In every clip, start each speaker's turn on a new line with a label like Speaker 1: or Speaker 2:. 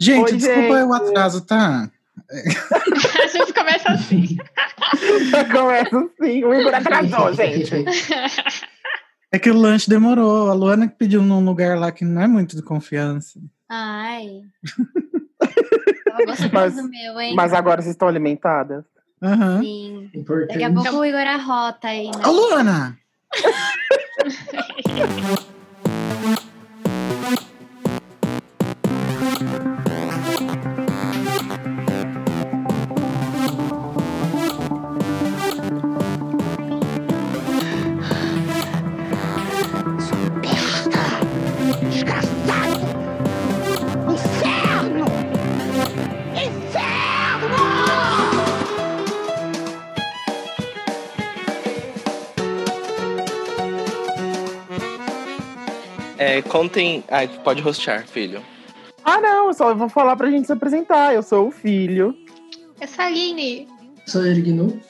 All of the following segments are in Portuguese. Speaker 1: Gente,
Speaker 2: Oi,
Speaker 1: desculpa
Speaker 2: gente.
Speaker 1: o atraso, tá?
Speaker 3: A gente começa assim.
Speaker 2: Começa assim. O Igor atrasou, gente.
Speaker 1: É que o lanche demorou. A Luana que pediu num lugar lá que não é muito de confiança.
Speaker 4: Ai. Tava gostoso
Speaker 2: Mas-
Speaker 4: meu, hein?
Speaker 2: Mas agora vocês estão alimentadas?
Speaker 1: Aham.
Speaker 4: Sim.
Speaker 5: É Importante.
Speaker 4: Daqui a pouco o Igor arrota aí. né?
Speaker 1: Ô, Luana!
Speaker 6: É, contem. Ai, pode rostear, filho.
Speaker 2: Ah, não, eu só vou falar pra gente se apresentar. Eu sou o filho.
Speaker 3: Essa Aline.
Speaker 5: Sou Ergnu.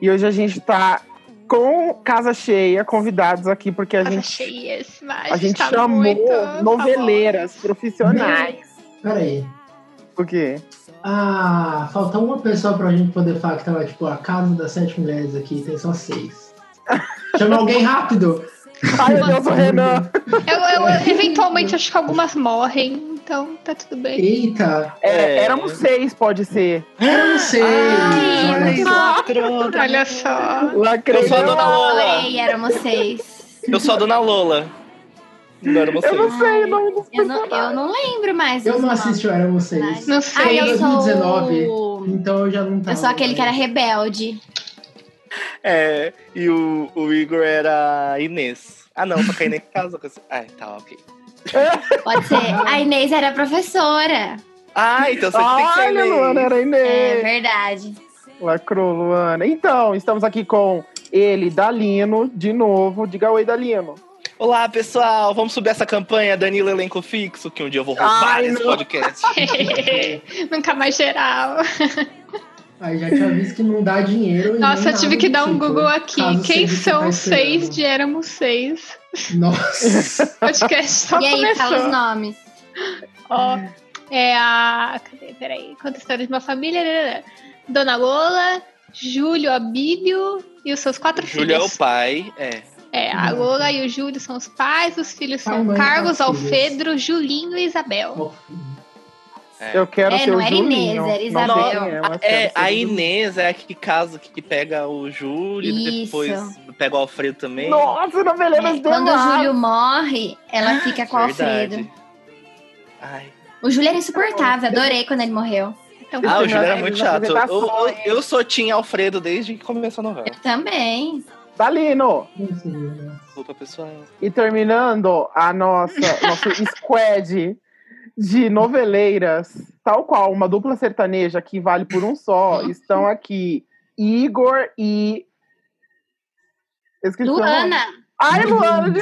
Speaker 2: E hoje a gente tá com casa cheia, convidados aqui, porque a
Speaker 3: Nossa,
Speaker 2: gente,
Speaker 3: achei esse, mas
Speaker 2: a gente
Speaker 3: tá
Speaker 2: chamou
Speaker 3: muito
Speaker 2: noveleiras profissionais.
Speaker 5: Peraí.
Speaker 2: O quê?
Speaker 5: Ah, falta uma pessoa pra gente poder falar que tava, tipo, a casa das sete mulheres aqui, tem só seis. Chama alguém rápido!
Speaker 2: Ai, meu Deus, o Renan.
Speaker 3: famosa. Eu, eu- eventualmente, acho que algumas morrem, então tá tudo bem.
Speaker 5: Eita!
Speaker 2: É,
Speaker 6: É.
Speaker 2: éramos seis, pode ser.
Speaker 5: Eu não sei! Olha só.
Speaker 3: Olha só.
Speaker 6: Eu sou a
Speaker 2: Lacrei.
Speaker 6: dona Lola.
Speaker 4: Falei, éramos seis.
Speaker 6: Eu sou a dona Lola. Não era
Speaker 2: Eu
Speaker 6: você.
Speaker 2: não sei o nome dos
Speaker 4: Eu não, eu não lembro mais.
Speaker 5: Eu
Speaker 4: os
Speaker 5: não
Speaker 4: nomes.
Speaker 5: assisti o Era Vocês.
Speaker 3: Não
Speaker 4: Ah,
Speaker 3: sei.
Speaker 4: eu sou.
Speaker 5: 2019.
Speaker 4: o-
Speaker 5: Então eu já não tava.
Speaker 4: Eu sou aquele que era rebelde.
Speaker 6: É, e o, o Igor era a Inês. Ah, não, pra cair nem casa. Ai, tá, ok.
Speaker 4: Pode ser. A Inês era professora.
Speaker 6: Ah, então você que tem que ser a
Speaker 2: Olha, Luana,
Speaker 6: Inês.
Speaker 2: era a
Speaker 4: É
Speaker 2: Inês.
Speaker 4: verdade.
Speaker 2: Lacrou, Luana. Então, estamos aqui com ele, Dalino, de novo. Diga oi, Dalino.
Speaker 6: Olá, pessoal. Vamos subir essa campanha Danilo Elenco Fixo, que um dia eu vou roubar
Speaker 2: Ai,
Speaker 6: esse
Speaker 2: não.
Speaker 6: podcast.
Speaker 3: Nunca mais geral.
Speaker 5: Aí já tinha visto que não dá dinheiro. e
Speaker 3: Nossa,
Speaker 5: nem
Speaker 3: eu tive
Speaker 5: nada
Speaker 3: que
Speaker 5: do
Speaker 3: dar um
Speaker 5: tipo.
Speaker 3: Google aqui.
Speaker 5: Caso
Speaker 3: Quem
Speaker 5: seja que
Speaker 3: são
Speaker 5: tá
Speaker 3: os seis
Speaker 5: esperando.
Speaker 3: de Éramos Seis?
Speaker 5: Nossa!
Speaker 3: O podcast só
Speaker 4: E aí,
Speaker 3: começou.
Speaker 4: fala os nomes.
Speaker 3: Ó, é a. Cadê? Peraí. Conta histórias de uma família. né, né. Dona Lola, Júlio, Abílio e os seus quatro
Speaker 6: Júlio é o
Speaker 3: filhos.
Speaker 6: pai. É.
Speaker 3: É, a Lola e o Júlio são os pais, os filhos
Speaker 5: Pai,
Speaker 3: são
Speaker 5: Ah, mãe,
Speaker 3: Carlos,
Speaker 5: quatro filhos.
Speaker 3: Alfredo, Julinho e Isabel.
Speaker 6: É.
Speaker 2: Eu quero
Speaker 4: É,
Speaker 2: ser
Speaker 4: não
Speaker 2: o
Speaker 4: era
Speaker 2: Julinho.
Speaker 4: Inês, era
Speaker 2: Não sei
Speaker 4: Isabel.
Speaker 2: quem é, mas
Speaker 6: É,
Speaker 2: quero ser
Speaker 6: a
Speaker 2: o Julinho.
Speaker 6: Inês é a que casa, que pega o Júlio,
Speaker 4: Isso.
Speaker 6: depois pega o Alfredo também.
Speaker 2: Nossa, noveleiras
Speaker 4: É,
Speaker 2: é,
Speaker 4: Quando o Júlio morre, ela fica com o
Speaker 6: Verdade.
Speaker 4: Alfredo.
Speaker 6: Ai.
Speaker 4: O Júlio era insuportável, adorei quando ele morreu.
Speaker 3: Então,
Speaker 6: Ah, o
Speaker 2: Esse
Speaker 6: Júlio era
Speaker 2: nome
Speaker 6: muito
Speaker 2: é de
Speaker 6: chato. Eu, eu,
Speaker 2: apresentações.
Speaker 6: eu sou Tim Alfredo desde que começou a novela.
Speaker 4: Eu também.
Speaker 2: Dalino.
Speaker 6: Desculpa, pessoal.
Speaker 2: E terminando a nossa nosso squad de noveleiras, tal qual uma dupla sertaneja que vale por um só, estão aqui Igor e Eu esqueci o nome.
Speaker 4: Luana,
Speaker 2: Ai, Luana, de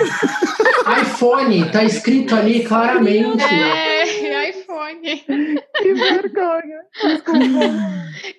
Speaker 5: iPhone, tá escrito ali claramente.
Speaker 3: é, iPhone.
Speaker 2: que vergonha.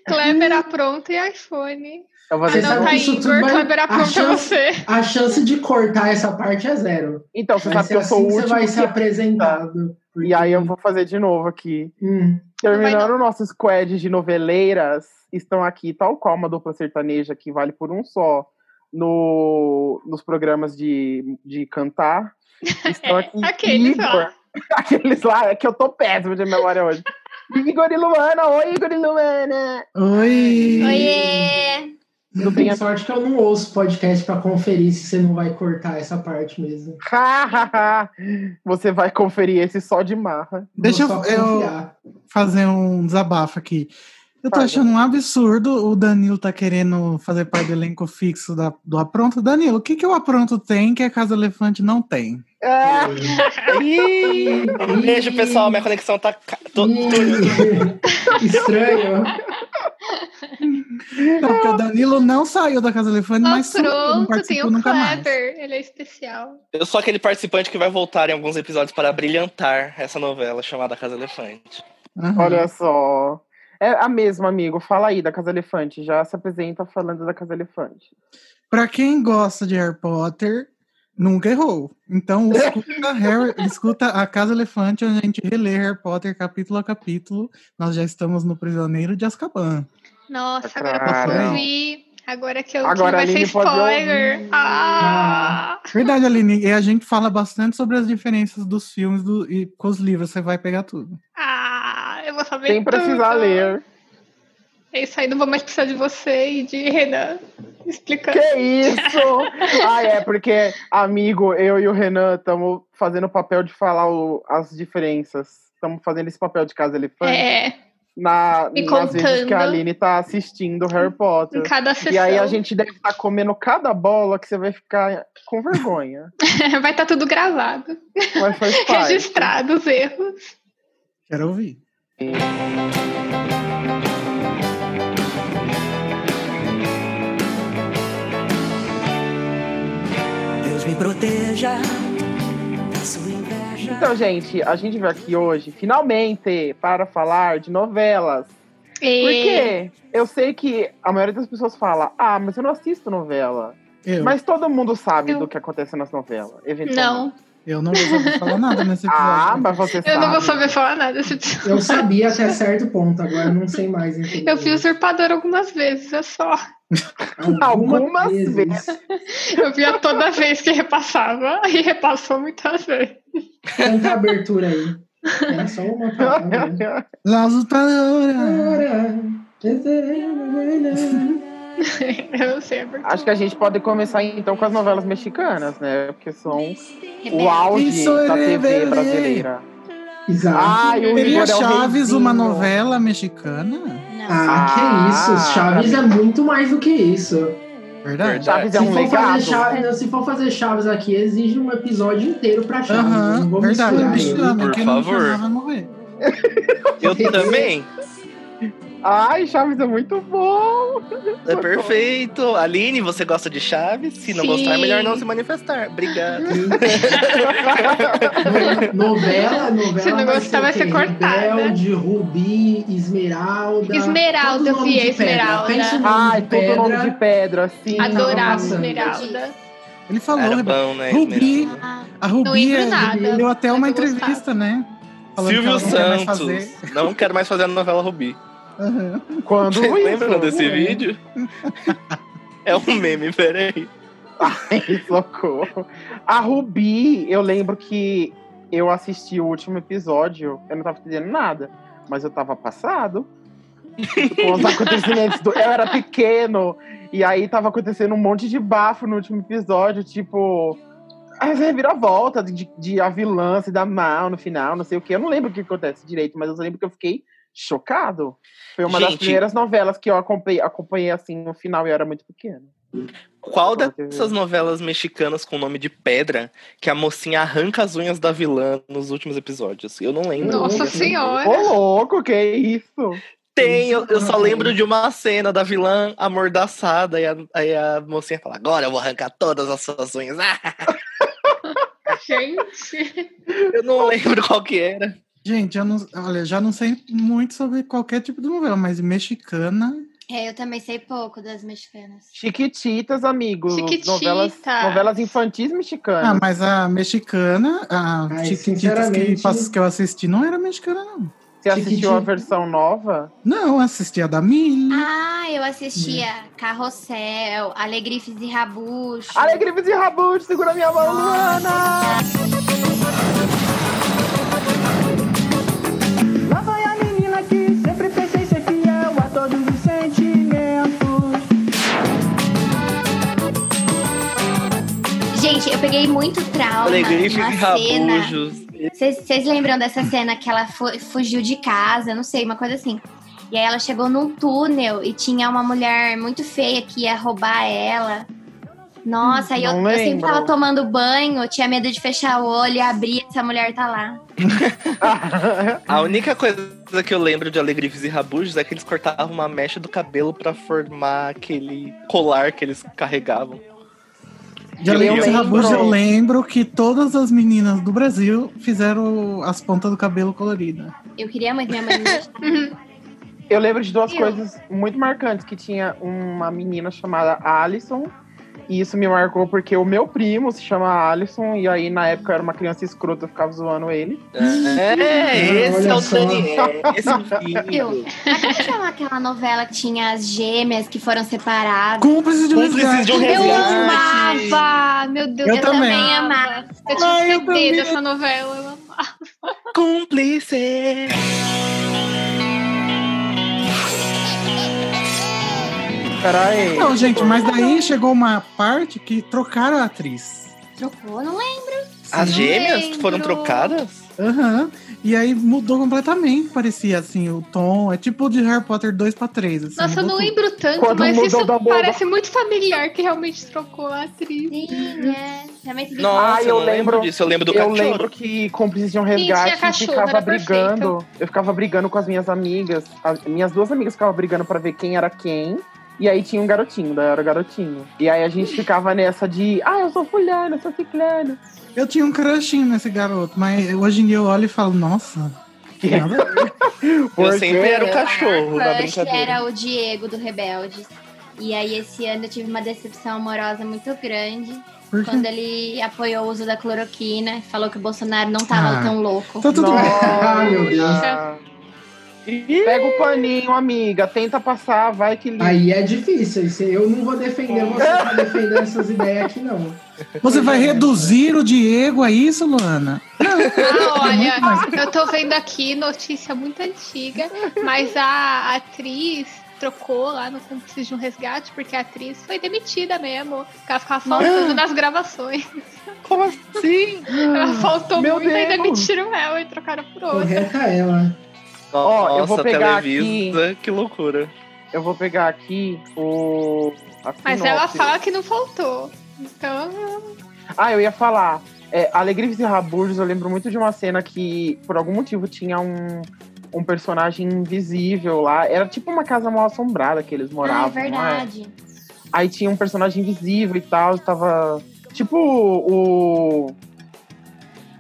Speaker 3: Kleber apronta e iPhone.
Speaker 2: Eu vou
Speaker 3: Ah,
Speaker 5: Hum. Você
Speaker 2: deixar-
Speaker 3: não,
Speaker 5: sabe
Speaker 3: tá
Speaker 5: que isso
Speaker 3: aí,
Speaker 5: tudo
Speaker 3: Igor,
Speaker 5: vai-
Speaker 3: Kleber
Speaker 5: a
Speaker 3: apronta
Speaker 5: chance-
Speaker 3: você.
Speaker 5: A chance de cortar essa parte é zero.
Speaker 2: Então, você
Speaker 5: Vai
Speaker 2: sabe
Speaker 5: ser
Speaker 2: que eu
Speaker 5: assim
Speaker 2: sou o
Speaker 5: que você
Speaker 2: último.
Speaker 5: vai ser
Speaker 2: que- tá.
Speaker 5: apresentado.
Speaker 2: E aí eu vou fazer de novo aqui.
Speaker 5: Hum,
Speaker 2: Terminando o nosso squad de noveleiras, estão aqui, tal qual uma dupla sertaneja que vale por um só no, nos programas de, de cantar. Estão aqui
Speaker 3: É, aqueles lá.
Speaker 2: Igor, aqueles lá, é que eu tô péssimo de memória hoje. Igor e Luana, oi Igor e Luana!
Speaker 1: Oi!
Speaker 4: oiê!
Speaker 5: eu
Speaker 2: Não tem
Speaker 5: tenho
Speaker 2: a-
Speaker 5: sorte que eu não ouço podcast pra conferir se você não vai cortar essa parte mesmo.
Speaker 2: Ha, ha, ha. Você vai conferir esse só de marra.
Speaker 1: Deixa
Speaker 5: Vou só
Speaker 1: eu- eu-
Speaker 5: confiar.
Speaker 1: Fazer um desabafo aqui. Eu tô
Speaker 2: Fala.
Speaker 1: achando um absurdo o Danilo tá querendo fazer parte do elenco fixo da- do Apronto. Danilo, o que, que o Apronto tem que a Casa Elefante não tem?
Speaker 2: Ah, ih,
Speaker 6: Um beijo, pessoal. Minha conexão tá. ca- Tô,
Speaker 5: Ih, Estranho.
Speaker 1: Não, É porque o Danilo não saiu da Casa Elefante, mas sumiu, não
Speaker 3: Apronto, tem
Speaker 1: participou
Speaker 3: o
Speaker 1: nunca mais.
Speaker 3: Kleber. Ele é especial.
Speaker 6: Eu sou aquele participante que vai voltar em alguns episódios para brilhantar essa novela chamada Casa Elefante.
Speaker 3: Uhum.
Speaker 1: Aham.
Speaker 2: olha só. É a mesma, amigo. Fala aí da Casa Elefante. Já se apresenta falando da Casa Elefante.
Speaker 1: Pra quem gosta de Harry Potter, Nunca errou. Então, escuta, Harry, escuta a Casa Elefante, onde a gente relê Harry Potter capítulo a capítulo. Nós já estamos no Prisioneiro de Azkaban.
Speaker 3: Nossa, agora
Speaker 2: Caralho.
Speaker 3: eu vi. Agora que eu que
Speaker 2: Agora a
Speaker 3: vai ser
Speaker 2: Aline pode
Speaker 3: spoiler.
Speaker 2: ouvir.
Speaker 3: Ah!
Speaker 1: Verdade, Aline. E a gente fala bastante sobre as diferenças dos filmes do- e com os livros. Você vai pegar tudo.
Speaker 3: Ah, eu vou saber
Speaker 2: Sem precisar
Speaker 3: tudo.
Speaker 2: ler.
Speaker 3: É isso aí, não vou mais precisar de você e de Renan explicando.
Speaker 2: Que isso? ah, é, porque, amigo, eu e o Renan estamos fazendo o papel de falar o- as diferenças. Estamos fazendo esse papel de casa elefante
Speaker 3: É,
Speaker 2: na,
Speaker 3: me
Speaker 2: nas vezes que
Speaker 3: contando.
Speaker 2: a Aline tá assistindo Harry Potter.
Speaker 3: em cada sessão.
Speaker 2: E aí a gente deve estar comendo cada bola que você vai ficar com vergonha.
Speaker 3: Vai estar tudo gravado,
Speaker 2: Mas faz parte.
Speaker 3: registrado os erros.
Speaker 1: Quero ouvir.
Speaker 7: Deus me proteja da sua inveja.
Speaker 2: Então, gente, a gente veio aqui hoje, finalmente, para falar de novelas.
Speaker 3: E...
Speaker 2: Porque eu sei que a maioria das pessoas fala, ah, mas eu não assisto novela.
Speaker 1: Eu,
Speaker 2: Mas todo mundo sabe
Speaker 3: Eu-
Speaker 2: do que acontece nas novelas, eventualmente.
Speaker 3: Não,
Speaker 1: eu não vou saber falar nada nesse episódio.
Speaker 2: Ah, mas você sabe.
Speaker 3: eu não vou saber falar nada. desse episódio.
Speaker 5: Eu sabia até certo ponto, agora eu não sei mais.
Speaker 3: Eu vi Usurpador algumas vezes, é só.
Speaker 2: Algumas vezes.
Speaker 3: Eu via toda vez que repassava, e repassou muitas vezes.
Speaker 5: Tanta abertura aí. Era só uma palavra.
Speaker 1: Lazutadora.
Speaker 3: Eu não sei, é porque...
Speaker 2: Acho que a gente pode começar então com as novelas mexicanas, né? Porque são o auge
Speaker 1: Isso é
Speaker 2: da TV
Speaker 1: rebelde.
Speaker 2: brasileira.
Speaker 5: Exato.
Speaker 2: Ai, o
Speaker 1: Teria
Speaker 2: Igor é o
Speaker 1: Chaves
Speaker 2: reizinho.
Speaker 1: uma novela mexicana?
Speaker 4: Não.
Speaker 5: Ah, que isso. Chaves
Speaker 2: Ah,
Speaker 5: é muito mais do que isso.
Speaker 1: Verdade.
Speaker 2: Chaves é
Speaker 5: se,
Speaker 2: um
Speaker 5: for fazer
Speaker 2: legado.
Speaker 5: Chaves, se for fazer Chaves aqui, exige um episódio inteiro pra Chaves.
Speaker 1: Aham,
Speaker 5: não vou
Speaker 1: verdade.
Speaker 5: misturar
Speaker 1: Me chama.
Speaker 5: ele.
Speaker 6: Por
Speaker 1: Quem não me
Speaker 6: favor.
Speaker 1: chamar vai morrer.
Speaker 6: Eu também.
Speaker 2: Ai, Chaves é muito bom.
Speaker 6: É perfeito. Aline, você gosta de Chaves? Se não
Speaker 3: Sim.
Speaker 6: gostar, é melhor não se manifestar. Obrigado.
Speaker 5: No- novela, novela.
Speaker 3: Se não gostar, tá- vai ser cortada.
Speaker 5: Rebelde, Rubi, Esmeralda.
Speaker 3: Esmeralda,
Speaker 5: todo
Speaker 3: eu
Speaker 5: nome
Speaker 3: vi
Speaker 5: de
Speaker 3: a Esmeralda.
Speaker 5: pedra. Pensa um nome
Speaker 2: Ai,
Speaker 5: de
Speaker 2: todo nome de
Speaker 5: pedra.
Speaker 2: pedra, assim. sim.
Speaker 3: Adorava
Speaker 5: Nossa.
Speaker 3: Esmeralda.
Speaker 1: Ele falou,
Speaker 6: Era
Speaker 1: Rebeca.
Speaker 6: bom, né?
Speaker 1: é Rubi.
Speaker 6: Esmeralda?
Speaker 4: Ah,
Speaker 1: A Rubi
Speaker 3: Não lembro
Speaker 1: é-
Speaker 3: nada,
Speaker 1: deu até
Speaker 3: mas
Speaker 1: uma
Speaker 3: eu gostava.
Speaker 1: entrevista, né? Falando que
Speaker 6: Silvio
Speaker 1: ela não quer mais fazer.
Speaker 6: Santos. Não quero mais fazer a novela Rubi.
Speaker 1: Aham.
Speaker 2: Quando
Speaker 6: Vocês lembram
Speaker 2: isso?
Speaker 6: desse vídeo? É um meme, peraí.
Speaker 2: Ai, socorro. A Rubi, eu lembro que eu assisti o último episódio, eu não tava entendendo nada, mas eu tava passado. com os acontecimentos do... Eu era pequeno, e aí tava acontecendo um monte de bafo no último episódio, tipo. As reviravoltas de, de a vilã se dar mal no final, não sei o que. Eu não lembro o que acontece direito, mas eu só lembro que eu fiquei chocado. Foi uma das
Speaker 6: Gente.
Speaker 2: primeiras novelas que eu acompanhei, acompanhei assim no final e eu era muito pequeno.
Speaker 6: Qual
Speaker 2: Agora que eu
Speaker 6: dessas novelas mexicanas com nome de pedra que a mocinha arranca as unhas da vilã nos últimos episódios? Eu não lembro.
Speaker 3: Nossa
Speaker 5: Uhum.
Speaker 3: senhora.
Speaker 2: Ô, louco, que isso?
Speaker 6: Tem, eu, eu só lembro de uma cena da vilã amordaçada e a, aí a mocinha fala: Agora eu vou arrancar todas as suas unhas. Ah,
Speaker 3: Gente,
Speaker 6: eu não lembro qual que era.
Speaker 1: Gente, eu não, olha, já não sei muito sobre qualquer tipo de novela, mas mexicana.
Speaker 4: é, eu também sei pouco das mexicanas.
Speaker 2: Chiquititas, amigos.
Speaker 3: Chiquititas.
Speaker 2: Novelas, novelas infantis
Speaker 1: Ah,
Speaker 2: mexicanas.
Speaker 1: mas a mexicana, a
Speaker 5: Ai,
Speaker 1: Chiquititas que,
Speaker 5: sinceramente-
Speaker 1: pass- que eu assisti não era mexicana, não.
Speaker 2: Você assistiu
Speaker 5: Chiquitita.
Speaker 2: a versão nova?
Speaker 1: Não, eu assisti a da Milly.
Speaker 4: Ah, eu assistia Carrossel, Alegrifes e Rabucho.
Speaker 2: Alegria e Rabucho, segura minha mão, Luana!
Speaker 7: Lá vai a menina que sempre pensei ser fiel a todos os sentimentos.
Speaker 4: Gente, eu peguei muito trauma
Speaker 6: Alegrifes
Speaker 4: numa
Speaker 6: e
Speaker 4: cena.
Speaker 6: rabujos.
Speaker 4: Vocês vocês lembram dessa cena que ela fu- fugiu de casa, não sei, uma coisa assim. E aí ela chegou num túnel e tinha uma mulher muito feia que ia roubar ela. Nossa, aí eu,
Speaker 2: Não
Speaker 4: eu sempre
Speaker 2: lembro.
Speaker 4: tava tomando banho, tinha medo de fechar o olho e abrir, essa mulher tá lá.
Speaker 6: A única coisa que eu lembro de Alegrifes e Rabujos é que eles cortavam uma mecha do cabelo pra formar aquele colar que eles carregavam.
Speaker 1: De
Speaker 6: eu
Speaker 1: Alegrifes e
Speaker 2: lembro.
Speaker 1: Rabuja, eu lembro que todas as meninas do Brasil fizeram as pontas do cabelo colorida.
Speaker 4: Eu queria muito minha mãe me deixar.
Speaker 2: Eu lembro de duas
Speaker 4: Eu.
Speaker 2: coisas muito marcantes, que tinha uma menina chamada Alison, E isso me marcou porque o meu primo se chama Alisson, e aí na época eu era uma criança escrota, eu ficava zoando ele.
Speaker 6: É, esse é
Speaker 5: Olha
Speaker 6: o
Speaker 5: só.
Speaker 6: Daniel. Esse é o filho.
Speaker 4: Viu? Mas como chama aquela novela que tinha as gêmeas que foram separadas?
Speaker 1: Cúmplices de um
Speaker 6: Cúmplices de um
Speaker 1: resgate.
Speaker 3: Eu
Speaker 6: resgate.
Speaker 3: amava! Meu Deus,
Speaker 1: Eu
Speaker 3: eu
Speaker 1: também.
Speaker 4: amava.
Speaker 3: Eu tinha
Speaker 1: Ah, eu
Speaker 3: um
Speaker 1: também.
Speaker 3: CD dessa novela. eu amava.
Speaker 6: Cúmplice.
Speaker 2: Peraí.
Speaker 1: Então, gente, mas daí chegou uma parte que trocaram a atriz.
Speaker 4: Trocou, não lembro.
Speaker 6: As
Speaker 3: Não
Speaker 6: gêmeas
Speaker 3: lembro.
Speaker 6: foram
Speaker 2: Ah,
Speaker 6: trocadas?
Speaker 1: Aham. E aí mudou completamente, parecia assim, o tom. É tipo de Harry Potter 2 pra 3. Assim,
Speaker 3: Nossa, eu não
Speaker 1: mudou tudo.
Speaker 3: lembro tanto,
Speaker 2: Quando
Speaker 3: mas
Speaker 2: mudou
Speaker 3: isso
Speaker 2: da boba.
Speaker 3: parece muito familiar que realmente trocou a atriz.
Speaker 4: Sim, é. Também teve
Speaker 6: Nossa,
Speaker 2: Ah,
Speaker 6: eu,
Speaker 2: eu
Speaker 6: não lembro
Speaker 2: lembro-
Speaker 6: disso. Eu lembro do
Speaker 2: eu
Speaker 6: cachorro.
Speaker 2: lembro que Cúmplices de um
Speaker 3: tinha
Speaker 2: Resgate
Speaker 3: é cachorro,
Speaker 2: ficava
Speaker 3: era
Speaker 2: brigando. Eu ficava brigando com as minhas amigas. As minhas duas amigas ficavam brigando pra ver quem era quem. E aí tinha um garotinho, daí eu era o garotinho. E aí a gente ficava nessa de, ah, eu sou fulano, eu sou ciclano.
Speaker 1: Eu tinha um crushinho nesse garoto, mas hoje em dia eu olho e falo, nossa.
Speaker 2: Que-
Speaker 1: nada a ver.
Speaker 6: Eu
Speaker 2: Porque-
Speaker 6: sempre era o cachorro na
Speaker 4: crush
Speaker 6: brincadeira.
Speaker 4: era o Diego do Rebeldes. E aí esse ano eu tive uma decepção amorosa muito grande
Speaker 1: Por quê?
Speaker 4: quando ele apoiou o uso da cloroquina e falou que o Bolsonaro não tava
Speaker 1: Ah.
Speaker 4: tão
Speaker 3: é
Speaker 4: louco.
Speaker 1: Tá tudo bem.
Speaker 5: Ai, meu Deus.
Speaker 2: Nossa. Pega o paninho, amiga. Tenta passar, vai que liga.
Speaker 5: Aí é difícil. isso- Eu não vou defender você pra defender essas ideias aqui, não.
Speaker 1: Você vai reduzir o Diego a isso, Luana?
Speaker 3: Ah, olha,
Speaker 1: Muito mais.
Speaker 3: eu tô vendo aqui notícia muito antiga, mas a atriz trocou lá no Cúmplices de um Resgate, porque a atriz foi demitida mesmo. porque Ela ficava faltando nas gravações.
Speaker 6: Como assim?
Speaker 3: Ela faltou
Speaker 2: Meu
Speaker 3: muito e
Speaker 2: Deus.
Speaker 3: demitiram ela e trocaram por outra.
Speaker 5: Correta ela.
Speaker 2: Ó, eu vou
Speaker 6: Nossa,
Speaker 2: pegar
Speaker 6: Televisa, que loucura.
Speaker 2: Eu vou pegar aqui o. a
Speaker 3: Mas ela
Speaker 2: sinopse.
Speaker 3: fala que não faltou. Então,
Speaker 2: Ah, eu ia falar. É, Alegrives e Raburgos, eu lembro muito de uma cena que, por algum motivo, tinha um, um personagem invisível lá. Era tipo uma casa mal assombrada que eles
Speaker 4: Ah, é
Speaker 2: moravam. não é?
Speaker 4: verdade.
Speaker 2: Aí tinha um personagem invisível e tal, tava. Tipo o.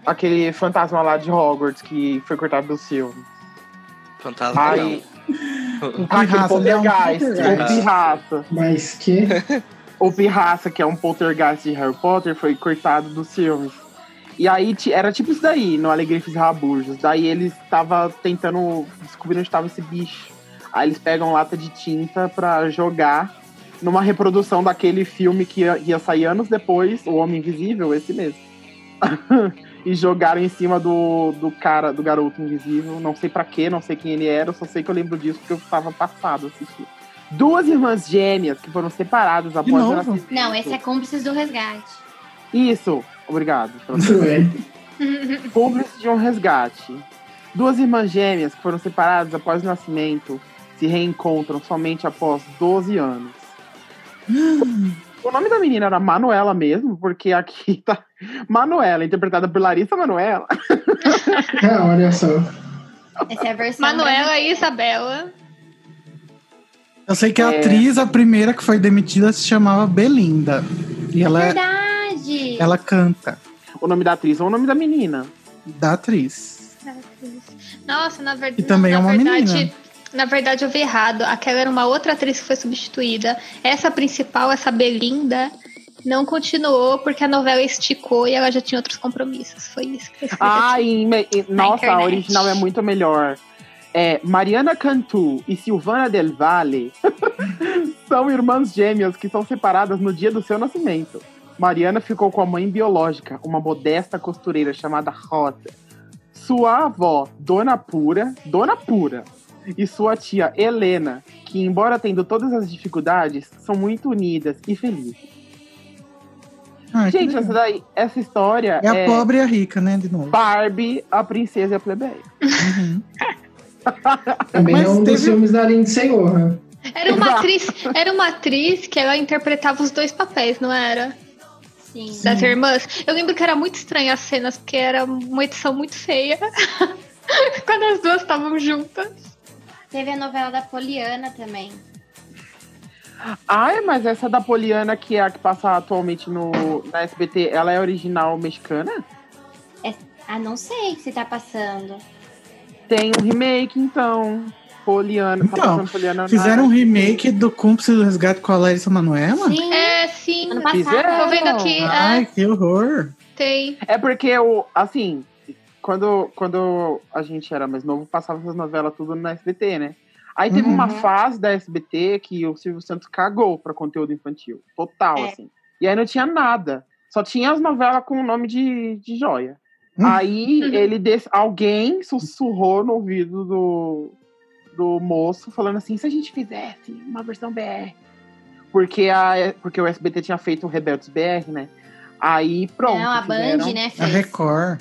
Speaker 2: Aquele fantasma lá de Hogwarts que foi cortado do filme.
Speaker 6: Fantasma
Speaker 2: Ai.
Speaker 6: Ah, não.
Speaker 2: Ah, aquele
Speaker 1: Pirraça, ele é um
Speaker 2: poltergeist. o
Speaker 1: poltergeist.
Speaker 2: pirraça.
Speaker 5: Mas que.
Speaker 2: O pirraça, que é um poltergeist de Harry Potter, foi cortado dos filmes. E aí ti- era tipo isso daí, no Alegrifes e Rabujos. Daí eles estavam tentando descobrir onde estava esse bicho. Aí eles pegam lata de tinta pra jogar numa reprodução daquele filme que ia, ia sair anos depois, O Homem Invisível, esse mesmo. e jogaram em cima do, do cara, do garoto invisível. Não sei pra quê, não sei quem ele era, só sei que eu lembro disso porque eu tava passado assistindo. Duas irmãs gêmeas que foram separadas após o
Speaker 1: novo?
Speaker 2: nascimento.
Speaker 4: Não, esse é Cúmplices do Resgate.
Speaker 2: Isso! Obrigado. pela
Speaker 5: Muito bem.
Speaker 2: Cúmplice de um resgate. Duas irmãs gêmeas que foram separadas após o nascimento se reencontram somente após 12 anos. O nome da menina era Manuela mesmo, porque aqui tá Manuela, interpretada por Larissa Manuela.
Speaker 5: Ah, olha só.
Speaker 4: Essa é a versão.
Speaker 3: Manuela e Isabela.
Speaker 1: Eu sei que a
Speaker 2: É.
Speaker 1: atriz, a primeira que foi demitida, se chamava Belinda. E ela,
Speaker 4: é
Speaker 1: é
Speaker 4: Verdade.
Speaker 1: ela canta,
Speaker 2: O nome da atriz ou o nome da menina.
Speaker 1: da atriz.
Speaker 3: Nossa, na verdade.
Speaker 1: E também
Speaker 3: na
Speaker 1: é uma
Speaker 3: verdade,
Speaker 1: menina.
Speaker 3: Na verdade, eu vi errado. Aquela era uma outra atriz que foi substituída. Essa principal, essa Belinda, não continuou porque a novela esticou e ela já tinha outros compromissos. Foi isso que eu esqueci.
Speaker 2: Ah, e, me- e- nossa, a
Speaker 3: internet.
Speaker 2: original é muito melhor. É, Mariana Cantu e Silvana Del Valle são irmãs gêmeas que são separadas no dia do seu nascimento. Mariana ficou com a mãe biológica, uma modesta costureira chamada Rosa. Sua avó, Dona Pura, Dona Pura, e sua tia Helena, que embora tendo todas as dificuldades, são muito unidas e felizes.
Speaker 1: Ah, que
Speaker 2: Gente,
Speaker 1: legal.
Speaker 2: essa daí, essa história
Speaker 1: é a
Speaker 2: é
Speaker 1: pobre e a rica, né? De novo.
Speaker 2: Barbie, a princesa e a plebeia.
Speaker 1: Uhum.
Speaker 5: Também
Speaker 1: Mas
Speaker 5: é um dos
Speaker 1: teve-
Speaker 5: filmes da né? Lindsay Lohan.
Speaker 3: Era uma atriz, era uma atriz que ela interpretava os dois papéis, não era?
Speaker 4: Sim.
Speaker 3: Das irmãs. Eu lembro que era muito estranha as cenas, porque era uma edição muito feia. Quando as duas estavam juntas.
Speaker 4: Teve a novela da Poliana também.
Speaker 2: Ah, é, mas essa da Poliana, que é a que passa atualmente no, na SBT, ela é original mexicana?
Speaker 4: Ah, não sei se tá passando.
Speaker 2: Tem um remake, então. Poliana. tá
Speaker 1: Então,
Speaker 2: passando Poliana na-
Speaker 1: Fizeram um remake do Cúmplice do Resgate com a Larissa Manoela?
Speaker 4: Sim,
Speaker 3: É, sim.
Speaker 4: ano passado.
Speaker 2: Fizeram?
Speaker 3: Tô vendo aqui.
Speaker 1: Ai,
Speaker 3: É,
Speaker 1: que horror.
Speaker 3: tem.
Speaker 2: É porque eu, assim, quando, quando a gente era mais novo, passava essas novelas tudo na SBT, né? Aí teve
Speaker 1: Uhum.
Speaker 2: uma fase da SBT que o Silvio Santos cagou pra conteúdo infantil. Total,
Speaker 4: É.
Speaker 2: assim. E aí não tinha nada. Só tinha as novelas com o nome de, de joia.
Speaker 1: Hum.
Speaker 2: Aí
Speaker 4: Uhum.
Speaker 2: ele des... alguém sussurrou no ouvido do, do moço falando assim: se a gente fizesse uma versão BR. Porque, a, porque o SBT tinha feito o Rebeldes BR, né? Aí pronto.
Speaker 4: Não, a
Speaker 2: fizeram.
Speaker 4: Band, né?
Speaker 1: A
Speaker 4: fez.
Speaker 1: Record.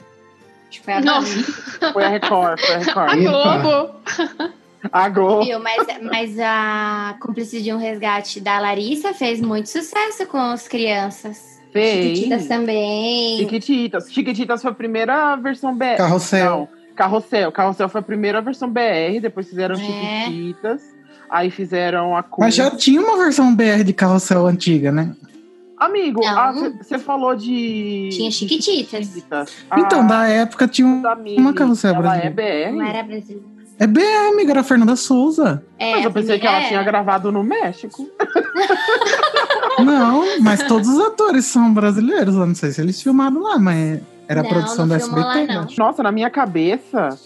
Speaker 4: Tipo, a
Speaker 3: Nossa.
Speaker 4: Band
Speaker 2: Foi a Record, foi a
Speaker 3: A
Speaker 2: Record.
Speaker 3: Globo.
Speaker 2: A Globo.
Speaker 4: viu, mas, mas a Cúmplice de um Resgate da Larissa fez muito sucesso com as crianças.
Speaker 2: Fez.
Speaker 4: Chiquititas também.
Speaker 2: Chiquititas. Chiquititas foi a primeira versão
Speaker 4: É,
Speaker 2: BR.
Speaker 1: Carrossel.
Speaker 2: Não, Carrossel. Carrossel foi a primeira versão BR, depois fizeram
Speaker 4: É.
Speaker 2: Chiquititas. Aí fizeram a Cunha.
Speaker 1: Mas já tinha uma versão BR de Carrossel antiga, né?
Speaker 2: Amigo,
Speaker 4: Não.
Speaker 2: você falou de.
Speaker 4: Tinha Chiquititas.
Speaker 2: Chiquititas.
Speaker 4: Ah.
Speaker 1: Então,
Speaker 2: A-
Speaker 1: da época tinha um...
Speaker 2: da Mili,
Speaker 1: uma Carrossel
Speaker 2: Ela é
Speaker 1: brasileira.
Speaker 2: BR.
Speaker 4: Não era brasileiro.
Speaker 1: É BR, amiga, era Fernanda Souza.
Speaker 4: É,
Speaker 2: Mas eu
Speaker 4: a
Speaker 2: pensei que ela
Speaker 4: primeira
Speaker 2: tinha
Speaker 4: era.
Speaker 2: gravado no México.
Speaker 1: Não, mas todos os atores são brasileiros. Eu não sei se eles filmaram lá, mas era a
Speaker 4: Não,
Speaker 1: produção
Speaker 4: não
Speaker 1: da
Speaker 4: filmou
Speaker 1: SBT.
Speaker 4: lá,
Speaker 1: eu
Speaker 4: não.
Speaker 1: acho.
Speaker 2: Nossa, na minha cabeça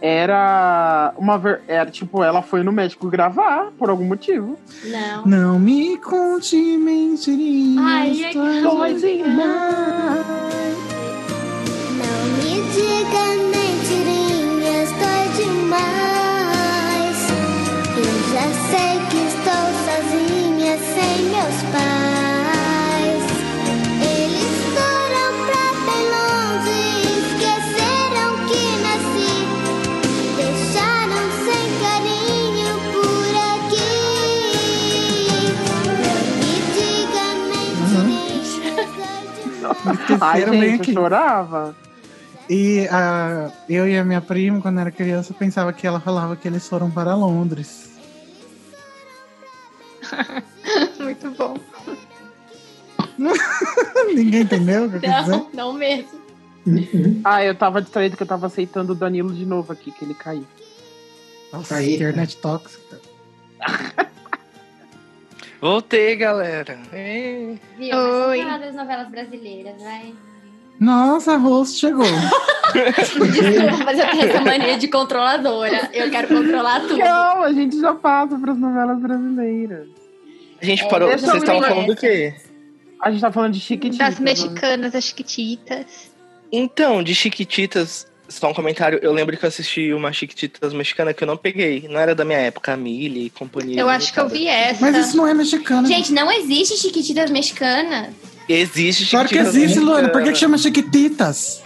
Speaker 2: era uma ver... era tipo ela foi no México gravar por algum motivo.
Speaker 4: Não.
Speaker 1: Não me conte mentirinhas.
Speaker 4: Ai, é que
Speaker 1: tuas
Speaker 2: Dois
Speaker 1: irmãs.
Speaker 8: Não me diga mentirinhas, dói demais. Eu já sei que estou sozinha sem meus pais. Eles foram pra bem longe, esqueceram que nasci. Deixaram sem carinho por aqui. Não me diga mentirinhas, dói demais.
Speaker 2: Ai,
Speaker 1: Esqueceram bem
Speaker 2: gente,
Speaker 1: aqui.
Speaker 2: eu chorava.
Speaker 1: E a, eu e a minha prima, quando era criança, pensava que ela falava que eles foram para Londres.
Speaker 3: Muito bom.
Speaker 1: Ninguém entendeu o que eu quis dizer?
Speaker 3: Não, não mesmo.
Speaker 5: Uhum.
Speaker 2: Ah, eu tava distraído que eu tava aceitando o Danilo de novo aqui, que ele caiu.
Speaker 1: Nossa,
Speaker 5: Aí,
Speaker 1: internet tóxica.
Speaker 6: Voltei, galera. Ê.
Speaker 4: Viu? Mas vamos
Speaker 3: Oi.
Speaker 4: falar das novelas brasileiras, vai.
Speaker 1: Nossa, a host chegou.
Speaker 4: Desculpa, mas eu tenho essa mania de controladora. Eu quero controlar tudo.
Speaker 2: Não, a gente já passa pras novelas brasileiras.
Speaker 6: A gente
Speaker 4: É,
Speaker 6: parou.
Speaker 2: deixa
Speaker 6: Vocês
Speaker 2: eu
Speaker 6: estavam
Speaker 2: ver.
Speaker 6: falando do quê?
Speaker 2: A gente tá falando de Chiquititas.
Speaker 3: Das
Speaker 2: né?
Speaker 3: mexicanas, das chiquititas.
Speaker 6: Então, de Chiquititas, só um comentário. Eu lembro que eu assisti uma Chiquititas mexicana que eu não peguei. Não era da minha época, a Millie e companhia.
Speaker 3: Eu acho que eu
Speaker 6: cara.
Speaker 3: vi essa.
Speaker 1: Mas isso não é mexicano.
Speaker 4: Gente, não existe Chiquititas mexicana.
Speaker 6: Existe tipo
Speaker 1: claro que
Speaker 6: Chiquititas
Speaker 1: existe, Luana.
Speaker 6: mexicana.
Speaker 1: Por que, que chama Chiquititas?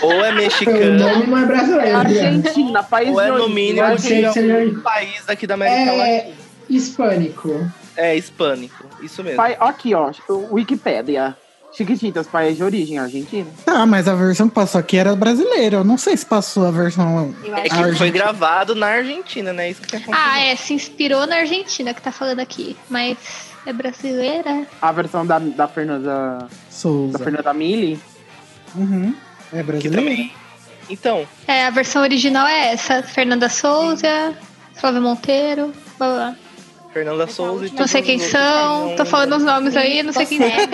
Speaker 6: Ou é
Speaker 5: O
Speaker 6: mexicana,
Speaker 5: nome não é brasileiro, Adriano.
Speaker 2: Argentina, país
Speaker 6: ou
Speaker 2: de
Speaker 6: é no
Speaker 2: origem.
Speaker 6: mínimo
Speaker 5: Pode ser que seja
Speaker 6: um país aqui da América
Speaker 5: É.
Speaker 6: Latina.
Speaker 5: hispânico.
Speaker 6: É, hispânico. Isso mesmo.
Speaker 2: Pai- Aqui, ó, Wikipédia. Chiquititas, país de origem, Argentina.
Speaker 1: Tá, mas a versão que passou aqui era brasileira. Eu não sei se passou a versão.
Speaker 4: Eu
Speaker 6: É
Speaker 4: acho
Speaker 6: que foi gravado na Argentina, né? Isso que tem
Speaker 3: Ah,
Speaker 6: acontecido.
Speaker 3: é, se inspirou na Argentina que tá falando aqui. Mas é brasileira?
Speaker 2: A versão da, da Fernanda. Da
Speaker 1: Souza.
Speaker 2: Fernanda Mille.
Speaker 1: Uhum. É
Speaker 6: que
Speaker 1: brasileira.
Speaker 6: também. Então,
Speaker 3: É, a versão original é essa. Fernanda Souza, Flávio Monteiro, blá blá. blá.
Speaker 6: Fernanda Souza e
Speaker 3: Não sei quem
Speaker 6: todos os outros
Speaker 3: são, tô falando os nomes aí, não sei quem é.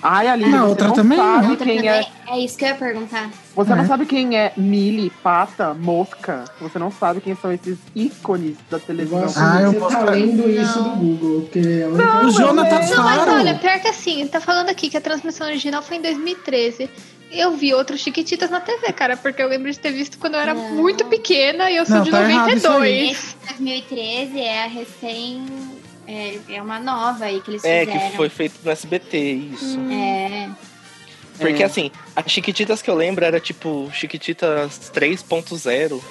Speaker 2: Ai, Aline,
Speaker 1: Não,
Speaker 2: você
Speaker 1: outra
Speaker 2: não
Speaker 1: também
Speaker 2: sabe
Speaker 1: não.
Speaker 2: quem é.
Speaker 4: é isso que eu ia perguntar.
Speaker 2: Você
Speaker 1: É.
Speaker 2: não sabe quem é Mille, Pata, Mosca. Você não sabe quem são esses ícones da
Speaker 5: Eu
Speaker 2: televisão.
Speaker 5: gosto
Speaker 1: Ah,
Speaker 5: que
Speaker 1: eu
Speaker 5: você
Speaker 1: posso-
Speaker 5: tá lendo isso do
Speaker 3: Não.
Speaker 5: Google, porque é uma
Speaker 1: O Jonathan
Speaker 3: Não, mas olha,
Speaker 1: Faro.
Speaker 3: pior que assim, tá falando aqui que a transmissão original foi em 2013. Eu vi outros Chiquititas na TV, cara, porque eu lembro de ter visto quando eu era
Speaker 4: Não.
Speaker 3: muito pequena e eu sou
Speaker 1: Não,
Speaker 3: de
Speaker 1: tá errado isso aí.
Speaker 3: 92.
Speaker 4: Esse de 2013 é a recém. É, é uma nova aí que eles
Speaker 6: É,
Speaker 4: fizeram.
Speaker 6: que foi feito no SBT, isso.
Speaker 3: Hum.
Speaker 4: É.
Speaker 6: Porque
Speaker 2: É.
Speaker 6: assim, as Chiquititas que eu lembro era tipo Chiquititas 3.0,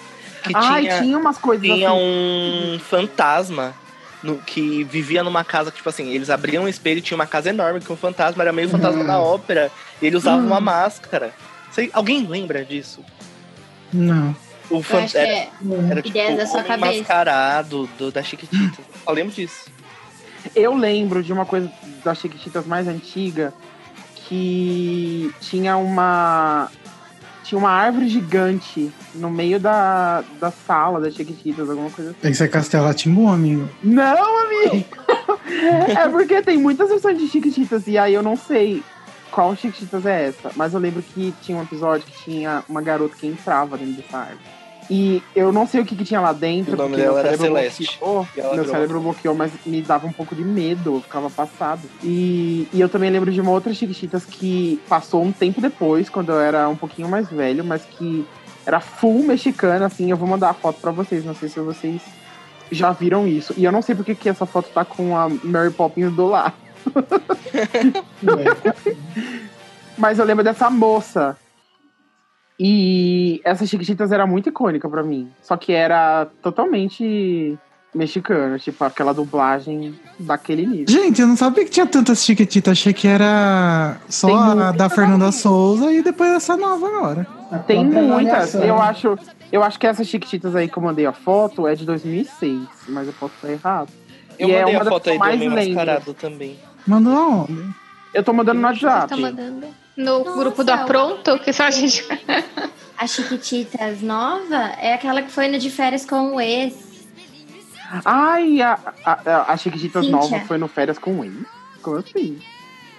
Speaker 6: que
Speaker 2: Ai,
Speaker 6: tinha,
Speaker 2: tinha, umas coisas
Speaker 6: tinha
Speaker 2: assim.
Speaker 6: um fantasma no, que vivia numa casa que, tipo assim, eles abriam um espelho e tinha uma casa enorme que um fantasma era meio fantasma
Speaker 5: Hum.
Speaker 6: da ópera, e ele usava
Speaker 1: Hum.
Speaker 6: uma máscara. Sei- alguém lembra disso?
Speaker 1: Não.
Speaker 6: O
Speaker 4: Eu
Speaker 6: fan-
Speaker 4: acho que é.
Speaker 6: era tipo
Speaker 4: Ideias da sua
Speaker 6: homem
Speaker 4: cabeça.
Speaker 6: mascarado do, da Chiquitita. Só lembro disso.
Speaker 2: Eu lembro de uma coisa das Chiquititas mais antiga que tinha uma. Tinha uma árvore gigante no meio da, da sala da Chiquititas, alguma coisa assim.
Speaker 1: Isso é Castelo Atimbu, amigo.
Speaker 2: Não, amigo! é porque tem muitas versões de Chiquititas, e aí eu não sei qual Chiquititas é essa, mas eu lembro que tinha um episódio que tinha uma garota que entrava dentro dessa árvore. E eu não sei o que, que tinha lá dentro.
Speaker 6: O nome
Speaker 2: porque
Speaker 6: dela
Speaker 2: meu
Speaker 6: era
Speaker 2: cérebro
Speaker 6: Celeste.
Speaker 2: bloqueou.
Speaker 6: E ela
Speaker 2: Meu
Speaker 6: virou-
Speaker 2: cérebro bloqueou, mas me dava um pouco de medo, eu ficava passado. E, e eu também lembro de uma outra Chiquititas que passou um tempo depois, quando eu era um pouquinho mais velho, mas que era full mexicana, assim. Eu vou mandar a foto pra vocês, não sei se vocês já viram isso. E eu não sei porque que essa foto tá com a Mary Poppins do lado.
Speaker 5: Ué,
Speaker 2: Mas eu lembro dessa moça. E essa Chiquititas era muito icônica pra mim. Só que era totalmente mexicana, tipo, aquela dublagem daquele nível.
Speaker 1: Gente, eu não sabia que tinha tantas chiquititas. Achei que era só
Speaker 2: Tem
Speaker 1: a
Speaker 2: muita
Speaker 1: da Fernanda
Speaker 2: também.
Speaker 1: Souza e depois essa nova agora.
Speaker 5: a
Speaker 2: Tem
Speaker 5: própria
Speaker 2: muitas.
Speaker 5: Malhação.
Speaker 2: Eu acho, eu acho que essas Chiquititas aí que eu mandei a foto é de 2006, mas eu posso estar errado.
Speaker 6: Eu
Speaker 2: E é
Speaker 6: mandei
Speaker 2: uma
Speaker 6: a
Speaker 2: das
Speaker 6: foto aí do
Speaker 2: mais
Speaker 6: homem
Speaker 2: lendas.
Speaker 6: mascarado também.
Speaker 1: Mandou aonde?
Speaker 2: Eu tô mandando no
Speaker 3: Você tá
Speaker 2: WhatsApp.
Speaker 3: mandando? No
Speaker 4: Nossa,
Speaker 3: grupo do Apronto, que só a gente.
Speaker 4: A Chiquititas nova é aquela que foi no de férias com o ex.
Speaker 2: Ai, a, a, a- a Chiquititas
Speaker 4: Cíntia.
Speaker 2: nova foi no Férias com o Wayne. Como assim?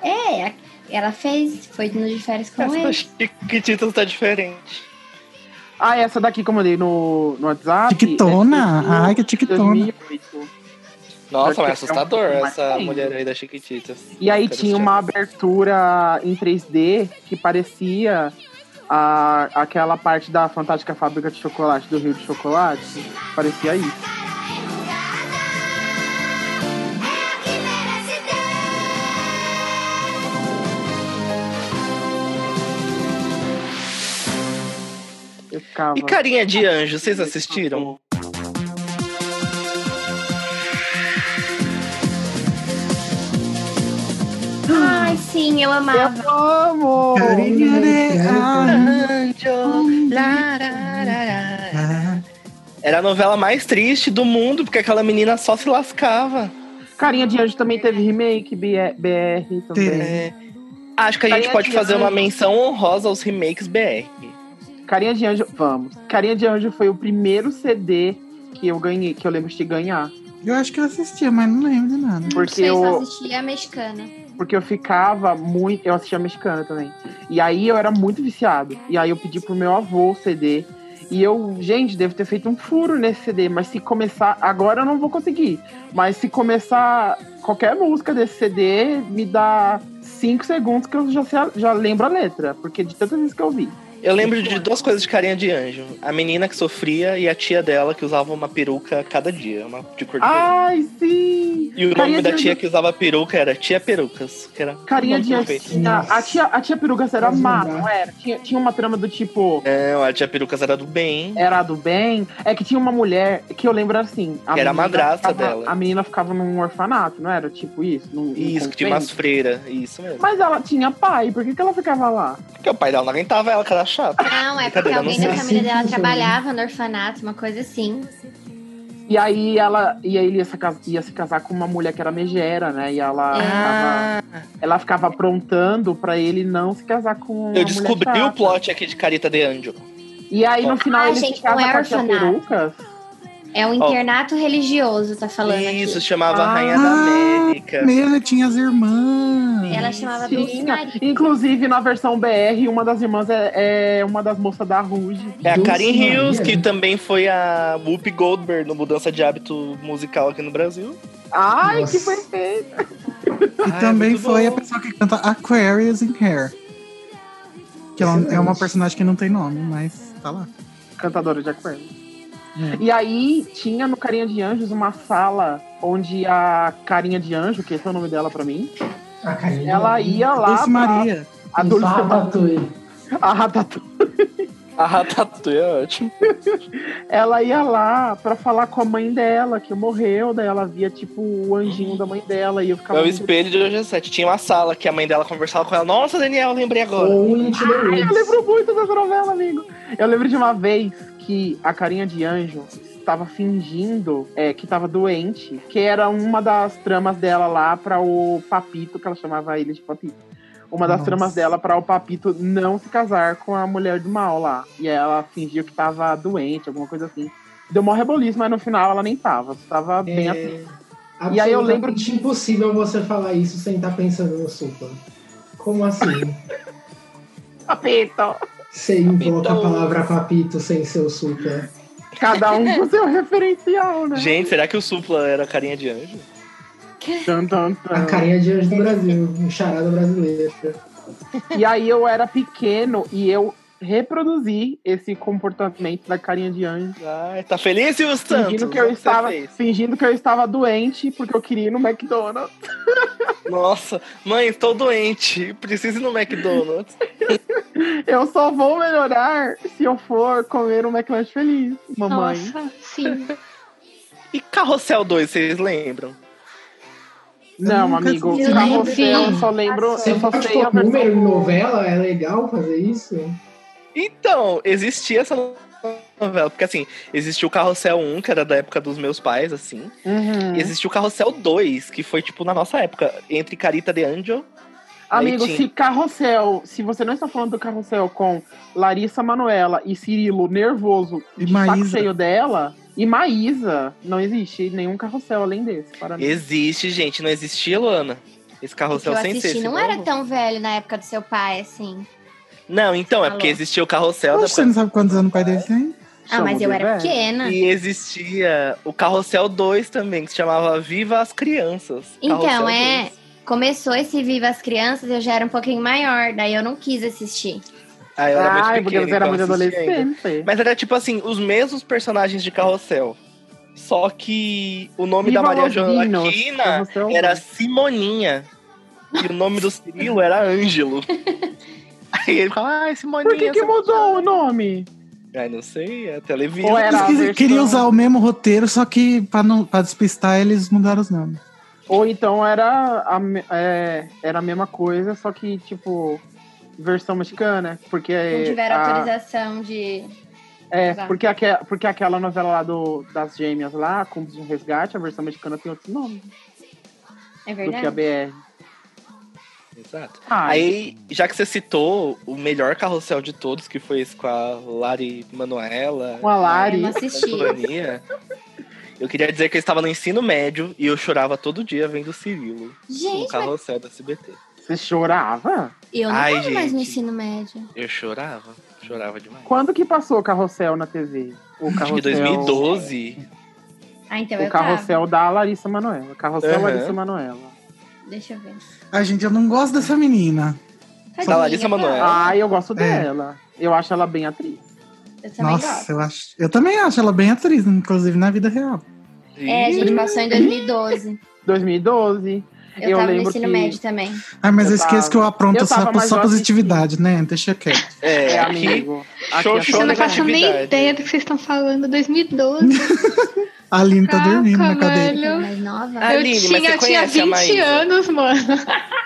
Speaker 4: É, a- ela fez, foi no de férias com o
Speaker 6: Essa da
Speaker 4: ex.
Speaker 6: Chiquititas tá diferente.
Speaker 2: Ah, essa daqui que eu mandei no, no WhatsApp.
Speaker 1: Tiquitona?
Speaker 2: É de
Speaker 1: Ai, que tiquitona.
Speaker 2: 2008. Acho
Speaker 6: Nossa,
Speaker 2: que
Speaker 6: mas é
Speaker 2: é um
Speaker 6: assustador
Speaker 2: pouco mais
Speaker 6: essa
Speaker 2: ainda.
Speaker 6: mulher aí da Chiquititas.
Speaker 2: E aí
Speaker 6: Quero
Speaker 2: tinha
Speaker 6: assistir.
Speaker 2: uma abertura em 3D que parecia a, aquela parte da Fantástica Fábrica de Chocolate do Rio de Chocolate. Parecia isso. Eu ficava.
Speaker 6: E Carinha de Anjo, vocês assistiram?
Speaker 4: Ai, sim, eu amava.
Speaker 2: Eu amo!
Speaker 1: Carinha de anjo.
Speaker 6: Anjo,
Speaker 1: Ah,
Speaker 6: Era a novela mais triste do mundo, porque aquela menina só se lascava.
Speaker 2: Carinha de Anjo também teve remake, BR também.
Speaker 1: Teve.
Speaker 6: É. Acho que a gente
Speaker 2: Carinha
Speaker 6: pode
Speaker 2: de
Speaker 6: fazer uma
Speaker 2: Anjo.
Speaker 6: menção honrosa aos remakes BR.
Speaker 2: Carinha de Anjo, vamos. Carinha de Anjo foi o primeiro CD que eu ganhei, que eu lembro de ganhar.
Speaker 1: Eu acho que eu assistia, mas não lembro de nada.
Speaker 2: Porque
Speaker 4: Não sei,
Speaker 2: eu,
Speaker 4: só assistia a mexicana.
Speaker 2: porque eu ficava muito. Eu assistia mexicana também. E aí eu era muito viciado. E aí eu pedi pro meu avô o CD. E eu, gente, devo ter feito um furo nesse CD, mas se começar. Agora eu não vou conseguir. Mas se começar qualquer música desse CD, me dá cinco segundos que eu já, sei a- já lembro a letra. Porque de tantas vezes que eu vi.
Speaker 6: Eu lembro de duas coisas de Carinha de Anjo. A menina que sofria e a tia dela que usava uma peruca cada dia, uma de cor diferente.
Speaker 2: Ai, sim!
Speaker 6: E o nome
Speaker 2: Ah, Carinha
Speaker 6: da
Speaker 2: de
Speaker 6: tia
Speaker 2: Anjo-
Speaker 6: que usava peruca era Tia Perucas, que era
Speaker 2: Carinha
Speaker 6: nome
Speaker 2: de anjo.
Speaker 6: perfeito.
Speaker 2: tinha- A tia, a tia peruca era
Speaker 5: Faz
Speaker 2: má,
Speaker 5: lembrar.
Speaker 2: não era? Tinha, tinha uma trama do tipo.
Speaker 6: Não, a tia Perucas era do bem.
Speaker 2: era a do bem, é que tinha uma mulher que eu lembro assim.
Speaker 6: Que era
Speaker 2: menina
Speaker 6: a madrasta
Speaker 2: ficava-
Speaker 6: dela.
Speaker 2: A menina ficava num orfanato, não era? Tipo isso? num- num
Speaker 6: Isso, que tinha umas
Speaker 2: convento.
Speaker 6: freiras. Isso mesmo.
Speaker 2: Mas ela tinha pai, por que, que ela ficava lá?
Speaker 6: Porque o pai dela não aguentava ela, que era chata.
Speaker 4: Não, é porque
Speaker 6: Brincadeira,
Speaker 4: alguém
Speaker 6: não
Speaker 4: da
Speaker 5: sei.
Speaker 4: família dela
Speaker 5: Sim, sim.
Speaker 4: trabalhava no orfanato, uma coisa assim.
Speaker 2: E aí ela. E aí ele ia se, cas- ia se casar com uma mulher que era megera, né? E ela,
Speaker 4: Ah.
Speaker 2: ficava, ela ficava aprontando pra ele não se casar com. uma
Speaker 6: Eu descobri
Speaker 2: mulher
Speaker 6: o
Speaker 2: chata.
Speaker 6: plot aqui de Carita de Anjo.
Speaker 2: E aí no final
Speaker 4: Ah,
Speaker 2: ele
Speaker 4: gente,
Speaker 2: se casa
Speaker 4: não é
Speaker 2: com a tia
Speaker 4: orfanato.
Speaker 2: peruca.
Speaker 4: É um internato religioso, tá falando
Speaker 6: Isso,
Speaker 4: aqui.
Speaker 6: chamava
Speaker 2: Ah,
Speaker 6: Rainha da América.
Speaker 1: Mesmo tinha as irmãs.
Speaker 4: Ela chamava
Speaker 2: Sim.
Speaker 4: Dulce Maria.
Speaker 2: Inclusive, na versão BR, uma das irmãs é, é uma das moças da Ruge.
Speaker 6: É a
Speaker 5: Dulce
Speaker 6: Karen Hills,
Speaker 5: Maria.
Speaker 6: que também foi a Whoopi Goldberg no Mudança de Hábito Musical aqui no Brasil.
Speaker 2: Ai,
Speaker 5: Nossa.
Speaker 2: que perfeito!
Speaker 1: E
Speaker 6: Ah, é
Speaker 1: também
Speaker 6: muito
Speaker 1: foi a
Speaker 6: bom.
Speaker 1: pessoa que canta Aquarius in Hair. Que ela é uma
Speaker 5: Excelente.
Speaker 1: personagem que não tem nome, mas tá lá.
Speaker 2: cantadora de aquarela.
Speaker 1: É.
Speaker 2: E aí tinha no Carinha de Anjos uma sala onde a Carinha de Anjo, que esse é o nome dela pra mim,
Speaker 5: A Karina.
Speaker 2: ela ia lá
Speaker 4: tá.
Speaker 1: Dulce Uhum. Maria.
Speaker 2: pra a Ah,
Speaker 5: Isso,
Speaker 2: Dulce
Speaker 5: a Ratatouille.
Speaker 2: a Ratatouille.
Speaker 6: A Ratatouille é ótimo.
Speaker 2: Ela ia lá pra falar com a mãe dela, que morreu, daí ela via tipo o anjinho da mãe dela e eu
Speaker 6: É
Speaker 2: ficava
Speaker 6: o
Speaker 2: muito-
Speaker 6: espelho de hoje 7. Tinha uma sala que a mãe dela conversava com ela. Nossa, Daniel, eu lembrei agora.
Speaker 5: Ou o Into the
Speaker 2: Ah, Eu
Speaker 5: Woods.
Speaker 2: lembro muito dessa novela, amigo. Eu lembro de uma vez que a carinha de anjo estava fingindo é, que estava doente, que era uma das tramas dela lá para o Papito, que ela chamava ele de Papito. uma das
Speaker 1: Nossa.
Speaker 2: tramas dela para o Papito não se casar com a mulher do mal lá. E ela fingiu que tava doente, alguma coisa assim. Deu mó reboliço, mas no final ela nem tava. Tava bem assim.
Speaker 5: É
Speaker 2: E aí eu lembro-
Speaker 5: absolutamente impossível você falar isso sem estar pensando no Supla. Como assim?
Speaker 2: Papito!
Speaker 5: Você
Speaker 2: Então-
Speaker 5: invoca a
Speaker 6: Papito.
Speaker 5: palavra papito sem ser o Supla.
Speaker 2: Cada um com seu referencial, né?
Speaker 6: Gente, será que o Supla era carinha de anjo?
Speaker 2: Tan, tan,
Speaker 5: A
Speaker 2: tan.
Speaker 5: carinha de anjo do Brasil, um charada brasileiro.
Speaker 2: E aí eu era pequeno e eu reproduzi esse comportamento da carinha de anjo.
Speaker 6: Ai, tá feliz, Silvio Santos?
Speaker 2: Fingindo que,
Speaker 6: O
Speaker 2: eu
Speaker 6: que você
Speaker 2: estava,
Speaker 6: fez?
Speaker 2: fingindo que eu estava doente porque eu queria ir no McDonald's.
Speaker 6: Nossa, mãe, tô doente. Preciso ir no McDonald's.
Speaker 2: Eu só vou melhorar se eu for comer um McLanche feliz, mamãe.
Speaker 3: Nossa, sim.
Speaker 6: E Carrossel 2, vocês lembram?
Speaker 1: Eu
Speaker 2: Não,
Speaker 1: nunca
Speaker 2: amigo,
Speaker 1: assisti.
Speaker 2: carrossel,
Speaker 3: Eu
Speaker 2: eu só lembro.
Speaker 5: Você
Speaker 2: eu só
Speaker 5: pode
Speaker 2: sei a
Speaker 5: pôr número em
Speaker 2: é versão do-
Speaker 5: novela? É legal fazer isso?
Speaker 6: Então, existia essa novela. Porque assim, existiu o Carrossel 1, que era da época dos meus pais, assim.
Speaker 2: Uhum.
Speaker 6: E existiu o Carrossel 2, que foi, tipo, na nossa época. Entre Carita de Angel.
Speaker 2: Amigo,
Speaker 6: Leitinho.
Speaker 2: se carrossel, se você não está falando do carrossel com Larissa Manoela e Cirilo nervoso
Speaker 1: E
Speaker 2: de saco
Speaker 1: Maísa.
Speaker 2: cheio dela, e Maísa, não existe nenhum carrossel além desse. Para mim.
Speaker 6: Existe, gente. Não existia, Luana?
Speaker 4: Porque
Speaker 6: Esse Carrossel
Speaker 4: É eu
Speaker 6: sem ser.
Speaker 4: assisti
Speaker 6: esse
Speaker 4: não
Speaker 6: novo.
Speaker 4: era tão velho na época do seu pai, assim.
Speaker 6: Não, então, é
Speaker 4: Alô?
Speaker 6: porque existia o Carrossel da
Speaker 1: Poxa, você não sabe quantos anos o pai dele tem?
Speaker 4: Ah, mas
Speaker 2: Chama
Speaker 4: eu
Speaker 2: de
Speaker 4: era
Speaker 2: velho.
Speaker 4: pequena.
Speaker 6: E existia o Carrossel 2 também, que se chamava Viva as Crianças.
Speaker 4: Então,
Speaker 6: Carrossel
Speaker 4: é.
Speaker 6: 2.
Speaker 4: Começou esse Viva as Crianças, eu já era um pouquinho maior, daí eu não quis assistir.
Speaker 6: Ah, eu era muito
Speaker 2: Ai,
Speaker 6: pequeno,
Speaker 2: porque você era
Speaker 6: então
Speaker 2: muito
Speaker 6: assistia ainda.
Speaker 2: adolescente.
Speaker 6: Mas era tipo assim, os mesmos personagens de Carrossel. Só que o nome
Speaker 2: Viva
Speaker 6: da Maria
Speaker 2: Los Dinos,
Speaker 6: Joaquina
Speaker 2: carrossel. um.
Speaker 6: era Simoninha. E o nome do Cirilo era Ângelo. Aí ele fala, ai, Simoninha.
Speaker 2: Por que, que
Speaker 6: Simoninha."
Speaker 2: mudou o nome?
Speaker 6: Ai, não sei, é a Televisa.
Speaker 2: Ou
Speaker 1: Eles
Speaker 2: era- a
Speaker 1: quis-
Speaker 2: versão-
Speaker 1: queriam usar o mesmo roteiro, só que pra, não, pra despistar eles mudaram os nomes.
Speaker 2: Ou então era a, me- é, era a mesma coisa, só que, tipo, versão mexicana. Porque
Speaker 6: É,
Speaker 4: Não tiveram
Speaker 2: a-
Speaker 4: autorização de.
Speaker 2: É,
Speaker 4: Exato.
Speaker 2: porque, aque- porque aquela novela lá do, das gêmeas lá, Cúmplice de um Resgate, a versão mexicana tem outro nome
Speaker 4: É
Speaker 2: do que a
Speaker 4: verdade.
Speaker 2: BR.
Speaker 6: Exato.
Speaker 2: Ah,
Speaker 6: Aí, já que você citou o melhor carrossel de todos, que foi esse com a Lari Manuela.
Speaker 2: com a
Speaker 4: Eu
Speaker 2: Lari.
Speaker 4: não assisti.
Speaker 6: Antônia, Eu queria dizer que eu estava no ensino médio e eu chorava todo dia vendo o Cirilo no
Speaker 4: Gente,
Speaker 6: carrossel do SBT.
Speaker 2: Você chorava?
Speaker 4: eu não
Speaker 6: Ai,
Speaker 4: tava mais no
Speaker 6: gente.
Speaker 4: ensino médio.
Speaker 6: Eu chorava, chorava demais.
Speaker 2: Quando que passou o carrossel na TV? O
Speaker 6: Acho
Speaker 2: carrossel,
Speaker 6: que 2012.
Speaker 4: Ah, então
Speaker 2: O
Speaker 4: eu tava.
Speaker 2: carrossel da Larissa Manoela. Carrossel
Speaker 6: Aham.
Speaker 2: Larissa Manoela.
Speaker 4: Deixa eu ver.
Speaker 1: A gente, eu não gosto dessa menina.
Speaker 4: Tadinha,
Speaker 6: Larissa
Speaker 4: cara.
Speaker 6: Manoela.
Speaker 2: Ah, eu gosto
Speaker 1: É.
Speaker 2: dela. Eu acho ela bem atriz.
Speaker 4: Eu também gosto.
Speaker 1: Nossa, eu acho. Eu também acho ela bem atriz, inclusive na vida real.
Speaker 4: É, a
Speaker 6: Ih,
Speaker 4: gente passou em 2012.
Speaker 2: 2012.
Speaker 4: Eu,
Speaker 2: Eu
Speaker 4: tava no
Speaker 2: lembro
Speaker 4: ensino
Speaker 2: que-
Speaker 4: médio também.
Speaker 1: Ah, mas
Speaker 2: Eu
Speaker 1: eu, esqueço
Speaker 2: tava-
Speaker 1: que eu
Speaker 2: eu
Speaker 1: apronto
Speaker 2: tava,
Speaker 1: só,
Speaker 2: mas eu
Speaker 1: só
Speaker 2: assisti.
Speaker 1: positividade, né? Deixa quieto.
Speaker 6: é,
Speaker 2: É,
Speaker 6: aqui-
Speaker 2: amigo. Aqui
Speaker 6: Show,
Speaker 2: é
Speaker 6: show,
Speaker 3: Eu
Speaker 2: só
Speaker 3: não faço nem
Speaker 6: negatividade.
Speaker 3: ideia do que vocês estão falando. 2012.
Speaker 1: A Aline tá dormindo
Speaker 3: Caraca,
Speaker 1: na cadeira.
Speaker 4: Eu era
Speaker 3: velho.
Speaker 4: mais nova.
Speaker 6: Ah,
Speaker 4: Ah,
Speaker 3: Eu
Speaker 6: Aline, mas
Speaker 3: tinha,
Speaker 6: você
Speaker 3: eu tinha
Speaker 6: conhece a
Speaker 3: 20
Speaker 6: Maísa?
Speaker 3: anos, mano.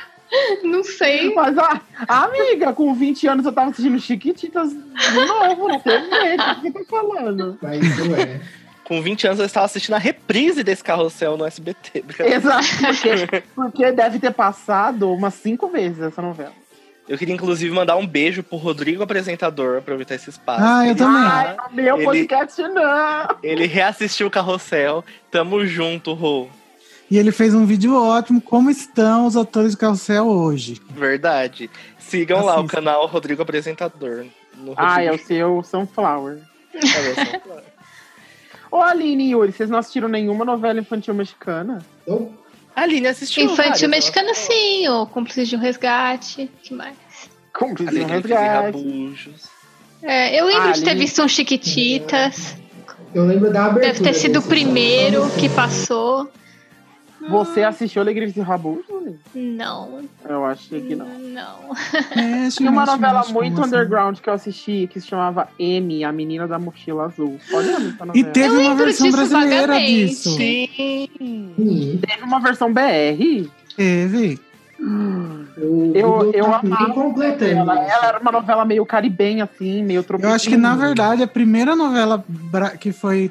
Speaker 3: Não sei.
Speaker 2: Mas a, a amiga, com 20 anos, eu tava assistindo Chiquititas de novo na TV. O que você tá falando?
Speaker 5: Mas é. ué.
Speaker 6: com 20 anos eu estava assistindo a reprise desse carrossel no SBT.
Speaker 2: Exato, porque, porque deve ter passado umas cinco vezes essa novela.
Speaker 6: Eu queria, inclusive, mandar um beijo pro Rodrigo apresentador, aproveitar esse espaço.
Speaker 1: Ah, eu
Speaker 6: Ele-
Speaker 1: também.
Speaker 2: Ai, meu
Speaker 6: Ele-
Speaker 2: podcast não!
Speaker 6: Ele reassistiu o carrossel. Tamo junto, Rô.
Speaker 1: E ele fez um vídeo ótimo, como estão os atores de carrossel hoje.
Speaker 6: Verdade. Sigam lá o
Speaker 1: Assista.
Speaker 6: canal Rodrigo Apresentador. No
Speaker 2: Ai, é o
Speaker 6: Rodrigo
Speaker 2: seu Sunflower.
Speaker 6: Apresentador.
Speaker 2: Ô, Aline e Yuri, vocês não assistiram nenhuma novela infantil mexicana?
Speaker 5: Então,
Speaker 6: A Aline assistiu.
Speaker 3: Infantil
Speaker 6: várias,
Speaker 3: mexicano,
Speaker 6: ela falou.
Speaker 3: sim. Ou cúmplice de um resgate. que mais?
Speaker 2: Cúmplice de
Speaker 6: Aline
Speaker 2: um
Speaker 6: fez em
Speaker 2: resgate.
Speaker 6: Rabujos.
Speaker 3: É, eu lembro
Speaker 2: Ah,
Speaker 3: de ter
Speaker 2: ali-
Speaker 3: visto um Chiquititas.
Speaker 5: eu lembro da abertura.
Speaker 3: Deve ter sido o
Speaker 5: desse
Speaker 3: primeiro
Speaker 5: jogo.
Speaker 3: que passou.
Speaker 2: Você assistiu Alegria de Rabu?
Speaker 3: Não,
Speaker 2: Eu achei que não.
Speaker 3: não.
Speaker 1: Mexe,
Speaker 2: Tinha uma
Speaker 1: mexe,
Speaker 2: novela
Speaker 1: mexe,
Speaker 2: muito
Speaker 1: É, como assim?
Speaker 2: underground que eu assisti que se chamava M, A Menina da Mochila Azul. Olha essa novela.
Speaker 1: E teve uma
Speaker 3: lembro
Speaker 1: versão
Speaker 3: disso
Speaker 1: brasileira
Speaker 3: vagamente.
Speaker 1: disso.
Speaker 6: Sim.
Speaker 5: Sim,
Speaker 2: Teve uma versão BR.
Speaker 1: Teve.
Speaker 5: o
Speaker 2: Eu-
Speaker 5: Google
Speaker 2: eu
Speaker 5: tá
Speaker 2: amava
Speaker 5: bem completando.
Speaker 2: Ela, ela era uma novela meio caribenha, assim, meio
Speaker 1: Eu
Speaker 2: tropical.
Speaker 1: acho que, na verdade, a primeira novela bra- que foi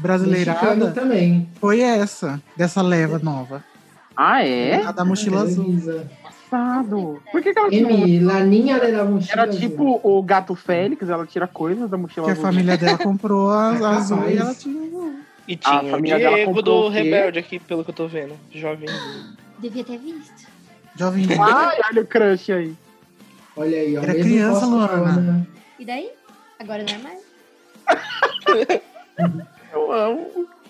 Speaker 5: Mexicano
Speaker 1: brasileirada
Speaker 2: então.
Speaker 5: também.
Speaker 1: foi essa, dessa leva nova.
Speaker 2: Ah, é?
Speaker 1: A da mochila azul.
Speaker 5: Televisa.
Speaker 2: engraçado. Por que, que ela tinha um
Speaker 5: M, Laninha era um
Speaker 2: Era tipo o gato Félix, ela tira coisas da mochila
Speaker 1: Porque a
Speaker 2: azul.
Speaker 1: família dela comprou a azul e
Speaker 5: Rapaz.
Speaker 1: ela tinha. um
Speaker 6: E
Speaker 2: A
Speaker 6: tinha o
Speaker 2: família dela
Speaker 6: Diego
Speaker 2: comprou
Speaker 6: do
Speaker 2: o quê?
Speaker 6: Rebelde aqui, pelo que eu tô vendo. Jovem.
Speaker 4: Devia ter visto.
Speaker 1: Jovem Nerd.
Speaker 2: Ai, olha o crush aí.
Speaker 5: Olha aí, ó.
Speaker 1: Era
Speaker 5: mesmo
Speaker 1: criança,
Speaker 5: Oscar,
Speaker 1: Luana.
Speaker 5: né?
Speaker 4: E daí? Agora não é mais.
Speaker 2: Eu amo.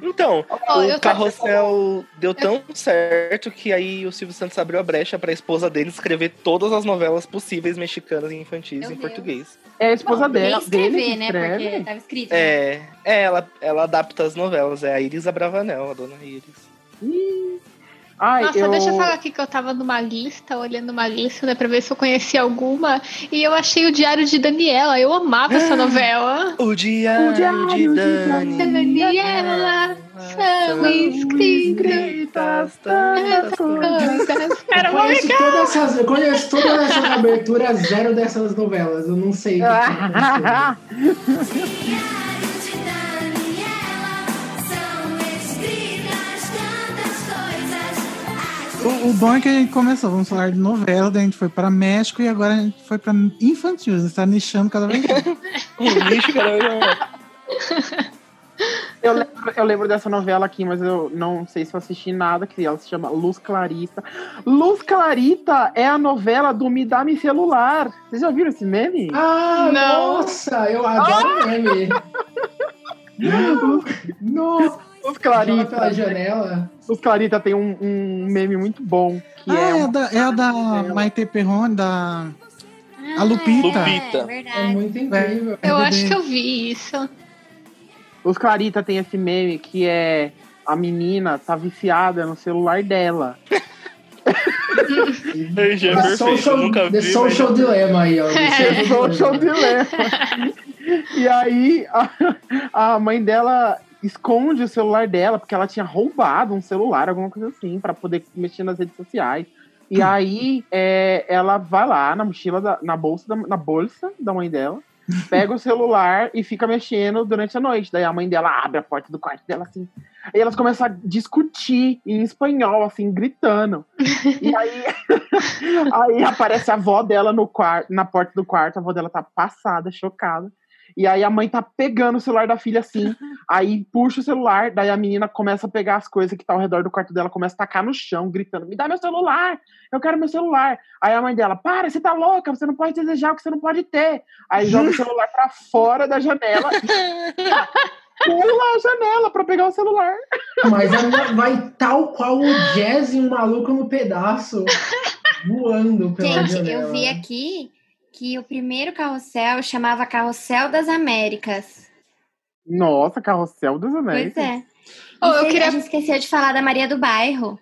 Speaker 6: Então,
Speaker 3: Ó, eu
Speaker 6: o
Speaker 3: tô-
Speaker 6: Carrossel deu tão certo que aí o Silvio Santos abriu a brecha pra esposa dele escrever todas as novelas possíveis mexicanas e infantis
Speaker 4: Meu
Speaker 6: em
Speaker 4: Deus.
Speaker 6: português.
Speaker 2: É a esposa
Speaker 4: Bom,
Speaker 2: dela.
Speaker 4: ia escrever,
Speaker 2: dele que
Speaker 4: né?
Speaker 2: escreve.
Speaker 4: Porque tava escrito. né?
Speaker 6: É, é, ela, ela adapta as novelas. É a Iris Abravanel, a dona Iris.
Speaker 2: Ai,
Speaker 3: Nossa,
Speaker 2: eu...
Speaker 3: deixa eu falar aqui que eu tava numa lista, olhando uma lista, né, pra ver se eu conhecia alguma. E eu achei o Diário de Daniela. Eu amava essa novela.
Speaker 6: O diário,
Speaker 2: O diário
Speaker 6: de
Speaker 2: de
Speaker 6: Dani.
Speaker 3: Daniela, são inscritas.
Speaker 6: inscritas tantas coisas.
Speaker 3: tantas. Era
Speaker 5: Eu
Speaker 3: uma
Speaker 5: conheço, todas essas, eu conheço todas essas aberturas, zero dessas novelas. Eu não sei. o que que
Speaker 2: Ah,
Speaker 5: aconteceu.
Speaker 1: O, o bom é que a gente começou, vamos falar de novela, daí a gente foi pra México e agora a gente foi pra infantil. A gente tá nichando cada vez
Speaker 3: É,
Speaker 1: mais.
Speaker 6: Um lixo, cara.
Speaker 2: Eu lembro, eu lembro dessa novela aqui, mas eu não sei se eu assisti nada, que ela se chama Luz Clarita. Luz Clarita é a novela do Me Dá Me Celular. Vocês já viram esse meme?
Speaker 5: Ah,
Speaker 3: Não. Ah!
Speaker 5: nossa, eu adoro meme. Nossa,
Speaker 2: Luz
Speaker 5: joga pela
Speaker 2: Clarita.
Speaker 5: janela.
Speaker 2: Luz Clarita tem um, um meme muito bom, que
Speaker 1: Ah,
Speaker 2: é
Speaker 1: é,
Speaker 2: um
Speaker 1: a da, é a da
Speaker 2: novela.
Speaker 1: Maite Perrone, da.
Speaker 4: Ah,
Speaker 1: A Lupita.
Speaker 4: É,
Speaker 6: Lupita.
Speaker 5: É
Speaker 4: verdade.
Speaker 5: muito incrível.
Speaker 3: Eu
Speaker 1: RBD.
Speaker 3: acho que eu vi isso.
Speaker 2: Os Clarita tem esse meme que é a menina tá viciada no celular dela.
Speaker 6: É
Speaker 5: The
Speaker 6: perfeito,
Speaker 5: Social,
Speaker 6: nunca
Speaker 5: The
Speaker 6: vi. né?
Speaker 5: Social Dilemma aí, ó. The
Speaker 2: Chegou É, o um show
Speaker 5: Dilema.
Speaker 2: de lema. E aí a, a mãe dela esconde o celular dela, porque ela tinha roubado um celular, alguma coisa assim, pra poder mexer nas redes sociais. E aí é, ela vai lá na mochila, da- na bolsa da, na bolsa da mãe dela, pega o celular e fica mexendo durante a noite. Daí a mãe dela abre a porta do quarto dela assim. E elas começam a discutir em espanhol, assim, gritando. E aí, aí aparece a avó dela no quarto, na porta do quarto, a avó dela tá passada, chocada. E aí a mãe tá pegando o celular da filha assim, aí puxa o celular, daí a menina começa a pegar as coisas que tá ao redor do quarto dela, começa a tacar no chão, gritando: "Me dá meu celular! Eu quero meu celular!" Aí a mãe dela: "Para, você tá louca, você não pode desejar o que você não pode ter". Aí joga o celular pra fora da janela. e Pula a janela pra pegar o celular.
Speaker 5: Mas ela vai tal qual o Jazz e um maluco no pedaço. Voando pela
Speaker 4: Gente,
Speaker 5: janela.
Speaker 4: eu vi aqui que o primeiro carrossel chamava Carrossel das Américas.
Speaker 2: Nossa, carrossel dos anéis.
Speaker 4: Pois é.
Speaker 3: Oh, eu
Speaker 4: E
Speaker 3: queria-
Speaker 4: A gente esqueceu de falar da Maria do Bairro.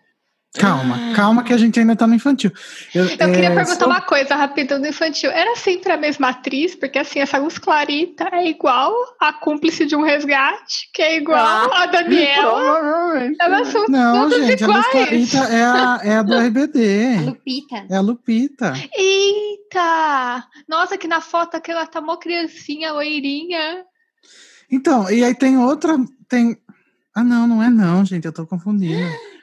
Speaker 1: Calma, calma que a gente ainda tá no infantil.
Speaker 3: Então, Eu
Speaker 1: é,
Speaker 3: queria perguntar
Speaker 1: só-
Speaker 3: uma coisa rapidão do infantil. Era sempre a mesma atriz, porque assim, essa Luz Clarita é igual a cúmplice de um resgate, que é igual a Daniela. Então,
Speaker 2: Provavelmente.
Speaker 3: Elas são
Speaker 1: Não,
Speaker 3: todas
Speaker 1: gente, a
Speaker 3: iguais.
Speaker 1: Luz Clarita é a, é a do RBD.
Speaker 4: Lupita.
Speaker 1: É a Lupita.
Speaker 3: Eita! Nossa, que na foto aquela tá mó criancinha, loirinha.
Speaker 1: Então, e aí tem outra. Tem. Ah, não, não é não, gente. Eu tô confundindo.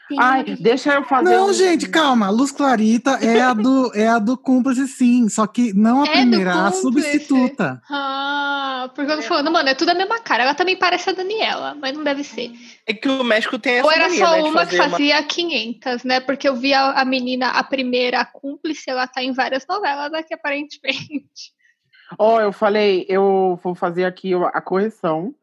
Speaker 4: Tem
Speaker 2: Ai,
Speaker 4: uma que-
Speaker 2: deixa eu
Speaker 3: Ah,
Speaker 2: fazer.
Speaker 1: Não,
Speaker 2: um-
Speaker 1: gente, calma. Luz Clarita é a do, é a do cúmplice, sim. Só que não a
Speaker 3: É do
Speaker 1: primeira, a
Speaker 3: cúmplice.
Speaker 1: substituta.
Speaker 3: Ah, porque eu tô falando, mano, é tudo a mesma cara. Ela também parece a Daniela, mas não deve ser.
Speaker 6: É que o México tem essa
Speaker 3: Ou era
Speaker 6: mania,
Speaker 3: só
Speaker 6: né, de
Speaker 3: uma que
Speaker 6: fazer uma-
Speaker 3: fazia 500, né? Porque eu vi a, a menina, a primeira, a cúmplice, ela tá em várias novelas aqui, aparentemente.
Speaker 2: Ó, eu falei, eu vou fazer aqui a correção.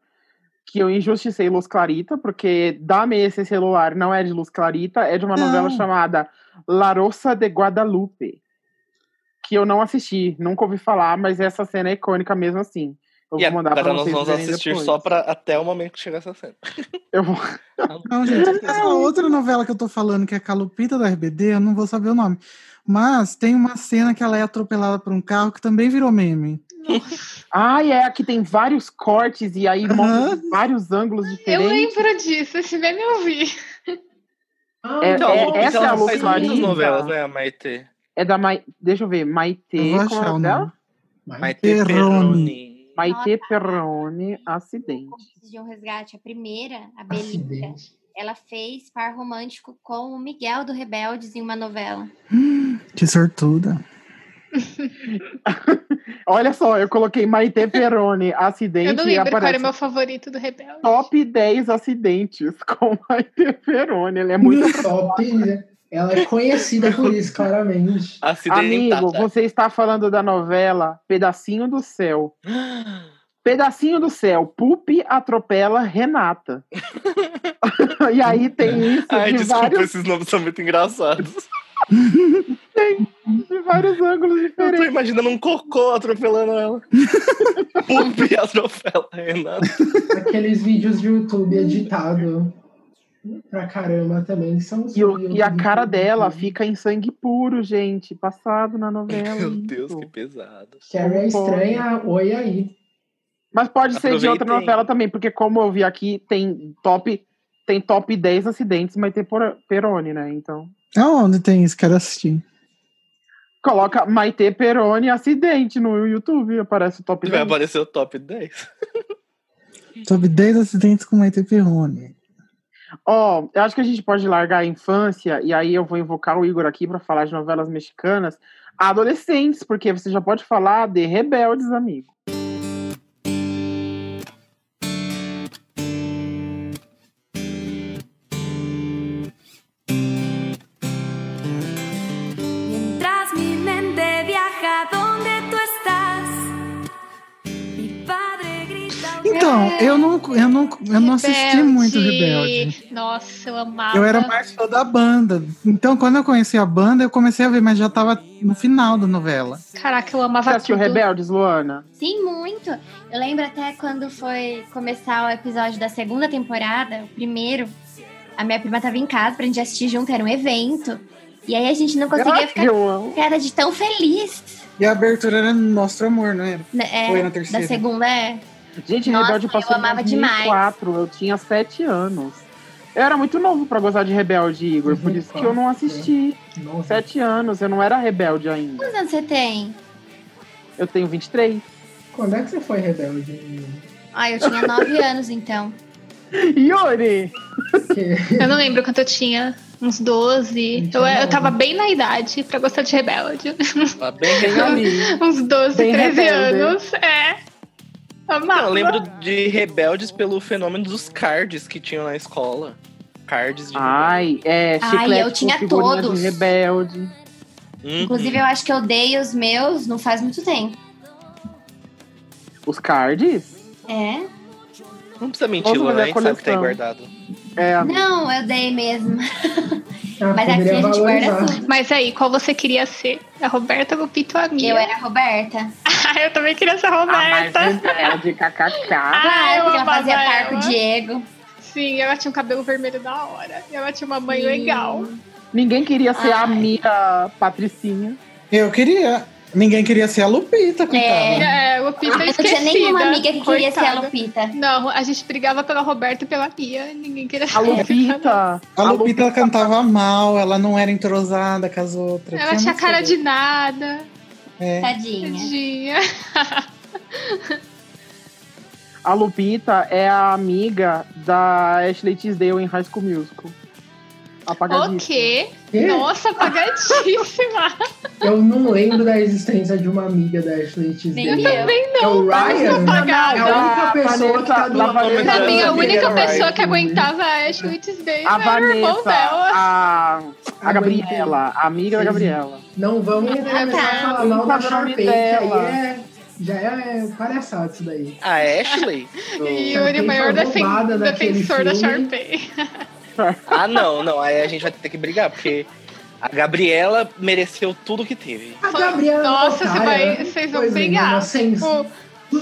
Speaker 2: Que eu injusticei Luz Clarita, porque Dame esse celular não é de Luz Clarita, é de uma
Speaker 1: Não.
Speaker 2: novela chamada La Rosa de Guadalupe. Que eu não assisti, nunca ouvi falar, mas essa cena é icônica mesmo assim. Eu
Speaker 6: E
Speaker 2: vou mandar pra
Speaker 6: agora nós
Speaker 2: vocês
Speaker 6: vamos
Speaker 2: verem
Speaker 6: assistir
Speaker 2: depois.
Speaker 6: só pra, até o momento que chegar essa cena.
Speaker 2: Eu vou-
Speaker 1: Não, gente, é essa outra novela que eu tô falando, que é com a Lupita da RBD, eu não vou saber o nome. Mas tem uma cena que ela é atropelada por um carro que também virou meme.
Speaker 2: Ai, é, aqui tem vários cortes e aí
Speaker 1: Aham.
Speaker 2: mostra vários ângulos
Speaker 3: Eu
Speaker 2: diferentes.
Speaker 3: lembro disso, esse meme eu vi.
Speaker 5: Ah,
Speaker 2: É,
Speaker 6: Então,
Speaker 2: é,
Speaker 6: a Lupita,
Speaker 2: essa é a
Speaker 6: ela
Speaker 2: Luz
Speaker 6: faz muitas
Speaker 2: Clarita.
Speaker 6: novelas, né, a Maite?
Speaker 2: É da Mai... Deixa eu ver, Maite.
Speaker 1: Eu vou
Speaker 2: como é
Speaker 1: achar o
Speaker 2: nome dela?
Speaker 1: nome.
Speaker 6: Maite
Speaker 1: Perrone.
Speaker 6: Perroni.
Speaker 2: Maite Perrone, acidente.
Speaker 4: de um resgate, a primeira, a Belita.
Speaker 5: acidente.
Speaker 4: Ela fez par romântico com o Miguel do Rebeldes em uma novela.
Speaker 1: Que sortuda.
Speaker 2: Olha só, eu coloquei Maite Peroni, acidente.
Speaker 3: Eu não
Speaker 2: e
Speaker 3: lembro qual era
Speaker 2: aparece
Speaker 3: o meu favorito do Rebelde.
Speaker 2: top 10 acidentes com Maite Peroni. Ele é muito.
Speaker 5: Top, né? Ela é conhecida por isso, claramente.
Speaker 6: Acidentada.
Speaker 2: Amigo, você está falando da novela Pedacinho do Céu. Pedacinho do Céu, Pupi atropela Renata. e aí tem isso
Speaker 6: Ai,
Speaker 2: de,
Speaker 6: desculpa,
Speaker 2: vários,
Speaker 6: esses nomes são muito engraçados.
Speaker 2: de vários ângulos
Speaker 6: Eu
Speaker 2: diferentes.
Speaker 6: tô imaginando um cocô atropelando ela. Pupi atropela a Renata.
Speaker 5: Aqueles vídeos de YouTube editado pra caramba também são
Speaker 2: E, o- e a
Speaker 5: sobre
Speaker 2: cara
Speaker 5: YouTube. né?
Speaker 6: né?
Speaker 2: dela fica em sangue puro, gente, passado na novela.
Speaker 6: Meu
Speaker 2: isso.
Speaker 6: Deus, que pesado.
Speaker 5: Carrie é
Speaker 2: Não pode.
Speaker 5: estranha, oi aí.
Speaker 2: Mas pode ser de outra
Speaker 6: Aproveitem.
Speaker 2: novela também, porque como eu vi aqui, tem top, tem top 10 acidentes, mas tem por- Peroni, né? Então.
Speaker 1: Aonde tem isso? Quero assistir.
Speaker 2: Coloca Maite Peroni acidente no YouTube, aparece o top
Speaker 6: Vai
Speaker 2: 10.
Speaker 6: aparecer o top 10.
Speaker 1: Sobre 10 acidentes com Maite Perrone.
Speaker 2: Ó, eu acho que a gente pode largar a infância, e aí eu vou invocar o Igor aqui para falar de novelas mexicanas adolescentes, porque você já pode falar de Rebeldes, amigo.
Speaker 9: Mientras mi mente viaja donde tú estás, mi padre grita.
Speaker 1: Então, eu não, eu não, eu não assisti muito Rebelde.
Speaker 3: Rebelde. Nossa, eu amava.
Speaker 1: Eu era mais fã da banda. Então, quando eu conheci a banda, eu comecei a ver, mas já tava no final da novela.
Speaker 3: Caraca, eu
Speaker 2: Você
Speaker 3: amava
Speaker 2: assistiu
Speaker 3: tudo.
Speaker 2: Rebeldes, Luana?
Speaker 4: Sim, muito. Eu lembro até quando foi começar o episódio da segunda temporada, o primeiro. A minha prima tava em casa pra gente assistir junto, era um evento. E aí a gente não conseguia
Speaker 2: Ai,
Speaker 4: ficar
Speaker 2: eu amo.
Speaker 4: com cara de tão feliz.
Speaker 1: E a abertura era Nosso Amor, não era?
Speaker 4: né? É,
Speaker 1: Foi na
Speaker 4: da
Speaker 1: terceira.
Speaker 4: segunda é.
Speaker 2: Gente,
Speaker 4: Nossa,
Speaker 2: Rebelde
Speaker 4: eu
Speaker 2: passou em
Speaker 4: amava demais.
Speaker 2: 2004, eu tinha 7 anos. Eu era muito novo pra gozar de Rebelde, Igor, por isso que eu não assisti.
Speaker 5: Nossa,
Speaker 2: 7 anos, eu não era rebelde ainda.
Speaker 4: Quantos anos você tem?
Speaker 2: Eu tenho 23.
Speaker 5: quando é que você foi rebelde? menino?
Speaker 4: Ah, eu tinha nove anos então.
Speaker 2: Yuri!
Speaker 5: Porque
Speaker 3: Eu não lembro quanto eu tinha. Uns 12. Eu, eu tava bem na idade pra gostar de Rebelde.
Speaker 6: Tá bem
Speaker 2: Tem ali.
Speaker 3: Uns 12,
Speaker 2: Bem
Speaker 3: 13
Speaker 2: rebelde.
Speaker 3: anos. É. Amava.
Speaker 6: Não, Ah, eu lembro de Rebeldes pelo fenômeno dos cards que tinham na escola. Cards de
Speaker 2: Ai, é,
Speaker 4: Ai,
Speaker 2: chiclete
Speaker 4: eu tinha
Speaker 2: com figurinha
Speaker 4: todos.
Speaker 2: de Rebelde.
Speaker 6: Rebeldes. Hum.
Speaker 4: Inclusive, eu acho que eu dei os meus não faz muito tempo.
Speaker 2: Os cards?
Speaker 4: É?
Speaker 6: Não precisa mentir,
Speaker 2: Vamos
Speaker 6: Luana, a
Speaker 2: fazer a
Speaker 6: gente sabe que tá aí
Speaker 2: coleção.
Speaker 6: guardado.
Speaker 2: É,
Speaker 4: Não, eu dei mesmo.
Speaker 5: a
Speaker 4: Mas aqui a
Speaker 5: família
Speaker 4: gente guarda
Speaker 5: Ah, valorizar.
Speaker 4: tudo.
Speaker 3: Mas aí, qual você queria ser? A Roberta Gupito ou a Mia?
Speaker 4: Eu era a Roberta.
Speaker 3: Ah, eu também queria ser a
Speaker 2: a mais
Speaker 6: Ah,
Speaker 3: Roberta.
Speaker 6: é-
Speaker 2: rebelde, kkk.
Speaker 3: Ah, eu
Speaker 4: Claro, porque ela
Speaker 3: amava
Speaker 4: fazia par com o
Speaker 3: ela.
Speaker 4: Diego.
Speaker 3: Sim, ela tinha um cabelo vermelho da hora. E Ela tinha uma mãe legal.
Speaker 2: Ninguém queria ser a
Speaker 4: Ai.
Speaker 2: Mia Patricinha.
Speaker 1: Eu queria. Ninguém queria ser a Lupita, coitada.
Speaker 3: É, o
Speaker 4: Eu
Speaker 3: Lupita
Speaker 4: não
Speaker 3: esquecida.
Speaker 4: tinha nenhuma amiga que queria ser a
Speaker 3: coitada.
Speaker 4: Lupita.
Speaker 3: Não, a gente brigava pela Roberta e pela Mia. Ninguém queria ser
Speaker 2: A Lupita.
Speaker 1: A Lupita ela cantava mal, ela não era entrosada com as outras.
Speaker 3: Ela tinha
Speaker 1: muito
Speaker 3: cara
Speaker 1: isso.
Speaker 3: de nada.
Speaker 1: É.
Speaker 4: Tadinha.
Speaker 3: Tadinha.
Speaker 2: A Lupita é a amiga da Ashley Tisdale em High School Musical.
Speaker 3: O
Speaker 2: Apagadíssima.
Speaker 3: quê?
Speaker 5: Quê?
Speaker 3: Nossa, apagadíssima.
Speaker 5: Eu não lembro da existência de uma amiga da Ashley
Speaker 4: Nem
Speaker 5: Tisdale.
Speaker 4: eu.
Speaker 3: Também
Speaker 5: É
Speaker 3: não.
Speaker 5: o Ryan?
Speaker 3: Apagada.
Speaker 5: É a única pessoa que tá do
Speaker 2: Da
Speaker 5: lado
Speaker 6: Vanessa.
Speaker 5: dela.
Speaker 3: Pra mim, a
Speaker 6: Vanessa
Speaker 3: única
Speaker 6: Miller
Speaker 3: pessoa
Speaker 6: Wright.
Speaker 3: que aguentava a Ashley Tisdale
Speaker 2: A
Speaker 3: era o é irmão
Speaker 2: Vanessa,
Speaker 3: dela.
Speaker 2: a, a
Speaker 5: A
Speaker 2: Gabriela, a amiga da
Speaker 5: É Sim.
Speaker 2: Gabriela.
Speaker 5: Não vamos
Speaker 4: tá.
Speaker 5: começar a falar mal
Speaker 2: Tá
Speaker 5: da
Speaker 2: dando
Speaker 5: Sharpay, que aí
Speaker 2: dela.
Speaker 5: é, já é palhaçada isso daí.
Speaker 6: A Ah, é Ashley?
Speaker 3: E
Speaker 6: Do-
Speaker 3: Yuri, o
Speaker 5: Sharpay
Speaker 3: maior
Speaker 5: foi roubada
Speaker 3: defen-
Speaker 5: daquele
Speaker 3: defensor da
Speaker 5: filme.
Speaker 3: Sharpay.
Speaker 6: Ah, não, não. Aí a gente vai ter que brigar, porque a Gabriela mereceu tudo que teve.
Speaker 5: A Gabriela
Speaker 3: Nossa,
Speaker 5: é uma
Speaker 3: você
Speaker 5: otária,
Speaker 3: vai-
Speaker 5: né?
Speaker 3: vocês vão
Speaker 5: Pois é,
Speaker 3: brigar.
Speaker 5: mas sem-
Speaker 3: O
Speaker 5: a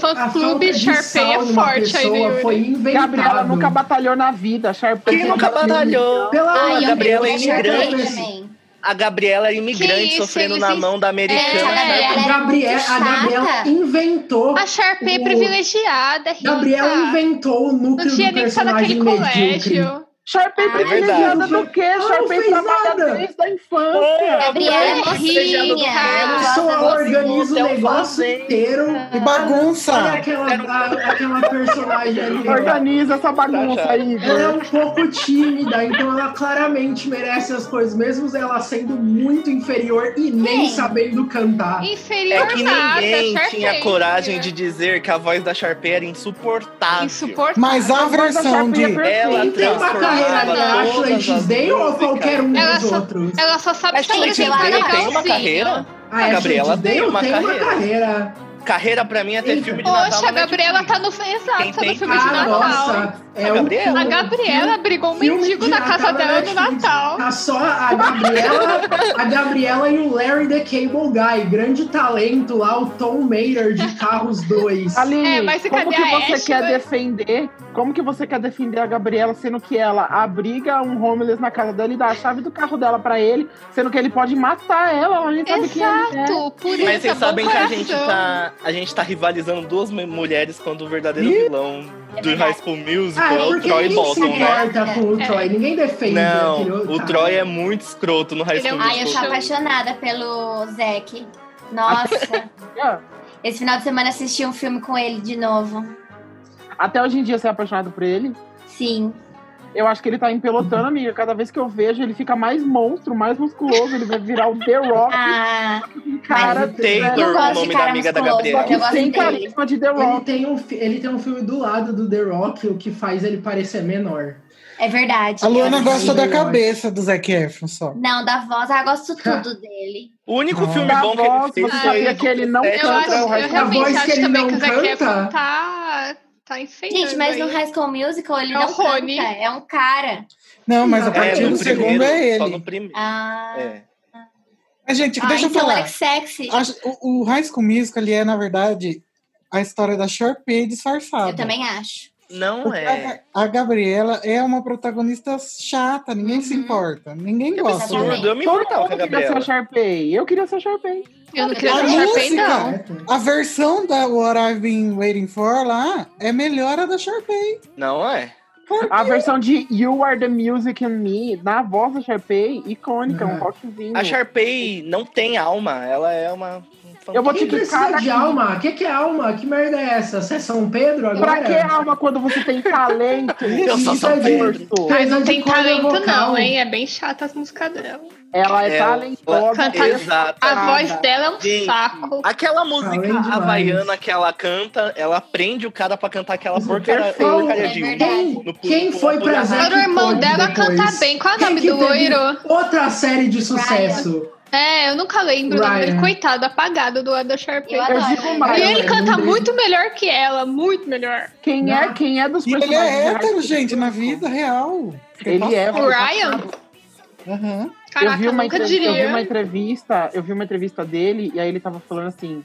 Speaker 3: fã
Speaker 5: falta
Speaker 3: clube
Speaker 5: de
Speaker 3: Sharpay
Speaker 5: sal
Speaker 3: é
Speaker 5: numa
Speaker 3: forte aí,
Speaker 5: pessoa
Speaker 3: né,
Speaker 5: Foi
Speaker 3: Yuri?
Speaker 5: inventado.
Speaker 2: Gabriela nunca batalhou na vida, Sharpay.
Speaker 6: Quem nunca batalhou?
Speaker 5: Pela
Speaker 4: Ai, eu
Speaker 6: Gabriela
Speaker 4: amei
Speaker 6: é
Speaker 4: a Sharpay
Speaker 5: imigrante.
Speaker 4: também.
Speaker 6: A Gabriela era
Speaker 3: Que
Speaker 6: imigrante
Speaker 3: isso,
Speaker 6: sofrendo
Speaker 3: eles
Speaker 6: na
Speaker 3: ens-
Speaker 6: mão da
Speaker 4: Gente, a
Speaker 6: americana.
Speaker 3: É.
Speaker 4: Gabriela
Speaker 5: A
Speaker 4: era
Speaker 5: Gabriela,
Speaker 4: muito
Speaker 5: a Gabriela
Speaker 4: chata.
Speaker 5: inventou.
Speaker 3: A Sharpay é
Speaker 5: O-
Speaker 3: privilegiada, rica.
Speaker 5: Gabriela inventou o núcleo
Speaker 3: Tá. Não tinha
Speaker 5: do
Speaker 3: nem que estar
Speaker 5: personagem
Speaker 3: naquele
Speaker 5: medíocre.
Speaker 3: colégio.
Speaker 2: Sharpay
Speaker 4: Ah,
Speaker 2: ah,
Speaker 4: é
Speaker 2: privilegiada
Speaker 5: verdade.
Speaker 2: do quê?
Speaker 5: Ah, não
Speaker 2: Sharpay
Speaker 5: fez
Speaker 2: trabalha
Speaker 5: nada.
Speaker 2: desde a infância.
Speaker 4: Gabriela é
Speaker 6: Privilegiada do
Speaker 4: rica.
Speaker 6: caralho.
Speaker 4: Nossa,
Speaker 5: Só
Speaker 4: você-
Speaker 5: organiza o
Speaker 6: você é um
Speaker 5: negócio
Speaker 6: fazenda.
Speaker 5: inteiro.
Speaker 1: E
Speaker 3: Tá.
Speaker 5: Olha
Speaker 1: bagunça!
Speaker 5: aquela,
Speaker 6: um
Speaker 5: a- aquela personagem ali. ó.
Speaker 2: Organiza essa bagunça
Speaker 6: Tá,
Speaker 2: aí.
Speaker 5: Ela é um pouco tímida, então ela claramente merece as coisas, mesmo ela sendo muito inferior e nem
Speaker 4: Quem?
Speaker 5: sabendo cantar.
Speaker 6: É
Speaker 3: Inferior
Speaker 6: que
Speaker 3: nada,
Speaker 6: ninguém
Speaker 3: é Sharpay.
Speaker 6: tinha coragem de dizer que a voz da Sharpay era insuportável.
Speaker 3: insuportável.
Speaker 1: Mas a
Speaker 2: voz da
Speaker 1: versão
Speaker 2: Sharpay é
Speaker 1: de.
Speaker 2: perfeita.
Speaker 6: Ela
Speaker 5: Quem tem uma
Speaker 6: transformava
Speaker 5: carreira da
Speaker 6: todas
Speaker 5: Ashley
Speaker 6: as
Speaker 5: Tisdale ou
Speaker 6: músicas.
Speaker 5: qualquer um
Speaker 3: Ela
Speaker 5: dos
Speaker 3: só-
Speaker 5: outros?
Speaker 3: Ela só sabe
Speaker 6: Mas Ashley
Speaker 4: Ela
Speaker 3: escrever
Speaker 6: Tisdale tem uma
Speaker 3: legalzinho.
Speaker 6: carreira?
Speaker 5: A,
Speaker 6: Gabriela
Speaker 5: Ashley
Speaker 6: tem
Speaker 5: Tisdale
Speaker 6: uma
Speaker 5: tem
Speaker 6: carreira.
Speaker 5: uma carreira.
Speaker 6: Carreira pra mim é ter
Speaker 5: Eita.
Speaker 6: filme de Natal.
Speaker 3: Poxa, a
Speaker 6: na
Speaker 3: Gabriela
Speaker 6: Netflix.
Speaker 3: tá no. Exato, tá
Speaker 6: tem
Speaker 3: no filme de
Speaker 5: Ah,
Speaker 3: Natal.
Speaker 5: nossa. É
Speaker 6: A
Speaker 5: um
Speaker 6: Gabriela?
Speaker 5: filme-
Speaker 3: A Gabriela brigou um
Speaker 5: filme
Speaker 3: mendigo
Speaker 5: de
Speaker 3: na casa
Speaker 5: Natal
Speaker 3: dela no
Speaker 5: Netflix.
Speaker 3: Natal.
Speaker 5: Tá só a Gabriela, a Gabriela e o Larry the Cable Guy. Grande talento lá, o Tom Mayer de Carros 2.
Speaker 2: Aline,
Speaker 3: É, mas se
Speaker 2: como
Speaker 3: cadê
Speaker 2: que
Speaker 3: a
Speaker 2: você
Speaker 3: Ashley?
Speaker 2: quer defender? Como que você quer defender a Gabriela, sendo que ela abriga um homeless na casa dela e dá a chave do carro dela pra ele, sendo que ele pode matar ela, a gente sabe quem ele é.
Speaker 3: Exato, por isso.
Speaker 6: Mas vocês sabem que a gente,
Speaker 3: coração.
Speaker 6: tá, a gente tá rivalizando duas mu- mulheres quando o verdadeiro vilão do High School Musical
Speaker 5: Ah,
Speaker 6: é
Speaker 5: é
Speaker 6: o
Speaker 5: porque ninguém
Speaker 6: Troy
Speaker 5: se
Speaker 6: Bolton, né?
Speaker 5: importa com o
Speaker 3: É.
Speaker 5: Troy, ninguém defende
Speaker 6: Não,
Speaker 5: aquele outro
Speaker 6: o
Speaker 5: cara.
Speaker 6: Troy é muito escroto no High
Speaker 3: Ele é
Speaker 6: School
Speaker 3: um
Speaker 4: Ai, eu
Speaker 6: Musical.
Speaker 4: sou apaixonada pelo Zack. Nossa.
Speaker 2: Ah.
Speaker 4: Esse final de semana assisti um filme com ele de novo.
Speaker 2: Até hoje em dia você é apaixonado por ele.
Speaker 4: Sim.
Speaker 2: Eu acho que ele tá empelotando, amiga. Cada vez que eu vejo, ele fica mais monstro, mais musculoso. Ele vai virar o The Rock, um
Speaker 4: Ah,
Speaker 2: cara.
Speaker 4: eu
Speaker 6: Taylor,
Speaker 4: gosto
Speaker 6: o
Speaker 4: de
Speaker 6: nome da
Speaker 4: cara
Speaker 6: amiga da
Speaker 4: musculoso,
Speaker 6: Gabriela.
Speaker 4: eu gosto
Speaker 2: Sem
Speaker 4: dele.
Speaker 2: carisma de The
Speaker 5: Ele
Speaker 2: Rock.
Speaker 5: tem, um, fi- ele tem um filme do lado do The Rock, o que faz ele parecer menor.
Speaker 4: É verdade.
Speaker 1: A Luana
Speaker 5: Eu
Speaker 1: gosta
Speaker 5: não
Speaker 1: da
Speaker 5: sei, eu
Speaker 1: cabeça do Zac Efron só.
Speaker 4: Não, da voz. Ah, eu gosto tudo dele.
Speaker 6: O único
Speaker 1: Não.
Speaker 6: filme
Speaker 2: Da
Speaker 6: bom que
Speaker 2: voz,
Speaker 6: ele fez
Speaker 2: você
Speaker 6: foi
Speaker 2: sabia que ele não
Speaker 6: é,
Speaker 3: Eu
Speaker 2: canta
Speaker 3: acho,
Speaker 2: o
Speaker 3: eu
Speaker 2: High School
Speaker 5: A voz
Speaker 3: realmente
Speaker 5: que
Speaker 3: acho
Speaker 5: ele
Speaker 3: também
Speaker 5: não
Speaker 3: que o Zac Efron
Speaker 5: canta.
Speaker 3: tá, tá enfeitando.
Speaker 4: Gente, mas no
Speaker 3: aí.
Speaker 4: High School Musical ele
Speaker 3: É o
Speaker 4: não
Speaker 3: Rony.
Speaker 4: canta, é um cara.
Speaker 1: Não, mas a
Speaker 5: É,
Speaker 1: partir
Speaker 6: no
Speaker 1: do segundo é
Speaker 6: Só
Speaker 1: ele.
Speaker 6: no primeiro.
Speaker 4: Ah,
Speaker 6: É.
Speaker 1: Mas, gente,
Speaker 4: Ah,
Speaker 1: deixa eu
Speaker 4: então
Speaker 1: falar.
Speaker 4: Alex Sexy.
Speaker 1: Acho- o, o High School Musical, ele é, na verdade, a história da Sharpay disfarçada.
Speaker 4: Eu também acho.
Speaker 6: Não
Speaker 1: Porque
Speaker 6: é.
Speaker 1: a, a Gabriela é uma protagonista chata, ninguém se
Speaker 4: Uhum.
Speaker 1: importa, ninguém
Speaker 6: Que
Speaker 1: gosta.
Speaker 4: exatamente.
Speaker 6: absurdo. Eu me
Speaker 2: Todo
Speaker 6: importava com a
Speaker 2: mundo queria ser a
Speaker 6: Gabriela.
Speaker 2: Sharpay. Eu queria ser a Sharpay.
Speaker 3: Eu não queria
Speaker 1: A
Speaker 3: ser
Speaker 4: Não,
Speaker 3: Sharpay,
Speaker 1: música,
Speaker 3: não.
Speaker 2: Hum.
Speaker 1: a versão da What I've Been Waiting For lá é melhor a da Sharpay.
Speaker 6: Não é.
Speaker 2: A versão de You Are The Music and Me, na voz da Sharpay, icônica,
Speaker 1: É.
Speaker 2: um
Speaker 5: Uhum.
Speaker 2: rockzinho.
Speaker 6: A Sharpay não tem alma. Ela é uma. um
Speaker 2: Eu vou
Speaker 5: Quem
Speaker 2: te
Speaker 5: precisa
Speaker 2: quicar
Speaker 5: de
Speaker 2: daqui.
Speaker 5: alma? O que, que é alma? Que merda é essa? Você é São Pedro agora?
Speaker 2: Pra que alma quando você tem talento?
Speaker 6: Eu sou
Speaker 2: Isso
Speaker 6: São
Speaker 2: é
Speaker 6: Pedro.
Speaker 2: diverso.
Speaker 5: Mas
Speaker 3: Não tem talento, não, hein? É bem chata as músicas dela.
Speaker 2: Ela é
Speaker 6: Ela-
Speaker 2: talentosa.
Speaker 3: Cantar-
Speaker 6: Exato.
Speaker 3: A
Speaker 2: Nada.
Speaker 3: voz dela é um
Speaker 6: Gente.
Speaker 3: saco.
Speaker 6: Aquela
Speaker 5: Além
Speaker 6: música
Speaker 5: Ah, tá. demais.
Speaker 6: havaiana que ela canta, ela prende o cara pra cantar aquela
Speaker 5: Isso é
Speaker 6: porcaria,
Speaker 5: perfeito.
Speaker 6: porcaria de
Speaker 4: É
Speaker 6: um.
Speaker 4: verdade.
Speaker 5: Quem,
Speaker 6: No-
Speaker 5: quem
Speaker 6: no-
Speaker 5: foi
Speaker 6: no-
Speaker 5: pra
Speaker 6: no-
Speaker 5: Zac
Speaker 3: Era o irmão
Speaker 5: Efron
Speaker 3: dela
Speaker 5: depois?
Speaker 3: cantar bem. Qual é o
Speaker 5: Quem
Speaker 3: nome
Speaker 5: que
Speaker 3: do
Speaker 5: teve
Speaker 3: loiro?
Speaker 5: Outra série de sucesso.
Speaker 3: É, eu nunca lembro o nome dele.
Speaker 5: Ryan.
Speaker 3: Coitado, apagado do Adam Sharpay.
Speaker 2: Eu
Speaker 4: Eu adoro.
Speaker 2: digo
Speaker 4: ele.
Speaker 2: mais.
Speaker 3: E ele
Speaker 5: Ryan,
Speaker 3: canta
Speaker 5: né?
Speaker 3: muito melhor que ela, muito melhor.
Speaker 2: Quem é, quem é dos
Speaker 1: E ele
Speaker 2: personagens?
Speaker 1: é
Speaker 2: de High
Speaker 1: hétero,
Speaker 2: School
Speaker 1: gente, na
Speaker 2: Musical?
Speaker 1: vida real. Fiquei
Speaker 2: Ele é.
Speaker 3: O Ryan?
Speaker 1: Aham.
Speaker 2: Eu
Speaker 3: Caraca,
Speaker 2: vi,
Speaker 3: eu
Speaker 2: uma
Speaker 3: nunca
Speaker 2: entrevista, eu vi uma
Speaker 3: diria.
Speaker 2: entrevista, eu vi uma entrevista dele e aí ele tava falando assim,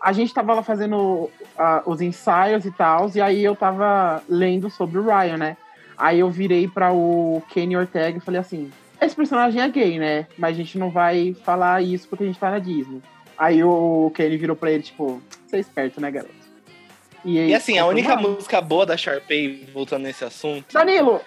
Speaker 2: a gente tava lá fazendo ah, os ensaios e tal, e aí eu tava lendo sobre o Ryan, né? Aí eu virei pra o Kenny Ortega e falei assim, esse personagem é gay, né? Mas a gente não vai falar isso porque a gente tá na Disney. Aí o Kenny virou pra ele, tipo, você é esperto, né, garoto? aí,
Speaker 6: E assim, a
Speaker 2: eu falei,
Speaker 6: única
Speaker 2: "Mano,
Speaker 6: música boa da Sharpay, voltando nesse assunto,
Speaker 2: Danilo,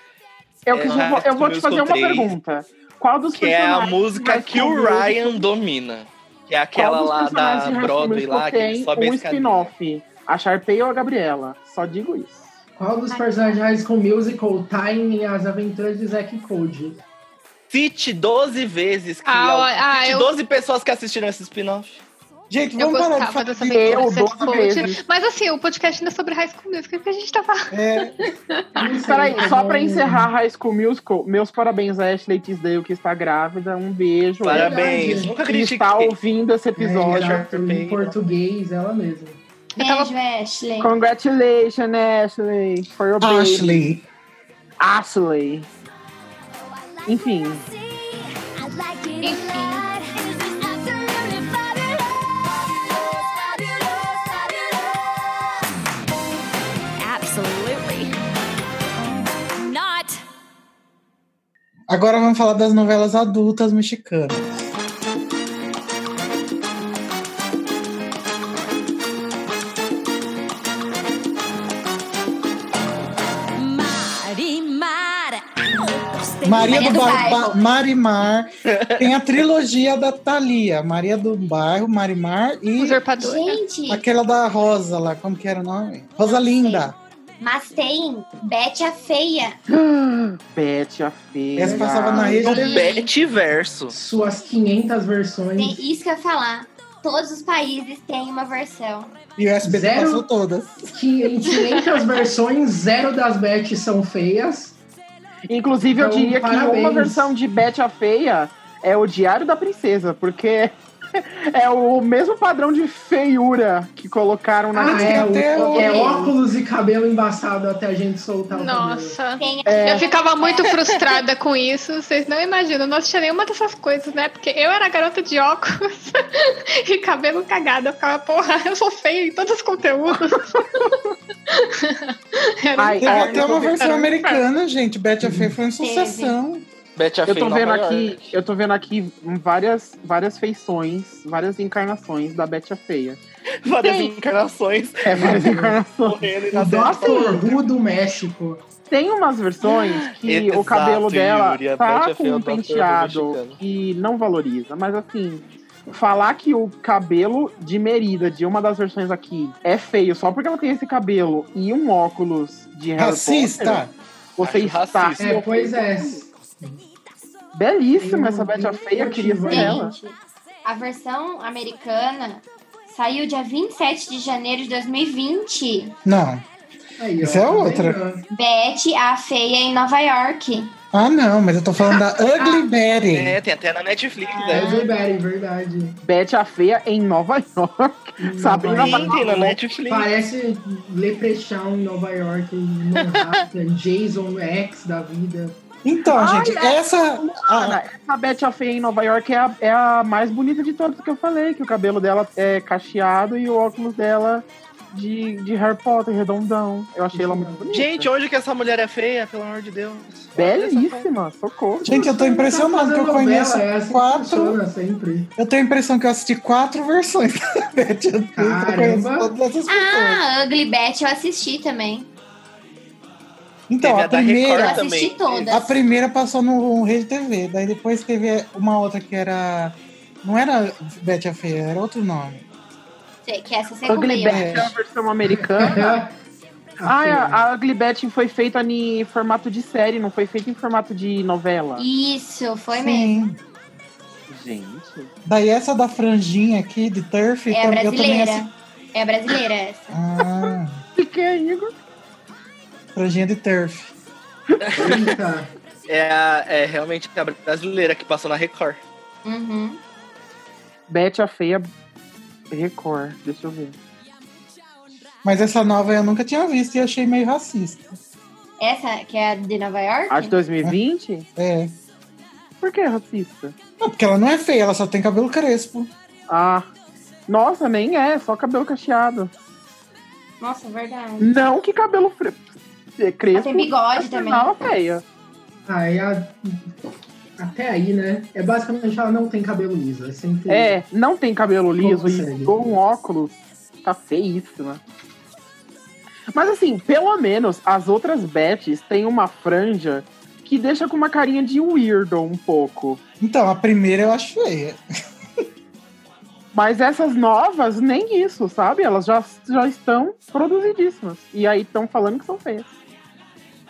Speaker 2: eu,
Speaker 6: É,
Speaker 2: que te
Speaker 6: High
Speaker 2: vou- eu vou te
Speaker 6: School
Speaker 2: fazer uma
Speaker 6: Musical três.
Speaker 2: pergunta. Qual dos
Speaker 6: que é a
Speaker 2: personagens
Speaker 6: música
Speaker 2: High
Speaker 6: que o
Speaker 2: School Musical-
Speaker 6: Ryan domina. Que é aquela
Speaker 2: Qual dos
Speaker 6: lá
Speaker 2: personagens
Speaker 6: da
Speaker 2: de High School
Speaker 6: Broadway
Speaker 2: Musical
Speaker 6: lá, que ele
Speaker 2: tem
Speaker 6: sobe a
Speaker 2: um
Speaker 6: escada.
Speaker 2: spin-off. A Sharpay ou a Gabriela? Só digo isso.
Speaker 5: Qual dos personagens com musical Time e as aventuras de Zack Code?
Speaker 6: Cite 12 vezes que
Speaker 3: Ah, ó,
Speaker 6: ah,
Speaker 3: ah, eu
Speaker 6: 12 pessoas que assistiram esse spin-off.
Speaker 1: Gente,
Speaker 3: Eu
Speaker 1: vamos parar de
Speaker 3: gostava
Speaker 1: falar.
Speaker 3: dessa
Speaker 1: de-
Speaker 2: aventura.
Speaker 3: aventura
Speaker 2: Eu,
Speaker 3: de Sex
Speaker 2: doze
Speaker 3: Cult.
Speaker 2: vezes.
Speaker 3: Mas assim, o podcast ainda é sobre High School Musical, porque a gente tá falando.
Speaker 1: É,
Speaker 5: Não sei,
Speaker 2: Peraí,
Speaker 5: tá
Speaker 2: só
Speaker 5: bom.
Speaker 2: pra encerrar High School Musical, meus parabéns a Ashley Tisdale, que está grávida. Um beijo.
Speaker 6: Parabéns.
Speaker 5: verdade.
Speaker 6: Nunca
Speaker 2: Que
Speaker 6: critiquei.
Speaker 2: está ouvindo esse
Speaker 5: É,
Speaker 2: episódio.
Speaker 5: já, em português, ela mesma.
Speaker 3: Eu tava-
Speaker 4: Beijo, Ashley.
Speaker 2: Congratulations, Ashley. For your baby.
Speaker 1: Ashley.
Speaker 2: Ashley. Enfim.
Speaker 9: Absolutely. Not.
Speaker 1: Agora vamos falar das novelas adultas mexicanas.
Speaker 9: Marimar.
Speaker 1: Maria do
Speaker 4: Bairro.
Speaker 1: Bairro, ba Marimar. Tem a trilogia da Thalia. Maria do Bairro, Marimar e
Speaker 3: Usurpadora.
Speaker 4: Gente,
Speaker 1: aquela da Rosa lá. Como que era o nome? Rosalinda.
Speaker 4: mas tem Bete a Feia.
Speaker 2: Bete a feira.
Speaker 1: Essa passava na rede.
Speaker 6: No Bet Verso.
Speaker 5: Suas 500
Speaker 4: Tem
Speaker 5: versões.
Speaker 4: isso que eu ia falar. Todos os países têm uma versão.
Speaker 1: E o SBT
Speaker 5: Zero.
Speaker 1: passou todas.
Speaker 5: Que em 500 versões, zero das Beth são feias.
Speaker 2: Inclusive, eu
Speaker 5: Então,
Speaker 2: diria que uma
Speaker 5: parabéns.
Speaker 2: versão de Bete a Feia é o Diário da Princesa, porque é o mesmo padrão de feiura que colocaram na
Speaker 5: Ah,
Speaker 1: mas
Speaker 5: é,
Speaker 1: tem até
Speaker 5: o-
Speaker 1: o-
Speaker 5: é óculos e cabelo embaçado até a gente soltar o cabelo.
Speaker 3: Nossa.
Speaker 4: Tem
Speaker 3: Eu ficava muito frustrada com isso, vocês não imaginam. Eu não assistia nenhuma dessas coisas, né? Porque eu era garota de óculos e cabelo cagado. Eu ficava, porra, eu sou feia em todos os conteúdos. Era um-
Speaker 2: Ai,
Speaker 1: Teve até
Speaker 2: ai, eu tô
Speaker 1: uma
Speaker 2: vendo-
Speaker 1: versão americana, gente. Betty a Fê foi uma sucessão.
Speaker 6: Bet a
Speaker 2: Eu
Speaker 6: Feia
Speaker 2: tô
Speaker 6: em
Speaker 2: vendo
Speaker 6: Nova
Speaker 2: aqui,
Speaker 6: York.
Speaker 2: eu tô vendo aqui várias, várias feições, várias encarnações da Bete a Feia.
Speaker 6: Várias encarnações
Speaker 2: É, várias encarnações.
Speaker 6: correndo e
Speaker 5: O
Speaker 6: nascendo.
Speaker 2: Nossa,
Speaker 5: Doctor Who do México.
Speaker 2: Tem umas versões que
Speaker 6: Exato,
Speaker 2: o cabelo dela
Speaker 6: Yuri, a Bete
Speaker 2: tá
Speaker 6: é
Speaker 2: com um
Speaker 6: feia, o Dr.
Speaker 2: penteado
Speaker 6: mexicano.
Speaker 2: que não valoriza, mas assim, falar que o cabelo de Merida, de uma das versões aqui, é feio só porque ela tem esse cabelo e um óculos de Harry
Speaker 1: Racista.
Speaker 2: Potter, você
Speaker 6: Acho
Speaker 2: está
Speaker 6: racista.
Speaker 5: É, pois é.
Speaker 2: belíssima
Speaker 5: Eu-
Speaker 2: essa Betty a Feia, eu queria ser
Speaker 5: Tem.
Speaker 2: ela.
Speaker 4: Gente, a versão americana saiu dia 27 de janeiro de 2020.
Speaker 1: Não.
Speaker 5: Aí, tá
Speaker 1: Isso é outra.
Speaker 4: Bete a Feia em Nova York.
Speaker 1: Ah, não, mas eu tô falando da Ugly Betty.
Speaker 6: É, tem até na Netflix,
Speaker 1: Ah,
Speaker 5: É
Speaker 6: né?
Speaker 5: verdade, verdade.
Speaker 2: Betty a Feia em Nova
Speaker 6: Hum,
Speaker 2: York. Sabrina
Speaker 5: Nova
Speaker 6: Sim, tem na
Speaker 5: York.
Speaker 6: Netflix.
Speaker 5: Parece Leprechaun em Nova York, em Manhattan, Jason X da vida.
Speaker 1: Então,
Speaker 2: Ai,
Speaker 1: gente,
Speaker 2: é.
Speaker 1: essa.
Speaker 2: Cara,
Speaker 1: a-
Speaker 2: essa Betty a Feia em Nova York é a, é a mais bonita de todas que eu falei, que o cabelo dela é cacheado e o óculos dela de, de Harry Potter, redondão. Eu achei ela muito bonita.
Speaker 6: Gente, onde que essa mulher é feia, pelo amor de Deus?
Speaker 2: belíssima, socorro.
Speaker 1: gente, eu tô impressionado que eu
Speaker 5: tá Novela,
Speaker 1: conheço
Speaker 5: é assim que
Speaker 1: quatro.
Speaker 5: funciona sempre.
Speaker 1: Eu tenho a impressão que eu assisti quatro versões da Betty. Eu conheço
Speaker 5: Caramba.
Speaker 1: todas essas pessoas.
Speaker 4: Ah, Ugly Bete eu assisti também.
Speaker 1: Então,
Speaker 6: Teve
Speaker 1: a
Speaker 6: a da
Speaker 4: Eu
Speaker 1: primeira.
Speaker 6: Record
Speaker 4: assisti
Speaker 6: também.
Speaker 4: todas.
Speaker 1: A primeira passou no Rede TV, daí depois teve uma outra que era. Não era Betty a Feia, era outro nome.
Speaker 4: Sei Que essa você
Speaker 2: A Ugly
Speaker 4: comeu.
Speaker 2: Betty é a versão americana. Ai, a, a Ugly Betty foi feita em formato de série, não foi feita em formato de novela.
Speaker 4: Isso, foi mesmo.
Speaker 1: Sim.
Speaker 2: Gente.
Speaker 1: Daí essa da franjinha aqui, de Turf,
Speaker 4: É a
Speaker 1: tam- eu também
Speaker 4: brasileira.
Speaker 1: assisti.
Speaker 4: É a brasileira essa.
Speaker 1: Ah,
Speaker 2: Fiquei, é, Igor.
Speaker 1: franjinha de Turf.
Speaker 5: Eita,
Speaker 6: É, a- é realmente a brasileira que passou na Record.
Speaker 4: Uhum.
Speaker 2: Betty a Feia é Record, deixa eu ver.
Speaker 1: Mas essa nova eu nunca tinha visto e achei meio racista.
Speaker 4: Essa que é a de Nova York?
Speaker 2: A de 2020?
Speaker 1: É.
Speaker 2: Por que é racista?
Speaker 1: Não, porque ela não é feia, ela só tem cabelo crespo.
Speaker 2: Ah. Nossa, nem é, só cabelo cacheado.
Speaker 4: Nossa, verdade.
Speaker 2: Não que cabelo fre... é
Speaker 4: Ela
Speaker 2: crespo.
Speaker 4: tem bigode também. né?
Speaker 2: Não, feia.
Speaker 5: aí a- até aí, né? É basicamente ela não tem cabelo liso. É sempre.
Speaker 2: É, não tem cabelo liso
Speaker 5: Consegue.
Speaker 2: e usou um óculos. Tá feíssima. Mas assim, pelo menos as outras Bets têm uma franja que deixa com uma carinha de weirdo um pouco.
Speaker 1: Então, a primeira eu acho feia.
Speaker 2: Mas essas novas, nem isso, sabe? Elas já, já estão produzidíssimas. E aí estão falando que são feias.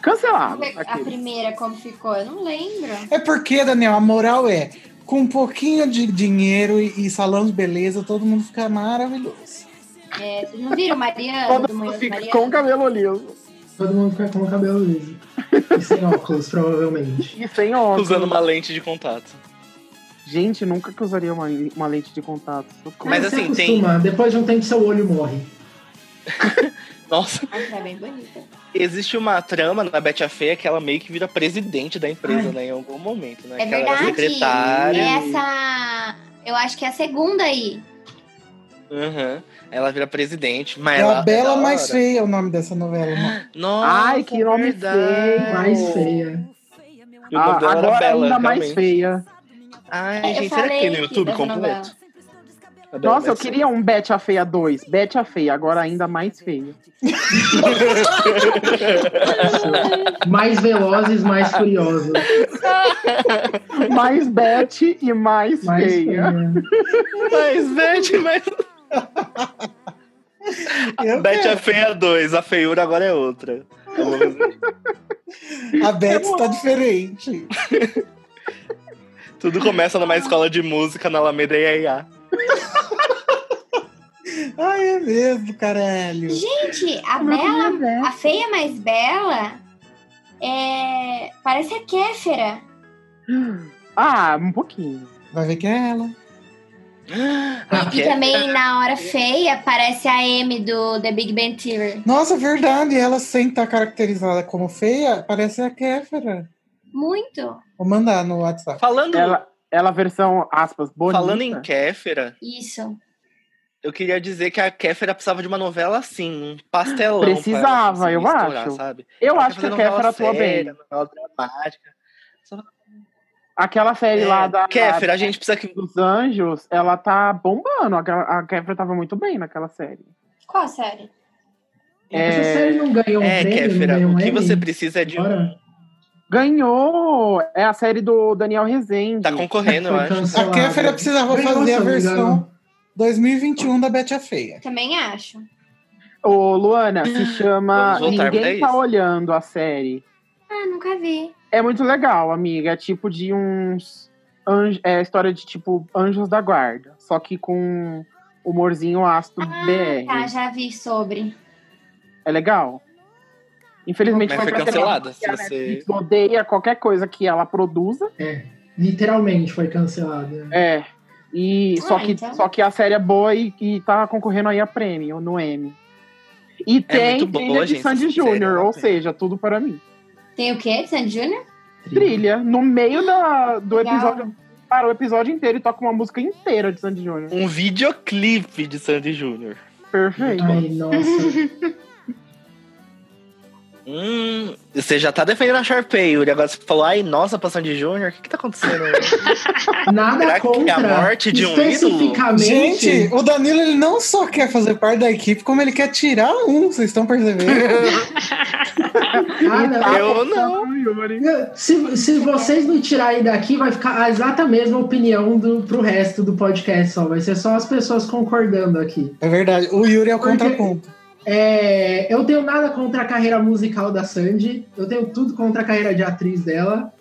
Speaker 2: Cancelado.
Speaker 4: Vamos ver A
Speaker 2: aquele.
Speaker 4: primeira, como ficou? Eu não lembro.
Speaker 1: É porque, Daniel, a moral é: com um pouquinho de dinheiro e, e salão de beleza, todo mundo fica maravilhoso.
Speaker 4: É, vocês não viram Mariana?
Speaker 2: Todo
Speaker 4: do é
Speaker 2: mundo
Speaker 4: Munhoz
Speaker 2: fica
Speaker 4: Mariana?
Speaker 2: com cabelo liso.
Speaker 5: Todo mundo fica com o cabelo liso. E sem óculos, provavelmente.
Speaker 2: E sem óculos.
Speaker 6: Usando uma lente de contato.
Speaker 2: Gente, nunca que usaria uma, uma lente de contato. socorro.
Speaker 6: Mas
Speaker 5: É, se
Speaker 6: assim, tem-
Speaker 5: acostuma. Depois de um tempo, seu olho morre.
Speaker 6: Nossa,
Speaker 4: Nossa, é bem bonita.
Speaker 6: existe uma trama na Betty a Feia que ela meio que vira presidente da empresa, né? Em algum momento, né?
Speaker 4: Ah. É
Speaker 6: que ela era
Speaker 4: verdade. né?
Speaker 6: secretária.
Speaker 4: Essa. Eu acho que é a segunda aí.
Speaker 6: Aham. Ela vira presidente, mas
Speaker 1: É
Speaker 6: ela.
Speaker 1: a Bela
Speaker 6: da
Speaker 1: Mais
Speaker 6: hora.
Speaker 1: Feia é o nome dessa novela. né?
Speaker 6: Nossa,
Speaker 2: Ai, que nome feio.
Speaker 5: Mais feia.
Speaker 6: E o nome
Speaker 2: Ah,
Speaker 6: dela era
Speaker 2: agora é
Speaker 6: Bela,
Speaker 2: ainda mais
Speaker 6: realmente.
Speaker 2: feia.
Speaker 6: Ai,
Speaker 4: É, eu
Speaker 6: gente, será que tem
Speaker 4: falei
Speaker 6: no YouTube
Speaker 4: dessa
Speaker 6: completo?
Speaker 4: novela.
Speaker 6: Adoro
Speaker 2: Nossa, eu
Speaker 6: Beth
Speaker 2: queria um Bete a Feia 2. Bete a Feia, agora ainda mais feia.
Speaker 5: Mais velozes, mais furiosos.
Speaker 2: Mais Bete e mais,
Speaker 5: Mais
Speaker 2: feia.
Speaker 5: feia.
Speaker 6: Mas, Beth, mas.
Speaker 1: Eu
Speaker 6: Beth é
Speaker 1: quero.
Speaker 6: feia 2, a feiura agora é outra. é
Speaker 1: A Beth tá diferente.
Speaker 6: Tudo começa numa escola de música na Alameda IAA.
Speaker 1: Ah, é mesmo, caralho.
Speaker 4: Gente, a
Speaker 1: é
Speaker 4: bela, a feia mais bela, é... parece a Kéfera.
Speaker 2: Ah, um pouquinho.
Speaker 1: Vai ver que é ela.
Speaker 4: E também na hora feia parece a Amy do The Big Bang Theory.
Speaker 1: Nossa, verdade. Ela, sem estar caracterizada como feia, parece a Kéfera.
Speaker 4: Muito.
Speaker 1: Vou mandar no WhatsApp.
Speaker 6: Falando,
Speaker 2: Ela, ela versão, aspas, bonita.
Speaker 6: falando em Kéfera,
Speaker 4: Isso.
Speaker 6: eu queria dizer que a Kéfera precisava de uma novela assim, um pastelão. pra ela se
Speaker 2: Precisava, eu
Speaker 6: misturar,
Speaker 2: acho.
Speaker 6: Sabe?
Speaker 2: Eu
Speaker 6: Ela
Speaker 2: acho que
Speaker 6: quer
Speaker 2: a Kéfera
Speaker 6: fazer novela
Speaker 2: atua
Speaker 6: séria,
Speaker 2: bem.
Speaker 6: novela dramática.
Speaker 2: Aquela série lá
Speaker 6: É,
Speaker 2: da
Speaker 6: Kéfera, a gente precisa que.
Speaker 2: dos Anjos, ela tá bombando. A a Kéfera tava muito bem naquela série.
Speaker 4: Qual série?
Speaker 5: Essa
Speaker 2: É,
Speaker 5: série não ganhou um
Speaker 6: É,
Speaker 5: prêmio, não
Speaker 6: Kéfera,
Speaker 5: ganhou
Speaker 6: o
Speaker 5: um
Speaker 6: que
Speaker 5: Emmy?
Speaker 6: você precisa é de.
Speaker 5: Agora
Speaker 2: ganhou! É a série do Daniel Rezende.
Speaker 6: Tá concorrendo, eu
Speaker 5: foi
Speaker 6: acho.
Speaker 5: cancelada.
Speaker 1: A Kéfera precisava
Speaker 5: Ganhou,
Speaker 1: fazer
Speaker 5: se
Speaker 1: a
Speaker 5: não me
Speaker 1: versão
Speaker 5: engano.
Speaker 1: 2021 da Beth a Feia.
Speaker 4: Também acho.
Speaker 2: Ô, Luana, se chama
Speaker 6: Vamos voltar pra
Speaker 2: Ninguém Tá
Speaker 6: isso.
Speaker 2: Olhando a série.
Speaker 4: Ah, nunca vi.
Speaker 2: É muito legal, amiga. É tipo de uns. Anjo, é história de tipo Anjos da Guarda. Só que com humorzinho ácido
Speaker 4: Ah,
Speaker 2: BR.
Speaker 4: tá, já vi sobre.
Speaker 2: É legal. Infelizmente
Speaker 6: Mas foi
Speaker 2: pra
Speaker 6: cancelada. Se
Speaker 2: semana. né? A
Speaker 6: você.
Speaker 2: Netflix odeia qualquer coisa que ela produza.
Speaker 5: Literalmente foi cancelada.
Speaker 2: É. E
Speaker 4: Ah,
Speaker 2: só, que,
Speaker 4: então.
Speaker 2: só que a série é boa e, e tá concorrendo aí a prêmio no M. E tem
Speaker 6: É muito boa,
Speaker 2: trilha de
Speaker 6: gente,
Speaker 2: Sandy
Speaker 6: essa série, né?
Speaker 2: Júnior,
Speaker 6: ela
Speaker 2: ou
Speaker 6: tem.
Speaker 2: seja, tudo para mim.
Speaker 4: Tem o quê? Sandy Júnior?
Speaker 2: Trilha. No meio da, do
Speaker 4: Legal.
Speaker 2: episódio. Para o episódio inteiro e toca uma música inteira de Sandy Júnior.
Speaker 6: Um videoclipe de Sandy Júnior.
Speaker 2: Perfeito.
Speaker 5: Ai, nossa.
Speaker 6: Hum, você já tá defendendo a Sharpay, Yuri. Agora você falou, ai, nossa, pra Sandy Júnior, o que que tá acontecendo?
Speaker 5: Nada
Speaker 6: Será que é a
Speaker 5: contra.
Speaker 6: morte de um ídolo?
Speaker 5: especificamente.
Speaker 1: Gente, o Danilo ele não só quer fazer parte da equipe, como ele quer tirar um, vocês estão percebendo?
Speaker 5: Ah, não.
Speaker 6: eu não.
Speaker 5: Se, se vocês não tirarem daqui, vai ficar a exata mesma opinião do, pro resto do podcast só. Vai ser só as pessoas concordando aqui.
Speaker 1: É verdade, o Yuri é o
Speaker 5: Porque-
Speaker 1: contraponto.
Speaker 5: É, eu tenho nada contra a carreira musical da Sandy. Eu tenho tudo contra a carreira de atriz dela.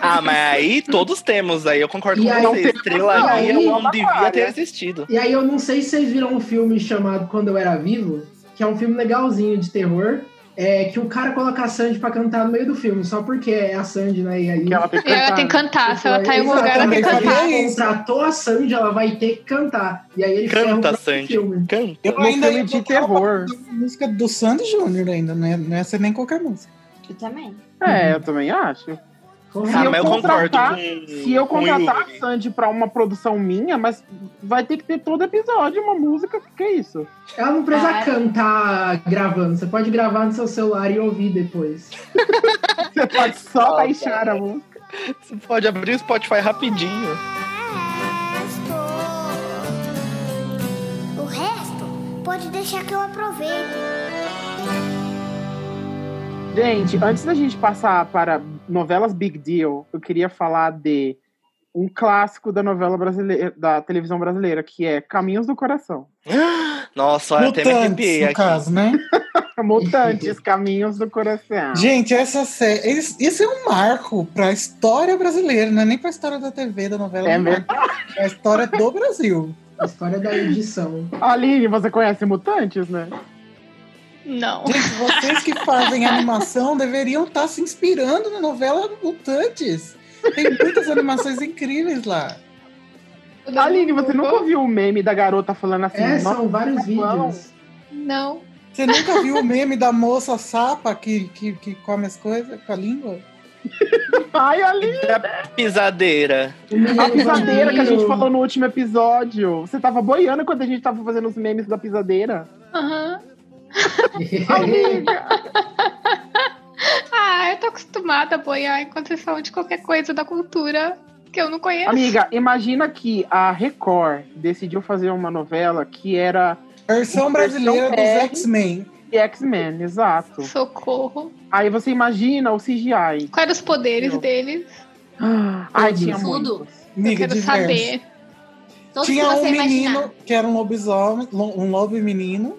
Speaker 6: Ah, mas aí todos temos, aí eu concordo
Speaker 5: E
Speaker 6: com
Speaker 5: aí
Speaker 6: você.
Speaker 2: tá
Speaker 5: não
Speaker 6: Estrela
Speaker 5: não,
Speaker 6: aí
Speaker 5: aí
Speaker 6: eu não devia
Speaker 2: trabalha.
Speaker 6: ter assistido.
Speaker 5: E aí eu não sei se vocês viram um filme chamado Quando Eu Era Vivo, que é um filme legalzinho de terror. É que o cara coloca a Sandy pra cantar no meio do filme, só porque é a Sandy, né? E aí
Speaker 2: Que ela tem que
Speaker 3: Ela
Speaker 2: cantar,
Speaker 3: tem que
Speaker 2: né?
Speaker 3: cantar. Se ela tá em um
Speaker 5: Exatamente,
Speaker 3: lugar, ela tem que
Speaker 1: Exatamente.
Speaker 3: cantar.
Speaker 5: Ele
Speaker 1: isso.
Speaker 5: contratou a Sandy, ela vai ter que cantar. E aí ele
Speaker 6: Canta,
Speaker 5: ferra o próprio
Speaker 6: Sandy.
Speaker 5: filme.
Speaker 6: Canta.
Speaker 1: Eu
Speaker 2: No filme de
Speaker 1: botar uma
Speaker 2: terror.
Speaker 1: música do Sandy Júnior ainda, não é, não é ser nem qualquer música.
Speaker 4: Eu também.
Speaker 2: É, eu também acho.
Speaker 5: Correto.
Speaker 6: Ah,
Speaker 2: eu
Speaker 6: mas eu concordo
Speaker 2: contratar-
Speaker 6: com,
Speaker 2: Se eu
Speaker 6: com o
Speaker 2: contratar a
Speaker 6: Yuri.
Speaker 2: Sandy pra uma produção minha, mas vai ter que ter todo episódio uma música, que é isso?
Speaker 5: Ela não precisa
Speaker 4: Ah, é.
Speaker 5: cantar gravando, você pode gravar no seu celular e ouvir depois.
Speaker 2: Você pode só
Speaker 6: Ah,
Speaker 2: baixar a música.
Speaker 6: Você pode abrir o Spotify rapidinho.
Speaker 10: O resto pode deixar que eu aproveite.
Speaker 2: Gente, antes da gente passar para novelas Big Deal, eu queria falar de um clássico da novela brasileira, da televisão brasileira, que é Caminhos do Coração.
Speaker 6: Nossa, olha, até me
Speaker 1: Mutantes,
Speaker 6: arrepiei
Speaker 1: no
Speaker 6: aqui.
Speaker 1: caso, né?
Speaker 2: Mutantes, Caminhos do Coração.
Speaker 1: Gente, essa série. Isso, isso é um marco pra história brasileira, não é nem pra história da TV, da novela.
Speaker 2: É
Speaker 1: é um
Speaker 2: mesmo?
Speaker 1: marco pra história do Brasil.
Speaker 5: A história da edição.
Speaker 2: Aline, você conhece Mutantes, né?
Speaker 3: Não.
Speaker 1: Gente, vocês que fazem animação deveriam estar se inspirando na novela Mutantes. Tem muitas animações incríveis lá.
Speaker 2: Aline, você nunca ouviu o meme da garota falando assim?
Speaker 5: É,
Speaker 2: "Nossa,
Speaker 5: são vários vídeos.
Speaker 3: Não.
Speaker 1: Você nunca viu o meme da moça sapa que, que, que come as coisas com a língua?
Speaker 2: ai, Aline,
Speaker 6: Pisadeira.
Speaker 5: O menino
Speaker 2: a pisadeira que a gente
Speaker 5: vampiro.
Speaker 2: falou no último episódio. Você tava boiando quando a gente tava fazendo os memes da pisadeira.
Speaker 3: Aham. Ah, eu tô acostumada a boiar enquanto vocês falam de qualquer coisa da cultura que eu não conheço.
Speaker 2: Amiga, imagina que a Record decidiu fazer uma novela que era
Speaker 11: Versão brasileira dos
Speaker 2: R.
Speaker 11: X-Men.
Speaker 2: de X-Men, exato.
Speaker 3: Socorro.
Speaker 2: Aí você imagina o CGI.
Speaker 3: Quais eram os poderes
Speaker 2: Não.
Speaker 3: deles?
Speaker 2: Ai, tinha
Speaker 4: Tudo.
Speaker 2: muito.
Speaker 3: Eu
Speaker 11: Amiga,
Speaker 3: quero
Speaker 11: diverso.
Speaker 3: saber.
Speaker 4: Todos
Speaker 11: tinha
Speaker 4: que
Speaker 11: um
Speaker 4: você imaginar.
Speaker 11: menino que era um lobisomem, lo- um lobo menino.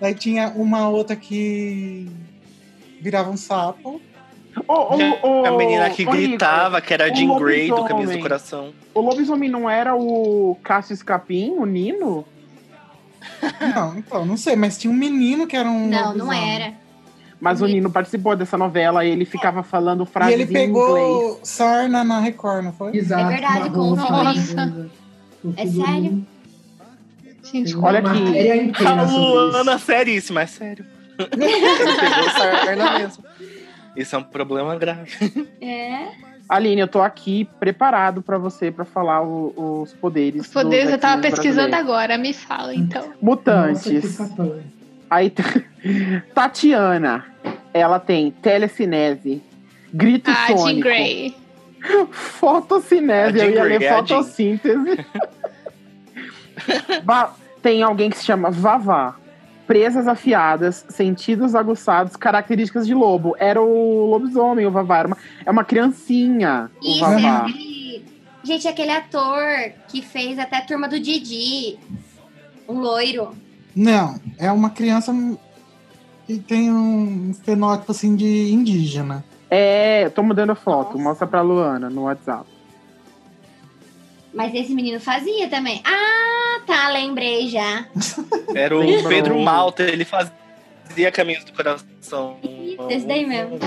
Speaker 11: Daí tinha uma outra que virava um sapo.
Speaker 2: O, o- o-
Speaker 6: a menina
Speaker 2: o
Speaker 6: que
Speaker 2: Igor,
Speaker 6: gritava, que era
Speaker 2: o
Speaker 6: Jean Grey do
Speaker 2: lobisomem.
Speaker 6: Camisa do Coração.
Speaker 2: O lobisomem não era o Cássio Escapim, o Nino?
Speaker 11: Não, então, não sei, mas tinha um menino que era um.
Speaker 4: Não, não
Speaker 11: lobisomem.
Speaker 4: era.
Speaker 2: Mas o
Speaker 4: Ui.
Speaker 2: Nino participou dessa novela e ele ficava falando
Speaker 11: E
Speaker 2: frases
Speaker 11: ele
Speaker 2: em inglês.
Speaker 11: pegou sarna na Record, não foi?
Speaker 5: Exato.
Speaker 4: É verdade,
Speaker 5: uma
Speaker 4: com o
Speaker 5: roupa, uma
Speaker 3: Fabrício.
Speaker 5: coisa. Com
Speaker 4: É
Speaker 5: tudo.
Speaker 4: sério?
Speaker 3: Gente,
Speaker 5: Tem
Speaker 2: Olha
Speaker 5: uma
Speaker 2: aqui.
Speaker 1: é
Speaker 5: matéria inteira
Speaker 6: A
Speaker 5: sobre isso.
Speaker 6: Luana, seríssima, é sério. Ele pegou sarna mesmo. Isso é um problema grave.
Speaker 4: É.
Speaker 2: Aline, eu tô aqui preparado pra você pra falar o- os poderes.
Speaker 3: os poderes
Speaker 2: dos
Speaker 1: é
Speaker 3: eu tava
Speaker 2: X-Men
Speaker 3: tá pesquisando
Speaker 2: brasileiros.
Speaker 3: agora. Me
Speaker 1: Hum.
Speaker 3: fala, então.
Speaker 2: Mutantes.
Speaker 5: Nossa, que
Speaker 11: Ah,
Speaker 5: papão.
Speaker 2: Aí tem- Tatiana, ela tem telecinese, grito
Speaker 3: Ah, Jean
Speaker 2: sônico,
Speaker 3: Grey.
Speaker 2: fotocinese, eu
Speaker 6: A Jean
Speaker 2: ia ler
Speaker 6: Grey, é a Jean.
Speaker 2: fotossíntese. Va- tem alguém que se chama Vavá. Presas afiadas, sentidos aguçados, características de lobo. Era o lobisomem, o Vavá. Era uma, é uma criancinha, o
Speaker 4: Isso, é
Speaker 2: Vavá.
Speaker 4: aquele. Gente, é aquele ator que fez até a turma do Didi. Um loiro.
Speaker 11: Não, é uma criança que tem um fenótipo assim de indígena.
Speaker 2: É, eu tô mudando a foto.
Speaker 4: Nossa.
Speaker 2: Mostra pra Luana no WhatsApp.
Speaker 4: Mas esse menino fazia também. Ah, tá, lembrei já.
Speaker 6: Era o
Speaker 2: Lembrou.
Speaker 6: Pedro Malta, ele fazia Caminhos do Coração.
Speaker 4: Esse daí mesmo.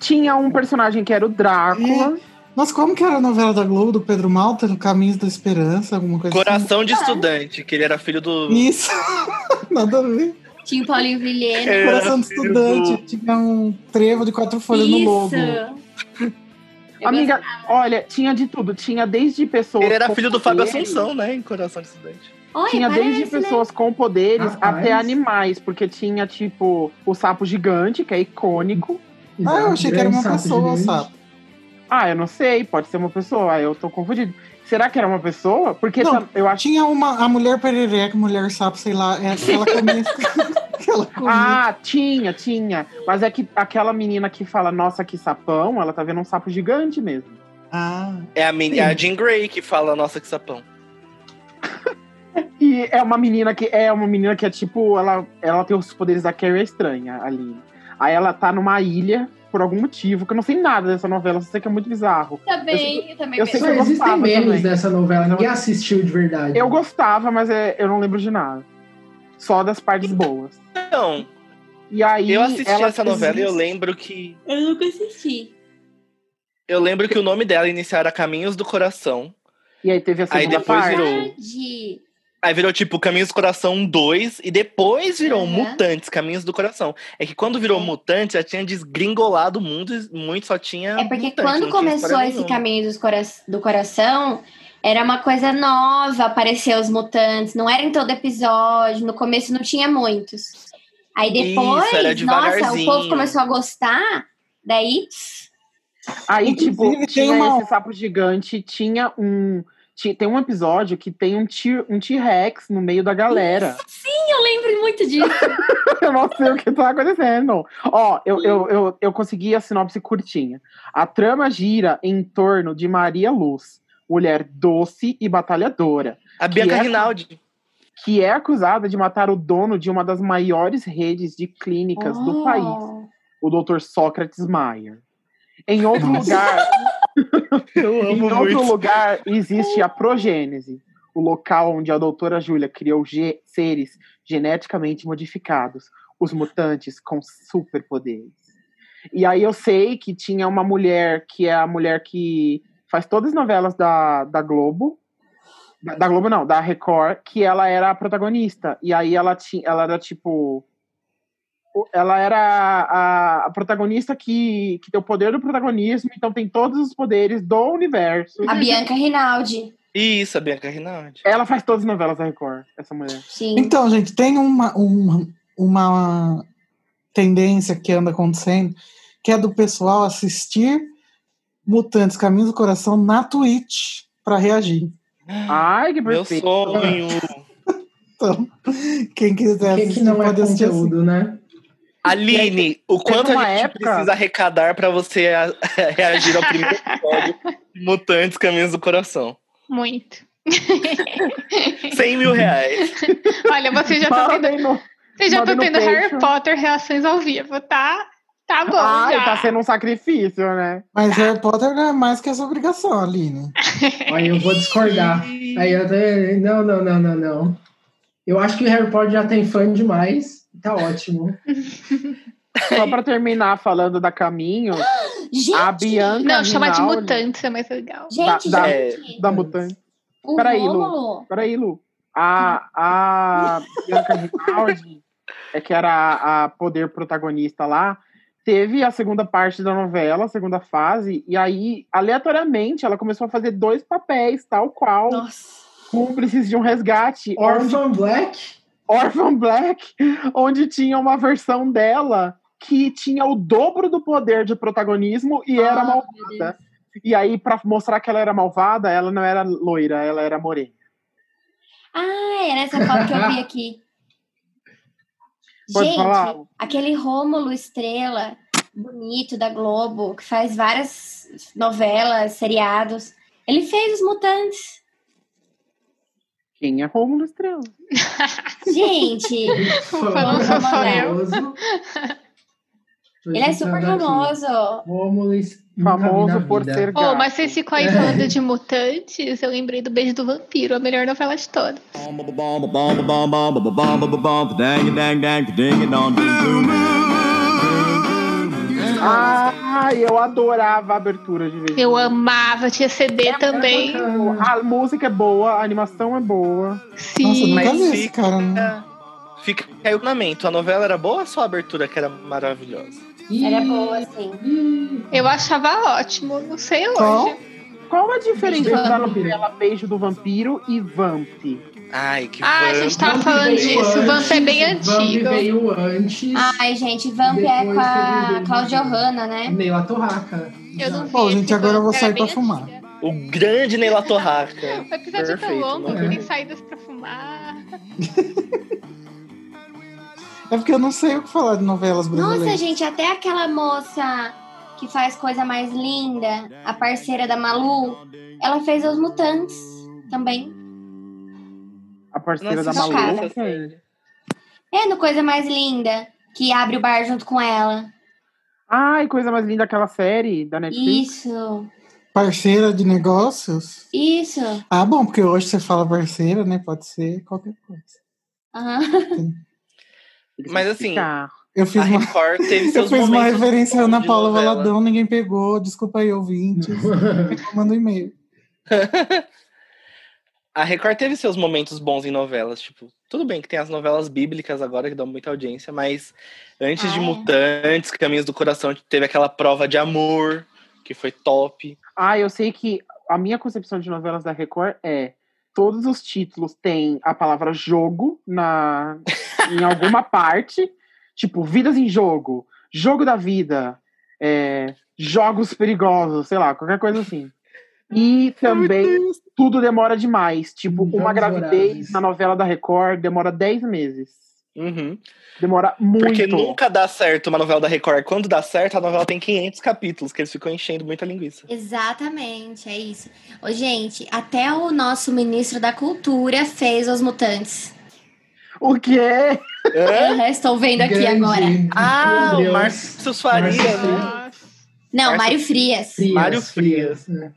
Speaker 2: Tinha um personagem que era o Drácula.
Speaker 11: Nossa, como que era a novela da Globo do Pedro Malta, no Caminhos da Esperança, alguma coisa
Speaker 6: Coração
Speaker 4: Ah.
Speaker 6: de Estudante, que ele era filho do.
Speaker 11: assim? Isso, nada a ver.
Speaker 4: Tinha o Paulinho Vilhena.
Speaker 6: Era
Speaker 11: Coração do
Speaker 6: filho
Speaker 11: estudante, tinha um trevo de quatro folhas no logo.
Speaker 4: Isso. Eu
Speaker 2: Amiga, olha, tinha de tudo. Tinha desde pessoas.
Speaker 6: Ele era
Speaker 2: com
Speaker 6: filho do Fábio
Speaker 2: poderes,
Speaker 6: Assunção, né? Em Coração de Estudante.
Speaker 4: gosto- Olha,
Speaker 2: Tinha desde
Speaker 4: parece, né?
Speaker 2: pessoas com poderes
Speaker 5: Rapaz.
Speaker 2: até animais, porque tinha, tipo, o sapo gigante, que é icônico.
Speaker 11: Ah, eu achei que era uma
Speaker 5: Grande é sapo
Speaker 11: pessoa,
Speaker 5: gigante.
Speaker 11: sabe?
Speaker 2: Ah, eu não sei, pode ser uma pessoa, Ah, eu tô confundido. Será que era uma pessoa? Porque
Speaker 11: Não.
Speaker 2: tam- eu acho.
Speaker 11: Tinha uma, a mulher perereca, mulher sapo, sei lá, é- ela comia... que ela
Speaker 1: um
Speaker 11: comia.
Speaker 2: Ah, tinha, tinha. Mas é que aquela menina que fala, nossa, que sapão, ela tá vendo um sapo gigante mesmo.
Speaker 11: Ah,
Speaker 6: É a, men- é a Jean Grey que fala, nossa, que sapão.
Speaker 2: E é uma menina que é uma menina que é tipo, ela, ela tem os poderes da Carrie estranha ali. Aí ela tá numa ilha por algum motivo, que eu não sei nada dessa novela, só sei que é muito bizarro.
Speaker 4: Também, eu, também
Speaker 2: eu sei
Speaker 5: Só
Speaker 2: que
Speaker 4: pensei.
Speaker 5: existem
Speaker 2: gostava
Speaker 5: memes
Speaker 2: também.
Speaker 5: dessa novela, ninguém assistiu de verdade.
Speaker 2: Eu gostava, mas é- eu não lembro de nada. Só das partes boas.
Speaker 6: Então,
Speaker 2: E aí
Speaker 6: eu assisti
Speaker 2: ela
Speaker 6: essa
Speaker 2: fez
Speaker 6: novela e eu
Speaker 2: isso.
Speaker 6: lembro que.
Speaker 4: eu nunca assisti.
Speaker 6: Eu lembro que o nome dela inicial era Caminhos do Coração.
Speaker 2: E aí teve a
Speaker 6: Aí
Speaker 2: segunda
Speaker 6: depois
Speaker 2: parte.
Speaker 6: virou-
Speaker 4: Verdade.
Speaker 6: Aí virou tipo Caminhos do Coração 2 e depois virou
Speaker 4: Aham.
Speaker 6: Mutantes, Caminhos do Coração. É que quando virou Mutante já tinha desgringolado o mundo e muito, só tinha.
Speaker 4: É porque
Speaker 6: mutante, não
Speaker 4: quando
Speaker 6: tinha
Speaker 4: começou
Speaker 6: história
Speaker 4: esse
Speaker 6: nenhuma.
Speaker 4: caminho dos cora- do coração, era uma coisa nova aparecer os mutantes. Não era em todo episódio, no começo não tinha muitos. Aí depois,
Speaker 6: Isso, era
Speaker 4: nossa, o
Speaker 6: devagarzinho.
Speaker 4: povo começou a gostar, daí
Speaker 2: Aí,
Speaker 11: Inclusive,
Speaker 2: tipo,
Speaker 11: tem
Speaker 2: tinha
Speaker 11: uma-
Speaker 2: esse sapo gigante, tinha um. ti- Tem um episódio que tem um T- um T-Rex no meio da galera.
Speaker 4: eu lembro muito disso.
Speaker 2: Eu não sei o que tá acontecendo. Ó, eu, eu, eu, eu consegui a sinopse curtinha. A trama gira em torno de Maria Luz, mulher doce e batalhadora,
Speaker 6: A Bianca
Speaker 2: Que é-
Speaker 6: Rinaldi.
Speaker 2: que é acusada de matar o dono de uma das maiores redes de clínicas do país,
Speaker 4: Oh.
Speaker 2: o Dr. Sócrates Maia. Em outro lugar,
Speaker 6: Eu
Speaker 2: em
Speaker 6: amo
Speaker 2: outro
Speaker 6: muito.
Speaker 2: lugar existe a progênese, o local onde a doutora Júlia criou ge- seres geneticamente modificados, os mutantes com superpoderes. E aí eu sei que tinha uma mulher que é a mulher que faz todas as novelas da, da Globo. Da, da Globo não, da Record, que ela era a protagonista. E aí ela tinha, ela era tipo o- ela era a, a protagonista que, que tem o poder do protagonismo, então tem todos os poderes do universo.
Speaker 4: A Bianca Rinaldi.
Speaker 6: Isso, a Bianca Rinaldi.
Speaker 2: Ela faz todas as novelas da Record, essa mulher.
Speaker 4: Sim.
Speaker 11: Então, gente, tem uma, uma, uma tendência que anda acontecendo, que é do pessoal assistir
Speaker 1: Mutantes Caminhos do Coração na Twitch pra reagir.
Speaker 2: Ai, que
Speaker 6: Meu
Speaker 2: perfeito.
Speaker 6: sonho.
Speaker 1: Então, quem quiser
Speaker 5: O que, que não é
Speaker 1: pode assistir assim.
Speaker 5: conteúdo, né?
Speaker 6: Aline, o quanto a
Speaker 2: uma
Speaker 6: gente
Speaker 2: época-
Speaker 6: precisa arrecadar pra você a- reagir ao primeiro episódio de Mutantes Caminhos do Coração?
Speaker 3: Muito.
Speaker 6: 100 mil reais.
Speaker 3: Olha, vocês já estão tendo,
Speaker 2: Mandem no-
Speaker 3: vocês já
Speaker 2: manda
Speaker 3: estão
Speaker 2: no
Speaker 3: tendo Harry
Speaker 2: Patreon.
Speaker 3: Potter reações ao vivo, tá? Tá bom.
Speaker 1: Ah,
Speaker 2: Ai,
Speaker 3: já.
Speaker 2: tá sendo um sacrifício, né?
Speaker 1: Mas Harry Potter não é mais que essa obrigação, Aline.
Speaker 5: Aí eu vou discordar. Aí eu até- Não, não, não, não, não. Eu acho que o Harry Potter já tem fã demais. Tá ótimo.
Speaker 2: Só pra terminar falando da Caminho,
Speaker 4: Gente,
Speaker 2: a Bianca.
Speaker 3: Não, chama
Speaker 1: né?
Speaker 3: de
Speaker 2: Minauri-
Speaker 3: mutantes, é mais legal.
Speaker 4: gente,
Speaker 2: da-
Speaker 6: é.
Speaker 4: gente.
Speaker 2: Da Mutante.
Speaker 4: O
Speaker 2: peraí, Lu.
Speaker 4: Rômulo.
Speaker 2: Peraí, Lu. A, a Bianca Rinaldi, é que era a, a poder protagonista lá, teve a segunda parte da novela, a segunda fase, e aí, aleatoriamente, ela começou a fazer dois papéis, tal qual,
Speaker 4: Nossa.
Speaker 2: cúmplices de um resgate, Orphan,
Speaker 5: Orphan Black?
Speaker 2: Orphan Black, onde tinha uma versão dela que tinha o dobro do poder de protagonismo e era malvada. E aí, pra mostrar que ela era malvada, ela não era loira, ela era morena.
Speaker 4: Ah, era essa foto que eu vi aqui.
Speaker 2: Pode
Speaker 4: gente,
Speaker 2: falar?
Speaker 4: aquele Rômulo Estrela, bonito, da Globo, que faz várias novelas, seriados. Ele fez Os Mutantes.
Speaker 2: Quem é Rômulo Estrela?
Speaker 4: Gente,
Speaker 3: Falando só sou eu.
Speaker 5: famoso. Tô
Speaker 4: ele é
Speaker 5: digitando
Speaker 4: super
Speaker 5: aqui.
Speaker 4: famoso.
Speaker 5: Rômulo es- nunca vi
Speaker 2: Famoso
Speaker 5: na
Speaker 2: por
Speaker 5: vida.
Speaker 2: ser gato.
Speaker 3: Oh, mas vocês ficam aí falando de mutantes, eu lembrei do Beijo do Vampiro, a melhor novela de todas.
Speaker 2: Ai, Ah, eu adorava a abertura de vez. em
Speaker 3: Eu
Speaker 2: quando.
Speaker 3: amava, tinha CD também.
Speaker 5: Bacana.
Speaker 2: A música é boa, a animação é boa.
Speaker 1: Nossa,
Speaker 3: Sim.
Speaker 1: nunca
Speaker 6: mas
Speaker 1: vi esse
Speaker 6: fica-
Speaker 1: cara. né?
Speaker 6: Fica aí o lamento. A novela era boa ou só a abertura que era maravilhosa?
Speaker 5: Ih,
Speaker 4: Era boa, assim.
Speaker 5: ih,
Speaker 3: Eu achava ótimo, não sei hoje.
Speaker 1: Qual?
Speaker 2: Qual a diferença
Speaker 5: Beijo do
Speaker 2: da
Speaker 5: Vampiro.
Speaker 2: novela Beijo do Vampiro e Vamp?
Speaker 6: Ai, que
Speaker 3: Ah, a
Speaker 6: vamp.
Speaker 3: gente tava
Speaker 5: Vamp
Speaker 3: falando
Speaker 5: veio
Speaker 3: disso, o Vamp
Speaker 5: antes,
Speaker 3: é bem
Speaker 5: Vamp
Speaker 3: antigo.
Speaker 5: veio antes.
Speaker 4: Ai, gente, Vamp é com a Cláudia Hanna, né?
Speaker 5: Meio a torraca.
Speaker 3: Eu não vi
Speaker 1: Bom, gente,
Speaker 3: esse
Speaker 1: agora eu vou
Speaker 3: Vamp, era
Speaker 1: sair pra
Speaker 3: bem
Speaker 1: fumar.
Speaker 3: antiga.
Speaker 6: O grande Neila Torraca.
Speaker 3: O episódio é tão
Speaker 6: Perfeito,
Speaker 3: longo
Speaker 6: né?
Speaker 3: que tem saídas pra fumar.
Speaker 1: É porque eu não sei o que falar de novelas brasileiras.
Speaker 4: Nossa, gente, até aquela moça que faz coisa mais linda, a parceira da Malu, ela fez Os Mutantes também.
Speaker 2: A parceira
Speaker 6: Nossa,
Speaker 2: da
Speaker 4: isso
Speaker 2: Malu.
Speaker 4: cara.
Speaker 2: quem?
Speaker 4: É no Coisa Mais Linda, que abre o bar junto com ela.
Speaker 2: Ai, coisa mais linda aquela série da Netflix.
Speaker 4: Isso,
Speaker 1: Parceira de negócios?
Speaker 4: isso.
Speaker 1: Ah, bom, porque hoje você fala parceira, né? Pode ser qualquer coisa.
Speaker 4: Aham.
Speaker 2: Eles
Speaker 6: Mas
Speaker 2: vão
Speaker 6: assim,
Speaker 2: explicar.
Speaker 1: Eu
Speaker 6: A
Speaker 1: fiz uma,
Speaker 6: Record teve
Speaker 1: Tá. eu
Speaker 6: seus
Speaker 1: fiz uma
Speaker 6: momentos
Speaker 1: referência a
Speaker 6: bons
Speaker 1: Ana
Speaker 6: de
Speaker 1: Paula
Speaker 6: novela.
Speaker 1: Valadão, ninguém pegou. Desculpa aí, ouvintes. Manda um e-mail.
Speaker 6: A Record teve seus momentos bons em novelas, tipo, tudo bem que tem as novelas bíblicas agora que dão muita audiência, mas antes de
Speaker 4: Ah, é?
Speaker 6: Mutantes, Caminhos do Coração, teve aquela prova de amor, que foi top.
Speaker 2: Ah, eu sei que a minha concepção de novelas da Record é todos os títulos têm a palavra jogo na em alguma parte, tipo vidas em jogo, jogo da vida, é, jogos perigosos, sei lá, qualquer coisa assim. E também tudo demora demais, tipo uma
Speaker 5: Jogos
Speaker 2: gravidez
Speaker 5: Vorazes.
Speaker 2: na novela da Record demora 10 meses.
Speaker 6: Uhum.
Speaker 2: Demora muito.
Speaker 6: Porque nunca dá certo uma novela da Record. Quando dá certo, a novela tem 500 capítulos, que eles ficam enchendo muita linguiça.
Speaker 4: Exatamente, é isso. Ô, gente, até o nosso ministro da Cultura fez Os Mutantes.
Speaker 2: O é? quê?
Speaker 6: Hã?
Speaker 4: Aham, estou vendo aqui
Speaker 5: Grande.
Speaker 4: agora.
Speaker 6: ah,
Speaker 5: Meu
Speaker 6: o
Speaker 5: Deus.
Speaker 6: Márcio Faria, né?
Speaker 3: Nossa.
Speaker 4: Não,
Speaker 6: Parça-
Speaker 4: Mário Frias.
Speaker 5: Frias,
Speaker 6: Mário Frias.
Speaker 5: né?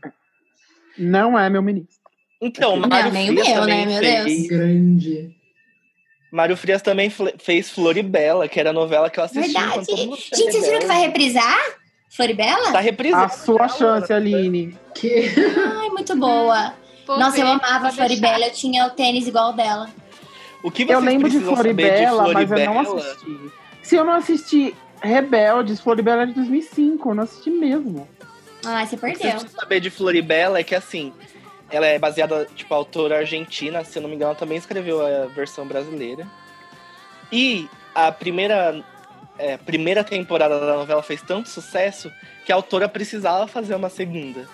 Speaker 2: Não é meu ministro.
Speaker 6: Então,
Speaker 4: Não,
Speaker 6: Mário
Speaker 4: nem o
Speaker 6: Frias
Speaker 4: meu,
Speaker 6: também
Speaker 4: né? Meu Deus.
Speaker 6: fez.
Speaker 5: Grande.
Speaker 6: Mário Frias também fle- fez Floribela, que era a novela que eu assisti.
Speaker 4: Verdade.
Speaker 6: quando todo mundo tinha
Speaker 4: Gente, vocês viram que vai
Speaker 6: rebelde.
Speaker 4: reprisar? Floribela?
Speaker 6: é Tá
Speaker 2: A
Speaker 6: reprisando.
Speaker 2: sua
Speaker 6: ela.
Speaker 2: chance, Aline.
Speaker 5: Que...
Speaker 4: Ai, muito boa.
Speaker 3: Vou
Speaker 4: Nossa, eu
Speaker 3: ver,
Speaker 4: amava a
Speaker 3: vou deixar.
Speaker 4: Floribela, eu tinha o tênis igual dela.
Speaker 6: O que vocês
Speaker 2: Eu lembro de
Speaker 6: precisam saber
Speaker 2: Floribela,
Speaker 6: de
Speaker 2: mas eu não
Speaker 6: Floribela?
Speaker 2: assisti. Se eu não assisti Rebeldes, Floribela é de 2005, eu não assisti mesmo.
Speaker 4: Ai, você
Speaker 6: O que vocês
Speaker 4: perdeu.
Speaker 6: precisam saber de Floribela é que, assim, ela é baseada, tipo, a autora argentina, se eu não me engano, ela também escreveu a versão brasileira. E a primeira é, primeira temporada da novela fez tanto sucesso que a autora precisava fazer uma segunda.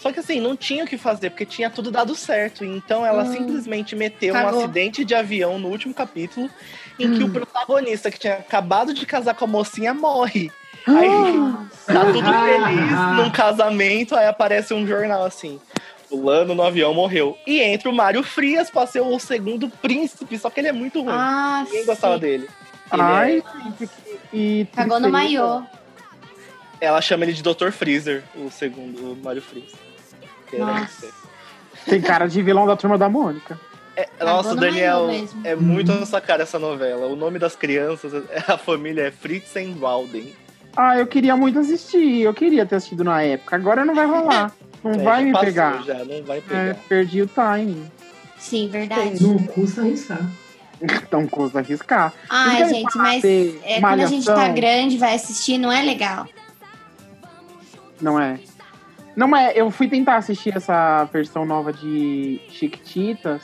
Speaker 6: Só que assim, não tinha o que fazer, porque tinha tudo dado certo. Então ela
Speaker 12: Hum.
Speaker 6: simplesmente meteu
Speaker 12: Cagou.
Speaker 6: um acidente de avião no último capítulo, em que
Speaker 12: Hum.
Speaker 6: o protagonista que tinha acabado de casar com a mocinha morre.
Speaker 12: Ah.
Speaker 6: Aí tá tudo feliz num casamento, aí aparece um jornal assim. Fulano no avião morreu. E entra o Mário Frias pra ser o segundo príncipe, só que ele é muito ruim.
Speaker 4: Ah,
Speaker 6: Ninguém gostava dele. Ele
Speaker 2: Ai,
Speaker 6: é-
Speaker 2: gente, que- que
Speaker 4: Cagou
Speaker 2: tristeza.
Speaker 4: no maiô.
Speaker 6: Ela chama ele de Dr. Freezer, o segundo o Mário Freezer. Que era
Speaker 4: Nossa.
Speaker 6: isso aí.
Speaker 2: Tem cara de vilão da turma da Mônica.
Speaker 6: É, nossa,
Speaker 4: no
Speaker 6: Daniel,
Speaker 4: maiô mesmo.
Speaker 6: é muito a sua cara essa novela. O nome das crianças, a família é Fritz and Walden.
Speaker 2: Ah, eu queria muito assistir. Eu queria ter assistido na época. Agora não vai rolar. Não
Speaker 6: É,
Speaker 2: vai
Speaker 6: já
Speaker 2: me
Speaker 6: passou
Speaker 2: pegar.
Speaker 6: Já, não vai pegar.
Speaker 2: É, perdi o time.
Speaker 4: Sim, verdade.
Speaker 5: Não custa arriscar.
Speaker 2: Então custa arriscar. Vocês
Speaker 4: Ai,
Speaker 2: querem
Speaker 4: gente,
Speaker 2: falar
Speaker 4: mas
Speaker 2: de
Speaker 4: é, quando a gente tá
Speaker 2: Malhação?
Speaker 4: grande, vai assistir, não é legal.
Speaker 2: Não é. Não, mas eu fui tentar assistir essa versão nova de Chiquititas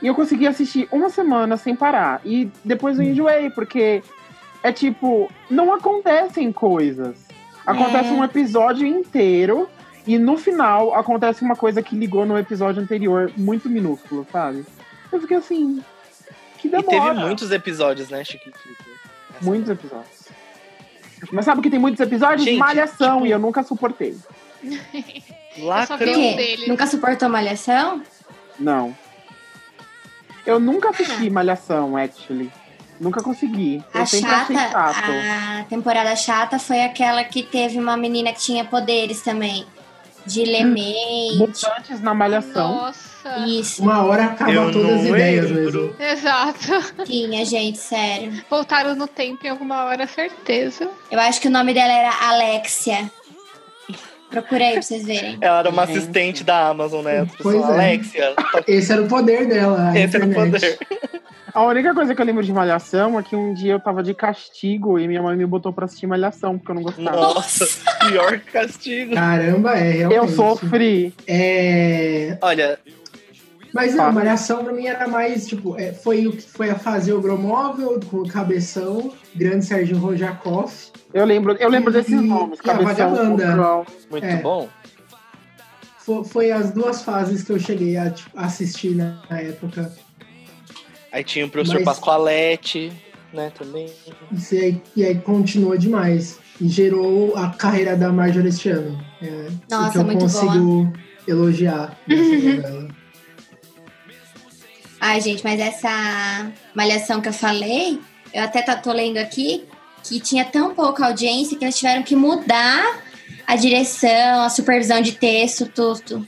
Speaker 2: e eu consegui assistir uma semana sem parar. E depois eu enjoei, porque é tipo, não acontecem coisas. Acontece
Speaker 4: É.
Speaker 2: um episódio inteiro e no final acontece uma coisa que ligou no episódio anterior, muito minúsculo, sabe? Eu fiquei assim, que
Speaker 6: E
Speaker 2: demora.
Speaker 6: teve muitos episódios, né, Chiquitita? Essa-
Speaker 2: Muitos episódios. Mas sabe que tem muitos episódios? de
Speaker 6: Gente,
Speaker 2: Malhação,
Speaker 6: tipo-
Speaker 2: e eu nunca suportei.
Speaker 3: Eu só vi
Speaker 4: Por
Speaker 6: Lacrão.
Speaker 3: um
Speaker 4: quê?
Speaker 3: deles.
Speaker 4: Nunca suportou malhação?
Speaker 2: Não. Eu nunca assisti Malhação, actually. Nunca consegui. Eu
Speaker 4: A
Speaker 2: sempre
Speaker 4: chata,
Speaker 2: achei chato.
Speaker 4: a temporada chata foi aquela que teve uma menina que tinha poderes também. De
Speaker 2: Hum.
Speaker 4: lemente.
Speaker 2: Mutantes na Malhação.
Speaker 3: Nossa.
Speaker 4: Isso,
Speaker 5: Uma hora acaba
Speaker 6: Eu
Speaker 5: todas as
Speaker 6: não
Speaker 5: ideias
Speaker 6: lembro.
Speaker 5: mesmo.
Speaker 3: Exato.
Speaker 4: tinha, gente, sério.
Speaker 3: Voltaram no tempo em alguma hora, certeza.
Speaker 4: Eu acho que o nome dela era Alexia. Procura aí pra vocês verem.
Speaker 6: Ela era uma
Speaker 2: Gente.
Speaker 6: assistente da Amazon, né?
Speaker 5: Pois
Speaker 6: Pessoal,
Speaker 5: é.
Speaker 6: Alexia, tá
Speaker 5: Esse era o poder dela. a
Speaker 6: esse no
Speaker 5: internet.
Speaker 6: poder.
Speaker 2: A única coisa que eu lembro de Malhação é que um dia eu tava de castigo e minha mãe me botou pra assistir Malhação, porque eu não gostava.
Speaker 6: Nossa, pior castigo.
Speaker 5: Caramba, é realmente.
Speaker 2: Eu sofri.
Speaker 5: É,
Speaker 6: Olha,
Speaker 5: Mas
Speaker 2: Tá.
Speaker 5: não, Malhação pra mim era mais, tipo, é, foi o que foi a fazer o Gromóvel com o Cabeção, grande Sérgio Rojakoff.
Speaker 2: Eu lembro, eu lembro desses
Speaker 5: E-
Speaker 2: nomes.
Speaker 5: e a
Speaker 2: Cabeção,
Speaker 5: Vagabanda?
Speaker 2: Cultural.
Speaker 6: muito
Speaker 5: É.
Speaker 6: bom.
Speaker 5: Fo- Foi as duas fases que eu cheguei a tipo, assistir na, na época.
Speaker 6: Aí tinha o professor
Speaker 5: Mas-
Speaker 6: Pascoalete, né, também.
Speaker 5: E aí, e aí continuou demais. E gerou a carreira da Marjorie este ano. É, o
Speaker 4: Nossa,
Speaker 5: que eu
Speaker 4: muito
Speaker 5: consigo elogiar é nessa novela.
Speaker 4: Ai, gente, mas essa malhação que eu falei, eu até tá- tô lendo aqui, que tinha tão pouca audiência que eles tiveram que mudar a direção, a supervisão de texto, tudo.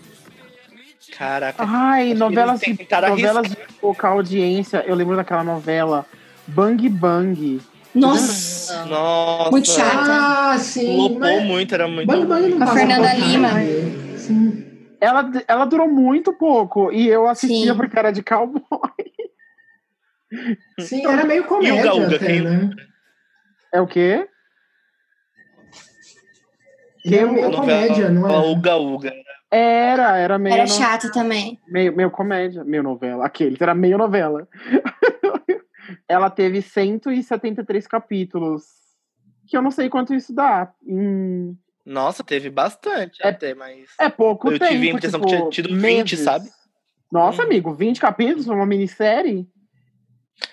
Speaker 6: Caraca.
Speaker 2: Ai,
Speaker 6: Acho
Speaker 2: novelas,
Speaker 6: que eles
Speaker 5: assim,
Speaker 6: tentaram
Speaker 2: novelas de pouca audiência. Eu lembro daquela novela Bang Bang.
Speaker 4: Nossa!
Speaker 5: assim.
Speaker 6: Nossa.
Speaker 4: Muito chato.
Speaker 5: Ah, sim.
Speaker 6: Lopou
Speaker 5: mas-
Speaker 6: muito, era muito.
Speaker 5: Bang Bang não
Speaker 4: Com a
Speaker 5: passa
Speaker 4: Fernanda
Speaker 5: pra
Speaker 4: Lima.
Speaker 5: caralho. Sim.
Speaker 2: Ela, ela durou muito pouco e eu assistia
Speaker 4: Sim.
Speaker 2: porque era de cowboy.
Speaker 5: Sim, era meio comédia
Speaker 6: Uga Uga,
Speaker 5: até,
Speaker 6: quem-
Speaker 5: né?
Speaker 2: É o quê?
Speaker 5: Ele era meio
Speaker 6: Novela-
Speaker 5: é comédia, não
Speaker 6: novela
Speaker 5: é?
Speaker 6: Uga Uga.
Speaker 2: Era, era meio,
Speaker 4: Era
Speaker 2: no-
Speaker 4: chato também.
Speaker 2: meio, meio comédia, meio novela. Aqueles, era meio novela. ela teve 173 capítulos. Que eu não sei quanto isso dá. Hum,
Speaker 6: Nossa, teve bastante
Speaker 2: É-
Speaker 6: até, mas.
Speaker 2: é pouco
Speaker 6: Eu
Speaker 2: tempo.
Speaker 6: tive a impressão que
Speaker 2: tipo,
Speaker 6: tinha tido 20,
Speaker 2: meses.
Speaker 6: sabe?
Speaker 2: Nossa,
Speaker 6: Hum.
Speaker 2: amigo, 20 capítulos pra uma minissérie?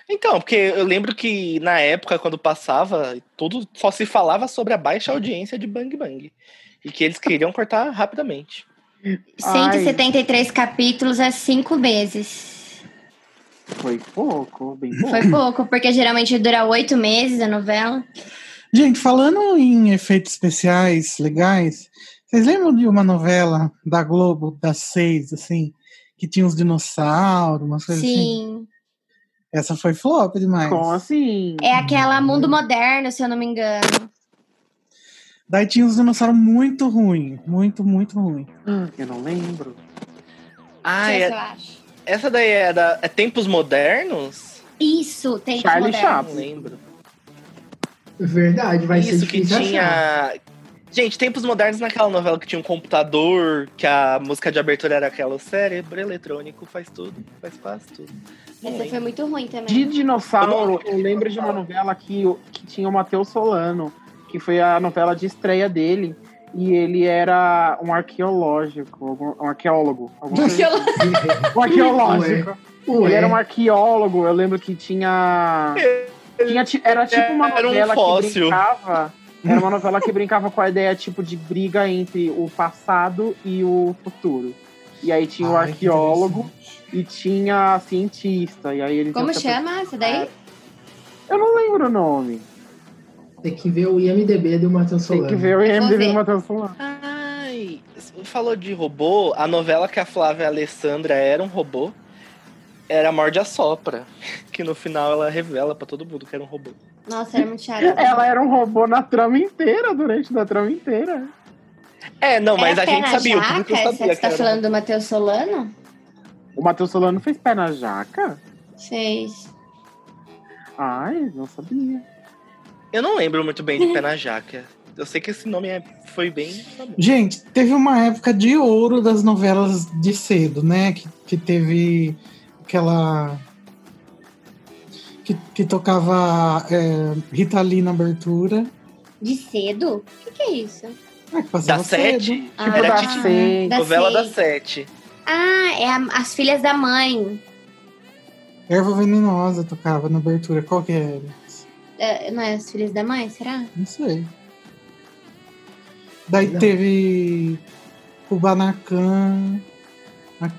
Speaker 6: Então, porque eu lembro que na época, quando passava, tudo só se falava sobre a baixa audiência de Bang Bang. E que eles queriam cortar rapidamente.
Speaker 2: Ai.
Speaker 4: 173 capítulos é cinco meses.
Speaker 2: Foi pouco, bem
Speaker 6: Hum.
Speaker 2: pouco.
Speaker 4: Foi pouco, porque geralmente dura oito meses a novela.
Speaker 1: Gente, falando em efeitos especiais legais, vocês lembram de uma novela da Globo, das seis, assim, que tinha uns dinossauros, umas coisas assim?
Speaker 4: Sim.
Speaker 1: Essa foi flop demais.
Speaker 2: Como assim?
Speaker 4: É aquela Mundo Moderno, se eu não me engano.
Speaker 1: Daí tinha uns dinossauros muito ruim, muito, muito ruim.
Speaker 4: é-
Speaker 2: Eu não lembro.
Speaker 6: Ah,
Speaker 4: Deixa eu ver
Speaker 6: é-
Speaker 4: se eu acho.
Speaker 6: essa daí era. É Tempos Modernos?
Speaker 4: Isso, tem
Speaker 2: Charlie
Speaker 4: Mundo Moderno.
Speaker 6: Não
Speaker 2: Chaplin.
Speaker 6: lembro.
Speaker 5: Verdade, vai ser
Speaker 6: Isso que
Speaker 5: difícil achar.
Speaker 6: tinha. Gente, tempos modernos naquela novela que tinha um computador, que a música de abertura era aquela, o cérebro eletrônico faz tudo, faz quase tudo.
Speaker 4: Essa foi muito ruim também.
Speaker 2: De dinossauro, eu lembro de uma novela que, que tinha o Matheus Solano, que foi a novela de estreia dele. E ele era um arqueológico, algum- um arqueólogo. alguma coisa assim. um arqueológico.
Speaker 5: Ué.
Speaker 2: Ele era um arqueólogo, eu lembro que tinha. tinha ti- era tipo uma
Speaker 6: Era um
Speaker 2: novela que
Speaker 6: fóssil.
Speaker 2: brincava. Era uma novela que brincava com a ideia tipo de briga entre o passado e o futuro. E aí tinha o
Speaker 11: Ai, que
Speaker 2: arqueólogo e tinha a cientista. E aí ele
Speaker 4: Como chama essa daí?
Speaker 2: Eu não lembro o nome.
Speaker 5: Tem que ver o IMDB do Matheus
Speaker 2: Tem
Speaker 5: Solano.
Speaker 2: que ver o
Speaker 4: Vou
Speaker 2: IMDB
Speaker 4: ver.
Speaker 2: do Matheus Solano.
Speaker 6: Ai, falou de robô, a novela que a Flávia Alessandra era um robô era Morde a Sopra, que no final ela revela pra todo mundo que era um robô.
Speaker 4: Nossa, era muito
Speaker 6: É,
Speaker 4: chato.
Speaker 2: Ela era um robô na trama inteira, durante a trama inteira.
Speaker 6: É, não, mas
Speaker 4: Era
Speaker 6: a gente
Speaker 4: Pé na
Speaker 6: sabia, o público
Speaker 4: Jaca?
Speaker 6: sabia
Speaker 4: Você
Speaker 6: que
Speaker 4: tá
Speaker 6: era. um
Speaker 4: falando do Matheus Solano?
Speaker 2: O Matheus Solano fez pé na jaca?
Speaker 4: Vocês.
Speaker 2: Ai, não sabia.
Speaker 6: Eu não lembro muito bem de Pé na Jaca. Eu sei que esse nome é- foi bem famoso.
Speaker 1: Gente, teve uma época de ouro das novelas de cedo, né? Que, que teve aquela. Que, que tocava é, Rita Lee na abertura.
Speaker 4: De cedo? O que, que é isso?
Speaker 1: Ah, que
Speaker 6: Da
Speaker 1: passava cedo.
Speaker 6: Sete?
Speaker 4: Ah,
Speaker 6: era
Speaker 2: Tipo da
Speaker 6: Titi,
Speaker 2: Sei.
Speaker 4: da
Speaker 6: novela da
Speaker 4: Sei.
Speaker 6: Sete.
Speaker 4: Ah, é a- as filhas da mãe.
Speaker 1: Erva Venenosa tocava na abertura. Qual que era?
Speaker 4: É, não é as filhas da mãe, será?
Speaker 1: Não sei. Daí
Speaker 5: Não.
Speaker 1: teve Kubanacan.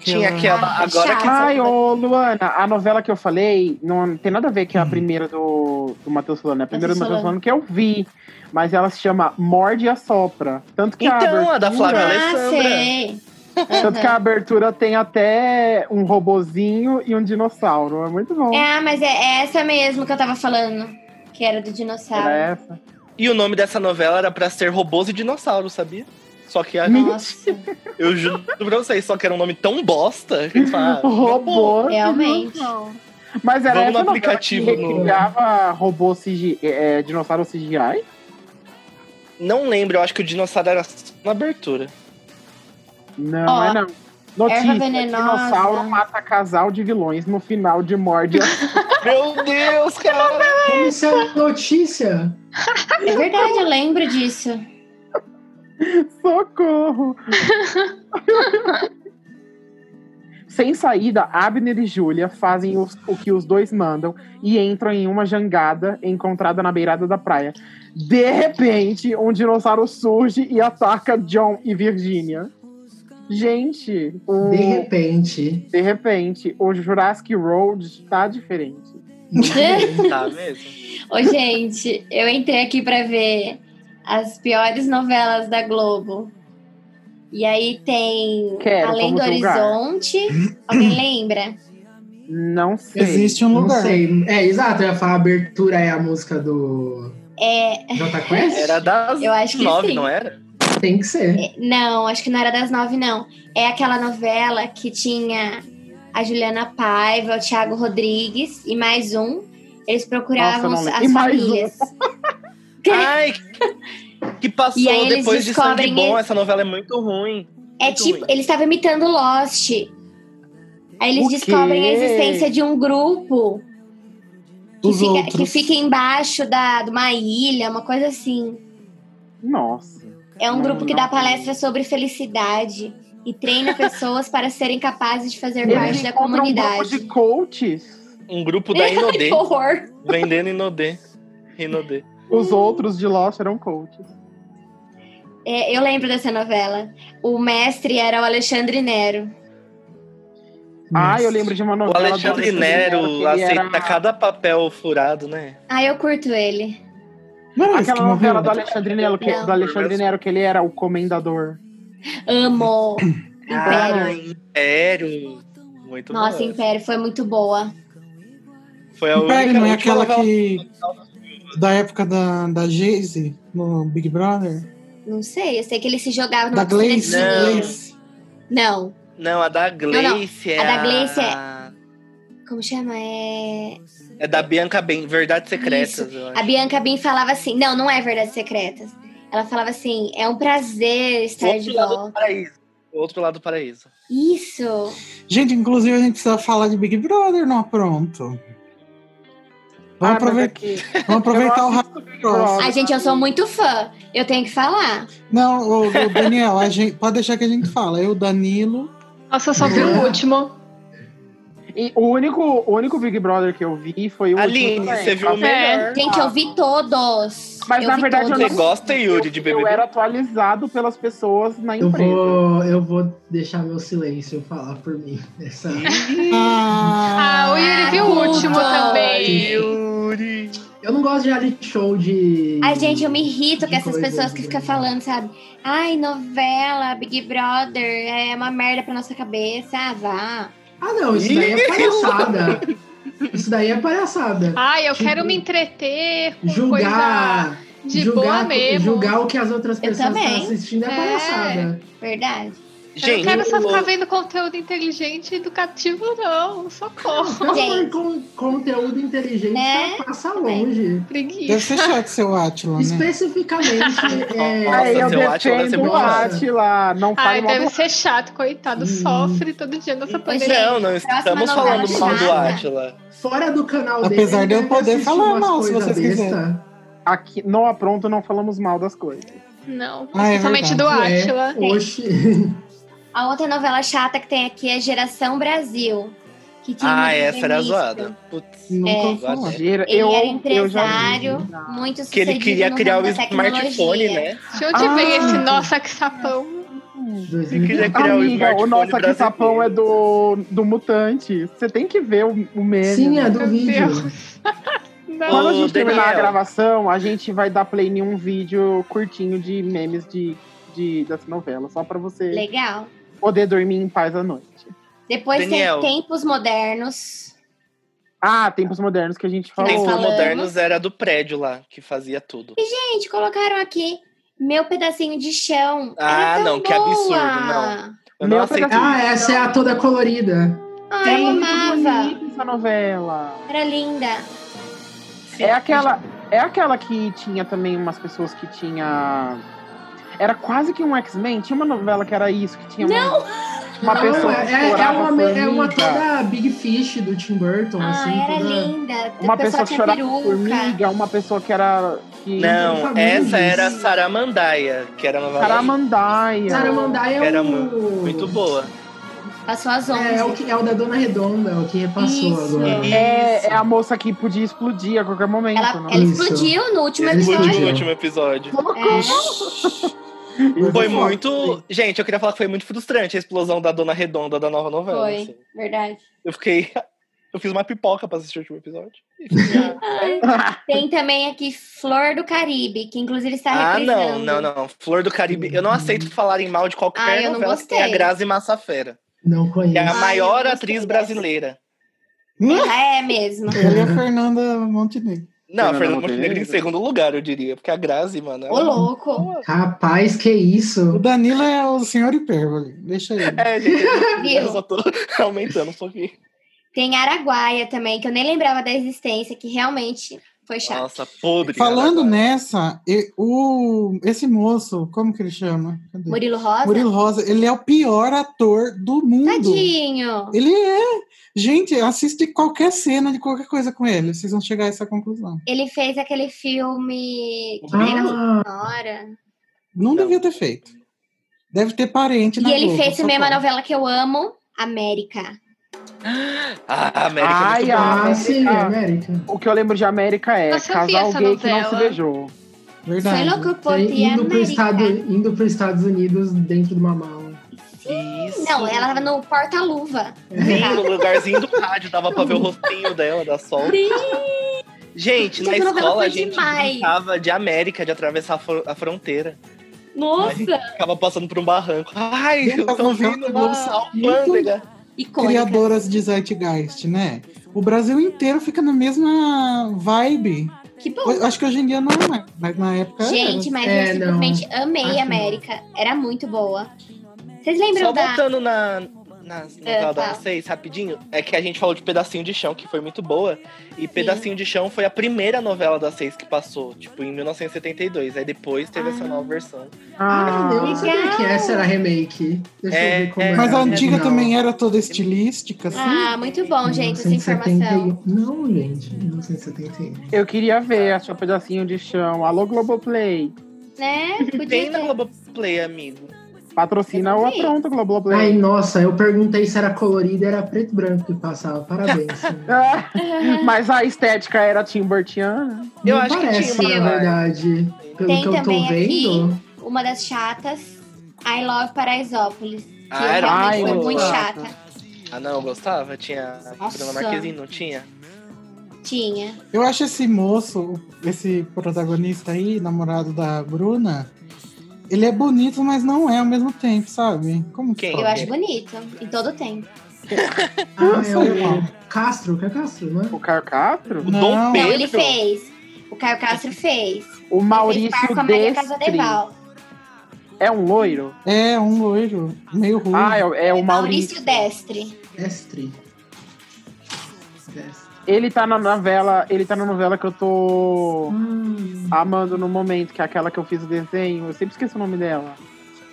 Speaker 6: Tinha aquela.
Speaker 4: Ah,
Speaker 6: agora que. tá-
Speaker 4: chato.
Speaker 2: Ai, ô Luana, a novela que eu falei não tem nada a ver que é a primeira do, do Matheus Solano. É a primeira do Matheus Solano que eu vi. Mas ela se chama Morde e Assopra. Tanto que a
Speaker 6: Então,
Speaker 2: abertura,
Speaker 6: a da Flávia
Speaker 4: Ah,
Speaker 6: Alessandra.
Speaker 4: sei. né?
Speaker 2: Tanto que a abertura tem até um robozinho e um dinossauro. É muito bom.
Speaker 4: Ah, mas é, é essa mesmo que eu tava falando. Que era do dinossauro.
Speaker 2: Era essa.
Speaker 6: E o nome dessa novela era pra ser Robôs e Dinossauros, sabia? Só que a,
Speaker 2: é
Speaker 4: Nossa,
Speaker 6: eu juro pra vocês, só que era um nome tão bosta. Que eles falaram, ah,
Speaker 2: Robô.
Speaker 4: realmente.
Speaker 2: Mas era
Speaker 6: Vamos
Speaker 2: essa
Speaker 6: no
Speaker 2: novela
Speaker 6: aplicativo
Speaker 2: que
Speaker 6: no-
Speaker 2: recriava robô CGI, é, é, dinossauro CGI?
Speaker 6: Não lembro, eu acho que o dinossauro era só na abertura.
Speaker 2: Não,
Speaker 4: Ó,
Speaker 2: é não. Notícia,
Speaker 4: erva venenosa.
Speaker 2: dinossauro mata casal de vilões no final de Morde.
Speaker 6: Meu Deus, cara!
Speaker 5: Como isso é notícia?
Speaker 4: É verdade, eu lembro disso.
Speaker 2: Socorro! Sem saída, Abner e Júlia fazem os- o que os dois mandam e entram em uma jangada encontrada na beirada da praia. De repente, um dinossauro surge e ataca John e Virginia. Gente, um o-
Speaker 5: De repente.
Speaker 2: de repente, o Jurassic World tá diferente.
Speaker 6: tá mesmo?
Speaker 4: Ô, gente, eu entrei aqui pra ver as piores novelas da Globo. E aí tem
Speaker 2: Quero,
Speaker 4: Além do
Speaker 2: vamos julgar.
Speaker 4: Horizonte. Alguém lembra?
Speaker 2: Não sei.
Speaker 1: Existe um
Speaker 5: Não
Speaker 1: lugar.
Speaker 5: sei. É, exato. Eu ia falar a abertura é a música do
Speaker 4: É,
Speaker 5: Jota Quest?
Speaker 6: Era das
Speaker 4: Eu acho que
Speaker 6: nove,
Speaker 4: sim.
Speaker 6: não era?
Speaker 5: Tem que ser.
Speaker 2: É,
Speaker 4: não, acho que não era das nove, não. É aquela novela que tinha a Juliana Paiva, o Thiago Rodrigues e mais um. Eles procuravam
Speaker 2: Nossa, não lembro.
Speaker 4: as
Speaker 2: E mais um.
Speaker 4: famílias. É
Speaker 6: Ai, que- que passou
Speaker 4: E aí eles
Speaker 6: depois de Sangue
Speaker 4: descobrem
Speaker 6: Bom.
Speaker 4: esse-
Speaker 6: Essa novela é muito ruim.
Speaker 4: É
Speaker 6: Muito
Speaker 4: tipo,
Speaker 6: ruim.
Speaker 4: eles estavam imitando Lost. Aí eles
Speaker 2: O quê?
Speaker 4: descobrem a existência de um grupo que
Speaker 1: Dos
Speaker 4: fica, que
Speaker 1: outros.
Speaker 4: fica embaixo da, de uma ilha, uma coisa assim.
Speaker 2: Nossa.
Speaker 4: É um
Speaker 2: Não,
Speaker 4: grupo que dá
Speaker 2: não.
Speaker 4: palestra sobre felicidade e treina pessoas para serem capazes de fazer parte
Speaker 2: Eles
Speaker 4: da
Speaker 2: encontram um grupo
Speaker 4: comunidade.
Speaker 2: de coaches
Speaker 6: Um grupo da Inodê,
Speaker 4: Que horror!
Speaker 6: vendendo Inodê. Inodê.
Speaker 2: Os outros de Lost eram coaches.
Speaker 4: É, eu lembro dessa novela. O mestre era o Alexandre Nero.
Speaker 2: Ah, eu lembro de uma
Speaker 6: O
Speaker 2: novela. do
Speaker 6: Alexandre
Speaker 2: que
Speaker 6: Nero
Speaker 2: ele
Speaker 6: aceita
Speaker 2: era-
Speaker 6: cada papel furado, né?
Speaker 4: Ah, eu curto ele.
Speaker 1: Não era isso que
Speaker 2: Aquela novela do
Speaker 1: morreu?
Speaker 2: Alexandre, Nero, que,
Speaker 4: Não.
Speaker 2: do Alexandre Nero, que ele era o comendador.
Speaker 4: Amo. Império.
Speaker 6: Ah, Império. Muito
Speaker 4: Nossa,
Speaker 6: bom.
Speaker 4: Império foi muito boa.
Speaker 6: Foi a
Speaker 1: Peraí,
Speaker 6: única,
Speaker 1: não é
Speaker 6: última
Speaker 1: aquela
Speaker 6: novela
Speaker 1: que. Da época da, da Jayce no Big Brother?
Speaker 4: Não sei, eu sei que ele se jogava
Speaker 1: Da
Speaker 4: numa
Speaker 1: Glaze?
Speaker 4: piscina de
Speaker 6: Não.
Speaker 4: dinheiro.
Speaker 1: Glaze.
Speaker 4: Não.
Speaker 6: Não, a da
Speaker 4: A
Speaker 6: Gleice. é
Speaker 4: da Gleice Como chama? É...
Speaker 6: É da Bianca Bem, Verdades Secretas. eu acho.
Speaker 4: A Bianca Bin falava assim: não, não é Verdades Secretas. Ela falava assim: é um prazer
Speaker 6: O
Speaker 4: estar de
Speaker 6: outro lado do
Speaker 4: volta.
Speaker 6: paraíso. O outro lado do paraíso.
Speaker 4: Isso!
Speaker 1: Gente, inclusive a gente precisa falar de Big Brother no apronto. Vamos,
Speaker 2: Ah, é
Speaker 1: aproveitar- vamos aproveitar o rápido próximo.
Speaker 4: Ai, gente, eu sou muito fã. Eu tenho que falar.
Speaker 1: Não, o, Daniel, a gente, pode deixar que a gente fala. Eu, Danilo.
Speaker 3: Nossa, eu só vi o último.
Speaker 2: E o único, o único Big Brother que eu vi foi o
Speaker 6: Aline,
Speaker 2: último também.
Speaker 6: você viu o melhor.
Speaker 4: É, Gente, eu vi todos.
Speaker 2: Mas
Speaker 4: eu
Speaker 2: na
Speaker 4: vi
Speaker 2: verdade eu
Speaker 4: todos.
Speaker 6: Você
Speaker 2: não
Speaker 6: gosta, Yuri, de
Speaker 2: Eu
Speaker 6: BBB?
Speaker 2: era atualizado pelas pessoas na
Speaker 5: Eu
Speaker 2: empresa.
Speaker 5: vou, eu vou deixar meu silêncio falar por mim. Essa...
Speaker 3: Ah, o Yuri viu o último
Speaker 4: puta.
Speaker 3: também.
Speaker 6: Yuri.
Speaker 5: Eu não gosto de reality show de.
Speaker 4: Ai, gente, eu me irrito com
Speaker 5: de
Speaker 4: essas
Speaker 5: coisa,
Speaker 4: pessoas que
Speaker 5: de-
Speaker 4: ficam falando, sabe? Ai, novela, Big Brother, é uma merda pra nossa cabeça. Ah, vá.
Speaker 5: Ah, não, isso daí é palhaçada. Isso daí é palhaçada.
Speaker 3: Ai, eu
Speaker 5: Tipo,
Speaker 3: quero me entreter com
Speaker 5: Julgar.
Speaker 3: coisa de boa
Speaker 5: julgar,
Speaker 3: mesmo.
Speaker 5: julgar o que as outras
Speaker 4: Eu
Speaker 5: pessoas estão
Speaker 4: também.
Speaker 5: assistindo é,
Speaker 3: É.
Speaker 5: palhaçada.
Speaker 4: Verdade.
Speaker 3: Eu não
Speaker 6: Gente,
Speaker 3: quero só
Speaker 6: o-
Speaker 3: ficar vendo conteúdo inteligente e educativo, não. Socorro.
Speaker 5: Não,
Speaker 4: Gente.
Speaker 5: por con- conteúdo inteligente
Speaker 4: Né?
Speaker 5: já passa
Speaker 4: Também.
Speaker 1: Né?
Speaker 5: longe.
Speaker 3: Preguiça.
Speaker 1: Deve ser chato seu Atila, né?
Speaker 5: Especificamente. é,
Speaker 6: Nossa,
Speaker 2: Aí eu
Speaker 6: seu Átila deve ser
Speaker 2: defendo o
Speaker 6: muito
Speaker 5: massa.
Speaker 2: Atila, não fale
Speaker 3: Ai,
Speaker 2: mal
Speaker 3: deve
Speaker 2: do
Speaker 3: ser chato, coitado.
Speaker 5: Hum.
Speaker 3: Sofre todo dia nessa
Speaker 4: Pois
Speaker 3: pandemia.
Speaker 6: Não, não estamos
Speaker 4: novela
Speaker 6: falando mal do
Speaker 4: chata.
Speaker 6: Átila.
Speaker 5: fora do canal dele.
Speaker 1: Apesar de eu
Speaker 5: deve
Speaker 1: poder
Speaker 5: assistir
Speaker 1: falar
Speaker 5: umas
Speaker 1: mal, se
Speaker 5: coisa
Speaker 1: vocês
Speaker 5: besta.
Speaker 1: quiserem.
Speaker 2: Aqui, não apronto, não falamos mal das coisas.
Speaker 3: Não,
Speaker 1: Ah, é
Speaker 3: principalmente do
Speaker 5: É,
Speaker 3: Átila.
Speaker 5: Oxi.
Speaker 4: A outra novela chata que tem aqui é Geração Brasil. Que tinha um
Speaker 6: Ah, essa era
Speaker 4: ministro
Speaker 6: zoada. Putz.
Speaker 1: Nunca
Speaker 4: É.
Speaker 1: ouvi falar.
Speaker 2: Gira-
Speaker 4: Ele
Speaker 2: eu,
Speaker 4: era
Speaker 2: eu já vi.
Speaker 4: empresário, muito sucedido
Speaker 6: Que ele queria
Speaker 4: no
Speaker 6: criar
Speaker 4: ramo
Speaker 6: o
Speaker 4: da tecnologia.
Speaker 6: smartphone, né?
Speaker 1: É.
Speaker 3: De onde vem
Speaker 2: Ah.
Speaker 3: esse
Speaker 1: tá.
Speaker 3: nossa que sapão?
Speaker 6: Ele queria criar o
Speaker 2: Amiga,
Speaker 6: smartphone
Speaker 2: o nosso aqui sapão é do, do mutante. Você tem que ver o, o meme.
Speaker 5: Sim, é do
Speaker 3: Meu
Speaker 5: vídeo.
Speaker 3: Deus.
Speaker 2: Quando a
Speaker 3: Não.
Speaker 6: Ô,
Speaker 2: gente terminar a
Speaker 6: Daniel.
Speaker 2: gravação, a gente vai dar play em um vídeo curtinho de memes de, de, dessa novela, só pra você
Speaker 4: Legal.
Speaker 2: poder dormir em paz à noite.
Speaker 4: Depois
Speaker 6: Daniel.
Speaker 4: tem Tempos Modernos.
Speaker 2: Ah, tempos modernos que a gente
Speaker 4: nós
Speaker 6: Tempos
Speaker 2: falou.
Speaker 4: falamos.
Speaker 6: modernos era do prédio lá, que fazia tudo.
Speaker 4: Gente, colocaram aqui meu pedacinho de chão.
Speaker 6: Ah,
Speaker 4: Era tão
Speaker 6: não, que
Speaker 4: boa.
Speaker 6: absurdo, não. Eu não
Speaker 2: Meu
Speaker 6: aceito
Speaker 5: Ah, essa é a toda colorida.
Speaker 2: É
Speaker 4: Ai, eu
Speaker 2: muito
Speaker 4: amava.
Speaker 2: bonita essa novela.
Speaker 4: Era linda.
Speaker 2: É aquela, é aquela que tinha também umas pessoas que tinha. Era quase que um X-Men. Tinha uma novela que era isso, que tinha uma, uma
Speaker 5: Não,
Speaker 2: pessoa.
Speaker 5: é,
Speaker 2: que
Speaker 5: é- é
Speaker 2: explorava
Speaker 5: uma, me- é uma
Speaker 2: formiga.
Speaker 5: toda Big Fish do Tim Burton,
Speaker 4: Ah,
Speaker 5: assim.
Speaker 4: era
Speaker 5: toda-
Speaker 4: linda.
Speaker 2: né? uma
Speaker 4: o pessoal
Speaker 2: pessoa que
Speaker 4: tinha
Speaker 2: chorava por
Speaker 4: peruca.
Speaker 2: formiga, uma pessoa que era. Que
Speaker 6: Não,
Speaker 5: Família.
Speaker 6: essa era Saramandaia, que era uma novela
Speaker 2: Caramandaia.
Speaker 5: Saramandaia é
Speaker 6: Era
Speaker 5: o...
Speaker 6: muito boa.
Speaker 4: Passou as ondas.
Speaker 5: É, é o que, é o da Dona Redonda, o que repassou
Speaker 4: Isso.
Speaker 5: agora.
Speaker 2: É, é a moça que podia explodir a qualquer momento.
Speaker 4: Ela,
Speaker 2: né?
Speaker 4: ela
Speaker 5: Isso.
Speaker 4: explodiu no último
Speaker 5: Ela
Speaker 4: episódio.
Speaker 6: Explodiu no
Speaker 5: explodiu.
Speaker 6: último episódio.
Speaker 4: É.
Speaker 6: Foi
Speaker 5: Muito bom.
Speaker 6: muito. Gente, eu queria falar que foi muito frustrante a explosão da Dona Redonda da nova novela.
Speaker 4: Foi.
Speaker 6: assim.
Speaker 4: Verdade.
Speaker 6: Eu fiquei. Eu fiz uma pipoca pra assistir o último episódio.
Speaker 4: Tem também aqui Flor do Caribe, que inclusive está
Speaker 6: Ah, não,
Speaker 4: reprisando.
Speaker 6: não, não. Flor do Caribe. Eu não aceito falarem mal de qualquer
Speaker 4: Ah, eu não
Speaker 6: novela que
Speaker 4: gostei.
Speaker 6: tem a Grazi Massafera,
Speaker 5: Não
Speaker 6: que é a
Speaker 5: conheço.
Speaker 4: Ai, eu
Speaker 6: maior
Speaker 4: não
Speaker 6: atriz
Speaker 4: gostei
Speaker 6: brasileira.
Speaker 4: Ela é mesmo.
Speaker 1: Ele é Fernanda Montenegro.
Speaker 6: Não, a
Speaker 2: Fernanda
Speaker 6: Fernanda Montenegro em
Speaker 2: Montenegro.
Speaker 6: segundo lugar, eu diria. Porque a Grazi, mano.
Speaker 4: Ô,
Speaker 5: Então,
Speaker 6: ela-
Speaker 4: louco.
Speaker 5: Rapaz, que
Speaker 1: O
Speaker 5: isso.
Speaker 1: Danilo é o senhor hipérbole. Deixa ele.
Speaker 6: É, gente, eu
Speaker 4: Viu?
Speaker 6: só tô aumentando um pouquinho.
Speaker 4: Tem Araguaia também, que eu nem lembrava da existência, que realmente foi chato.
Speaker 6: Nossa, podre.
Speaker 1: Falando
Speaker 6: cara.
Speaker 1: nessa, e- o, esse moço, como que ele chama? Cadê?
Speaker 4: Murilo Rosa?
Speaker 1: Murilo Rosa, ele é o pior ator do mundo.
Speaker 4: Tadinho.
Speaker 1: Ele é. Gente, assiste qualquer cena de qualquer coisa com ele. Vocês vão chegar a essa conclusão.
Speaker 4: Ele fez aquele filme que tem
Speaker 5: Ah,
Speaker 4: na sonora.
Speaker 1: Não, devia ter feito. Deve ter parente
Speaker 5: tá
Speaker 1: na
Speaker 4: E ele
Speaker 1: Globo,
Speaker 4: fez também uma
Speaker 1: socorro.
Speaker 4: novela que eu amo, América.
Speaker 6: Ah, a América é
Speaker 2: Ai,
Speaker 6: muito
Speaker 2: a-
Speaker 6: boa.
Speaker 5: ah, sim,
Speaker 2: Ah.
Speaker 5: América.
Speaker 2: O que eu lembro de América é
Speaker 3: Nossa, eu vi
Speaker 2: casal
Speaker 3: essa
Speaker 2: gay que não se
Speaker 3: novela.
Speaker 2: beijou.
Speaker 1: Verdade.
Speaker 4: Foi louco por ti,
Speaker 5: Tá Indo para
Speaker 4: América.
Speaker 5: estado, indo pros Estados Unidos dentro de uma mala.
Speaker 6: Isso.
Speaker 4: Não, ela tava no porta-luva.
Speaker 6: Sim, no lugarzinho do rádio, dava pra ver o rostinho dela, da sol.
Speaker 4: Sim.
Speaker 6: Gente, na
Speaker 4: Essa novela
Speaker 6: escola a
Speaker 4: foi
Speaker 6: gente
Speaker 4: demais.
Speaker 6: brincava de América, de atravessar a, fro- a fronteira.
Speaker 4: Nossa!
Speaker 6: Ficava passando por um barranco. Ai,
Speaker 1: Dentro
Speaker 6: eu
Speaker 1: das
Speaker 6: tô
Speaker 1: novelas
Speaker 6: vindo
Speaker 1: da
Speaker 5: um
Speaker 1: Globo
Speaker 6: uma
Speaker 1: são
Speaker 6: alfândega.
Speaker 4: Icônica.
Speaker 1: Criadoras de Zeitgeist, né? O Brasil inteiro fica na mesma vibe.
Speaker 4: Que bom.
Speaker 1: Eu Acho que hoje em dia não é mais, mas na época
Speaker 4: Gente, mas
Speaker 5: É,
Speaker 4: eu
Speaker 5: não.
Speaker 4: simplesmente amei
Speaker 5: Acho
Speaker 4: América. Era muito boa. Vocês lembram
Speaker 6: Só
Speaker 4: da.
Speaker 6: voltando na, nas
Speaker 4: né? É,
Speaker 6: novela
Speaker 4: tá.
Speaker 6: das seis, rapidinho, é que a gente falou de Pedacinho de Chão, que foi muito boa. E Pedacinho de Chão foi a primeira novela das seis que passou, tipo, em 1972. Aí depois teve essa nova versão.
Speaker 5: Ah, eu não sabia que essa era a remake. Deixa
Speaker 6: É,
Speaker 5: eu ver como
Speaker 6: é.
Speaker 5: era.
Speaker 1: Mas a antiga
Speaker 5: original.
Speaker 1: também era toda estilística, assim.
Speaker 4: Ah, muito bom, gente, essa informação.
Speaker 5: 1971. Não, gente, 1971.
Speaker 2: Eu queria ver, achou um pedacinho de chão. Alô, Globoplay.
Speaker 4: Né? Podia
Speaker 6: Tem na
Speaker 4: ter.
Speaker 6: Globoplay, amigo.
Speaker 2: Patrocina ou
Speaker 4: Sim.
Speaker 2: apronta,
Speaker 5: Ai,
Speaker 2: Globoplay.
Speaker 5: nossa, eu perguntei se era colorido, era preto e branco que passava. Parabéns. né?
Speaker 2: É. Mas a estética era Tim né? Burtiana.
Speaker 6: Eu
Speaker 5: Não
Speaker 6: acho que
Speaker 5: parece,
Speaker 6: tinha uma
Speaker 5: na
Speaker 6: vibe.
Speaker 5: verdade. Pelo
Speaker 4: Tem
Speaker 5: que eu tô
Speaker 4: também aqui.
Speaker 5: vendo.
Speaker 4: Uma das chatas, I Love Paraisópolis. Que
Speaker 6: Ah,
Speaker 4: eu
Speaker 6: era
Speaker 4: realmente
Speaker 2: muito
Speaker 4: foi
Speaker 2: boa.
Speaker 4: muito chata.
Speaker 6: Ah, não, eu gostava? Tinha a
Speaker 4: Nossa.
Speaker 6: Bruna Marquezine, não tinha?
Speaker 4: Tinha.
Speaker 1: Eu acho esse moço, esse protagonista aí, namorado da Bruna, ele é bonito, mas não é ao mesmo tempo, sabe? Como que
Speaker 6: Quem?
Speaker 1: fala?
Speaker 4: Eu acho bonito. Em todo tempo.
Speaker 5: Ah, é
Speaker 1: Sei lá.
Speaker 5: o Castro, que é Castro, né?
Speaker 2: O Caio Castro?
Speaker 6: O Dom
Speaker 1: Não.
Speaker 4: Não,
Speaker 6: Pedro.
Speaker 4: ele fez. O Caio Castro fez.
Speaker 2: O
Speaker 4: Ele fez par com
Speaker 2: Maurício
Speaker 4: a Maria Ah,
Speaker 2: Destri.
Speaker 4: Casadeval.
Speaker 2: É um loiro?
Speaker 1: É, um loiro, meio ruim.
Speaker 2: Ah, é, é o Maurício.
Speaker 4: Maurício Destre.
Speaker 5: Mestre. Mestre.
Speaker 2: Ele tá na novela, ele tá na novela que eu tô
Speaker 5: Hum,
Speaker 2: amando no momento, que é aquela que eu fiz o desenho. Eu sempre esqueço o nome dela.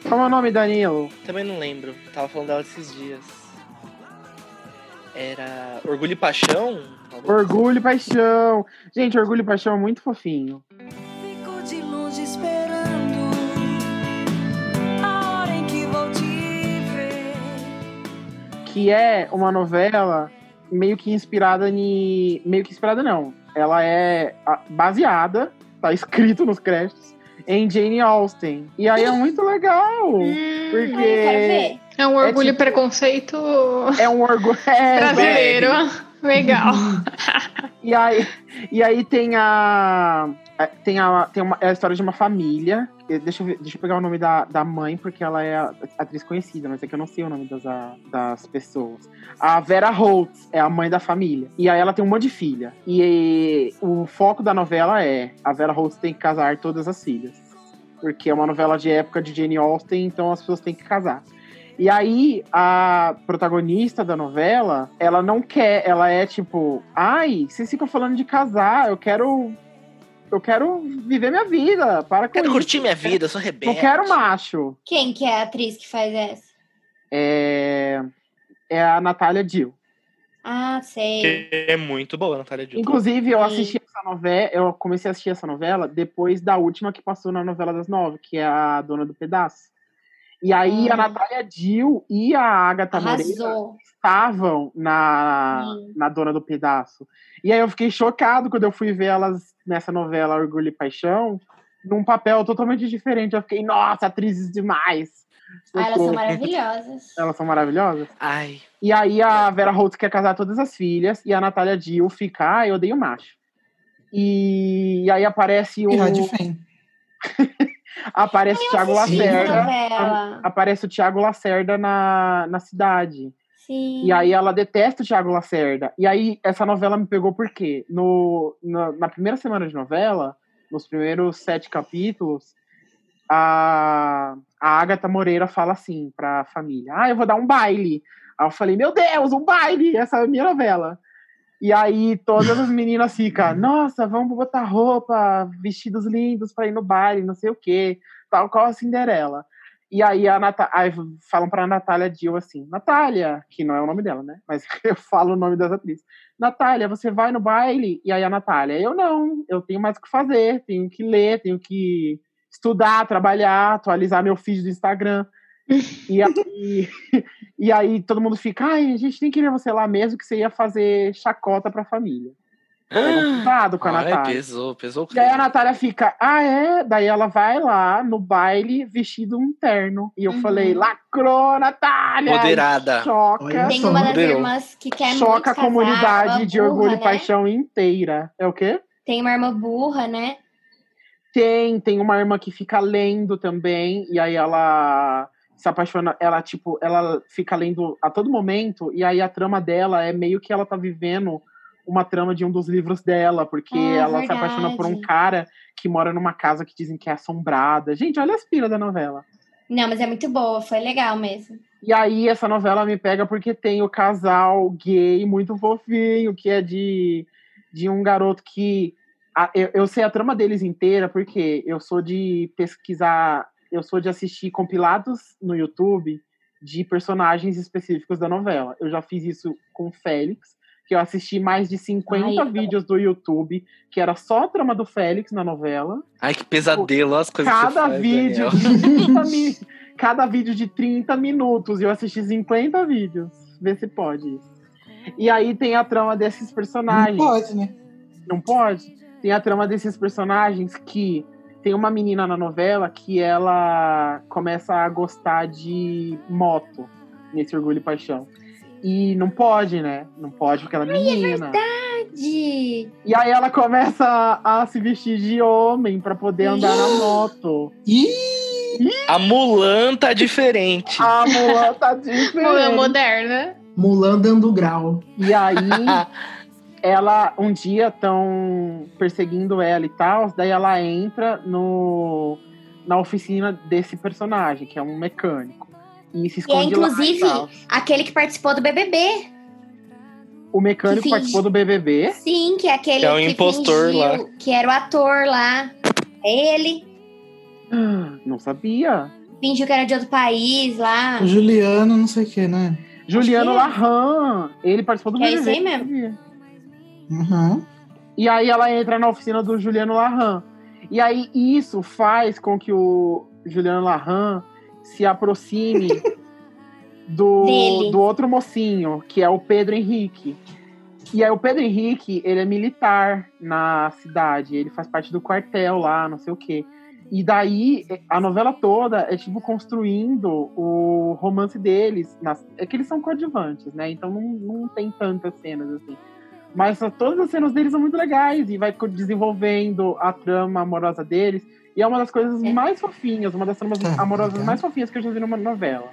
Speaker 2: Qual é o nome, Danilo?
Speaker 6: Também não lembro. Tava falando dela esses dias. Era Orgulho e Paixão?
Speaker 2: Orgulho e Paixão. Gente, Orgulho e Paixão é muito fofinho.
Speaker 9: Fico de longe esperando a hora em que vou te ver.
Speaker 2: Que é uma novela meio que inspirada em. Meio que inspirada, não. Ela é a- baseada, tá escrito nos créditos, em Jane Austen. E aí é muito legal.
Speaker 4: Ai,
Speaker 2: Porque
Speaker 4: Hum, Ah, quero ver.
Speaker 3: É um
Speaker 2: É
Speaker 3: orgulho e
Speaker 2: tipo-
Speaker 3: preconceito
Speaker 2: é um orgulho. É,
Speaker 3: brasileiro. Legal.
Speaker 1: Uhum.
Speaker 2: E aí, e aí tem a. é, Tem, a, tem uma, é a história de uma família. Eu- Deixa eu, ver- deixa eu pegar o nome da, da mãe, porque ela é a- atriz conhecida, mas é que eu não sei o nome das, a- das pessoas. A Vera Holtz é a mãe da família. E aí ela tem um monte de filha. E, o foco da novela é: a Vera Holtz tem que casar todas as filhas. Porque é uma novela de época de Jane Austen, então as pessoas têm que casar. E aí, a protagonista da novela, ela não quer, ela é tipo, ai, vocês ficam falando de casar, eu quero. Eu quero viver minha vida. Para com
Speaker 6: Quero
Speaker 2: isso.
Speaker 6: curtir minha vida, eu sou rebelde.
Speaker 2: Não quero macho.
Speaker 4: Quem que é a atriz que faz essa?
Speaker 2: É, é a Natália Dill.
Speaker 4: Ah, sei.
Speaker 6: Que É muito boa, Natália Dill.
Speaker 2: Inclusive, eu
Speaker 4: Sim.
Speaker 2: assisti essa novela, eu comecei a assistir essa novela depois da última que passou na novela das nove, que é a Dona do Pedaço. E aí
Speaker 4: Hum.
Speaker 2: a Natália Dill e a Agatha Moreira
Speaker 4: Arrasou. Hum.
Speaker 2: estavam na,
Speaker 4: Sim.
Speaker 2: na Dona do Pedaço. E aí eu fiquei chocado quando eu fui ver elas nessa novela Orgulho e Paixão, num papel totalmente diferente. Eu fiquei, nossa, atrizes demais!
Speaker 4: Ah, elas são
Speaker 2: Socorro.
Speaker 4: maravilhosas.
Speaker 2: Elas são maravilhosas?
Speaker 6: Ai,
Speaker 2: E aí a Vera Holtz quer casar todas as filhas e a Natália Dill fica, ah, eu odeio macho. E aí aparece o
Speaker 1: E Rádio Fem.
Speaker 2: aparece o Thiago
Speaker 4: Assisti essa
Speaker 2: Lacerda,
Speaker 4: novela.
Speaker 2: aparece o Thiago Lacerda na, na cidade.
Speaker 4: Sim.
Speaker 2: E aí ela detesta o Thiago Lacerda. E aí essa novela me pegou por quê? No, na, na primeira semana de novela, nos primeiros sete capítulos, a, a Agatha Moreira fala assim pra família: Ah, eu vou dar um baile. Aí eu falei: Meu Deus, um baile! Essa é a minha novela. E aí todas as meninas ficam: Nossa, vamos botar roupa, vestidos lindos pra ir no baile, não sei o quê, tal qual a Cinderela. E aí a Nata- aí falam pra Natália Dill assim, Natália, que não é o nome dela, né? Mas eu falo o nome das atrizes. Natália, você vai no baile? E aí a Natália, eu não, eu tenho mais o que fazer, tenho que ler, tenho que estudar, trabalhar, atualizar meu feed do Instagram. E aí, e aí todo mundo fica, ai, a gente nem queria você lá mesmo, que você ia fazer chacota pra família. Cuidado com a
Speaker 6: ai
Speaker 2: Natália.
Speaker 6: pesou, pesou.
Speaker 2: E aí a Natália fica, ah, é? Daí ela vai lá no baile vestido um terno. E eu
Speaker 4: Uhum.
Speaker 2: falei, lacrou, Natália!
Speaker 6: Moderada.
Speaker 2: E Choca.
Speaker 5: Olha.
Speaker 4: Tem
Speaker 5: Nossa,
Speaker 4: uma das
Speaker 6: meu.
Speaker 4: irmãs que quer muito
Speaker 2: Choca a
Speaker 4: casar,
Speaker 2: comunidade
Speaker 4: uma
Speaker 2: de
Speaker 4: burra,
Speaker 2: orgulho e
Speaker 4: né?
Speaker 2: paixão inteira. É o quê?
Speaker 4: Tem uma irmã burra, né?
Speaker 2: Tem, tem uma irmã que fica lendo também, e aí ela se apaixona, ela tipo, ela fica lendo a todo momento, e aí a trama dela é meio que ela tá vivendo uma trama de um dos livros dela, porque
Speaker 4: Ah,
Speaker 2: ela se
Speaker 4: verdade.
Speaker 2: apaixona por um cara que mora numa casa que dizem que é assombrada. Gente, olha as pira da novela.
Speaker 4: Não, mas é muito boa, foi legal mesmo.
Speaker 2: E aí, essa novela me pega porque tem o casal gay muito fofinho, que é de, de um garoto que. a- eu, eu sei a trama deles inteira, porque eu sou de pesquisar, eu sou de assistir compilados no YouTube de personagens específicos da novela. Eu já fiz isso com o Félix, que eu assisti mais de 50
Speaker 4: Ai,
Speaker 2: vídeos do YouTube, que era só a trama do Félix na novela
Speaker 6: Ai, que pesadelo, olha as coisas que você
Speaker 2: cada
Speaker 6: faz,
Speaker 2: vídeo
Speaker 6: Daniel.
Speaker 2: de 30 mi- cada vídeo de 30 minutos. Eu assisti 50 vídeos. Vê se pode isso. E aí tem a trama desses personagens.
Speaker 1: Não pode, né?
Speaker 2: Não pode? Tem a trama desses personagens que tem uma menina na novela que ela começa a gostar de moto nesse Orgulho e Paixão. E não pode, né? Não pode porque ela é menina.
Speaker 4: De...
Speaker 2: E aí ela começa a, a se vestir de homem pra poder andar na moto.
Speaker 6: A Mulan tá diferente.
Speaker 2: A Mulan tá diferente.
Speaker 3: Mulan moderna.
Speaker 5: Mulan dando grau.
Speaker 2: E aí, ela, um dia estão perseguindo ela e tal, daí ela entra no, na oficina desse personagem, que é um mecânico. E se
Speaker 4: E é
Speaker 2: esconde lá e
Speaker 4: inclusive
Speaker 2: tal.
Speaker 4: aquele que participou do BBB.
Speaker 2: O mecânico
Speaker 4: Sim.
Speaker 2: participou do BBB.
Speaker 4: Sim, que é aquele
Speaker 6: Que é o impostor
Speaker 4: fingiu
Speaker 6: lá.
Speaker 4: que era o ator lá. É ele.
Speaker 2: Não sabia.
Speaker 4: Fingiu que era de outro país lá.
Speaker 1: O Juliano, não sei o que, né?
Speaker 2: Juliano
Speaker 4: é.
Speaker 2: Larran, ele participou do
Speaker 4: É
Speaker 2: BBB.
Speaker 4: isso aí mesmo.
Speaker 1: Uhum.
Speaker 2: E aí ela entra na oficina do Juliano Larran. E aí isso faz com que o Juliano Larran se aproxime do,
Speaker 4: Dele.
Speaker 2: do outro mocinho, que é o Pedro Henrique. E aí o Pedro Henrique, ele é militar na cidade, ele faz parte do quartel lá, não sei o quê. E daí a novela toda é tipo construindo o romance deles. nas- É que eles são coadjuvantes, né? Então não, não tem tantas cenas assim. Mas só- todas as cenas deles são muito legais e vai co- desenvolvendo a trama amorosa deles. E é uma das coisas
Speaker 4: É.
Speaker 2: mais fofinhas, uma das tramas
Speaker 1: Tá,
Speaker 2: amorosas
Speaker 1: legal.
Speaker 2: mais fofinhas que eu já vi numa novela.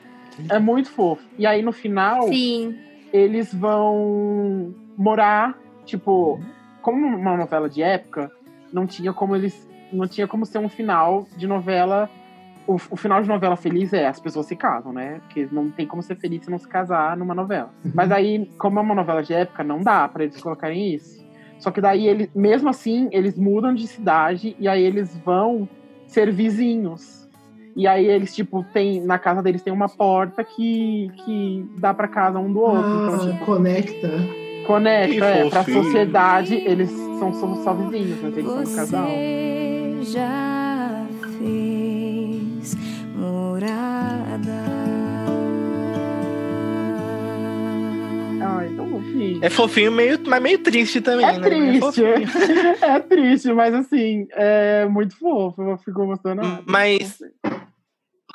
Speaker 2: É muito fofo. E aí no final,
Speaker 4: Sim.
Speaker 2: eles vão morar, tipo, como uma novela de época, não tinha como eles. Não tinha como ser um final de novela. O, o final de novela feliz é as pessoas se casam, né? Porque não tem como ser feliz se não se casar numa novela. Mas aí, como é uma novela de época, não dá pra eles colocarem isso. Só que daí, ele, mesmo assim, eles mudam de cidade e aí eles vão ser vizinhos. E aí eles, tipo, tem. Na casa deles tem uma porta que, que dá pra casa um do outro. então, tipo,
Speaker 5: Ah, conecta.
Speaker 6: Que
Speaker 2: Conecta, é. Pra
Speaker 6: fofinho.
Speaker 2: sociedade, eles são só, só vizinhos, né? Eles são um casal.
Speaker 9: Você já fez morada.
Speaker 2: Ai, tão fofinho.
Speaker 6: É fofinho, meio, mas meio triste também,
Speaker 2: É
Speaker 6: né?
Speaker 2: triste.
Speaker 6: fofinho.
Speaker 2: É triste, mas assim, é muito fofo. Eu fico gostando.
Speaker 6: Hum, Mas,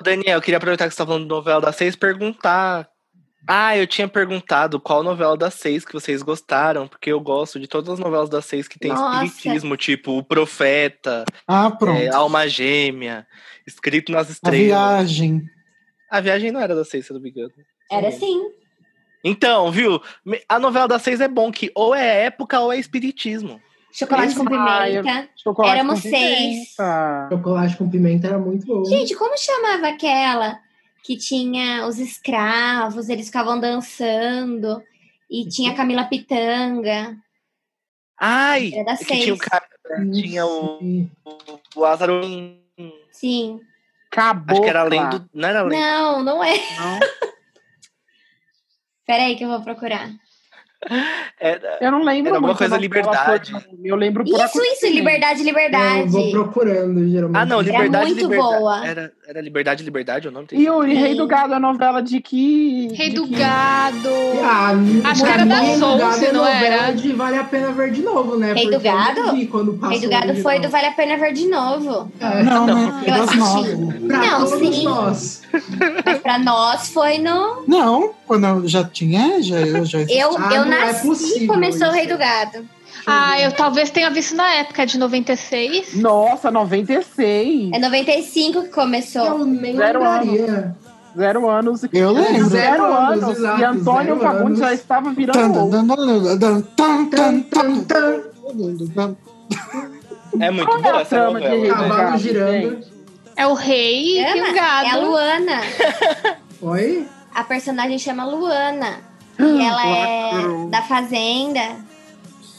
Speaker 6: Daniel, eu queria aproveitar que você tá falando de novela das seis perguntar. Ah, eu tinha perguntado qual novela das seis que vocês gostaram, porque eu gosto de todas as novelas das seis que tem
Speaker 4: Nossa.
Speaker 6: espiritismo, tipo O Profeta,
Speaker 1: Ah,
Speaker 6: é,
Speaker 1: pronto.
Speaker 6: Alma Gêmea, Escrito nas
Speaker 1: a
Speaker 6: Estrelas.
Speaker 1: viagem.
Speaker 6: A viagem não era das seis, se eu não me engano.
Speaker 4: Era assim.
Speaker 6: Sim.
Speaker 4: sim.
Speaker 6: Então, viu? Me- A novela das seis é bom que ou é época ou é espiritismo.
Speaker 4: Chocolate com
Speaker 2: Ah, eu-
Speaker 4: pimenta.
Speaker 2: Chocolate
Speaker 4: Éramos
Speaker 2: com
Speaker 4: seis.
Speaker 2: pimenta.
Speaker 5: Chocolate com pimenta era muito bom.
Speaker 4: Gente, como chamava aquela que tinha os escravos, eles ficavam dançando e tinha a Camila Pitanga.
Speaker 6: Ai! é
Speaker 4: Era das
Speaker 6: que tinha o
Speaker 4: É seis.
Speaker 6: cara, tinha o,
Speaker 5: Sim.
Speaker 6: o Lázaro.
Speaker 4: Sim.
Speaker 2: Acabou.
Speaker 6: Acho que era além do. Não era além
Speaker 4: Não, não é.
Speaker 2: Não.
Speaker 4: Peraí que eu vou procurar.
Speaker 6: Era-
Speaker 2: Eu não lembro.
Speaker 6: Era alguma
Speaker 2: muito
Speaker 6: coisa
Speaker 2: da novela
Speaker 6: Liberdade.
Speaker 2: por nome, Eu lembro por
Speaker 4: Isso, isso,
Speaker 2: acontecimento.
Speaker 4: liberdade, liberdade.
Speaker 5: Eu vou procurando, geralmente.
Speaker 6: Ah, não, Liberdade
Speaker 4: É muito
Speaker 6: Liberdade.
Speaker 4: boa.
Speaker 6: Era, era Liberdade Liberdade o nome? Tem-
Speaker 2: Yuri, Rei do Gado é a novela de que.
Speaker 3: Rei
Speaker 2: de
Speaker 3: do
Speaker 1: Uhum.
Speaker 2: que-
Speaker 3: Gado.
Speaker 5: Ah,
Speaker 3: Acho
Speaker 5: pra
Speaker 3: que era da
Speaker 5: mim,
Speaker 3: Soul,
Speaker 5: o Gado
Speaker 3: se
Speaker 5: é
Speaker 3: não
Speaker 5: novela
Speaker 3: era.
Speaker 5: de Vale a Pena Ver de Novo, né?
Speaker 4: Rei do
Speaker 5: Porque eu
Speaker 4: Gado?
Speaker 5: não vi quando passou
Speaker 4: Rei do Gado
Speaker 5: o
Speaker 4: foi do
Speaker 5: original.
Speaker 4: Vale a Pena Ver de novo.
Speaker 5: É,
Speaker 1: Não,
Speaker 4: não.
Speaker 1: né?
Speaker 4: Eu
Speaker 1: Das
Speaker 4: assisti.
Speaker 1: nove.
Speaker 5: pra
Speaker 4: Não,
Speaker 5: todos
Speaker 4: sim.
Speaker 5: nós.
Speaker 4: Mas pra nós foi no.
Speaker 1: Não, quando eu já tinha, já, eu já existia.
Speaker 4: Eu,
Speaker 5: Ah,
Speaker 4: eu
Speaker 5: não é
Speaker 4: nasci e
Speaker 5: possível
Speaker 4: começou o
Speaker 5: isso.
Speaker 4: Rei do Gado.
Speaker 3: Ah, eu talvez tenha visto na época de 96.
Speaker 2: Nossa, 96.
Speaker 4: É 95 que
Speaker 3: É
Speaker 4: começou.
Speaker 5: Eu nem
Speaker 2: Zero
Speaker 5: lembraria.
Speaker 4: É-
Speaker 2: Zero anos.
Speaker 1: Eu lembro.
Speaker 2: Zero anos.
Speaker 5: exato,
Speaker 2: E Antônio
Speaker 5: zero
Speaker 2: Fagundes
Speaker 5: anos.
Speaker 2: já estava
Speaker 1: Tan,
Speaker 2: virando
Speaker 1: tan, tan,
Speaker 2: louco.
Speaker 1: tan, tan, tan,
Speaker 5: Tan,
Speaker 1: tan,
Speaker 5: tan, tan.
Speaker 1: tan, tan, tan.
Speaker 6: É muito
Speaker 2: Qual é
Speaker 6: boa
Speaker 2: a
Speaker 6: essa
Speaker 2: trama de
Speaker 6: novela.
Speaker 2: Rei do
Speaker 6: né?
Speaker 5: Cavalo
Speaker 2: Gado,
Speaker 5: girando.
Speaker 2: gente?
Speaker 3: É o rei e
Speaker 4: Ana,
Speaker 3: o gado.
Speaker 4: É a Luana.
Speaker 5: Oi?
Speaker 4: A personagem chama Luana. E ela é da Fazenda.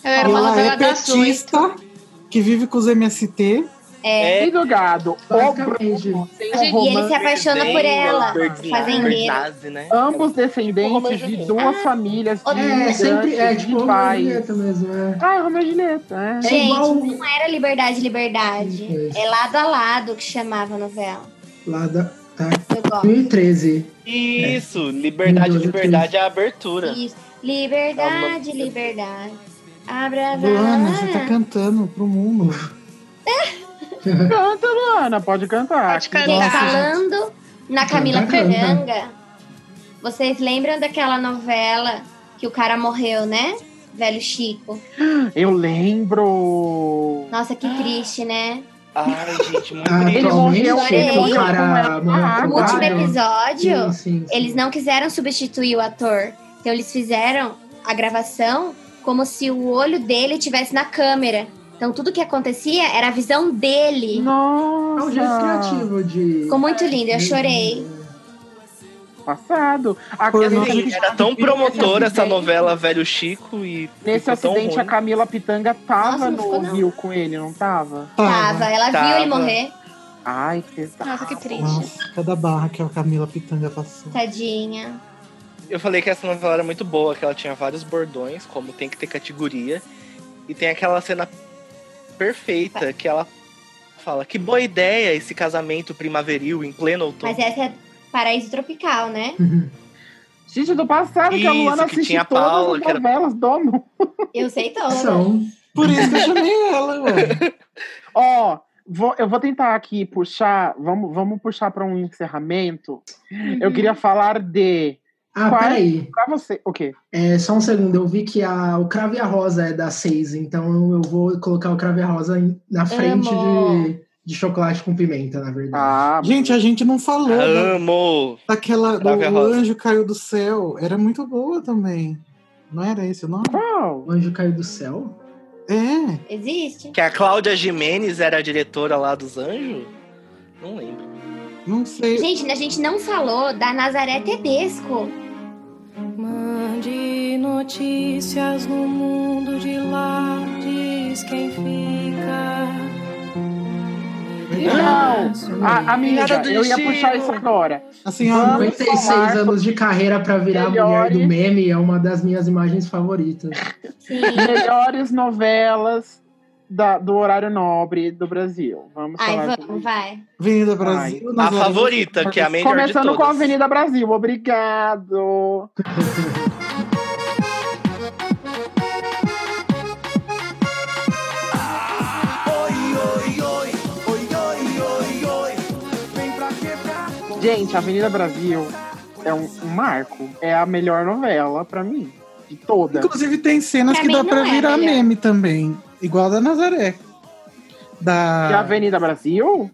Speaker 3: Ela era uma
Speaker 1: Ela
Speaker 3: novela
Speaker 1: é
Speaker 3: das oito.
Speaker 1: petista, que vive com os MST.
Speaker 4: É.
Speaker 2: E do gado. O
Speaker 5: Basicamente.
Speaker 2: Tem
Speaker 3: A
Speaker 2: um
Speaker 3: gente-
Speaker 4: E ele se
Speaker 2: romance,
Speaker 4: apaixona por ela. Fazendeiro.
Speaker 6: Verdade, né?
Speaker 2: ambos
Speaker 6: Romeu e
Speaker 2: descendentes de
Speaker 6: Julieta.
Speaker 2: duas famílias
Speaker 4: olha,
Speaker 5: Ah, É,
Speaker 2: de
Speaker 5: sempre é
Speaker 2: imigrantes
Speaker 5: tipo
Speaker 2: de
Speaker 5: uma
Speaker 2: pais.
Speaker 5: vinheta mesmo, é.
Speaker 2: Ah, Romeu e Julieta, é.
Speaker 5: É
Speaker 4: Gente,
Speaker 5: igual-
Speaker 4: não era Liberdade, Liberdade.
Speaker 5: Isso.
Speaker 4: É lado a lado que chamava a novela.
Speaker 5: Lá da tá,
Speaker 4: Eu gosto.
Speaker 5: 2013.
Speaker 6: Isso, liberdade,
Speaker 5: Meu Deus,
Speaker 6: liberdade é a abertura.
Speaker 4: Isso.
Speaker 6: Calma.
Speaker 4: Liberdade, liberdade. Abra
Speaker 1: Luana, você tá cantando pro mundo.
Speaker 2: Canta, Luana, pode cantar.
Speaker 3: Pode
Speaker 2: Que
Speaker 3: cantar.
Speaker 4: Gente,
Speaker 3: Nossa,
Speaker 4: falando
Speaker 1: assim.
Speaker 4: na Camila
Speaker 5: Canta, canta.
Speaker 4: Pitanga, vocês lembram daquela novela que o cara morreu, né? Velho Chico.
Speaker 2: bom. Eu lembro.
Speaker 4: Nossa, que triste, né?
Speaker 6: Ai, gente, muito
Speaker 5: Ah,
Speaker 6: triste.
Speaker 2: Ele morreu,
Speaker 4: Adorei.
Speaker 2: ele morreu com ela.
Speaker 5: Cara, morreu
Speaker 2: Ah,
Speaker 4: No
Speaker 5: afogado.
Speaker 2: claro.
Speaker 4: último
Speaker 5: Sim,
Speaker 4: episódio,
Speaker 5: sim, sim.
Speaker 4: eles não quiseram substituir o ator. Então eles fizeram a gravação como se o olho dele estivesse na câmera. Então tudo que acontecia era a visão dele.
Speaker 5: É um jeito
Speaker 2: Nossa,
Speaker 5: criativo de.
Speaker 4: Ficou muito lindo, eu chorei.
Speaker 2: passado. A-
Speaker 1: Foi
Speaker 2: nesse-
Speaker 1: nota de-
Speaker 6: Assim, era tão promotora essa novela Velho Chico e
Speaker 2: Nesse
Speaker 6: ficou tão
Speaker 2: acidente, a
Speaker 6: ruim.
Speaker 2: Camila Pitanga tava
Speaker 4: Nossa, não ficou,
Speaker 2: no
Speaker 4: não.
Speaker 2: Rio com ele, não tava?
Speaker 1: Tá,
Speaker 4: Tava, ela viu
Speaker 6: Tava.
Speaker 4: ele morrer.
Speaker 2: Ai, que pesado.
Speaker 3: Nossa, que triste.
Speaker 1: Nossa, cada barra que a Camila Pitanga passou.
Speaker 4: Tadinha.
Speaker 6: Eu falei que essa novela era muito boa, que ela tinha vários bordões, como tem que ter categoria. E tem aquela cena perfeita que ela fala que boa ideia esse casamento primaveril em pleno outono.
Speaker 4: Mas essa é Paraíso Tropical, né?
Speaker 2: Gente, do passado que a
Speaker 6: Isso,
Speaker 2: Luana
Speaker 6: que
Speaker 2: assiste
Speaker 6: tinha a
Speaker 2: todas
Speaker 6: Paula,
Speaker 2: as
Speaker 6: que era-
Speaker 2: novelas do mundo.
Speaker 4: Eu sei toda.
Speaker 5: São.
Speaker 1: Por isso que eu chamei ela, ué.
Speaker 2: Ó, vou- eu vou tentar aqui puxar, vamos, vamos puxar para um encerramento. Eu queria falar de...
Speaker 5: Ah,
Speaker 2: Quais?
Speaker 5: peraí.
Speaker 2: Pra você, o quê?
Speaker 5: É, só um segundo, eu vi que a, o Crave e a Rosa é da 6, então eu vou colocar o Crave e a Rosa em- na frente
Speaker 4: Amo.
Speaker 5: de, de chocolate com pimenta, na verdade.
Speaker 2: Ah,
Speaker 1: Gente, a gente não falou
Speaker 6: Ah.
Speaker 1: da-
Speaker 6: Amo!
Speaker 1: daquela do
Speaker 6: Flávia Rosa.
Speaker 1: Anjo Caiu do Céu. Era muito boa também. Não era esse o nome?
Speaker 2: qual?
Speaker 5: O anjo caiu do céu?
Speaker 1: É.
Speaker 4: Existe?
Speaker 6: Que a Cláudia Jimenez era a diretora lá dos Anjos? Não lembro.
Speaker 1: Não sei.
Speaker 4: Gente, a gente não falou da Nazaré Tedesco.
Speaker 9: Mande notícias no mundo de lá, diz quem fica.
Speaker 2: Não!
Speaker 9: Uhum.
Speaker 2: A, Ah, amiga,
Speaker 6: Nada do
Speaker 2: eu ia
Speaker 6: destino.
Speaker 2: puxar isso agora.
Speaker 1: A senhora.
Speaker 2: Vamos
Speaker 5: 56
Speaker 2: falar
Speaker 5: anos de carreira pra virar a mulher
Speaker 2: melhores.
Speaker 5: do meme é uma das minhas imagens favoritas.
Speaker 4: Sim.
Speaker 2: melhores novelas da- do horário nobre do Brasil. Vamos falar
Speaker 4: Ai,
Speaker 2: sobre
Speaker 4: vamos,
Speaker 2: isso.
Speaker 4: vai.
Speaker 1: Avenida Brasil.
Speaker 6: A
Speaker 1: Nazaré.
Speaker 6: favorita, que é a melhor de
Speaker 2: Começando
Speaker 6: todas.
Speaker 2: com a Avenida Brasil, obrigado. Gente, a Avenida Brasil é um, um marco. É a melhor novela pra mim. De todas.
Speaker 1: Inclusive, tem cenas
Speaker 4: Pra
Speaker 1: que
Speaker 4: mim
Speaker 1: dá
Speaker 4: não
Speaker 1: pra
Speaker 4: é
Speaker 1: virar
Speaker 4: melhor.
Speaker 1: meme também. Igual a da Nazaré.
Speaker 2: E a
Speaker 1: Da.
Speaker 2: Avenida Brasil,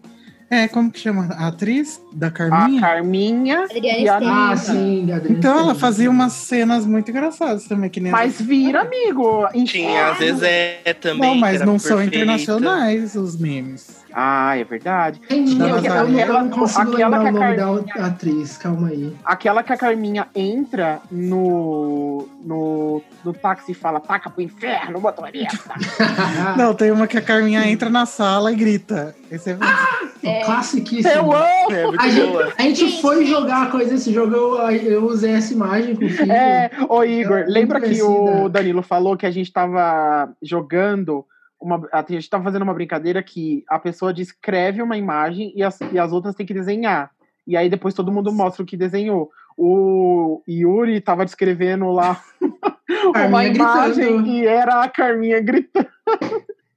Speaker 1: É, como que chama? A atriz? Da
Speaker 2: a
Speaker 1: Carminha?
Speaker 2: Carminha e
Speaker 4: Adriana
Speaker 2: a
Speaker 4: Esteves.
Speaker 5: Ah,
Speaker 2: Nina.
Speaker 5: sim, Adriana.
Speaker 1: Então ela
Speaker 5: Esteves.
Speaker 1: fazia umas cenas muito engraçadas também, que nem
Speaker 2: Mas vira, amigo. Ah,
Speaker 6: Tinha a Zezé também.
Speaker 1: Não, mas
Speaker 6: que era
Speaker 1: não são
Speaker 6: perfeita.
Speaker 1: internacionais os memes.
Speaker 2: Ah, é verdade.
Speaker 5: Entendi,
Speaker 1: Da
Speaker 5: eu, eu
Speaker 1: Nazaré.
Speaker 5: não consigo
Speaker 2: Aquela
Speaker 5: lembrar o
Speaker 2: que a
Speaker 5: nome da atriz, calma aí.
Speaker 2: Aquela que a Carminha entra no, no, no táxi e fala: taca pro inferno, motorista.
Speaker 1: Não, tem uma que a Carminha entra na sala e grita. Esse é
Speaker 2: Ah,
Speaker 4: É.
Speaker 5: Classiquíssimo.
Speaker 2: Eu amo!
Speaker 6: É, muito
Speaker 5: A gente,
Speaker 6: boa.
Speaker 5: a gente foi jogar a coisa esse jogo, eu, eu usei essa imagem com o filho.
Speaker 2: É, ô Igor,
Speaker 5: Muito
Speaker 2: lembra que o
Speaker 5: parecida.
Speaker 2: Danilo falou que a gente tava jogando. Uma, a gente tava fazendo uma brincadeira que a pessoa descreve uma imagem e as, e as outras têm que desenhar. E aí depois todo mundo mostra o que desenhou. O Yuri tava descrevendo lá uma
Speaker 5: Carminha
Speaker 2: imagem
Speaker 5: gritando.
Speaker 2: e era a Carminha gritando.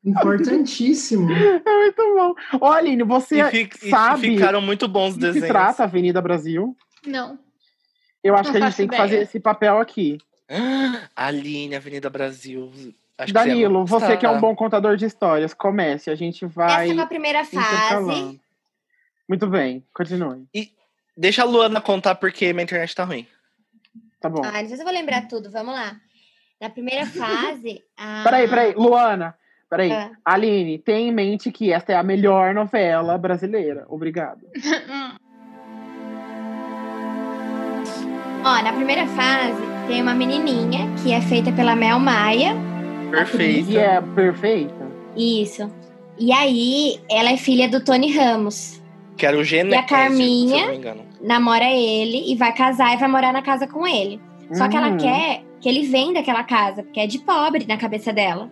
Speaker 5: Importantíssimo.
Speaker 2: É muito bom. Ô, Aline, você é
Speaker 6: E, fi- e
Speaker 2: sabe
Speaker 6: ficaram muito bons os
Speaker 2: do que se
Speaker 6: desenhos.
Speaker 2: trata a Avenida Brasil?
Speaker 3: Não.
Speaker 2: Eu acho
Speaker 3: Não
Speaker 2: que a gente
Speaker 3: faço
Speaker 2: tem que
Speaker 3: ideia.
Speaker 2: fazer esse papel aqui.
Speaker 6: Ah, Aline, Avenida Brasil. Acho
Speaker 2: Danilo, você, que é um
Speaker 6: bom
Speaker 2: bom contador de histórias, comece. A gente vai
Speaker 4: Tá. Essa foi a primeira
Speaker 2: é
Speaker 4: fase.
Speaker 2: intercalando. Muito bem, continue.
Speaker 6: Deixa a Luana contar porque minha internet tá ruim.
Speaker 2: Tá bom.
Speaker 4: Ah, não sei se eu vou lembrar tudo, vamos lá. Na primeira fase. a-
Speaker 2: Peraí, peraí. Luana, Peraí.
Speaker 4: É.
Speaker 2: Aline, tenha em mente que esta é a melhor novela brasileira. Obrigado.
Speaker 4: Ó, na primeira fase tem uma menininha que é feita pela Mel Maia.
Speaker 2: E
Speaker 6: Perfeita.
Speaker 2: é perfeita.
Speaker 4: Isso. E aí, ela é filha do Tony Ramos.
Speaker 6: Que era o Genésio,
Speaker 4: E a Carminha?
Speaker 6: se eu não me engano.
Speaker 4: Namora ele e vai casar e vai morar na casa com ele. Só que ela
Speaker 2: Hum.
Speaker 4: quer que ele venda aquela casa, porque é de pobre na cabeça dela.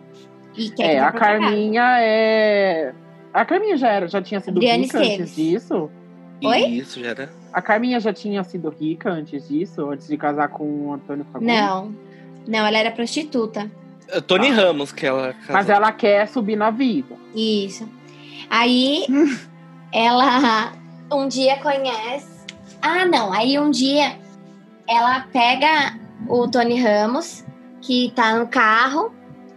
Speaker 4: E quer que
Speaker 2: É,
Speaker 4: vá
Speaker 2: a
Speaker 4: pra outra casa.
Speaker 2: Carminha é. A Carminha já, era, já tinha sido
Speaker 4: Adriane
Speaker 2: rica
Speaker 4: Esteves.
Speaker 2: antes disso?
Speaker 4: Oi?
Speaker 6: Isso, já era.
Speaker 2: A Carminha já tinha sido rica antes disso? Antes de casar com o Antônio Fagundes?
Speaker 4: Não. Não, ela era prostituta.
Speaker 6: É, Tony Ramos, que ela casou.
Speaker 2: Mas ela quer subir na vida.
Speaker 4: Isso. Aí ela um dia conhece. Ah, não. Aí um dia ela pega o Tony Ramos, que tá no carro,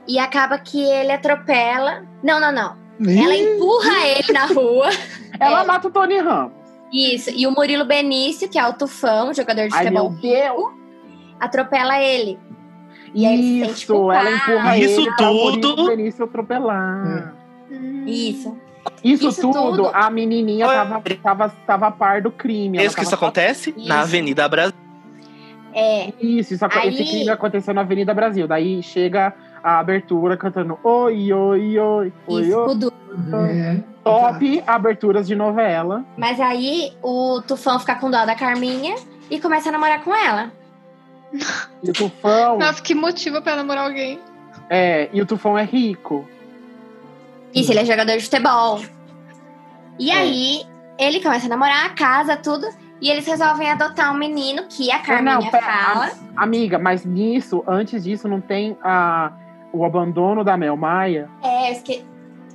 Speaker 4: e acaba que ele atropela. Não, não, não.
Speaker 2: é
Speaker 4: Ela empurra ele na rua. É.
Speaker 2: Ela mata o Tony Ramos.
Speaker 4: Isso. E o Murilo Benício, que é o Tufão, jogador de
Speaker 2: Ai, meu
Speaker 4: futebol,
Speaker 2: Deus!
Speaker 4: atropela ele. E aí ele se sente
Speaker 2: Isso, ela empurra
Speaker 6: Isso
Speaker 2: ele pra
Speaker 6: tudo.
Speaker 2: Maurício Benício atropelar.
Speaker 3: Hum.
Speaker 4: Isso.
Speaker 2: Isso,
Speaker 4: Isso
Speaker 2: tudo,
Speaker 4: tudo.
Speaker 2: a menininha
Speaker 6: Oi.
Speaker 2: tava, tava, tava a par do crime. ela
Speaker 6: Isso que
Speaker 2: tava
Speaker 6: isso acontece
Speaker 4: Isso.
Speaker 6: na Avenida Brasil.
Speaker 4: É.
Speaker 2: Isso, isso aco-
Speaker 4: Aí-
Speaker 2: esse crime aconteceu na Avenida Brasil. Daí chega a abertura cantando oi, oi, oi, oi,
Speaker 4: Isso.
Speaker 2: oi.
Speaker 4: Kudu.
Speaker 5: É.
Speaker 2: Uhum. Top aberturas de novela.
Speaker 4: Mas aí o Tufão fica com dó da Carminha e começa a namorar com ela.
Speaker 2: E o Tufão,
Speaker 3: Nossa, que motivo pra namorar alguém.
Speaker 2: é, e o Tufão é rico.
Speaker 4: Isso, ele é jogador de futebol. E
Speaker 2: É.
Speaker 4: aí, ele começa a namorar, a casa, tudo. E eles resolvem adotar um menino que a Carminha
Speaker 2: pera,
Speaker 4: fala.
Speaker 2: am- Amiga, mas nisso, antes disso, não tem a, o abandono da Mel Maia.
Speaker 4: É, eu esque- eu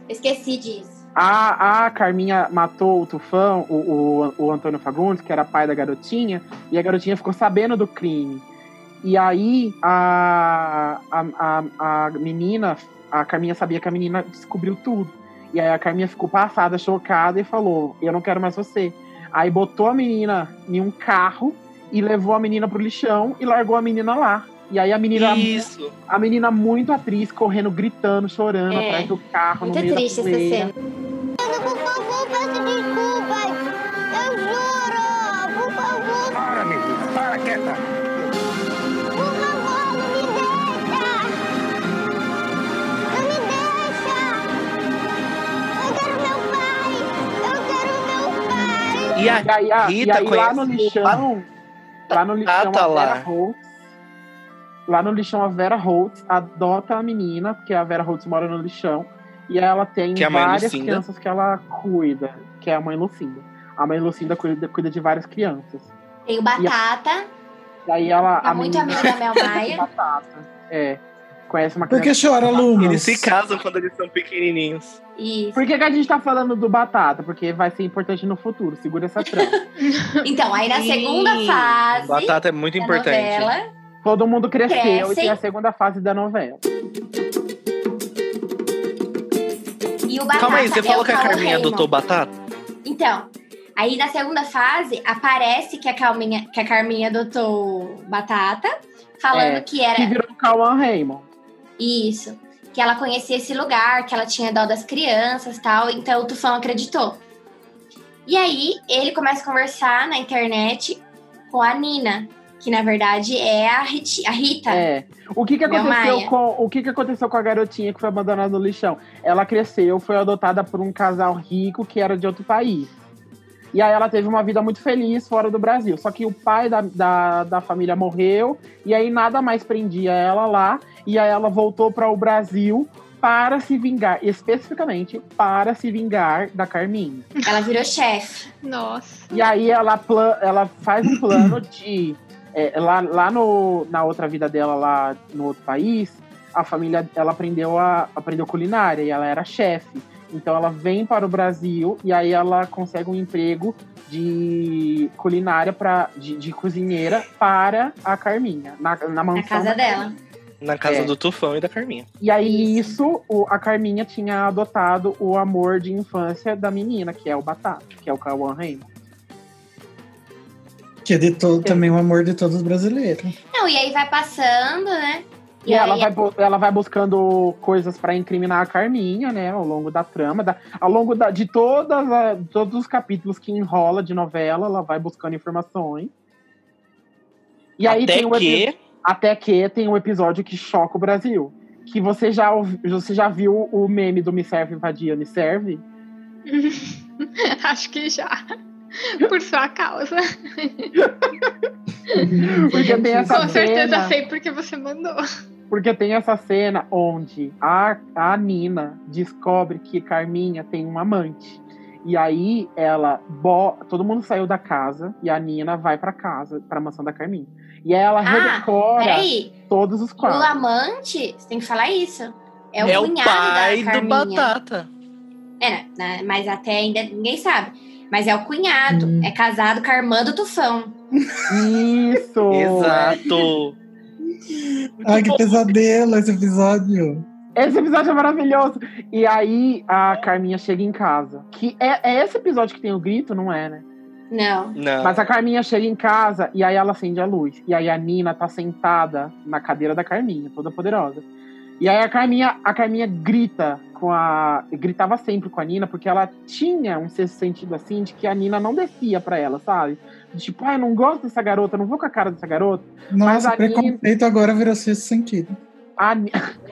Speaker 4: esqueci disso.
Speaker 2: A, a Carminha matou o Tufão, o, o, o Antônio Fagundes, que era pai da garotinha, e a garotinha ficou sabendo do crime. E aí a, a, a, a menina, a Carminha sabia que a menina descobriu tudo. E aí a Carminha ficou passada, chocada, e falou: Eu não quero mais você. Aí botou a menina em um carro e levou a menina pro lixão e largou a menina lá. E aí a menina,
Speaker 6: Isso.
Speaker 2: a menina muito atriz, correndo, gritando, chorando
Speaker 4: É.
Speaker 2: atrás do carro.
Speaker 4: Muito
Speaker 2: no meio
Speaker 4: triste
Speaker 2: da
Speaker 4: essa
Speaker 2: poeira.
Speaker 4: cena.
Speaker 8: Por favor, peço desculpas. Eu juro. Por favor,
Speaker 7: Para, menina, para, quieta.
Speaker 8: por favor, me deixa. Não me deixa. Eu quero meu pai. Eu quero meu pai.
Speaker 6: E a
Speaker 2: E aí, a,
Speaker 6: Rita
Speaker 2: e aí lá
Speaker 6: conhece um.
Speaker 2: no lixão, lá no lixão,
Speaker 6: tá
Speaker 2: a Vera
Speaker 6: lá.
Speaker 2: Holtz, lá no lixão, a Vera Holtz adota a menina, porque a Vera Holtz mora no lixão, e ela tem
Speaker 6: Que é a mãe
Speaker 2: várias
Speaker 6: Lucinda.
Speaker 2: crianças que ela cuida, que é a mãe Lucinda. A mãe Lucinda cuida, cuida de várias crianças.
Speaker 4: Tem o Batata,
Speaker 2: E aí ela...
Speaker 4: é muito amigo da Mel Maia.
Speaker 2: Batata, é, conhece uma
Speaker 11: Por
Speaker 2: criança...
Speaker 11: que chora, Lumos?
Speaker 6: Eles se casam quando eles são pequenininhos.
Speaker 4: Isso.
Speaker 2: Por que, que a gente tá falando do Batata? Porque vai ser importante no futuro, segura essa trama.
Speaker 4: Então, aí na segunda
Speaker 6: Sim.
Speaker 4: fase
Speaker 2: Assim?
Speaker 6: Batata é muito
Speaker 4: da
Speaker 6: importante.
Speaker 4: novela,
Speaker 2: Todo mundo cresceu e
Speaker 4: Crescem.
Speaker 2: tem a segunda fase da novela.
Speaker 4: e o Batata
Speaker 6: Calma aí, você
Speaker 4: é
Speaker 6: falou
Speaker 4: o
Speaker 6: que a
Speaker 4: Paulo
Speaker 6: Carminha
Speaker 4: Raymond.
Speaker 6: adotou batata?
Speaker 4: Então, aí na segunda fase aparece que a, Calminha, que a Carminha adotou Batata, falando
Speaker 2: É,
Speaker 4: que era
Speaker 2: Que virou o Cauan Raymond.
Speaker 4: Isso. Que ela conhecia esse lugar, que ela tinha dó das crianças e tal. Então o Tufão acreditou. E aí ele começa a conversar na internet com a Nina, que na verdade é a, Riti- a Rita.
Speaker 2: É. O que que
Speaker 4: Mel
Speaker 2: aconteceu
Speaker 4: Maia.
Speaker 2: com o que que aconteceu com a garotinha que foi abandonada no lixão? Ela cresceu, foi adotada por um casal rico que era de outro país. E aí ela teve uma vida muito feliz fora do Brasil. Só que o pai da, da, da família morreu, e aí nada mais prendia ela lá. E aí ela voltou para o Brasil para se vingar, especificamente para se vingar da Carminha.
Speaker 4: Ela virou chefe.
Speaker 3: Nossa.
Speaker 2: E aí ela, plan- ela faz um plano de. é, lá lá no, na outra vida dela, lá no outro país, a família ela aprendeu, a, aprendeu culinária e ela era chefe. Então ela vem para o Brasil e aí ela consegue um emprego de culinária para de, de cozinheira para a Carminha na, na mansão
Speaker 4: Na
Speaker 6: Então,
Speaker 4: casa
Speaker 2: da
Speaker 4: dela.
Speaker 6: Na casa
Speaker 2: É.
Speaker 6: do Tufão e da Carminha.
Speaker 2: e aí isso o- a Carminha tinha adotado o amor de infância da menina que é o Batata que é o Cauã Raymond
Speaker 11: Que é de todo, também o amor de todos os brasileiros.
Speaker 4: Não, e aí vai passando, né?
Speaker 2: E ela vai, bu- ela vai buscando coisas pra incriminar a Carminha, né? Ao longo da trama. da- ao longo da- de todas a- todos os capítulos que enrola de novela, ela vai buscando informações. E aí
Speaker 6: Até
Speaker 2: tem o
Speaker 6: que-
Speaker 2: epi- Até que tem um episódio que choca o Brasil. Que você já, ouvi- você já viu o meme do Me Serve Vadia, Me Serve?
Speaker 3: Acho que já. Por sua causa.
Speaker 5: Uhum.
Speaker 2: Porque tem essa
Speaker 3: Com certeza
Speaker 2: cena.
Speaker 3: sei porque você mandou.
Speaker 2: Porque tem essa cena onde a, a Nina descobre que Carminha tem um amante. E aí ela. bo- Todo mundo saiu da casa e a Nina vai pra casa, pra mansão da Carminha. E aí ela redecora
Speaker 4: peraí.
Speaker 2: todos os
Speaker 4: O
Speaker 2: quadros.
Speaker 4: amante, você tem que falar isso. É o
Speaker 2: É o
Speaker 4: cunhado
Speaker 2: pai do
Speaker 4: da Carminha.
Speaker 2: Batata.
Speaker 4: É, né, mas até ainda ninguém sabe. Mas é o cunhado.
Speaker 2: Hum.
Speaker 4: É casado com a irmã do Tufão.
Speaker 2: Isso!
Speaker 6: Exato!
Speaker 11: Ai, que pesadelo esse episódio.
Speaker 2: Esse episódio é maravilhoso. E aí a Carminha chega em casa. Que é, é esse episódio que tem o grito, não é, né?
Speaker 4: Não.
Speaker 6: Não.
Speaker 2: Mas a Carminha chega em casa e aí ela acende a luz. E aí a Nina tá sentada na cadeira da Carminha, toda poderosa. E aí a Carminha, a Carminha grita com a. Gritava sempre com a Nina, porque ela tinha um sexto sentido assim de que a Nina não descia pra ela, sabe? Tipo, ah, eu não gosto dessa garota, eu não vou com a cara dessa garota. Mas
Speaker 11: Nossa,
Speaker 2: a Nina,
Speaker 11: preconceito agora virou sexto sentido.
Speaker 2: a, Ni-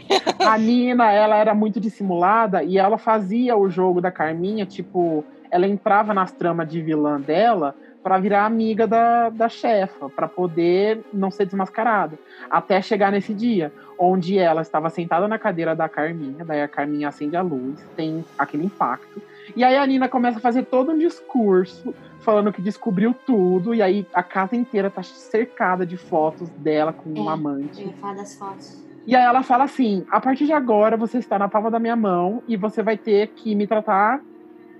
Speaker 2: a Nina, ela era muito dissimulada e ela fazia o jogo da Carminha, tipo, ela entrava nas tramas de vilã dela pra virar amiga da, da chefa, pra poder não ser desmascarada. Até chegar nesse dia, onde ela estava sentada na cadeira da Carminha, daí a Carminha acende a luz, tem aquele impacto. E aí a Nina começa a fazer todo um discurso falando que descobriu tudo, e aí a casa inteira tá cercada de fotos dela com um amante.
Speaker 4: Eu ia falar das fotos.
Speaker 2: E aí ela fala assim: a partir de agora você está na palma da minha mão e você vai ter que me tratar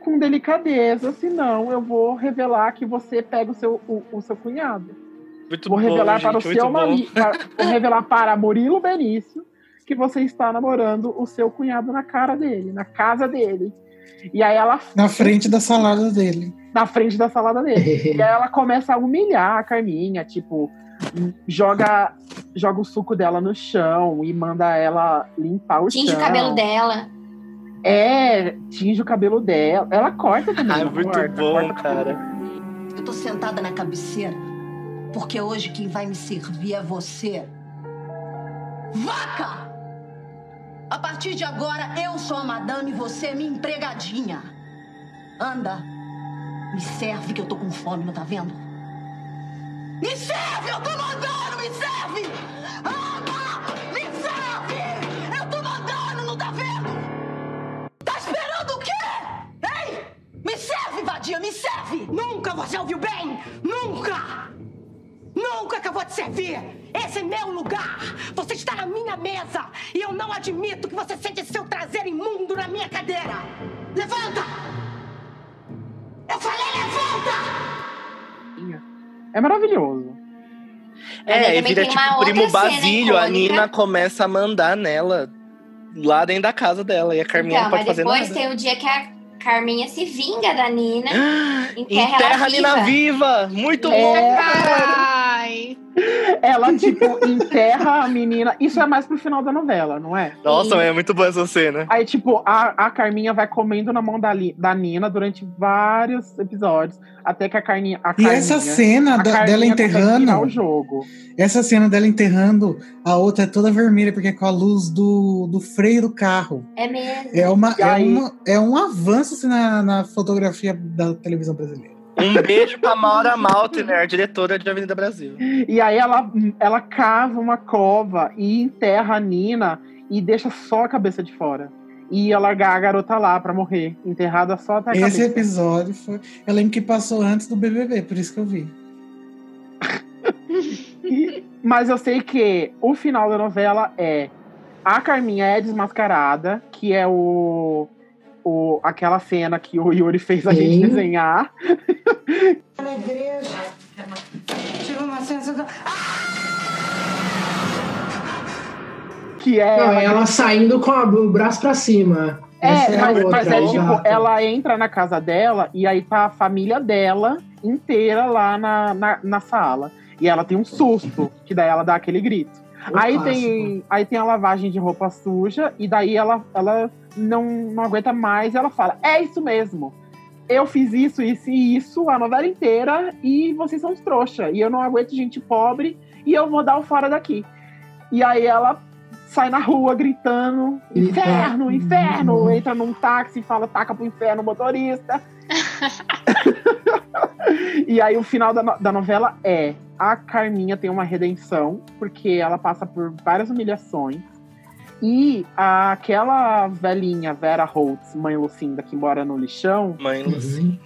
Speaker 2: com delicadeza, senão eu vou revelar que você pega o seu, o, o seu cunhado.
Speaker 6: Muito
Speaker 2: vou
Speaker 6: bom,
Speaker 2: revelar para o
Speaker 6: gente, muito
Speaker 2: seu marido.
Speaker 6: bom.
Speaker 2: Vou revelar para Murilo Benício que você está namorando o seu cunhado na cara dele, na casa dele. E aí ela
Speaker 11: Na frente da salada dele.
Speaker 2: na frente da salada dele. e aí ela começa a humilhar a Carminha, tipo, joga, joga o suco dela no chão e manda ela limpar o
Speaker 4: Tinge
Speaker 2: chão.
Speaker 4: o cabelo dela.
Speaker 2: É, tinge o cabelo dela. Ela corta também.
Speaker 6: Ai,
Speaker 2: ela
Speaker 6: Ah, é muito
Speaker 2: corta,
Speaker 6: bom,
Speaker 2: corta
Speaker 6: cara.
Speaker 12: Eu tô sentada na cabeceira porque é hoje quem vai me servir é você. Vaca! A partir de agora eu sou a madame e você é minha empregadinha. Anda, me serve que eu tô com fome, não tá vendo? Me serve, eu tô mandando, me serve! Anda, me serve! Eu tô mandando, não tá vendo? Tá esperando o quê? Ei! Me serve, vadia, me serve! Nunca você ouviu bem! Nunca! Nunca que eu vou te servir! Esse é meu lugar! Você está na minha mesa! E eu não admito que você sente seu traseiro imundo na minha cadeira! Levanta! Eu falei levanta!
Speaker 2: É maravilhoso.
Speaker 4: Mas aí
Speaker 6: É, e
Speaker 4: também
Speaker 6: vira
Speaker 4: tem
Speaker 6: tipo
Speaker 4: uma
Speaker 6: primo
Speaker 4: outra cena
Speaker 6: Basílio. A
Speaker 4: icônica.
Speaker 6: Nina começa a mandar nela lá dentro da casa dela. E a Carminha
Speaker 4: Então,
Speaker 6: não pode
Speaker 4: mas
Speaker 6: fazer
Speaker 4: depois
Speaker 6: nada.
Speaker 4: tem o dia que a Carminha se vinga da Nina. enterra,
Speaker 6: Ah, Enterra
Speaker 4: ela
Speaker 6: a Nina viva! Muito bom!
Speaker 3: Ai.
Speaker 2: Ela, tipo, enterra a menina. Isso é mais pro final da novela, não é?
Speaker 6: Nossa, é muito boa essa cena.
Speaker 2: Aí, tipo, a, a Carminha vai comendo na mão da, Li- da Nina durante vários episódios. Até que a Carminha. A
Speaker 11: E
Speaker 2: Carminha-
Speaker 11: essa cena
Speaker 2: a
Speaker 11: da-
Speaker 2: Carminha
Speaker 11: dela
Speaker 2: consegue virar o
Speaker 11: enterrando.
Speaker 2: jogo.
Speaker 11: Essa cena dela enterrando, a outra é toda vermelha, porque é com a luz do, do freio do carro.
Speaker 4: É mesmo.
Speaker 11: É, uma,
Speaker 4: E
Speaker 11: é,
Speaker 4: aí-
Speaker 11: uma, é um avanço assim, na, na fotografia da televisão brasileira.
Speaker 6: Um beijo pra Maura Maltner, diretora de Avenida Brasil.
Speaker 2: E aí ela, ela cava uma cova e enterra a Nina e deixa só a cabeça de fora. E ia largar a garota lá pra morrer, enterrada só até a
Speaker 11: Esse
Speaker 2: cabeça.
Speaker 11: episódio foi. Eu lembro que passou antes do BBB, por isso que eu vi.
Speaker 2: Mas eu sei que o final da novela é a Carminha é desmascarada, que é o, o aquela cena que o Yuri fez a gente
Speaker 7: Sim.
Speaker 2: desenhar.
Speaker 7: Na igreja. Tive uma sensação. Ah!
Speaker 2: Que é
Speaker 5: Não, ela saindo com a- o braço pra cima. Essa
Speaker 2: É,
Speaker 5: a
Speaker 2: mas, mas é tipo,
Speaker 5: exato.
Speaker 2: ela entra na casa dela e aí tá a família dela inteira lá na, na, na sala. E ela tem um susto, que daí ela dá aquele grito.
Speaker 5: É
Speaker 2: Aí tem, aí tem a lavagem de roupa suja, e daí ela, ela não, não aguenta mais e ela fala: É isso mesmo. Eu fiz isso, isso e isso a novela inteira, e vocês são os trouxa. E eu não aguento gente pobre, e eu vou dar o fora daqui. E aí ela sai na rua gritando:
Speaker 5: Eita.
Speaker 2: Inferno, Tá inferno! Entra num táxi e fala: Taca pro inferno o motorista. E aí o final da, no- da novela é a Carminha tem uma redenção, porque ela passa por várias humilhações. E aquela velhinha Vera Holtz, mãe Lucinda, que mora no lixão,
Speaker 6: Mãe
Speaker 5: Uhum.
Speaker 6: Lucinda.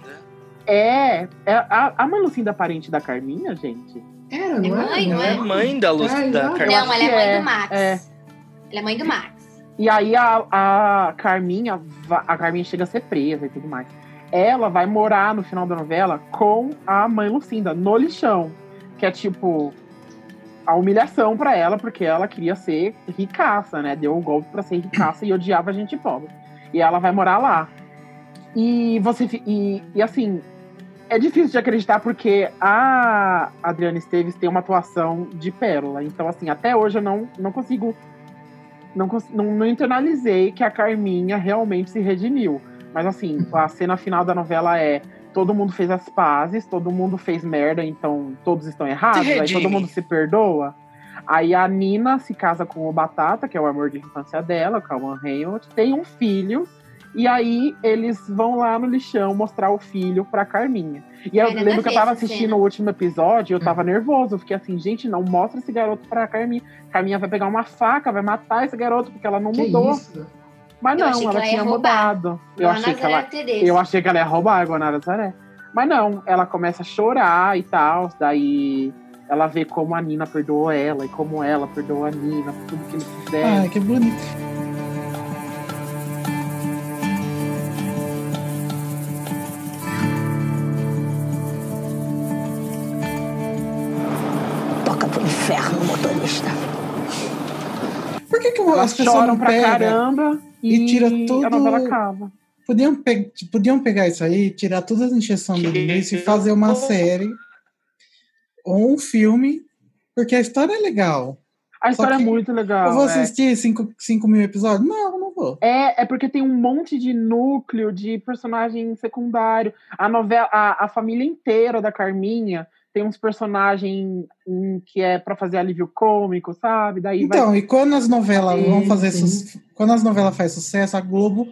Speaker 2: é. é a, a mãe Lucinda é parente da Carminha, gente?
Speaker 5: Era, né?
Speaker 4: não É mãe, era? não é?
Speaker 6: É mãe da Lucinda. da
Speaker 2: não.
Speaker 6: Carminha.
Speaker 2: Eu acho
Speaker 4: Não, ela
Speaker 2: que
Speaker 4: é mãe
Speaker 2: é,
Speaker 4: do Max.
Speaker 2: é.
Speaker 4: Ela é mãe do Max.
Speaker 2: E aí a, a Carminha, va- a Carminha chega a ser presa e tudo mais. Ela vai morar no final da novela com a mãe Lucinda, no lixão. Que é tipo a humilhação pra ela, porque ela queria ser ricaça, né? Deu um golpe pra ser ricaça e odiava gente pobre. E ela vai morar lá. E você fi- e, e assim, é difícil de acreditar porque a Adriana Esteves tem uma atuação de pérola. Então assim, até hoje eu não não consigo não, cons- não, não internalizei que a Carminha realmente se redimiu. Mas assim, a cena final da novela é todo mundo fez as pazes, todo mundo fez merda, então todos estão errados, aí
Speaker 6: redime.
Speaker 2: todo mundo se perdoa. Aí a Nina se casa com o Batata, que é o amor de infância dela, com a One Hamilton, tem um filho, e aí eles vão lá no lixão mostrar o filho pra Carminha. E eu
Speaker 4: Ai, nada
Speaker 2: lembro que eu
Speaker 4: a ver
Speaker 2: tava
Speaker 4: essa
Speaker 2: assistindo
Speaker 4: cena.
Speaker 2: o último episódio, eu
Speaker 11: Hum.
Speaker 2: tava nervoso, eu fiquei assim, gente, não mostra esse garoto pra Carminha. Carminha vai pegar uma faca, vai matar esse garoto, porque ela não
Speaker 5: Que
Speaker 2: mudou.
Speaker 5: isso?
Speaker 2: Mas
Speaker 4: Eu
Speaker 2: não,
Speaker 4: achei que
Speaker 2: ela,
Speaker 4: ela ia
Speaker 2: tinha
Speaker 4: roubar.
Speaker 2: mudado. Eu
Speaker 4: Igual a
Speaker 2: achei, que
Speaker 4: Nazaré
Speaker 2: ela,
Speaker 4: Teresa.
Speaker 2: eu achei que ela ia roubar a Guanara Zaré. Mas não, ela começa a chorar e tal. Daí ela vê como a Nina perdoou ela e como ela perdoou a Nina, por tudo que eles fizeram.
Speaker 11: Ai, que bonito.
Speaker 12: Toca pro inferno, motorista.
Speaker 11: Por que, que
Speaker 2: Elas
Speaker 11: as pessoas
Speaker 2: choram
Speaker 11: não
Speaker 2: pra
Speaker 11: pegam
Speaker 2: caramba
Speaker 11: e,
Speaker 2: e
Speaker 11: tira
Speaker 2: a
Speaker 11: tudo?
Speaker 2: novela acaba.
Speaker 11: Podiam, pe- podiam pegar isso aí, tirar todas as injeções do linguiça e fazer uma série ou um filme, porque a história é legal.
Speaker 2: A história é
Speaker 11: que
Speaker 2: muito legal.
Speaker 11: eu vou
Speaker 2: é.
Speaker 11: assistir 5 mil episódios? Não, não vou.
Speaker 2: É, é porque tem um monte de núcleo de personagem secundário. A novela, a, a família inteira da Carminha tem uns personagens hum, que é pra fazer alívio cômico, sabe? Daí vai.
Speaker 11: Então, e quando as novelas vão
Speaker 5: Sim,
Speaker 11: fazer
Speaker 5: sim.
Speaker 11: su- quando as novelas faz sucesso, a Globo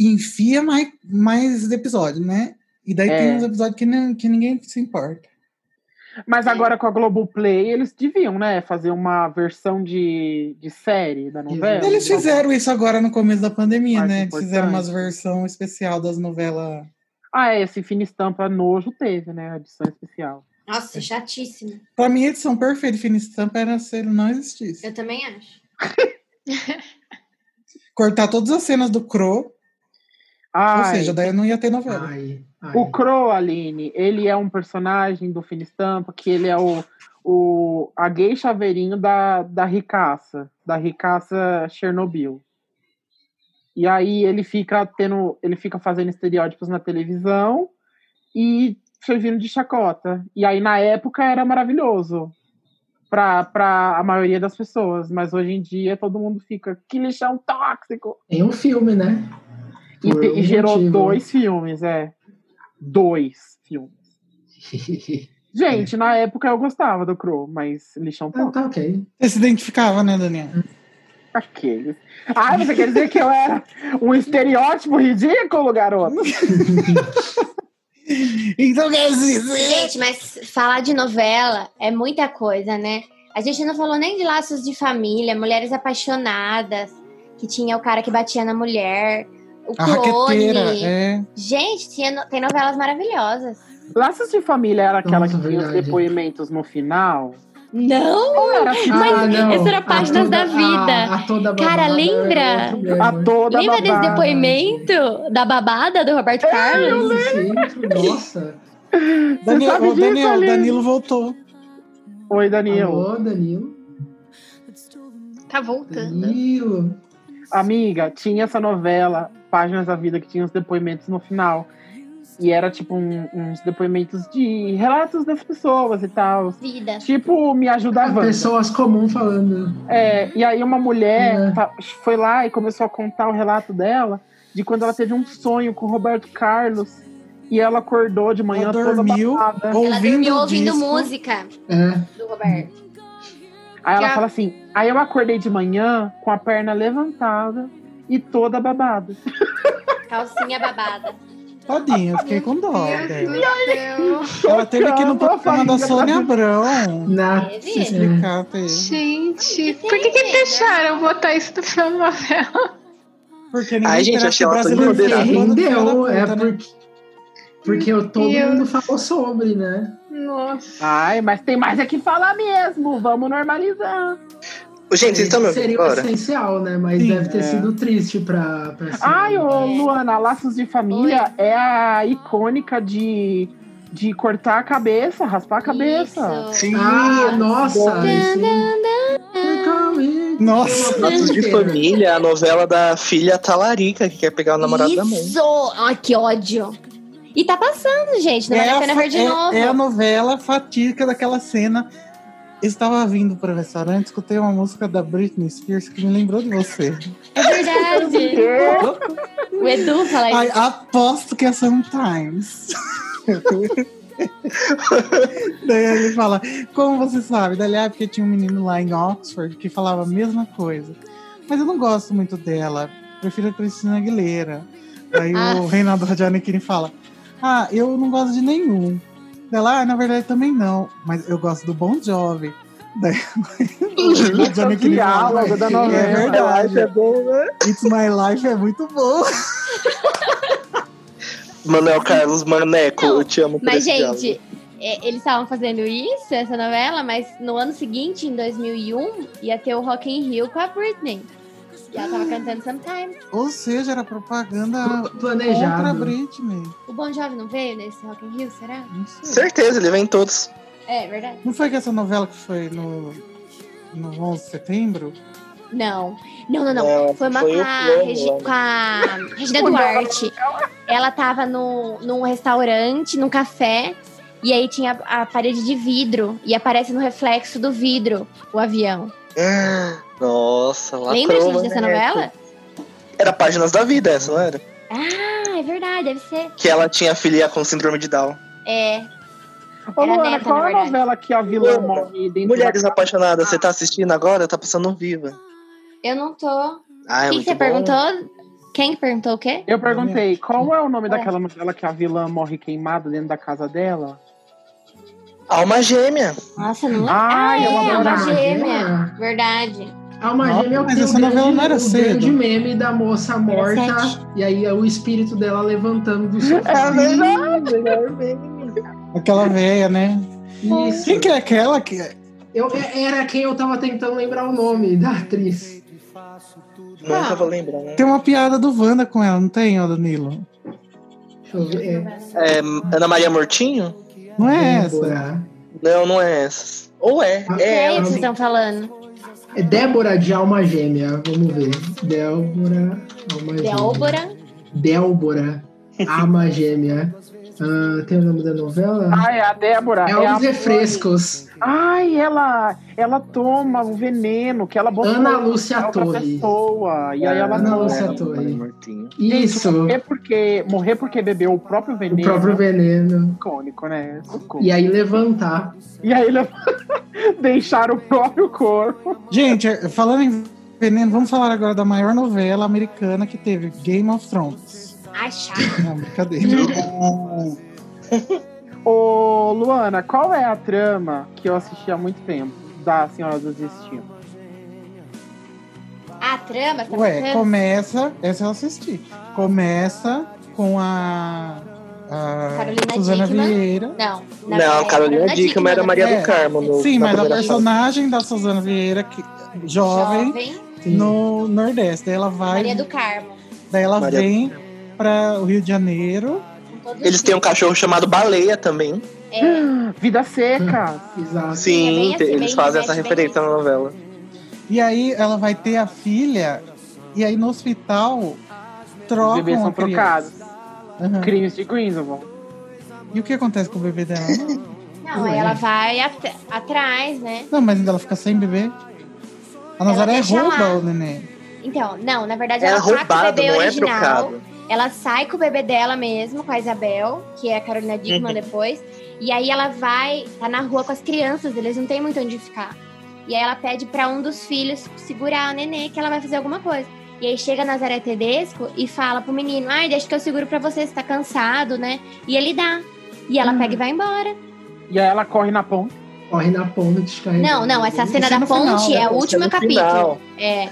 Speaker 11: enfia mais, mais episódios, né? E daí
Speaker 2: É.
Speaker 11: tem uns episódios que, não, que ninguém se importa.
Speaker 2: Mas agora com a Globoplay, eles deviam, né, fazer uma versão de, de série da novela.
Speaker 11: Eles fizeram isso agora no começo da pandemia,
Speaker 2: É, Parte
Speaker 11: né? Eles
Speaker 2: importante.
Speaker 11: fizeram umas versão especial das novelas.
Speaker 2: Ah, é, esse Fina Estampa Nojo teve, né? A edição especial.
Speaker 4: Nossa, chatíssima.
Speaker 11: Pra mim, a edição perfeita de Fina Estampa era se ele não existisse.
Speaker 4: Eu também acho.
Speaker 11: Cortar todas as cenas do Crow, ou
Speaker 2: Ai,
Speaker 11: seja, daí não ia ter novela.
Speaker 5: Ai, ai.
Speaker 2: O Crow, Aline, ele é um personagem do Fina Estampa, que ele é o, o a gay chaveirinho da, da ricaça, da ricaça Chernobyl. E aí ele fica tendo, ele fica fazendo estereótipos na televisão e servindo de chacota. E aí na época era maravilhoso para a maioria das pessoas, mas hoje em dia todo mundo fica que lixão tóxico.
Speaker 5: Tem um filme, né?
Speaker 2: E,
Speaker 5: Por
Speaker 2: te-
Speaker 5: algum
Speaker 2: e gerou
Speaker 5: motivo.
Speaker 2: dois filmes, é. Dois filmes. Gente, na época eu gostava do Crow, mas lixão
Speaker 5: ah,
Speaker 2: tóxico.
Speaker 5: tá ok.
Speaker 11: Você se identificava, né, Daniel?
Speaker 2: Aqueles. Ai, você quer dizer que eu era um estereótipo ridículo, garoto?
Speaker 11: Então quer dizer.
Speaker 4: Gente, mas falar de novela é muita coisa, né? A gente não falou nem de laços de família, mulheres apaixonadas, que tinha o cara que batia na mulher, o
Speaker 11: A
Speaker 4: clone.
Speaker 11: raqueteira, é.
Speaker 4: Gente, tinha no- tem novelas maravilhosas.
Speaker 2: Laços de Família era aquela
Speaker 5: Nossa,
Speaker 2: que tinha os
Speaker 5: verdade.
Speaker 2: depoimentos no final?
Speaker 4: Não!
Speaker 2: Ou era
Speaker 5: Ah,
Speaker 2: final?
Speaker 5: não.
Speaker 4: essa era
Speaker 5: A
Speaker 4: Páginas da Vida.
Speaker 5: A, a toda
Speaker 4: Cara,
Speaker 5: babada é
Speaker 4: lembra?
Speaker 5: outro grande.
Speaker 2: A toda
Speaker 4: Lembra desse
Speaker 2: babada.
Speaker 4: depoimento da babada do Roberto Carlos?
Speaker 5: Sim, Nossa.
Speaker 11: Daniel,
Speaker 2: sabe
Speaker 11: o
Speaker 2: disso,
Speaker 11: Daniel,
Speaker 2: Aline?
Speaker 11: Danilo voltou.
Speaker 2: Oi, Danilo.
Speaker 5: Alô, Danilo.
Speaker 3: Tá voltando.
Speaker 5: Danilo.
Speaker 2: Amiga, tinha essa novela, Páginas da Vida, que tinha os depoimentos no final. E era tipo um- uns depoimentos de relatos das pessoas e tal.
Speaker 4: Vida.
Speaker 2: Tipo, me ajuda a Wanda.
Speaker 5: Pessoas comuns falando.
Speaker 2: É, e aí uma mulher
Speaker 1: Hum.
Speaker 2: tá- foi lá e começou a contar o relato dela de quando ela teve um sonho com o Roberto Carlos e ela acordou de manhã
Speaker 1: Ela
Speaker 2: toda
Speaker 1: dormiu,
Speaker 2: abafada.
Speaker 4: Ela dormiu ouvindo música
Speaker 5: É.
Speaker 4: do Roberto.
Speaker 2: Aí ela
Speaker 4: Já-
Speaker 2: fala assim: aí eu acordei de manhã com a perna levantada e toda babada.
Speaker 4: Calcinha babada.
Speaker 1: Tadinha, eu fiquei com dó dela.
Speaker 3: Meu Deus.
Speaker 1: Ela teve que ir no
Speaker 2: Chocando a
Speaker 1: programa da
Speaker 2: família
Speaker 1: Sônia Abrão
Speaker 5: Na... é,
Speaker 4: Teve?
Speaker 1: se explicar. Teve.
Speaker 3: Gente, por que, que deixaram botar isso no filme novela?
Speaker 1: Porque ninguém
Speaker 13: Ai, gente,
Speaker 1: espera que
Speaker 13: achei
Speaker 1: o
Speaker 13: ela tão
Speaker 1: brasileiro
Speaker 5: Porque
Speaker 13: empoderada.
Speaker 1: seja bando de filha da
Speaker 5: rendeu,
Speaker 1: puta,
Speaker 5: é
Speaker 1: né?
Speaker 5: porque. Porque eu- todo
Speaker 3: Deus.
Speaker 5: mundo falou sobre, né?
Speaker 3: Nossa.
Speaker 2: Ai, mas tem mais é que falar mesmo. Vamos normalizar.
Speaker 13: Ô, Gente, vocês estão me ouvindo
Speaker 5: Seria
Speaker 13: agora?
Speaker 5: essencial, né? Mas
Speaker 1: Sim,
Speaker 5: deve ter
Speaker 2: é.
Speaker 5: sido triste pra. pra esse-
Speaker 2: Ai,
Speaker 4: É.
Speaker 2: ô, Luana, Laços de Família é a icônica de, de cortar a cabeça, raspar a cabeça.
Speaker 4: Isso.
Speaker 13: Sim.
Speaker 5: Ah, nossa! isso-
Speaker 1: Nossa.
Speaker 13: Laços de Família, a novela da filha talarica que quer pegar o namorado da mãe.
Speaker 4: Isso! Ai, que ódio. E tá passando, gente. Não
Speaker 1: É
Speaker 4: vale a
Speaker 1: a,
Speaker 4: pena
Speaker 1: fa-
Speaker 4: ver de
Speaker 1: é-
Speaker 4: novo.
Speaker 1: é a novela fatídica daquela cena. Estava vindo para o restaurante, escutei uma música da Britney Spears que me lembrou de você.
Speaker 4: É verdade. O Edu fala
Speaker 1: Ai,
Speaker 4: isso.
Speaker 1: aposto que é Sometimes. Daí ele fala, como você sabe? Daí, ele, ah, porque tinha um menino lá em Oxford que falava a mesma coisa. Mas eu não gosto muito dela. Prefiro a Cristina Aguilera. Aí o
Speaker 4: Ah.
Speaker 1: Reinaldo Radianiquini fala, ah, eu não gosto de nenhum. Dela, ah, na verdade também não. Mas eu gosto do Bon Jovi. Daí o Reinaldo
Speaker 2: Esse é o
Speaker 1: Radianiquini fala,
Speaker 2: diálogo da
Speaker 1: é
Speaker 2: novela.
Speaker 1: verdade.
Speaker 13: É bom, né?
Speaker 1: It's My Life é muito bom.
Speaker 13: Manuel Carlos Maneco,
Speaker 4: Não,
Speaker 13: eu te amo por
Speaker 4: Mas,
Speaker 13: esse diálogo.
Speaker 4: gente, é, eles estavam fazendo isso, essa novela, mas no ano seguinte, em 2001, ia ter o Rock in Rio com a Britney. E ela tava cantando Sometimes.
Speaker 1: Ou seja, era propaganda contra a
Speaker 5: Planejado.
Speaker 1: Britney.
Speaker 4: O Bon Jovi não veio nesse Rock in Rio, será?
Speaker 1: Não sei.
Speaker 13: Certeza, ele vem em todos.
Speaker 4: É, verdade.
Speaker 1: Não foi que essa novela que foi no, no 11 de setembro?
Speaker 4: Não. Não, não, não.
Speaker 13: Não,
Speaker 4: foi uma
Speaker 13: É, foi
Speaker 4: com,
Speaker 13: o
Speaker 4: a
Speaker 13: plano
Speaker 4: Regi-
Speaker 13: lá, né?
Speaker 4: com a Regina Duarte. Ela tava no, num restaurante, num café, e aí tinha a, a parede de vidro. E aparece no reflexo do vidro o avião.
Speaker 13: Ah, Nossa, lá
Speaker 4: Lembra,
Speaker 13: croma,
Speaker 4: gente, dessa
Speaker 13: né?
Speaker 4: novela?
Speaker 13: Era Páginas da Vida essa, não era?
Speaker 4: Ah, é verdade, deve ser.
Speaker 13: Que ela tinha filha com síndrome de Down.
Speaker 4: É,
Speaker 2: Ô,
Speaker 4: Era
Speaker 2: Luana,
Speaker 4: neta,
Speaker 2: qual é a
Speaker 4: na verdade.
Speaker 2: novela que a vilã
Speaker 13: Luana,
Speaker 2: morre dentro
Speaker 13: Mulheres
Speaker 2: da casa?
Speaker 13: Apaixonadas, você tá assistindo agora? Tá passando um viva.
Speaker 4: eu não tô.
Speaker 13: Ah, é
Speaker 4: Quem
Speaker 13: muito
Speaker 4: que você
Speaker 13: bom.
Speaker 4: perguntou? Quem que perguntou o quê?
Speaker 2: Eu perguntei, qual é o nome
Speaker 4: É.
Speaker 2: daquela novela que a vilã morre queimada dentro da casa dela?
Speaker 13: Alma Gêmea.
Speaker 4: Nossa, não lembro. Ah,
Speaker 2: Ai,
Speaker 4: é,
Speaker 2: eu
Speaker 4: uma,
Speaker 5: adorava.
Speaker 4: gêmea. Verdade.
Speaker 5: Alma
Speaker 1: Nossa,
Speaker 5: Gêmea é o
Speaker 1: mas
Speaker 5: tem o
Speaker 1: essa novela
Speaker 5: grande-
Speaker 1: não era
Speaker 5: o
Speaker 1: cedo.
Speaker 5: grande meme da moça morta
Speaker 4: sete.
Speaker 5: e aí é o espírito dela levantando do
Speaker 2: É
Speaker 5: sofá.
Speaker 2: verdade,
Speaker 1: Aquela véia, né?
Speaker 5: Isso.
Speaker 1: Quem que é aquela que.
Speaker 5: Eu, é, era quem eu tava tentando lembrar o nome da atriz.
Speaker 13: Nunca vou lembrar, né?
Speaker 1: Tem uma piada do Wanda com ela, não tem, ô Danilo?
Speaker 5: Deixa eu ver.
Speaker 13: É,
Speaker 5: É,
Speaker 13: Ana Maria Mortinho?
Speaker 1: Não é essa?
Speaker 5: Débora.
Speaker 13: Não, não é essa. Ou é.
Speaker 5: Ah,
Speaker 13: É
Speaker 4: É, é
Speaker 13: ela.
Speaker 4: que vocês estão falando.
Speaker 5: É Débora de Alma Gêmea. Vamos ver. Débora. Alma
Speaker 4: É
Speaker 5: Gêmea.
Speaker 4: Délbora.
Speaker 5: Débora. Alma Gêmea. Ah, tem o nome da novela?
Speaker 2: Ai, a Débora.
Speaker 5: É
Speaker 2: Ah, é a-
Speaker 5: Os Refrescos.
Speaker 2: Ai, ela, ela toma o veneno que ela bota pra
Speaker 5: Ana Lúcia
Speaker 2: outra
Speaker 5: Torres. É,
Speaker 2: pessoa. E aí ela
Speaker 5: Ana
Speaker 2: não.
Speaker 5: Lúcia
Speaker 13: É, Ana Maria
Speaker 5: Torres.
Speaker 13: Mortinho.
Speaker 5: Isso.
Speaker 2: Morrer porque, morrer porque bebeu o próprio
Speaker 5: O
Speaker 2: veneno.
Speaker 5: próprio veneno.
Speaker 2: é icônico, né? Isso é icônico.
Speaker 5: E aí levantar.
Speaker 2: E aí ele deixar o próprio corpo.
Speaker 1: Gente, é, falando em veneno, vamos falar agora da maior novela americana que teve: Game of Thrones.
Speaker 4: Ai, chato.
Speaker 1: Não, brincadeira.
Speaker 2: Ô, Luana, qual é a trama que eu assisti há muito tempo da Senhora dos Destinos?
Speaker 4: A trama, você tá
Speaker 1: Ué,
Speaker 4: brincando?
Speaker 1: começa. Essa eu assisti. Começa com a. a
Speaker 4: Carolina
Speaker 1: Suzana
Speaker 4: Dickmann.
Speaker 1: Vieira.
Speaker 4: Não. né? na
Speaker 13: Não,
Speaker 4: verdade,
Speaker 13: Carolina
Speaker 4: Dickmann,
Speaker 13: Dickman era
Speaker 4: na
Speaker 13: Maria
Speaker 1: É.
Speaker 13: do Carmo. No,
Speaker 1: Sim,
Speaker 13: na
Speaker 1: mas a
Speaker 13: primeira fase.
Speaker 1: personagem da Suzana Vieira, que,
Speaker 4: verdade.
Speaker 1: jovem,
Speaker 4: É Jovem,
Speaker 5: Sim.
Speaker 1: no Nordeste. Daí ela vai.
Speaker 4: Maria do Carmo.
Speaker 1: Daí ela
Speaker 13: Maria-
Speaker 1: vem para o Rio de Janeiro.
Speaker 4: com todos os
Speaker 13: Eles têm um
Speaker 4: filhos.
Speaker 13: cachorro chamado Baleia também.
Speaker 4: É,
Speaker 2: Vida seca.
Speaker 5: Exato.
Speaker 4: é
Speaker 13: Sim,
Speaker 4: bem assim,
Speaker 13: eles
Speaker 4: bem
Speaker 13: fazem essa
Speaker 4: remete, bem
Speaker 13: referência na
Speaker 4: isso.
Speaker 13: novela.
Speaker 1: E aí ela vai ter a filha. E aí no hospital
Speaker 2: Os bebês
Speaker 1: trocam a
Speaker 2: são
Speaker 1: criança.
Speaker 2: trocados. Crimes de Grindelwald.
Speaker 1: E o que acontece com o bebê dela?
Speaker 4: Não, aí ela vai at- atrás, né?
Speaker 1: Não, mas ainda ela fica sem bebê. A Nazaré
Speaker 4: deixa
Speaker 1: rouba
Speaker 4: lá.
Speaker 1: o neném.
Speaker 4: Então, não, na verdade
Speaker 1: É
Speaker 4: ela sai com o
Speaker 1: roubado,
Speaker 4: bebê
Speaker 1: não é
Speaker 4: original.
Speaker 1: trocado.
Speaker 4: ela sai com o bebê dela mesmo, com a Isabel, que é a Carolina Dickman
Speaker 1: Uhum.
Speaker 4: depois. E aí ela vai, tá na rua com as crianças, eles não têm muito onde ficar. E aí ela pede pra um dos filhos segurar a nenê, que ela vai fazer alguma coisa. E aí chega a Nazaré Tedesco e fala pro menino: ai, deixa que eu seguro pra você, você tá cansado, né? E ele dá. E ela pega e vai embora.
Speaker 2: E aí ela corre na ponte.
Speaker 5: Corre na ponte, cara.
Speaker 4: Não, não, essa cena da ponte é o último capítulo. É. É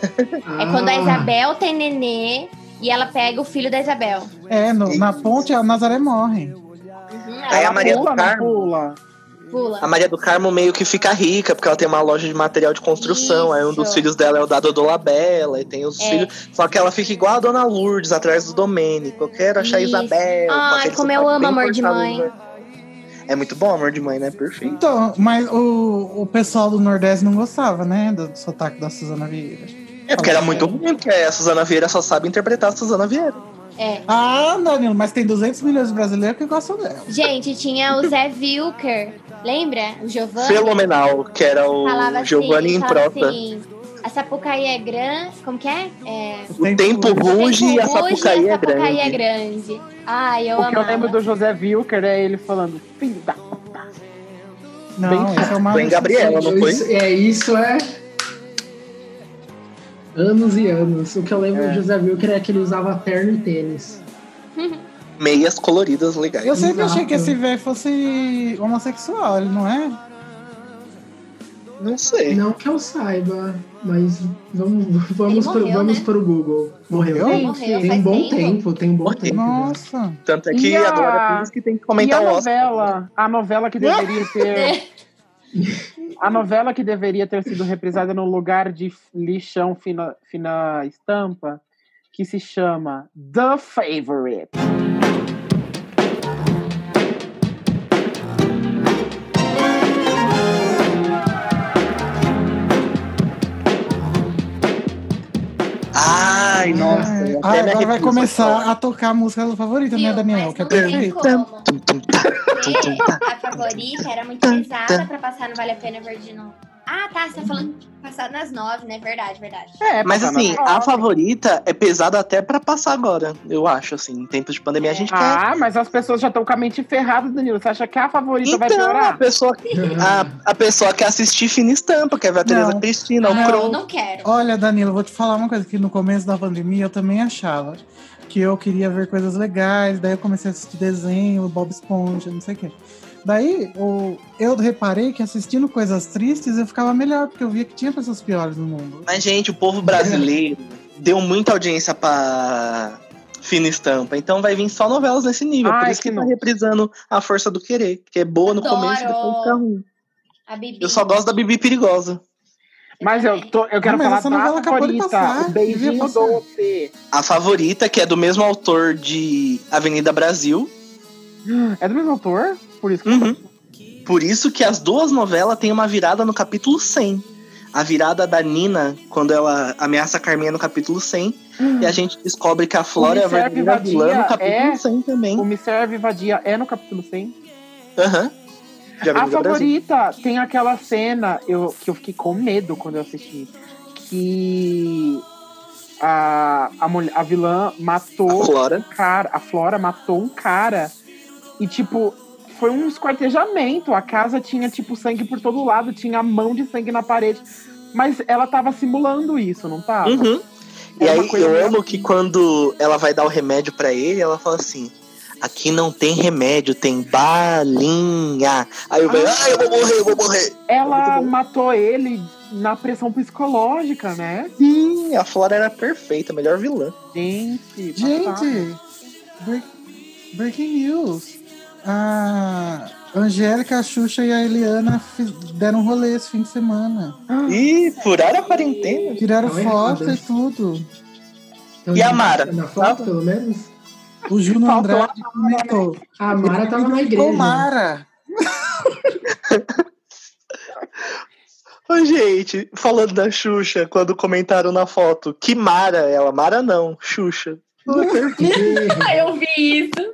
Speaker 4: quando a
Speaker 1: Ah.
Speaker 4: Isabel tem nenê e ela pega o filho da Isabel.
Speaker 1: É, no- na ponte a Nazaré morre.
Speaker 4: Uhum,
Speaker 6: Aí É a
Speaker 4: ela
Speaker 6: Maria
Speaker 4: pula,
Speaker 6: do Carmo.
Speaker 4: pula.
Speaker 6: A Maria do Carmo meio que fica rica, porque ela tem uma loja de material de construção. Aí um dos filhos dela é o da Dodolabella, e tem os
Speaker 4: É.
Speaker 6: filhos. Só que ela fica igual a Dona Lourdes, atrás do Domênico. Eu quero achar a
Speaker 4: Isso.
Speaker 6: Isabel. com
Speaker 4: Ai,
Speaker 6: aquele
Speaker 4: como eu
Speaker 6: sotaque
Speaker 4: amo
Speaker 6: bem
Speaker 4: Amor de Mãe.
Speaker 6: fortaleza. É muito bom Amor de Mãe, né? Perfeito.
Speaker 1: Então, mas o, o pessoal do Nordeste não gostava, né? Do, do sotaque da Suzana Vieira.
Speaker 6: É porque era muito ruim, porque a Suzana Vieira só sabe interpretar a Suzana Vieira.
Speaker 4: É.
Speaker 1: Ah, Danilo, mas tem 200 milhões de brasileiros que gostam dela.
Speaker 4: Gente, tinha o Zé Wilker, lembra? O Giovanni.
Speaker 6: Fenomenal, que era o
Speaker 4: Falava assim,
Speaker 6: Giovanni
Speaker 4: ele falava
Speaker 6: Improta.
Speaker 4: assim, a Sapucaí é grande. Como que é? É.
Speaker 6: O tempo ruge e a Sapucaí é
Speaker 4: Sapucaí
Speaker 6: grande.
Speaker 4: é grande. Ai, eu
Speaker 2: o que eu
Speaker 4: amava.
Speaker 2: lembro do José Wilker é ele falando, filho da puta.
Speaker 1: Não, esse é uma...
Speaker 6: Foi em Gabriela, não foi?
Speaker 5: Isso- é, isso é. Anos e anos. O que eu lembro do José Wilker é que ele usava terno e tênis.
Speaker 6: Meias coloridas legais.
Speaker 1: Eu sempre achei que esse
Speaker 6: Exato.
Speaker 1: velho fosse homossexual, ele não é?
Speaker 6: Não sei.
Speaker 5: Não que eu saiba, mas vamos, vamos,
Speaker 1: Ele
Speaker 5: pro,
Speaker 1: morreu,
Speaker 5: vamos
Speaker 1: né?
Speaker 5: pro Google. Morreu?
Speaker 1: Ele morreu,
Speaker 5: tem
Speaker 1: faz
Speaker 5: um bom
Speaker 1: tempo.
Speaker 5: tempo. tem um bom tempo.
Speaker 1: Nossa.
Speaker 6: Tanto é
Speaker 2: E
Speaker 6: que
Speaker 2: a-
Speaker 6: agora por isso que tem que comentar
Speaker 2: e
Speaker 6: o
Speaker 2: a
Speaker 6: Oscar.
Speaker 2: novela, a novela que deveria ter a novela que deveria ter sido reprisada no lugar de lixão fina, fina estampa que se chama The Favorite.
Speaker 6: Ai, nossa.
Speaker 1: Ai,
Speaker 6: até
Speaker 1: ai,
Speaker 6: me
Speaker 1: Ah, agora vai
Speaker 6: arrepio,
Speaker 1: começar a tocar a música favorita, né, Daniel? Que é perfeito.
Speaker 4: A favorita era muito pesada pra passar no Vale a Pena Ver de novo. Ah, tá, você tá falando que passado nas nove, né? Verdade, verdade.
Speaker 2: É,
Speaker 6: Mas assim, a favorita é pesada até pra passar agora, eu acho, assim. Em tempos de pandemia a gente quer.
Speaker 2: Ah, mas as pessoas já estão com a mente ferrada, Danilo. Você acha que a favorita vai
Speaker 6: Então, a
Speaker 2: piorar?
Speaker 6: pessoa,
Speaker 5: Ah,
Speaker 6: a, a pessoa quer assistir fina estampa, quer ver a Tereza Cristina, o Crow.
Speaker 4: quero.
Speaker 1: Olha, Danilo, vou te falar uma coisa que no começo da pandemia eu também achava que eu queria ver coisas legais, daí eu comecei a assistir desenho, Bob Esponja, não sei o quê. Daí o- eu reparei que assistindo coisas tristes eu ficava melhor, porque eu via que tinha pessoas piores no mundo.
Speaker 6: Mas, gente, o povo brasileiro deu muita audiência pra fina estampa. Então vai vir só novelas nesse nível.
Speaker 4: Ai,
Speaker 6: Por isso que, tá reprisando A Força do Querer, que é boa no começo e depois fica ruim.
Speaker 4: Adoro. A Bibi.
Speaker 6: Eu só gosto da Bibi Perigosa.
Speaker 2: Mas eu, tô, eu quero
Speaker 6: Ah, mas
Speaker 2: falar
Speaker 6: essa
Speaker 2: da
Speaker 6: novela acabou de
Speaker 2: favorita,
Speaker 6: passar,
Speaker 2: o beijinho
Speaker 6: devia passar.
Speaker 2: doce.
Speaker 6: A favorita, que é do mesmo autor de Avenida Brasil.
Speaker 2: É do mesmo autor? Por isso
Speaker 6: que, Por isso que as duas novelas têm uma virada no capítulo 100. A virada da Nina, quando ela ameaça a Carminha no capítulo 100. E a gente descobre que a Flora é a
Speaker 2: Me Serve
Speaker 6: verdadeira vilã no
Speaker 2: Vadia
Speaker 6: capítulo
Speaker 2: é-
Speaker 6: 100 também.
Speaker 2: O Me Serve Vadia é no capítulo 100?
Speaker 6: Aham. De
Speaker 2: A
Speaker 6: Avenida É Brasil.
Speaker 2: favorita tem aquela cena eu, que eu fiquei com medo quando eu assisti. Que a, a, mulher, a vilã matou
Speaker 6: A Flora.
Speaker 2: um cara. A Flora matou um cara. E tipo, foi um esquartejamento. A casa tinha, tipo, sangue por todo lado, tinha a mão de sangue na parede. Mas ela tava simulando isso, Ah, não tava?
Speaker 6: Uhum. E
Speaker 2: Era uma
Speaker 6: aí
Speaker 2: coisa
Speaker 6: eu
Speaker 2: meio
Speaker 6: amo que quando ela vai dar o remédio pra ele, ela fala assim: aqui não tem remédio, tem balinha. Aí o velho, ah, eu vou morrer, eu vou morrer.
Speaker 2: Ela matou ele na pressão psicológica, né?
Speaker 6: Sim, a Flora era perfeita, a melhor vilã.
Speaker 2: Gente,
Speaker 1: Gente, break- breaking news. A Angélica, a Xuxa e a Eliana fi- deram um rolê esse fim de semana.
Speaker 6: Ih, furaram a quarentena.
Speaker 1: Tiraram
Speaker 6: Não é
Speaker 1: foto
Speaker 6: nada.
Speaker 1: e tudo.
Speaker 5: então
Speaker 6: E a Mara?
Speaker 5: tá Na foto, pelo menos?
Speaker 1: O Juno
Speaker 5: Faltou a
Speaker 6: né?
Speaker 1: Andrade comentou.
Speaker 5: A Mara tava na
Speaker 1: Ficou
Speaker 5: igreja.
Speaker 1: Mara.
Speaker 6: Ô, gente, falando da Xuxa, quando comentaram na foto, que Mara ela, Mara não, Xuxa.
Speaker 4: Eu vi isso.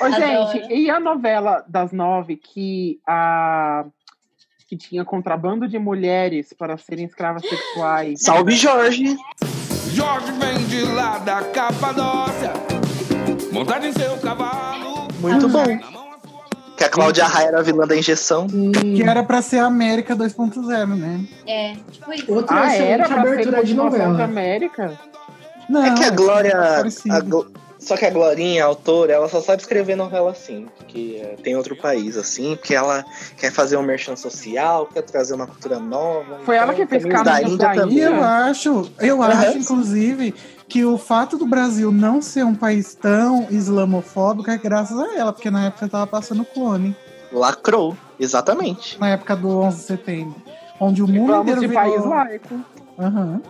Speaker 2: Ô,
Speaker 14: Adoro.
Speaker 2: gente, e a novela das nove que a que tinha contrabando de mulheres para serem escravas sexuais?
Speaker 6: Salve, Jorge!
Speaker 12: Jorge vem de lá da Capadócia, montado em seu cavalo.
Speaker 6: Muito bom. Que a Cláudia Raia era a vilã da injeção.
Speaker 5: Hum.
Speaker 1: Que era pra ser a América 2.0, né?
Speaker 4: É, tipo isso.
Speaker 5: Outra
Speaker 6: Ah,
Speaker 5: excelente
Speaker 6: era pra ser
Speaker 5: abertura de
Speaker 6: continuação
Speaker 5: novela.
Speaker 6: da
Speaker 2: América?
Speaker 6: é
Speaker 2: Ah,
Speaker 6: que a Glória.
Speaker 1: parecido.
Speaker 6: a Glo- Só que a Glorinha, a autora, ela só sabe escrever novela assim, que eh, tem outro país, assim, porque ela quer fazer um merchan social, quer trazer uma cultura nova.
Speaker 2: Foi ela que fez
Speaker 6: Caminhos da
Speaker 2: Caminhos da
Speaker 6: Índia
Speaker 1: E
Speaker 6: também.
Speaker 1: eu acho, eu
Speaker 6: Uhum.
Speaker 1: acho, inclusive, que o fato do Brasil não ser um país tão islamofóbico é graças a ela, porque na época tava passando clone.
Speaker 6: Lacrou, exatamente.
Speaker 1: Na época do 11 de setembro. Onde o mundo
Speaker 2: Vamos
Speaker 1: inteiro
Speaker 2: de
Speaker 1: virou...
Speaker 2: país laico.
Speaker 1: Aham.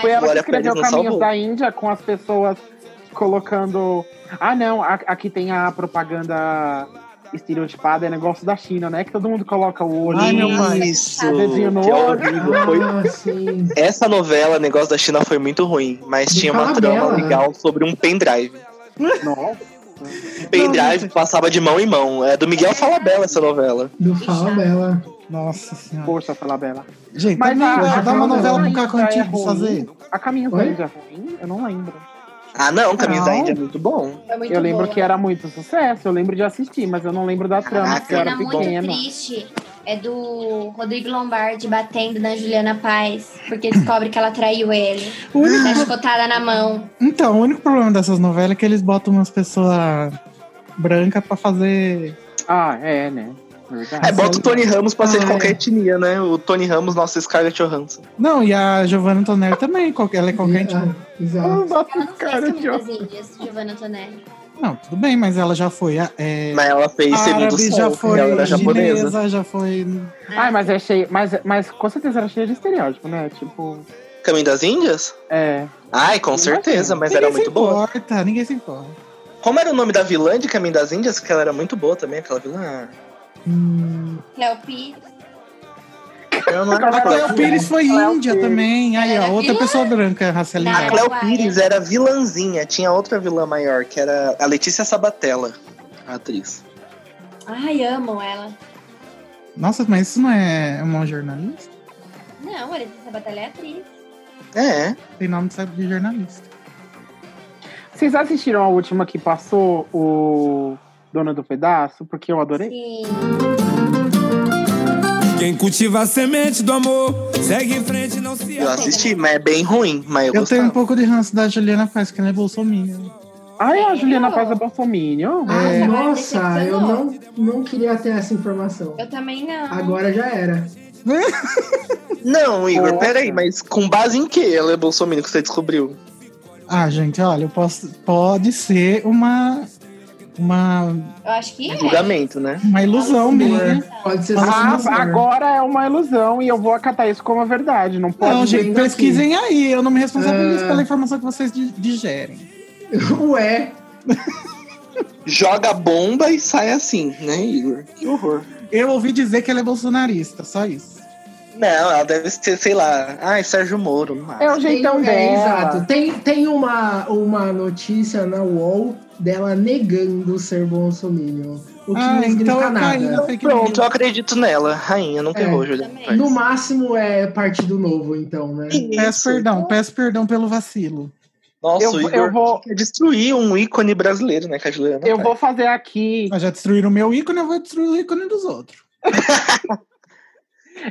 Speaker 2: Foi ela que
Speaker 6: Glória
Speaker 2: escreveu
Speaker 6: Pérez não
Speaker 2: Caminhos
Speaker 6: salvou.
Speaker 2: da Índia com as pessoas colocando. Ah, não, a- aqui tem a propaganda estereotipada, é negócio da China, né? Que todo mundo coloca o olho.
Speaker 6: Ai,
Speaker 2: no-
Speaker 6: meu pai. Isso,
Speaker 2: o dedinho no
Speaker 6: que
Speaker 2: olho.
Speaker 6: horrível. Ah, Foi...
Speaker 5: Ah,
Speaker 6: Essa novela, Negócio da China, foi muito ruim, mas tinha uma
Speaker 2: Falabella,
Speaker 6: trama
Speaker 2: né?
Speaker 6: legal sobre um pendrive.
Speaker 2: Nossa.
Speaker 6: Um pendrive passava de mão em mão. É do Miguel Falabella essa novela.
Speaker 5: Do Fala Bela.
Speaker 1: Nossa senhora.
Speaker 2: Força, Fala Bela.
Speaker 1: Gente, também dá- dá uma novela pro Caco
Speaker 2: Índia
Speaker 1: Antibes
Speaker 2: ruim?
Speaker 1: fazer.
Speaker 2: A Caminhos da
Speaker 1: Oi?
Speaker 2: Índia é ruim? Eu não lembro.
Speaker 6: Ah, não, Caminhos da
Speaker 2: Não.
Speaker 6: Índia é muito bom.
Speaker 4: É muito
Speaker 2: eu lembro
Speaker 4: boa.
Speaker 2: que era muito sucesso, eu lembro de assistir, mas eu não lembro da trama,
Speaker 4: Uma
Speaker 2: porque eu era
Speaker 4: cena tá muito
Speaker 2: pequena.
Speaker 4: triste é do Rodrigo Lombardi batendo na Juliana Paz, porque descobre que ela traiu ele.
Speaker 1: Ui.
Speaker 4: Tá escotada na mão.
Speaker 1: Então, o único problema dessas novelas é que eles botam umas pessoas brancas pra fazer...
Speaker 2: Ah, é, né?
Speaker 6: É, bota o Tony Ramos pra ser de qualquer etnia, né? O Tony Ramos, nossa Scarlett Johansson.
Speaker 1: Não, e a Giovanna Antonelli também, qualquer- ela é qualquer tipo.
Speaker 5: ah, Exato.
Speaker 4: Ela não fez muitas índias, Giovanna Antonelli.
Speaker 1: Não, tudo bem, mas ela já foi. a- É,
Speaker 6: mas ela fez
Speaker 2: Segundo Sol,
Speaker 1: já
Speaker 2: que
Speaker 1: foi
Speaker 2: ela era japonesa.
Speaker 1: chinesa, já foi.
Speaker 2: Ai,
Speaker 4: Ah,
Speaker 2: mas é cheio. Mas, mas com certeza era cheio de estereótipo, né? Tipo.
Speaker 6: Caminho das Índias?
Speaker 2: É.
Speaker 6: Ai, com certeza, mas era é muito boa.
Speaker 1: Ninguém se importa, ninguém se importa.
Speaker 6: Como era o nome da vilã de Caminho das Índias? Que ela era muito boa também, aquela vilã.
Speaker 5: Hum,
Speaker 4: Cleo Pires.
Speaker 6: Eu não
Speaker 2: é
Speaker 1: A Cléo Pires foi índia também. Aí, ó, outra pessoa branca
Speaker 6: A
Speaker 1: racializada.
Speaker 6: Cleo Pires era vilãzinha, tinha outra vilã maior, que era a Letícia Sabatella, a atriz.
Speaker 4: Ai, amam ela.
Speaker 1: Nossa, mas isso não é uma jornalista?
Speaker 4: Não, a Letícia Batalha é atriz.
Speaker 6: É.
Speaker 1: Tem nome de de jornalista.
Speaker 2: Vocês assistiram a última que passou, o Dona do Pedaço? Porque eu adorei.
Speaker 12: Quem cultiva a semente do amor, segue em frente, não se
Speaker 6: Eu assisti, mas é bem ruim, mas eu,
Speaker 1: Eu
Speaker 6: gostei.
Speaker 1: tenho um pouco de ranço da Juliana Paz, que ela é bolsominion.
Speaker 2: Ai, a Juliana Paz é bolsominion?
Speaker 1: É.
Speaker 5: Nossa, eu não, não queria ter essa informação.
Speaker 4: Eu também não.
Speaker 5: Agora já era.
Speaker 6: Não, Igor, peraí, mas com base em que ela é bolsominion que você descobriu?
Speaker 1: Ah, gente, olha, eu posso, pode ser uma. Uma.
Speaker 4: Eu acho que é.
Speaker 6: Julgamento, né?
Speaker 1: Uma ilusão minha.
Speaker 5: Pode ser
Speaker 2: Ah,
Speaker 1: só
Speaker 2: agora é uma ilusão e eu vou acatar isso como a verdade. Não pode.
Speaker 1: Não, gente,
Speaker 2: ninguém
Speaker 1: pesquisem aí. Eu não me responsabilizo
Speaker 5: É.
Speaker 2: Ah.
Speaker 1: pela informação que vocês di- digerem.
Speaker 5: Ué.
Speaker 6: Joga bomba e sai assim, né, Igor? Que horror.
Speaker 1: Eu ouvi dizer que ela é bolsonarista, só isso.
Speaker 6: Não, ela deve ser, sei lá, ai, Sérgio Moro, no máximo.
Speaker 2: É o jeitão
Speaker 5: Tem- um,
Speaker 2: dela.
Speaker 5: exato. Tem, tem uma, uma notícia na UOL dela negando ser bolsominion. O que
Speaker 1: Ah,
Speaker 5: não significa
Speaker 1: então
Speaker 5: nada.
Speaker 6: Pronto, eu acredito nela. Rainha, não terror, Juliana. Paz.
Speaker 5: No máximo é partido novo, então, né?
Speaker 1: Peço perdão, peço perdão pelo vacilo.
Speaker 6: Nossa,
Speaker 1: é Eu-
Speaker 6: o Igor
Speaker 1: eu
Speaker 2: vou-
Speaker 6: quer destruir um ícone brasileiro, né, Cajulana?
Speaker 2: Eu vou fazer aqui.
Speaker 1: Mas já destruíram o meu ícone, eu vou destruir o ícone dos outros.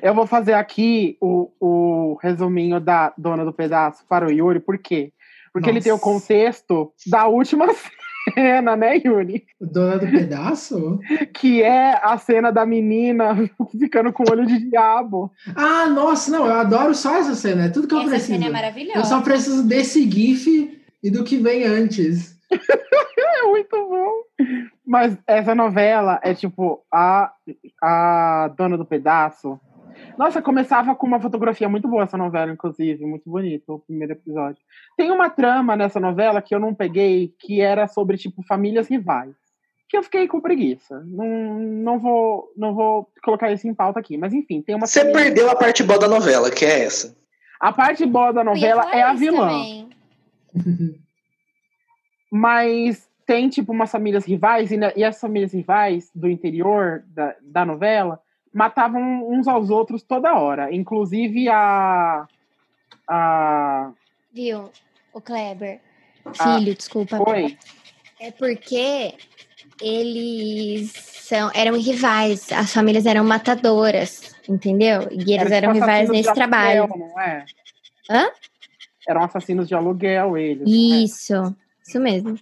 Speaker 2: Eu vou fazer aqui o, o resuminho da dona do pedaço para o Yuri, por quê? Porque ele
Speaker 5: Nossa.
Speaker 2: tem o contexto da última cena, né, Yuri?
Speaker 5: Dona do pedaço?
Speaker 2: Que é a cena da menina ficando com o olho de diabo.
Speaker 5: Ah, nossa, não, eu adoro só essa cena, é tudo que eu
Speaker 4: Essa
Speaker 5: preciso.
Speaker 4: cena é maravilhosa.
Speaker 5: Eu só preciso desse GIF e do que vem antes.
Speaker 2: É muito bom. Mas essa novela é tipo a, a dona do pedaço. Nossa, começava com uma fotografia muito boa essa novela, inclusive, muito bonito o primeiro episódio. Tem uma trama nessa novela que eu não peguei, que era sobre tipo famílias rivais, que eu fiquei com preguiça. Não, não vou, não vou colocar isso em pauta aqui, mas enfim, tem uma
Speaker 6: Você
Speaker 2: família-
Speaker 6: perdeu a parte boa da novela, que é essa.
Speaker 2: A parte boa da
Speaker 4: Eu ia
Speaker 2: novela
Speaker 4: falar
Speaker 2: é a
Speaker 4: isso
Speaker 2: vilã.
Speaker 4: também.
Speaker 2: Mas tem, tipo, umas famílias rivais, e, na- e as famílias rivais do interior da, da novela matavam uns aos outros toda hora. Inclusive a. a
Speaker 4: Viu, o Kleber?
Speaker 2: a-
Speaker 4: Filho, desculpa.
Speaker 2: Ah, Foi.
Speaker 4: É porque eles são, eram rivais, as famílias eram matadoras, entendeu? E eles
Speaker 2: Era
Speaker 4: eram
Speaker 2: tipo
Speaker 4: rivais
Speaker 2: assassinos de
Speaker 4: nesse
Speaker 2: aluguel,
Speaker 4: trabalho.
Speaker 2: não é?
Speaker 4: Hã?
Speaker 2: Eram assassinos de aluguel, eles. é?
Speaker 4: Isso, isso mesmo.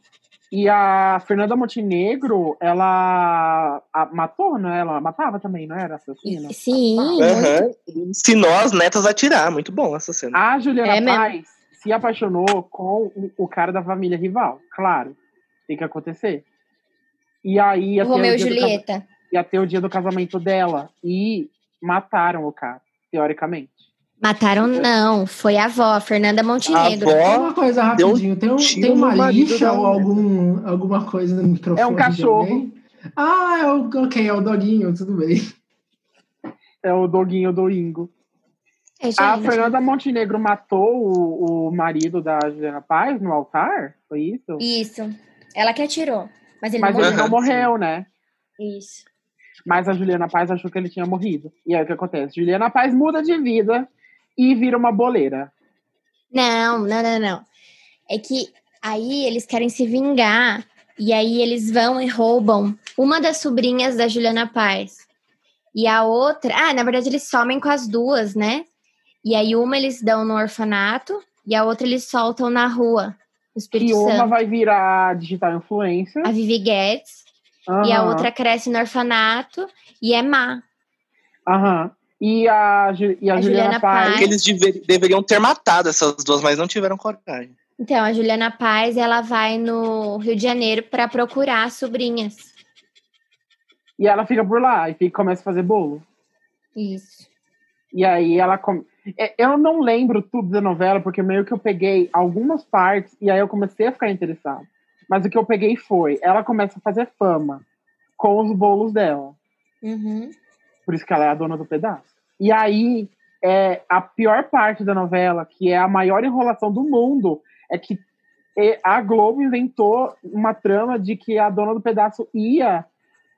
Speaker 2: E a Fernanda Montenegro, ela a- matou, não é? Ela matava também, não era assassina?
Speaker 4: Sim.
Speaker 13: Aham. Se nós, netas, atirar. Muito bom essa cena.
Speaker 2: A Juliana
Speaker 13: É mesmo.
Speaker 2: Paz se apaixonou com o, o cara da família rival, claro. Tem que acontecer. E aí ia
Speaker 4: O
Speaker 2: ter
Speaker 4: Romeu e
Speaker 2: dia do
Speaker 4: Julieta.
Speaker 2: casa- Ia ter o dia do casamento dela. E mataram o cara, teoricamente.
Speaker 4: Mataram, não. Foi a avó, a Fernanda Montenegro.
Speaker 2: avó
Speaker 5: Uma coisa rapidinho, tem, um, tem uma lixa ou algum, alguma coisa no microfone? de
Speaker 2: É um cachorro.
Speaker 5: alguém? Ah, é o, ok, é o doguinho, tudo bem.
Speaker 2: É o doguinho do Ingo.
Speaker 4: É,
Speaker 2: a
Speaker 5: gente.
Speaker 2: Ah, Fernanda Montenegro matou o, o marido da Juliana Paz no altar? Foi isso?
Speaker 4: Isso. Ela que atirou. Mas ele
Speaker 2: Mas
Speaker 4: não
Speaker 2: ele não
Speaker 4: morreu.
Speaker 2: morreu, né?
Speaker 4: Isso.
Speaker 2: Mas a Juliana Paz achou que ele tinha morrido. E aí o que acontece? Juliana Paz muda de vida e vira uma boleira.
Speaker 4: Não, não, não, não. É que aí eles querem se vingar. E aí eles vão e roubam uma das sobrinhas da Juliana Paz. E a outra. Ah, na verdade, eles somem com as duas, né? E aí uma eles dão no orfanato e a outra eles soltam na rua. No Espírito
Speaker 2: E uma
Speaker 4: Santo.
Speaker 2: vai virar digital influencer.
Speaker 4: A Vivi Guedes. E a
Speaker 2: Aham.
Speaker 4: outra cresce no orfanato e é má.
Speaker 2: Aham. E a, Ju- e a,
Speaker 4: A Juliana
Speaker 2: Juliana, Paz.
Speaker 4: Paz.
Speaker 13: Eles dever- deveriam ter matado essas duas, mas não tiveram coragem.
Speaker 4: Então, a Juliana Paz, ela vai no Rio de Janeiro para procurar as sobrinhas.
Speaker 2: E ela fica por lá e fica- começa a fazer bolo.
Speaker 4: Isso.
Speaker 2: E aí ela. come- É, Eu não lembro tudo da novela, porque meio que eu peguei algumas partes e aí eu comecei a ficar interessado. Mas o que eu peguei foi: ela começa a fazer fama com os bolos dela.
Speaker 4: Uhum.
Speaker 2: Por isso que ela é a dona do pedaço. E aí, é, a pior parte da novela, que é a maior enrolação do mundo, é que é, a Globo inventou uma trama de que a dona do pedaço ia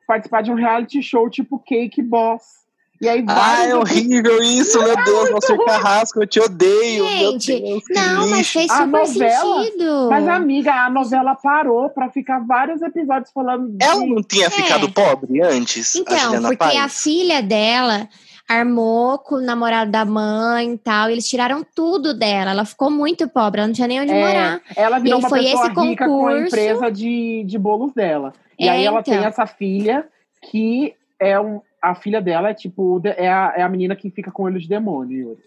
Speaker 2: participar de um reality show tipo Cake Boss. E aí
Speaker 13: Ah,
Speaker 2: vários
Speaker 13: é horrível isso, meu Deus, você carrasco, eu te odeio. meu Deus, que lixo.
Speaker 2: a novela, Mas, amiga, a novela parou pra ficar vários episódios falando
Speaker 13: Ela não tinha ficado pobre antes, a
Speaker 4: é.
Speaker 6: é
Speaker 4: Então,
Speaker 13: Juliana
Speaker 4: porque
Speaker 13: Paz?
Speaker 4: a filha dela armou com o namorado da mãe e tal, e eles tiraram tudo dela. Ela ficou muito pobre, ela não tinha nem onde
Speaker 2: É,
Speaker 4: morar.
Speaker 2: Ela virou
Speaker 4: e aí
Speaker 2: uma
Speaker 4: foi
Speaker 2: pessoa
Speaker 4: esse
Speaker 2: rica com a
Speaker 4: concurso.
Speaker 2: empresa de, de bolos dela. E
Speaker 4: É,
Speaker 2: aí ela tem
Speaker 4: então.
Speaker 2: essa filha que é um, a filha dela é tipo de- é a, é a menina que fica com olho de demônio. Yuri.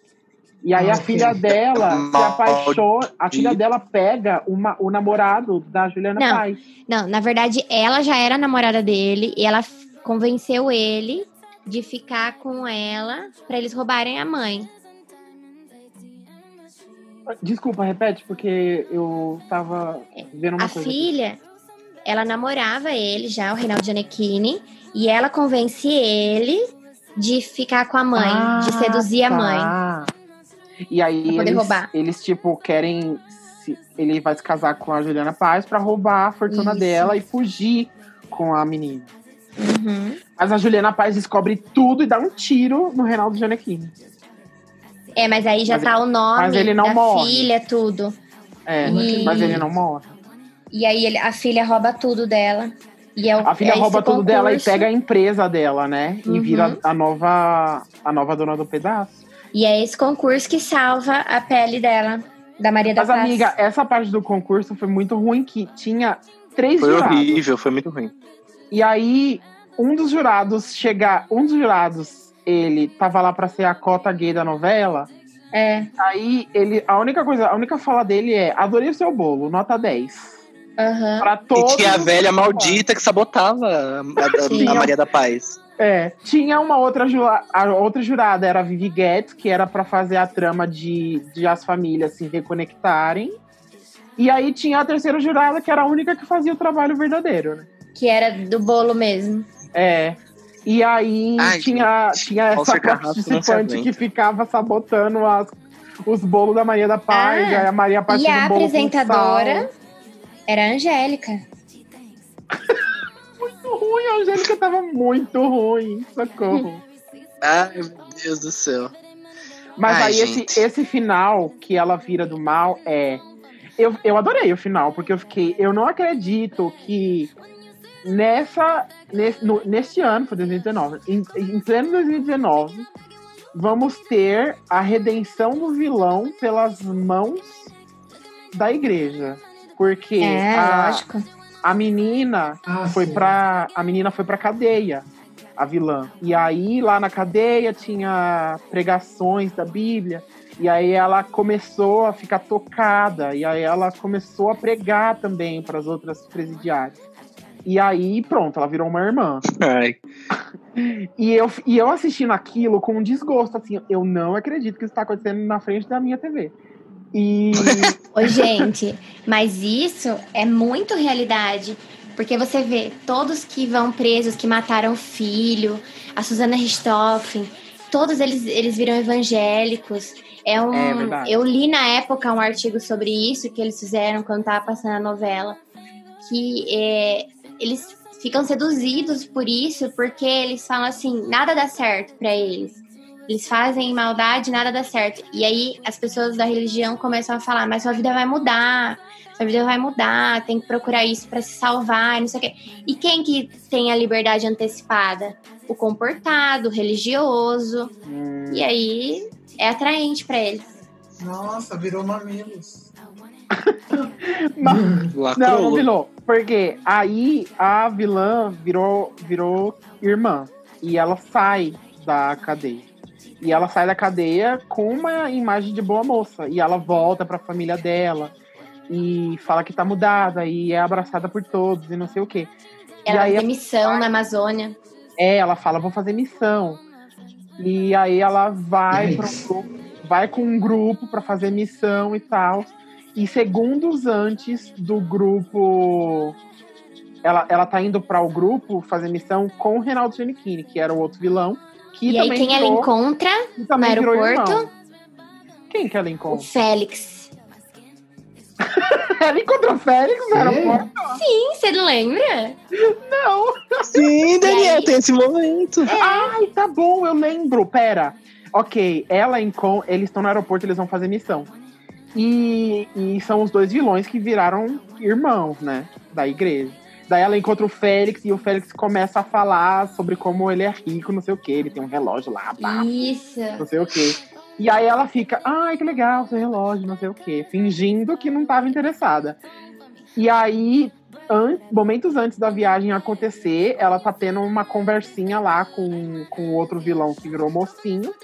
Speaker 2: E aí a
Speaker 13: Ok.
Speaker 2: filha dela se apaixona, a filha dela pega uma, o namorado da Juliana
Speaker 4: Não,
Speaker 2: Paz.
Speaker 4: não, na verdade, ela já era namorada dele e ela f- convenceu ele de ficar com ela para eles roubarem a mãe.
Speaker 2: Desculpa, repete, porque eu tava vendo É uma
Speaker 4: a
Speaker 2: coisa. aqui.
Speaker 4: filha, ela namorava ele já, o Reinaldo Gianecchini, e ela convence ele de ficar com a mãe, de
Speaker 2: Ah,
Speaker 4: seduzir a mãe.
Speaker 2: tá. E aí
Speaker 4: Pra poder
Speaker 2: eles,
Speaker 4: roubar.
Speaker 2: eles, tipo, querem. se- ele vai se casar com a Juliana Paz pra roubar a fortuna
Speaker 4: Isso.
Speaker 2: dela e fugir com a menina.
Speaker 4: Uhum.
Speaker 2: Mas a Juliana Paz descobre tudo e dá um tiro no Reinaldo Gianecchini.
Speaker 4: É, mas aí já
Speaker 2: Mas
Speaker 4: tá
Speaker 2: ele-
Speaker 4: o nome
Speaker 2: mas ele não
Speaker 4: da
Speaker 2: morre.
Speaker 4: filha, tudo.
Speaker 2: É,
Speaker 4: E-
Speaker 2: mas ele não morre.
Speaker 4: E aí ele- a filha rouba tudo dela. E é o,
Speaker 2: A filha
Speaker 4: é esse
Speaker 2: rouba tudo dela e
Speaker 4: concurso.
Speaker 2: pega a empresa dela, né? E
Speaker 4: Uhum.
Speaker 2: vira a nova, a nova dona do pedaço.
Speaker 4: E é esse concurso que salva a pele dela, da Maria da
Speaker 2: Mas,
Speaker 4: Paz.
Speaker 2: amiga, essa parte do concurso foi muito ruim, que tinha três
Speaker 13: Foi
Speaker 2: jurados.
Speaker 13: horrível, foi muito ruim.
Speaker 2: E aí, um dos jurados chegar, um dos jurados, ele tava lá pra ser a cota gay da novela.
Speaker 4: É.
Speaker 2: Aí ele, a única coisa, a única fala dele é: "Adorei o seu bolo, nota 10".
Speaker 4: Aham.
Speaker 2: Pra todos.
Speaker 13: E tinha a velha maldita que sabotava a, a- a- a Maria da Paz.
Speaker 2: É, tinha uma outra, ju- a outra jurada, era a Vivi Guedes, que era pra fazer a trama de, de as famílias se reconectarem. E aí tinha a terceira jurada, que era a única que fazia o trabalho verdadeiro, né?
Speaker 4: Que era do bolo mesmo.
Speaker 2: É. E aí tinha, tinha essa
Speaker 13: Walter Carrasco não se
Speaker 2: participante
Speaker 13: aguenta.
Speaker 2: que ficava sabotando as, os bolos da Maria da Paz.
Speaker 4: Ah,
Speaker 2: aí a Maria Paz
Speaker 4: e
Speaker 2: tinha
Speaker 4: a
Speaker 2: um bolo com
Speaker 4: apresentadora
Speaker 2: sal.
Speaker 4: Era a Angélica.
Speaker 2: Muito ruim, a Angélica um tava muito ruim. Socorro.
Speaker 13: Ai, meu Deus do céu.
Speaker 2: Mas
Speaker 13: Ai,
Speaker 2: aí esse, esse final que ela vira do mal é. Eu, eu adorei o final, porque eu fiquei. Eu não acredito que nessa. Nesse, no- neste ano, foi 2019. Em, em pleno 2019, vamos ter a redenção do vilão pelas mãos da igreja. Porque
Speaker 4: É,
Speaker 2: a,
Speaker 4: lógico.
Speaker 2: a menina
Speaker 5: Ah,
Speaker 2: foi pra. A menina foi pra cadeia, a vilã. E aí lá na cadeia tinha pregações da Bíblia. E aí ela começou a ficar tocada. E aí ela começou a pregar também para as outras presidiárias. E aí, pronto, ela virou uma irmã.
Speaker 13: Ai.
Speaker 2: E eu, e eu assistindo aquilo com um desgosto, assim, eu não acredito que isso tá acontecendo na frente da minha TV. E.
Speaker 4: Ô, gente, mas isso é muito realidade. Porque você vê todos que vão presos, que mataram o filho, a Susana Richthofen, todos eles, eles viram evangélicos. É um,
Speaker 15: É verdade.
Speaker 4: eu li na época um artigo sobre isso que eles fizeram quando tava passando a novela. Que é, eles ficam seduzidos por isso, porque eles falam assim, nada dá certo pra eles. Eles fazem maldade, nada dá certo. E aí as pessoas da religião começam a falar, mas sua vida vai mudar, sua vida vai mudar, tem que procurar isso pra se salvar, não sei o quê. E quem que tem a liberdade antecipada? O comportado, o religioso.
Speaker 2: Hum.
Speaker 4: E aí é atraente pra eles.
Speaker 11: Nossa, virou mamilos.
Speaker 2: Não, não virou. Porque aí a vilã virou, virou irmã. E ela sai da cadeia. E ela sai da cadeia com uma imagem de boa moça. E ela volta pra família dela. E fala que tá mudada. E é abraçada por todos. E não sei o quê. e
Speaker 4: Ela é
Speaker 2: aí
Speaker 4: tem
Speaker 2: a-
Speaker 4: missão na Amazônia.
Speaker 2: é, ela fala, vou fazer missão. E aí ela vai, pro grupo- vai com um grupo para fazer missão e tal. E segundos antes do grupo. Ela, ela tá indo para o grupo fazer missão com o Reinaldo Giannichini, que era o outro vilão. Que
Speaker 4: e aí
Speaker 2: também
Speaker 4: quem ela
Speaker 2: virou-
Speaker 4: encontra
Speaker 2: que
Speaker 4: no
Speaker 2: também virou
Speaker 4: aeroporto?
Speaker 2: irmão. Quem que ela encontra?
Speaker 4: Félix.
Speaker 2: ela encontrou o Félix no aeroporto?
Speaker 4: Sim, você não lembra?
Speaker 2: Não.
Speaker 13: Sim, Daniel, tem esse momento.
Speaker 2: Ai, tá bom, eu lembro. Pera. Ok, ela em com eles estão no aeroporto, eles vão fazer missão. E, e são os dois vilões que viraram irmãos, né? Da igreja. Daí ela encontra o Félix e o Félix começa a falar sobre como ele é rico, não sei o que, ele tem um relógio lá, blá,
Speaker 4: Isso.
Speaker 2: não sei o que. é. E aí ela fica, ai, que legal, seu relógio, não sei o que, fingindo que não tava interessada. E aí, an- momentos antes da viagem acontecer, ela tá tendo uma conversinha lá com, com o outro vilão que virou mocinho.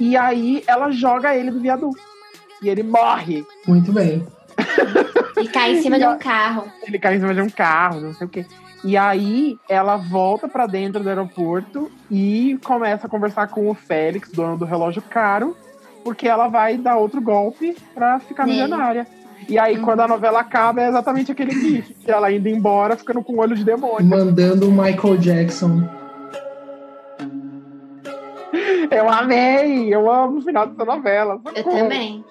Speaker 2: E aí ela joga ele do viaduto. E ele morre.
Speaker 5: Muito bem.
Speaker 4: E cai em cima de um carro.
Speaker 2: Ele cai em cima de um carro, não sei o quê. E aí ela volta pra dentro do aeroporto e começa a conversar com o Félix, dono do relógio caro, porque ela vai dar outro golpe pra ficar
Speaker 4: Nele.
Speaker 2: milionária. E aí,
Speaker 4: Uhum.
Speaker 2: quando a novela acaba, é exatamente aquele gif que ela indo embora, ficando com o olho de demônio.
Speaker 5: Mandando o Michael Jackson.
Speaker 2: Eu amei! Eu amo o final dessa novela.
Speaker 4: Eu também.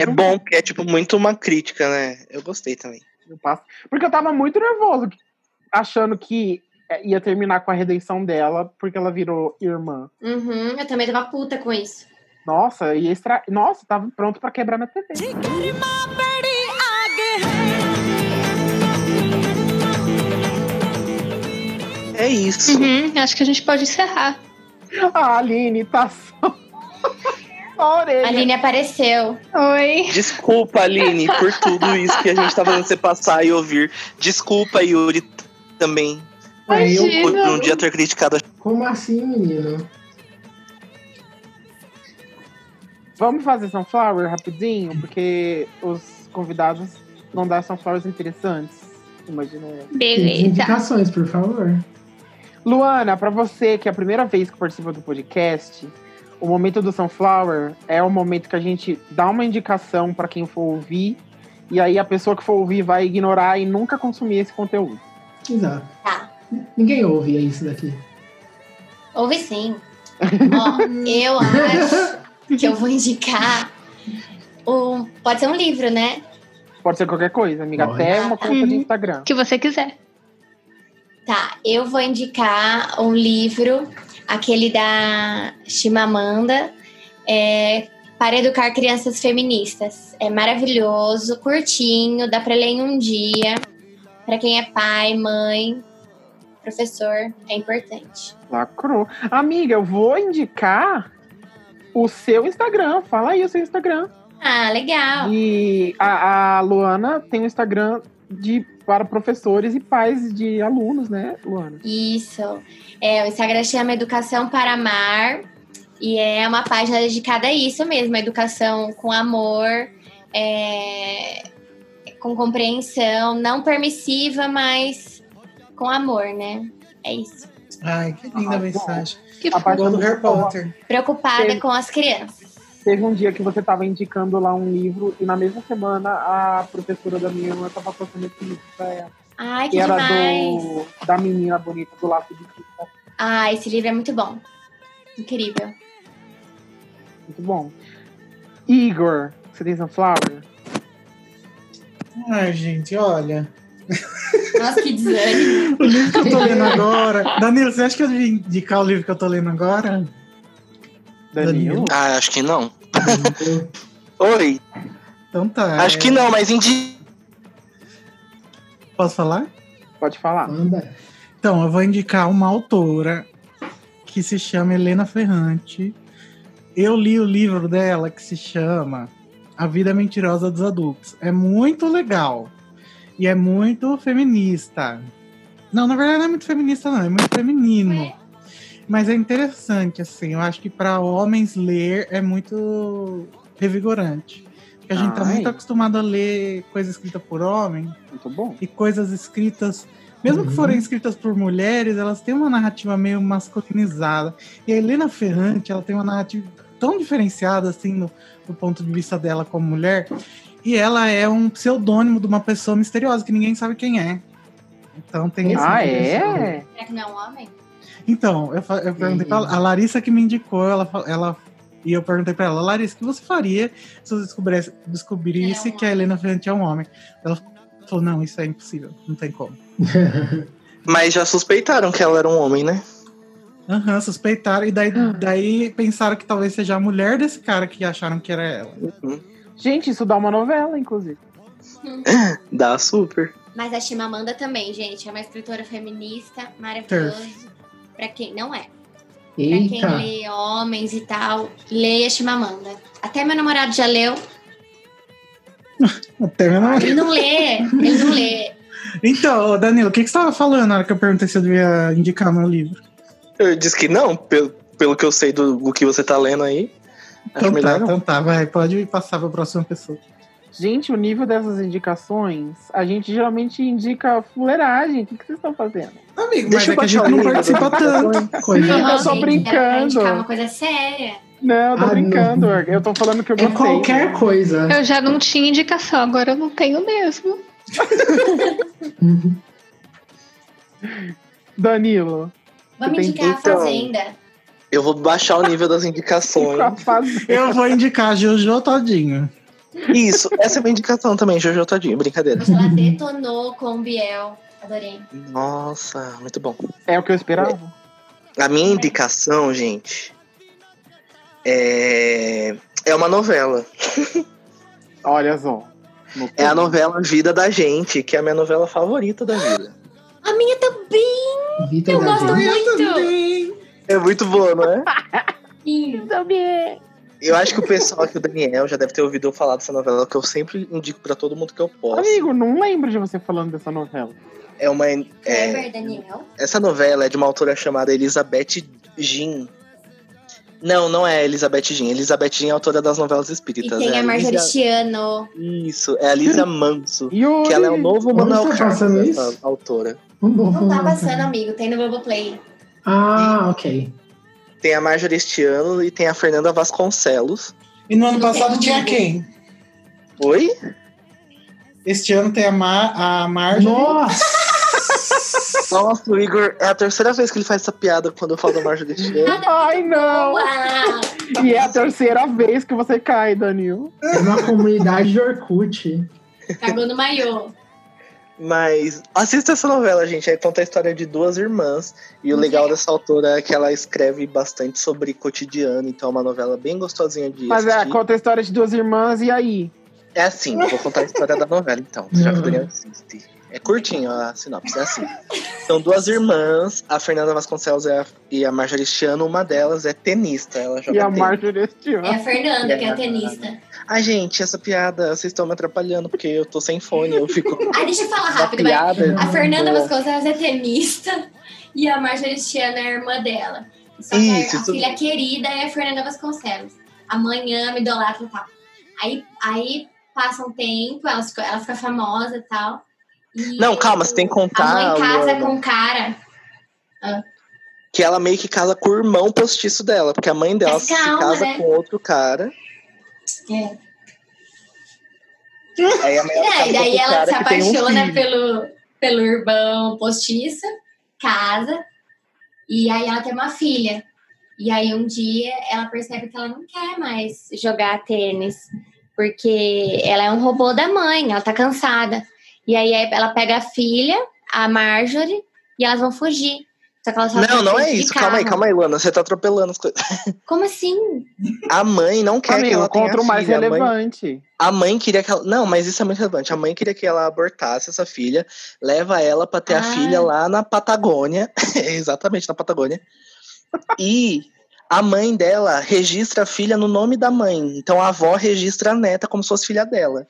Speaker 13: É bom, porque é tipo muito uma crítica, né? Eu gostei também.
Speaker 2: Eu passo. Porque eu tava muito nervoso, achando que eh, ia terminar com a redenção dela, porque ela virou irmã.
Speaker 4: Uhum, eu também tava puta com isso.
Speaker 2: Nossa, ia extra... Nossa, tava pronto pra quebrar na TV.
Speaker 13: É isso.
Speaker 3: Uhum, acho que a gente pode encerrar.
Speaker 2: A Aline tá só. a orelha.
Speaker 4: Aline apareceu.
Speaker 3: Oi.
Speaker 13: Desculpa, Aline, por tudo isso que a gente tá fazendo você passar e ouvir. Desculpa, Yuri, t- também.
Speaker 5: Aí É, eu-
Speaker 13: Por um dia ter criticado a
Speaker 5: Como assim, menino?
Speaker 2: Vamos fazer Sunflower rapidinho, porque os convidados vão dar Sunflowers interessantes. Imagina eu.
Speaker 5: Tem indicações, por favor.
Speaker 2: Luana, pra você que é a primeira vez que participa do podcast, o momento do Sunflower é o momento que a gente dá uma indicação pra quem for ouvir, e aí a pessoa que for ouvir vai ignorar e nunca consumir esse conteúdo.
Speaker 5: Exato.
Speaker 4: Tá.
Speaker 5: Ninguém ouve isso daqui.
Speaker 4: Ouve sim. Ó, eu acho que eu vou indicar um. Pode ser um livro, né?
Speaker 2: Pode ser qualquer coisa, amiga. Até uma conta de Instagram.
Speaker 3: Que você quiser.
Speaker 4: Tá, eu vou indicar um livro, aquele da Chimamanda, é, para educar crianças feministas. É maravilhoso, curtinho, dá para ler em um dia. Para quem é pai, mãe, professor, é importante.
Speaker 2: Lacrou. Amiga, eu vou indicar o seu Instagram. Fala aí o seu Instagram.
Speaker 4: Ah, legal.
Speaker 2: E a, a Luana tem um Instagram de, para professores e pais de alunos, né, Luana?
Speaker 4: Isso. É, o Instagram chama Educação para Amar e é uma página dedicada a isso mesmo, a educação com amor, é, com compreensão, não permissiva, mas com amor, né? É isso.
Speaker 1: Ai, que linda mensagem.
Speaker 4: Que
Speaker 2: Tá
Speaker 1: a parte do Tipo, Harry Potter.
Speaker 4: Preocupada
Speaker 2: Sim.
Speaker 4: com as crianças.
Speaker 2: Teve um dia que você estava indicando lá um livro e na mesma semana a professora da minha irmã estava passando esse livro pra ela.
Speaker 4: Ai, que,
Speaker 2: Que era
Speaker 4: demais.
Speaker 2: do, da menina bonita do lápis de tinta.
Speaker 4: Ah, esse livro é muito bom. Incrível.
Speaker 2: Muito bom. Igor, você tem Sunflower?
Speaker 1: Ai, gente, olha.
Speaker 4: Nossa, que desânimo.
Speaker 1: O livro que eu tô lendo agora. Danilo, você acha que eu devia indicar o livro que eu tô lendo agora? Danilo?
Speaker 6: Ah, acho que não. Oi.
Speaker 1: Então tá.
Speaker 6: Acho que não, mas indica.
Speaker 1: Posso falar?
Speaker 2: Pode falar.
Speaker 1: Então, eu vou indicar uma autora que se chama Helena Ferrante. Eu li o livro dela que se chama A Vida Mentirosa dos Adultos. É muito legal. E é muito feminista. Não, na verdade não é muito feminista, não. É muito feminino. Mas é interessante, assim. Eu acho que para homens ler é muito revigorante. Porque a gente tá
Speaker 2: Ai.
Speaker 1: muito acostumado a ler coisa escrita por homem.
Speaker 2: Muito bom.
Speaker 1: E coisas escritas, mesmo que forem escritas por mulheres, elas têm uma narrativa meio masculinizada. E a Helena Ferrante, ela tem uma narrativa tão diferenciada, assim, no, do ponto de vista dela como mulher. E ela é um pseudônimo de uma pessoa misteriosa que ninguém sabe quem é. Então tem esse
Speaker 2: Ah,
Speaker 1: negócio.
Speaker 2: é?
Speaker 4: Será que não é um homem?
Speaker 1: Então, eu, fa- eu perguntei pra ela, a Larissa que me indicou, ela, fa- ela e eu perguntei pra ela, Larissa, o que você faria se você descobrisse, descobrisse que a Helena Ferrante é um homem? Ela falou, não, isso é impossível, não tem como.
Speaker 6: Mas já suspeitaram que ela era um homem, né?
Speaker 1: Aham, suspeitaram, e daí, daí pensaram que talvez seja a mulher desse cara que acharam que era ela.
Speaker 2: Gente, isso dá uma novela, inclusive.
Speaker 6: Dá super.
Speaker 4: Mas a Chimamanda também, gente. É uma escritora feminista maravilhosa. Pra quem não é. Pra quem
Speaker 5: Eita.
Speaker 4: lê homens e tal, leia Chimamanda. Até meu namorado já leu.
Speaker 1: Até meu namorado.
Speaker 4: Ele não lê, ele não lê.
Speaker 1: Então, ô, Danilo, o que, que você tava falando na hora que eu perguntei se eu devia indicar meu livro?
Speaker 6: Eu disse que não, pelo, pelo que eu sei do, do que você tá lendo aí.
Speaker 1: Então
Speaker 6: acho
Speaker 1: tá,
Speaker 6: melhor não.
Speaker 1: então tá, vai, pode passar pra próxima pessoa.
Speaker 2: Gente, o nível dessas indicações, a gente geralmente indica fuleiragem. O que, que vocês estão fazendo?
Speaker 1: Amigo, mas é que a gente não participa tanto.
Speaker 2: Não, eu tô
Speaker 4: gente, era né, pra
Speaker 2: brincando.
Speaker 4: indicar uma coisa séria.
Speaker 2: Não, eu
Speaker 6: Ah,
Speaker 2: tô brincando, Orga. Eu tô falando
Speaker 6: É
Speaker 2: que eu gostei.
Speaker 5: É qualquer coisa.
Speaker 3: Eu já não tinha indicação, agora eu não tenho mesmo.
Speaker 5: Uhum.
Speaker 2: Danilo.
Speaker 4: Vamos
Speaker 6: Entendi,
Speaker 4: indicar a
Speaker 6: então.
Speaker 4: Fazenda.
Speaker 6: Eu vou baixar o nível das indicações.
Speaker 1: Eu vou indicar Jojo todinho.
Speaker 6: Isso, essa é minha indicação também, Jojo Todinho, brincadeira.
Speaker 4: Hoje ela detonou com o Biel. Adorei.
Speaker 6: Nossa, muito bom.
Speaker 2: É o que eu esperava.
Speaker 6: A minha indicação, gente, é, é uma novela.
Speaker 2: Olha só.
Speaker 6: É a novela Vida da Gente, que é a minha novela favorita da vida.
Speaker 4: A minha também!
Speaker 5: Vida
Speaker 4: eu
Speaker 5: da
Speaker 4: gosto
Speaker 5: gente.
Speaker 4: muito!
Speaker 6: É muito boa, não é?
Speaker 4: Sim.
Speaker 6: Eu acho que o pessoal aqui, o Daniel, já deve ter ouvido eu falar dessa novela, que eu sempre indico pra todo mundo que eu posso.
Speaker 2: Amigo, não lembro de você falando dessa novela.
Speaker 6: É uma. É,
Speaker 4: Kleber, Daniel.
Speaker 6: essa novela é de uma autora chamada Elizabeth Jean. Não, não é Elizabeth Jean. Elizabeth Jean é autora das novelas
Speaker 4: E
Speaker 6: espíritas.
Speaker 4: tem
Speaker 6: é
Speaker 4: a
Speaker 6: Lígia-
Speaker 4: Marjorie Chiano.
Speaker 6: Isso, é a Lígia Manso.
Speaker 2: Yuri!
Speaker 6: Que ela é o novo
Speaker 5: Onde
Speaker 6: Manuel
Speaker 5: tá
Speaker 6: Carlos,
Speaker 5: passando
Speaker 6: essa
Speaker 5: isso?
Speaker 6: autora.
Speaker 5: Uhum.
Speaker 4: Não tá passando, amigo. Tem no Globoplay.
Speaker 5: Ah, ok.
Speaker 6: Tem a Marjorie este ano e tem a Fernanda Vasconcelos.
Speaker 1: E no ano
Speaker 4: Não tem
Speaker 1: passado tinha
Speaker 4: ninguém.
Speaker 1: quem?
Speaker 6: Oi?
Speaker 1: Este ano tem a, Mar a Marjorie.
Speaker 6: Nossa, o Igor, é a terceira vez que ele faz essa piada quando eu falo da Marjorie este ano.
Speaker 2: Ai, não!
Speaker 4: Uau!
Speaker 2: E é a terceira vez que você cai, Danilo.
Speaker 5: É uma comunidade de Orkut.
Speaker 4: Cagou no maiô.
Speaker 6: Mas assista essa novela, gente. Aí conta a história de duas irmãs. E o legal dessa autora é que ela escreve bastante sobre cotidiano. Então é uma novela bem gostosinha de
Speaker 2: Mas é,
Speaker 6: assistir.
Speaker 2: conta a história de duas irmãs e aí?
Speaker 6: É assim, eu vou contar a história da novela, então. Já que o Daniel assiste. É curtinho a sinopse, é assim. São duas irmãs, a Fernanda Vasconcelos e a, e a Marjorie Chiano. Uma delas é tenista, ela joga
Speaker 2: E a
Speaker 6: tênis.
Speaker 2: Marjorie este ano.
Speaker 4: É a Fernanda, que é
Speaker 6: Yeah.
Speaker 4: a tenista.
Speaker 6: Ai, gente, essa piada, vocês estão me atrapalhando, porque eu tô sem fone, eu fico...
Speaker 4: Ah, deixa eu falar
Speaker 6: Uma
Speaker 4: rápido, vai.
Speaker 6: piada
Speaker 4: A Fernanda
Speaker 6: boa.
Speaker 4: Vasconcelos é tenista e a Marjorie Chiana é a irmã dela. Só que
Speaker 6: Isso,
Speaker 4: a, a
Speaker 6: isso
Speaker 4: filha
Speaker 6: mesmo.
Speaker 4: querida é a Fernanda Vasconcelos. Amanhã me idolatra e tal. Aí, aí passa um tempo, ela, fica- ela fica famosa e tal. E
Speaker 6: Não, calma, você tem que tá
Speaker 4: a mãe
Speaker 6: contar,
Speaker 4: casa
Speaker 6: Luana,
Speaker 4: com um cara. Ah,
Speaker 6: que ela meio que casa com o irmão postiço dela, porque a mãe dela
Speaker 4: Mas calma,
Speaker 6: se casa
Speaker 4: né?
Speaker 6: com outro cara.
Speaker 4: é.
Speaker 6: Aí a mãe
Speaker 4: É,
Speaker 6: dela casa
Speaker 4: e
Speaker 6: com
Speaker 4: daí
Speaker 6: outro
Speaker 4: ela se
Speaker 6: cara que tem um
Speaker 4: apaixona
Speaker 6: filho.
Speaker 4: pelo, pelo irmão postiça, casa, e aí ela tem uma filha. E aí um dia ela percebe que ela não quer mais jogar tênis, porque ela é um robô da mãe, ela tá cansada. E aí ela pega a filha, a Marjorie, e elas vão fugir. Só que elas só
Speaker 6: Não, não é
Speaker 4: fugem de
Speaker 6: isso. Calma aí,
Speaker 4: carro.
Speaker 6: calma aí, Luana. Você tá atropelando as coisas.
Speaker 4: Como assim?
Speaker 6: A mãe não quer
Speaker 2: Amigo,
Speaker 6: que ela tenha
Speaker 2: encontro mais
Speaker 6: filha. A mãe-
Speaker 2: relevante.
Speaker 6: A mãe, queria que ela... Não, mas isso é muito relevante. A mãe queria que ela abortasse essa filha, leva ela pra ter a
Speaker 4: Ah.
Speaker 6: filha lá na Patagônia. Exatamente, na Patagônia. E a mãe dela registra a filha no nome da mãe. Então a avó registra a neta como se fosse filha dela.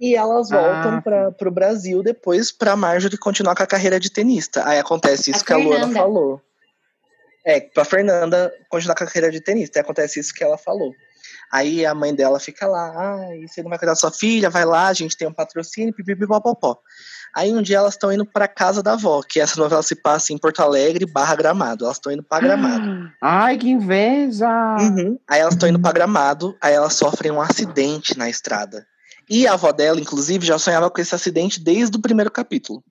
Speaker 6: E elas voltam
Speaker 2: Ah.
Speaker 6: pra para o Brasil depois pra Marjorie continuar com a carreira de tenista. Aí acontece isso
Speaker 4: A
Speaker 6: que a Luana
Speaker 4: Fernanda.
Speaker 6: falou. É, pra Fernanda continuar com a carreira de tenista. Aí acontece isso que ela falou. Aí a mãe dela fica lá, ai, você não vai cuidar da sua filha, vai lá, a gente tem um patrocínio, pipipipopopó. Aí um dia elas estão indo pra casa da avó, que essa novela se passa em Porto Alegre barra Gramado. Elas estão indo pra Gramado.
Speaker 2: Ai, que inveja!
Speaker 6: Aí elas estão indo pra Gramado, aí elas sofrem um acidente na estrada. E a avó dela, inclusive, já sonhava com esse acidente desde o primeiro capítulo.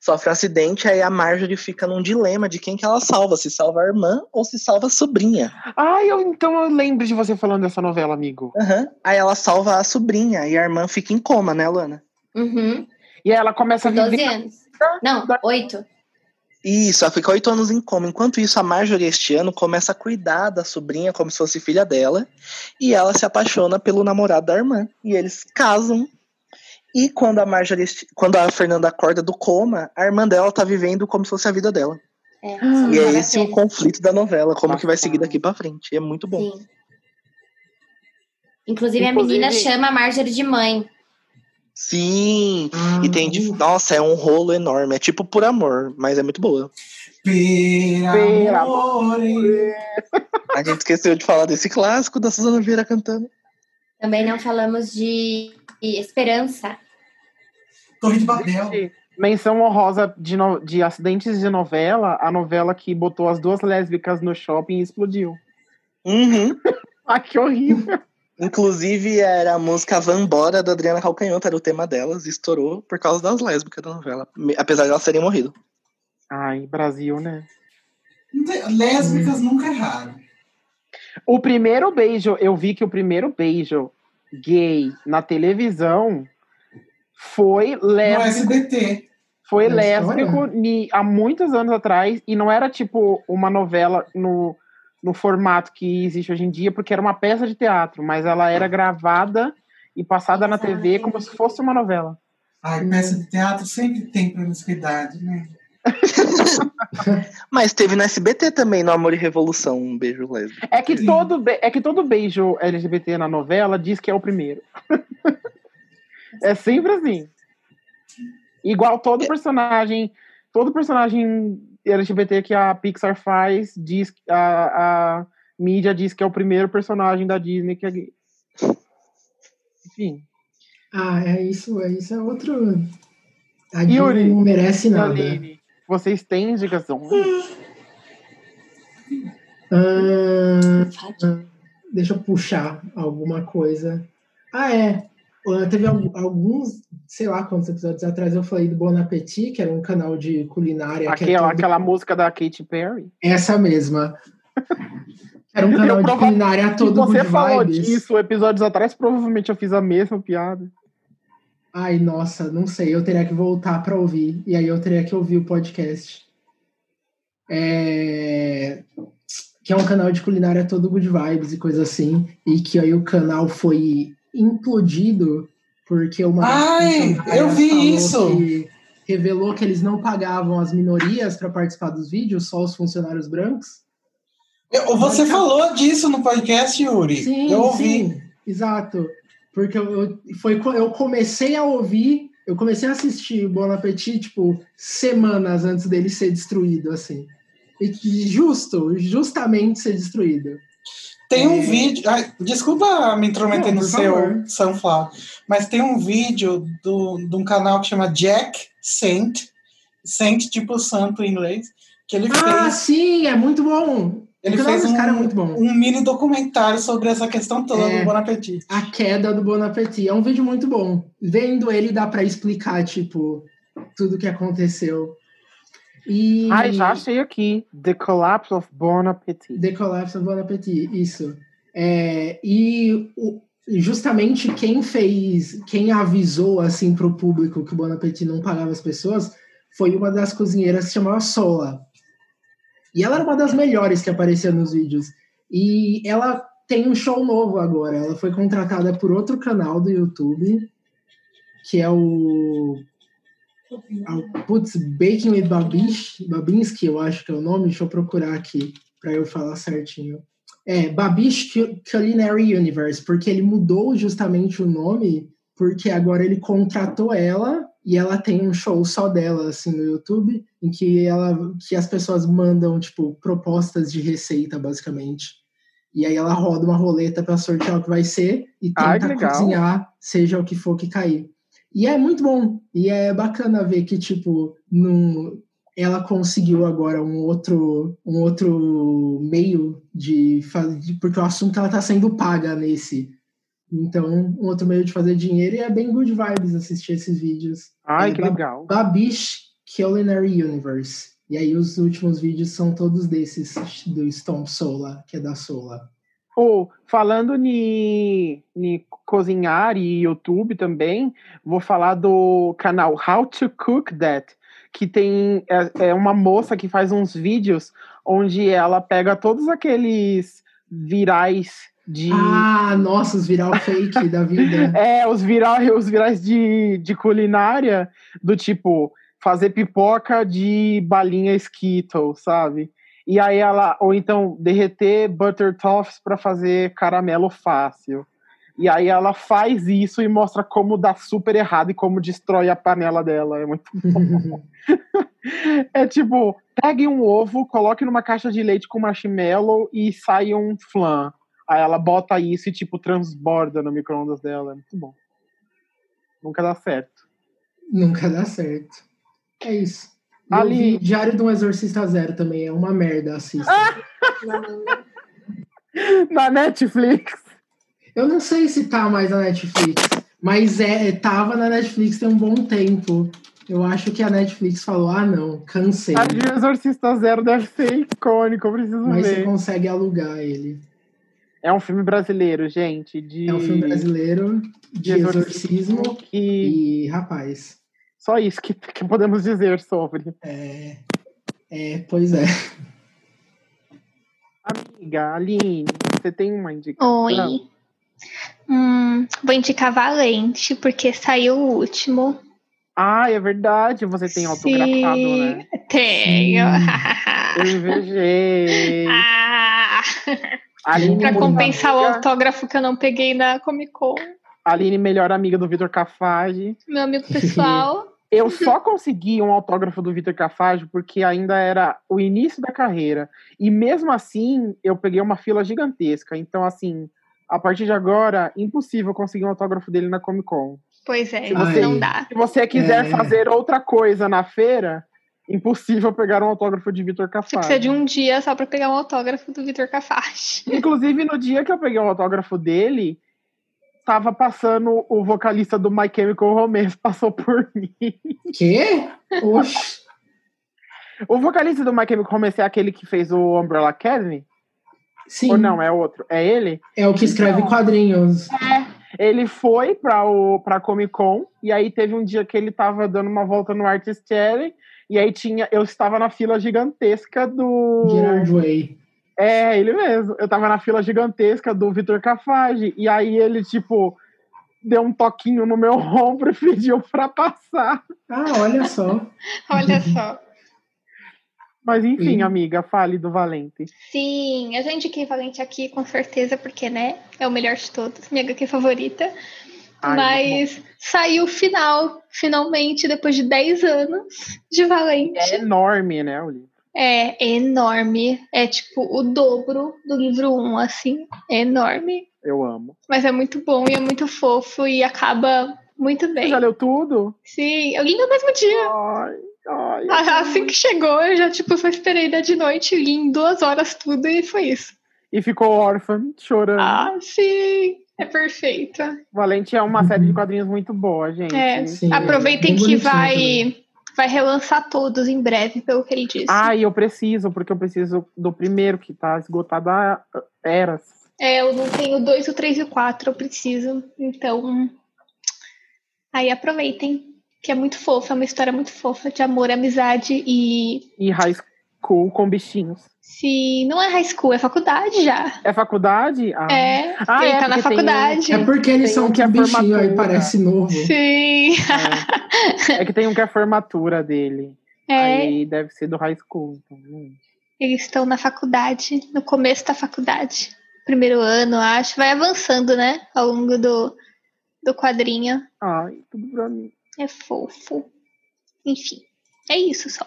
Speaker 6: Sofre um acidente, aí a Marjorie fica num dilema de quem que ela salva, se salva a irmã ou se salva a sobrinha.
Speaker 2: Ai, eu, então eu lembro de você falando dessa novela, amigo.
Speaker 6: Aham. Aí ela salva a sobrinha e a irmã fica em coma, né, Lana?
Speaker 4: Uhum.
Speaker 2: E aí ela começa a
Speaker 4: Com 12
Speaker 2: viver.
Speaker 4: anos. Não, 8.
Speaker 6: Isso, ela fica oito anos em coma. Enquanto isso, a Marjorie este ano começa a cuidar da sobrinha como se fosse filha dela. E ela se apaixona pelo namorado da irmã. E eles casam. E quando a Marjorie, este- quando a Fernanda acorda do coma, a irmã dela tá vivendo como se fosse a vida dela.
Speaker 4: É,
Speaker 6: E é esse o conflito da novela, como que vai seguir daqui pra frente. É muito bom.
Speaker 4: Sim. Inclusive, a
Speaker 6: Inclusive-
Speaker 4: menina chama a Marjorie de mãe.
Speaker 6: Sim, e tem. dif- Nossa, é um rolo enorme. É tipo por amor, mas é muito boa.
Speaker 2: Per
Speaker 16: amore.
Speaker 6: A gente esqueceu de falar desse clássico da Suzana Vieira cantando.
Speaker 4: Também não falamos de de esperança.
Speaker 16: Torre de Babel.
Speaker 2: Menção honrosa de, no- de acidentes de novela, a novela que botou as duas lésbicas no shopping e explodiu.
Speaker 6: Uhum.
Speaker 2: Ai, que horrível.
Speaker 6: Inclusive, era a música Vambora da Adriana Calcanhoto, era o tema delas, e estourou por causa das lésbicas da novela, me- apesar de elas terem morrido.
Speaker 2: Ai, Brasil, né?
Speaker 16: Não tem- Lésbicas nunca é erraram.
Speaker 2: O primeiro beijo, eu vi que o primeiro beijo gay na televisão foi
Speaker 6: é
Speaker 5: É.
Speaker 16: No
Speaker 2: lésbico.
Speaker 16: SBT.
Speaker 2: Foi
Speaker 16: Na
Speaker 2: lésbico
Speaker 16: história?
Speaker 2: ni- há muitos anos atrás e não era tipo uma novela no, no formato que existe hoje em dia, porque era uma peça de teatro, mas ela era gravada e passada na TV como se fosse uma novela.
Speaker 16: Ai, peça de teatro sempre tem promiscuidade, né?
Speaker 6: Mas teve no SBT também, no Amor e Revolução, um beijo lésbico.
Speaker 2: É que todo be- é que todo beijo LGBT na novela diz que é o primeiro. é sempre assim. Igual todo personagem, todo personagem LGBT que a Pixar faz diz a, a mídia diz que é o primeiro personagem da Disney que é gay. Enfim.
Speaker 5: Ah, é isso, é isso, é outro. A
Speaker 2: Yuri,
Speaker 5: Yuri não merece nada.
Speaker 2: Aline, vocês têm indicação?
Speaker 5: Ah, deixa eu puxar alguma coisa. Ah, é. Ah, Teve al- alguns, sei lá quantos episódios atrás, eu falei do Bon Appetit, que era um canal de culinária. que é
Speaker 2: Aquela,
Speaker 5: todo-
Speaker 2: aquela música da Katy Perry?
Speaker 5: Essa mesma. Era um canal de
Speaker 2: prova-
Speaker 5: culinária
Speaker 2: Se
Speaker 5: todo
Speaker 2: você
Speaker 5: É good
Speaker 2: falou
Speaker 5: vibes.
Speaker 2: disso episódios atrás, provavelmente eu fiz a mesma piada.
Speaker 5: Ai, nossa, não sei, eu teria que voltar para ouvir. E aí eu teria que ouvir o podcast. É, Que é um canal de culinária todo good vibes e coisa assim. E que aí o canal foi implodido porque uma.
Speaker 1: Ai,
Speaker 5: funcionária
Speaker 1: Ah, é? eu vi
Speaker 5: falou
Speaker 1: isso.
Speaker 5: que- revelou que eles não pagavam as minorias para participar dos vídeos, só os funcionários brancos.
Speaker 1: Eu- Você falou disso no podcast, Yuri.
Speaker 5: Sim,
Speaker 1: eu ouvi.
Speaker 5: sim, exato. Porque eu, eu- foi, co- eu comecei a ouvir, eu comecei a assistir Bon Appetit, tipo, semanas antes dele ser destruído, assim. E que justo, justamente ser destruído.
Speaker 1: Tem um
Speaker 5: É.
Speaker 1: vídeo. ai, desculpa me intrometer
Speaker 5: Não,
Speaker 1: no
Speaker 5: por
Speaker 1: seu
Speaker 5: favor.
Speaker 1: Sunflower, mas tem um vídeo do, de um canal que chama Jack Saint. Saint, tipo santo em inglês. Que ele
Speaker 5: Ah,
Speaker 1: fez.
Speaker 5: sim, é muito bom.
Speaker 1: Ele
Speaker 5: O canal
Speaker 1: fez
Speaker 5: desse
Speaker 1: um,
Speaker 5: cara é muito bom.
Speaker 1: um mini documentário sobre essa questão toda
Speaker 5: É.
Speaker 1: do Bon Appetit.
Speaker 5: A queda do Bon Appetit. É um vídeo muito bom. Vendo ele dá pra explicar, tipo, tudo que aconteceu. E
Speaker 2: Ai, já achei aqui. The Collapse of Bon Appetit.
Speaker 5: The Collapse of Bon Appetit, isso. É, e o- justamente quem fez, quem avisou assim pro público que o Bon Appetit não pagava as pessoas foi uma das cozinheiras que se chamava Sola. E ela era uma das melhores que aparecia nos vídeos. E ela tem um show novo agora. Ela foi contratada por outro canal do YouTube, que é o. ah, Putz, Baking with Babish, Babinski, eu acho que é o nome. Deixa eu procurar aqui para eu falar certinho. É, Babish Cu- Culinary Universe, porque ele mudou justamente o nome, porque agora ele contratou ela e ela tem um show só dela assim no YouTube, em que ela que as pessoas mandam tipo propostas de receita basicamente. E aí ela roda uma roleta para sortear o que vai ser e
Speaker 2: Ai,
Speaker 5: tenta
Speaker 2: que legal.
Speaker 5: cozinhar, seja o que for que cair. E é muito bom. E é bacana ver que tipo num, ela conseguiu agora um outro um outro meio de fazer porque o assunto ela tá sendo paga nesse então um outro meio de fazer dinheiro e é bem good vibes assistir esses vídeos
Speaker 2: Ai,
Speaker 5: É
Speaker 2: que
Speaker 5: Ba-
Speaker 2: legal.
Speaker 5: Babish Culinary Universe e aí os últimos vídeos são todos desses do Stomp Sola que é da Sola
Speaker 2: Ou, falando em cozinhar e YouTube também, vou falar do canal How to Cook That, que tem é, é uma moça que faz uns vídeos onde ela pega todos aqueles virais de.
Speaker 5: ah nossa os viral fake da vida
Speaker 2: É, os virais, os virais de, de culinária, do tipo, fazer pipoca de balinha Skittles, sabe? E aí ela, ou então derreter butter toffs para fazer caramelo fácil. E aí ela faz isso e mostra como dá super errado e como destrói a panela dela. É muito bom. é tipo, pegue um ovo, coloque numa caixa de leite com marshmallow e sai um flan. Aí ela bota isso e, tipo, transborda no micro-ondas dela. É muito bom. Nunca dá certo.
Speaker 5: Nunca dá certo. É isso. E Eu
Speaker 2: Ali.
Speaker 5: vi Diário de um Exorcista Zero também, é uma merda, assista.
Speaker 2: na Netflix.
Speaker 5: Eu não sei se tá mais na Netflix, mas é, tava na Netflix tem um bom tempo. Eu acho que a Netflix falou, ah não, cansei.
Speaker 2: A de Exorcista Zero deve ser icônico, eu preciso
Speaker 5: Mas é você
Speaker 2: Ah, ver.
Speaker 5: consegue alugar ele.
Speaker 2: É um filme brasileiro, gente. De...
Speaker 5: É um filme brasileiro de
Speaker 2: exorcismo
Speaker 5: exorcismo
Speaker 2: e-
Speaker 5: e rapaz.
Speaker 2: Só isso que, que podemos dizer sobre.
Speaker 5: É, é, pois é.
Speaker 2: Amiga, Aline, você tem uma indicação?
Speaker 3: Oi. Hum, vou indicar Valente, porque saiu o último.
Speaker 2: Ah, é verdade. Você tem autografado,
Speaker 3: Sim,
Speaker 2: né?
Speaker 3: Tenho.
Speaker 2: Eu invejei.
Speaker 3: Ah.
Speaker 2: Aline,
Speaker 3: pra
Speaker 2: muito
Speaker 3: compensar o
Speaker 2: amiga.
Speaker 3: autógrafo que eu não peguei na Comic Con.
Speaker 2: Aline, melhor amiga do Vitor Cafage.
Speaker 3: Meu amigo pessoal.
Speaker 2: Eu só consegui um autógrafo do Vitor Cafage porque ainda era o início da carreira. E mesmo assim, eu peguei uma fila gigantesca. Então, assim, a partir de agora, impossível conseguir um autógrafo dele na Comic Con.
Speaker 3: Pois é,
Speaker 2: Se você,
Speaker 3: não dá.
Speaker 2: se você quiser
Speaker 3: É.
Speaker 2: fazer outra coisa na feira, impossível pegar um autógrafo de Vitor
Speaker 3: Você precisa
Speaker 2: Cafage.
Speaker 3: de um dia só pra pegar um autógrafo do Vitor Cafage.
Speaker 2: Inclusive, no dia que eu peguei o autógrafo dele, tava passando o vocalista do My Chemical Romance, passou por mim.
Speaker 5: Quê? Oxi.
Speaker 2: O vocalista do My Chemical Romance é aquele que fez o Umbrella Academy?
Speaker 5: Sim.
Speaker 2: Ou não, é outro? É ele?
Speaker 5: É o que escreve
Speaker 2: Então,
Speaker 5: quadrinhos.
Speaker 2: Ele foi pra, o, pra Comic Con, e aí teve um dia que ele tava dando uma volta no Artist Alley, e aí tinha. Eu estava na fila gigantesca do.
Speaker 5: Gerard Way.
Speaker 2: É, ele mesmo. Eu tava na fila gigantesca do Vitor Cafage, e aí ele, tipo, deu um toquinho no meu ombro e pediu pra passar.
Speaker 5: Ah, olha só.
Speaker 3: Olha só.
Speaker 2: Mas enfim,
Speaker 3: Sim.
Speaker 2: amiga, fale do Valente.
Speaker 3: Sim, eu já indiquei Valente aqui, com certeza, porque, né, é o melhor de todos, minha HQ favorita.
Speaker 2: Ai,
Speaker 3: Mas saiu o final, finalmente, depois de 10 anos de Valente.
Speaker 2: É enorme, né, o livro?
Speaker 3: É enorme, é tipo o dobro do livro 1, assim, é enorme.
Speaker 2: Eu amo.
Speaker 3: Mas é muito bom e é muito fofo e acaba muito bem. Você já
Speaker 2: leu tudo?
Speaker 3: Sim, eu li no mesmo dia.
Speaker 2: Ai, ai,
Speaker 3: Ah, assim que chegou, eu já tipo, só esperei dar de noite, li em duas horas tudo e foi isso.
Speaker 2: E ficou órfã, chorando.
Speaker 3: Ah, sim, é perfeita.
Speaker 2: Valente é uma série de quadrinhos muito boa, gente.
Speaker 3: É, aproveitem que vai, vai relançar todos em breve, pelo que ele disse.
Speaker 2: Ah, e eu preciso, porque eu preciso do primeiro, que tá esgotado há eras.
Speaker 3: É, eu não tenho dois, o três e o quatro, eu preciso. Então, aí aproveitem, que é muito fofa, é uma história muito fofa de amor, amizade e
Speaker 2: E high school com bichinhos.
Speaker 3: se não é high school, é faculdade já.
Speaker 2: É faculdade? Ah.
Speaker 3: É,
Speaker 2: Ah,
Speaker 3: quem
Speaker 2: é, porque
Speaker 3: tá na
Speaker 2: tem um-
Speaker 3: faculdade.
Speaker 5: É porque eles
Speaker 2: Tem
Speaker 5: são
Speaker 2: um que
Speaker 5: que
Speaker 2: é
Speaker 5: bichinho aí,
Speaker 2: formatura.
Speaker 5: parece novo.
Speaker 3: Sim.
Speaker 2: É que tem um que é formatura dele.
Speaker 3: É,
Speaker 2: Aí deve ser do high school. Então, hum.
Speaker 3: eles estão na faculdade, no começo da faculdade. Primeiro ano, acho. Vai avançando, né? Ao longo do, do quadrinho.
Speaker 2: Ai, tudo pra mim.
Speaker 3: É fofo. Enfim, é isso só.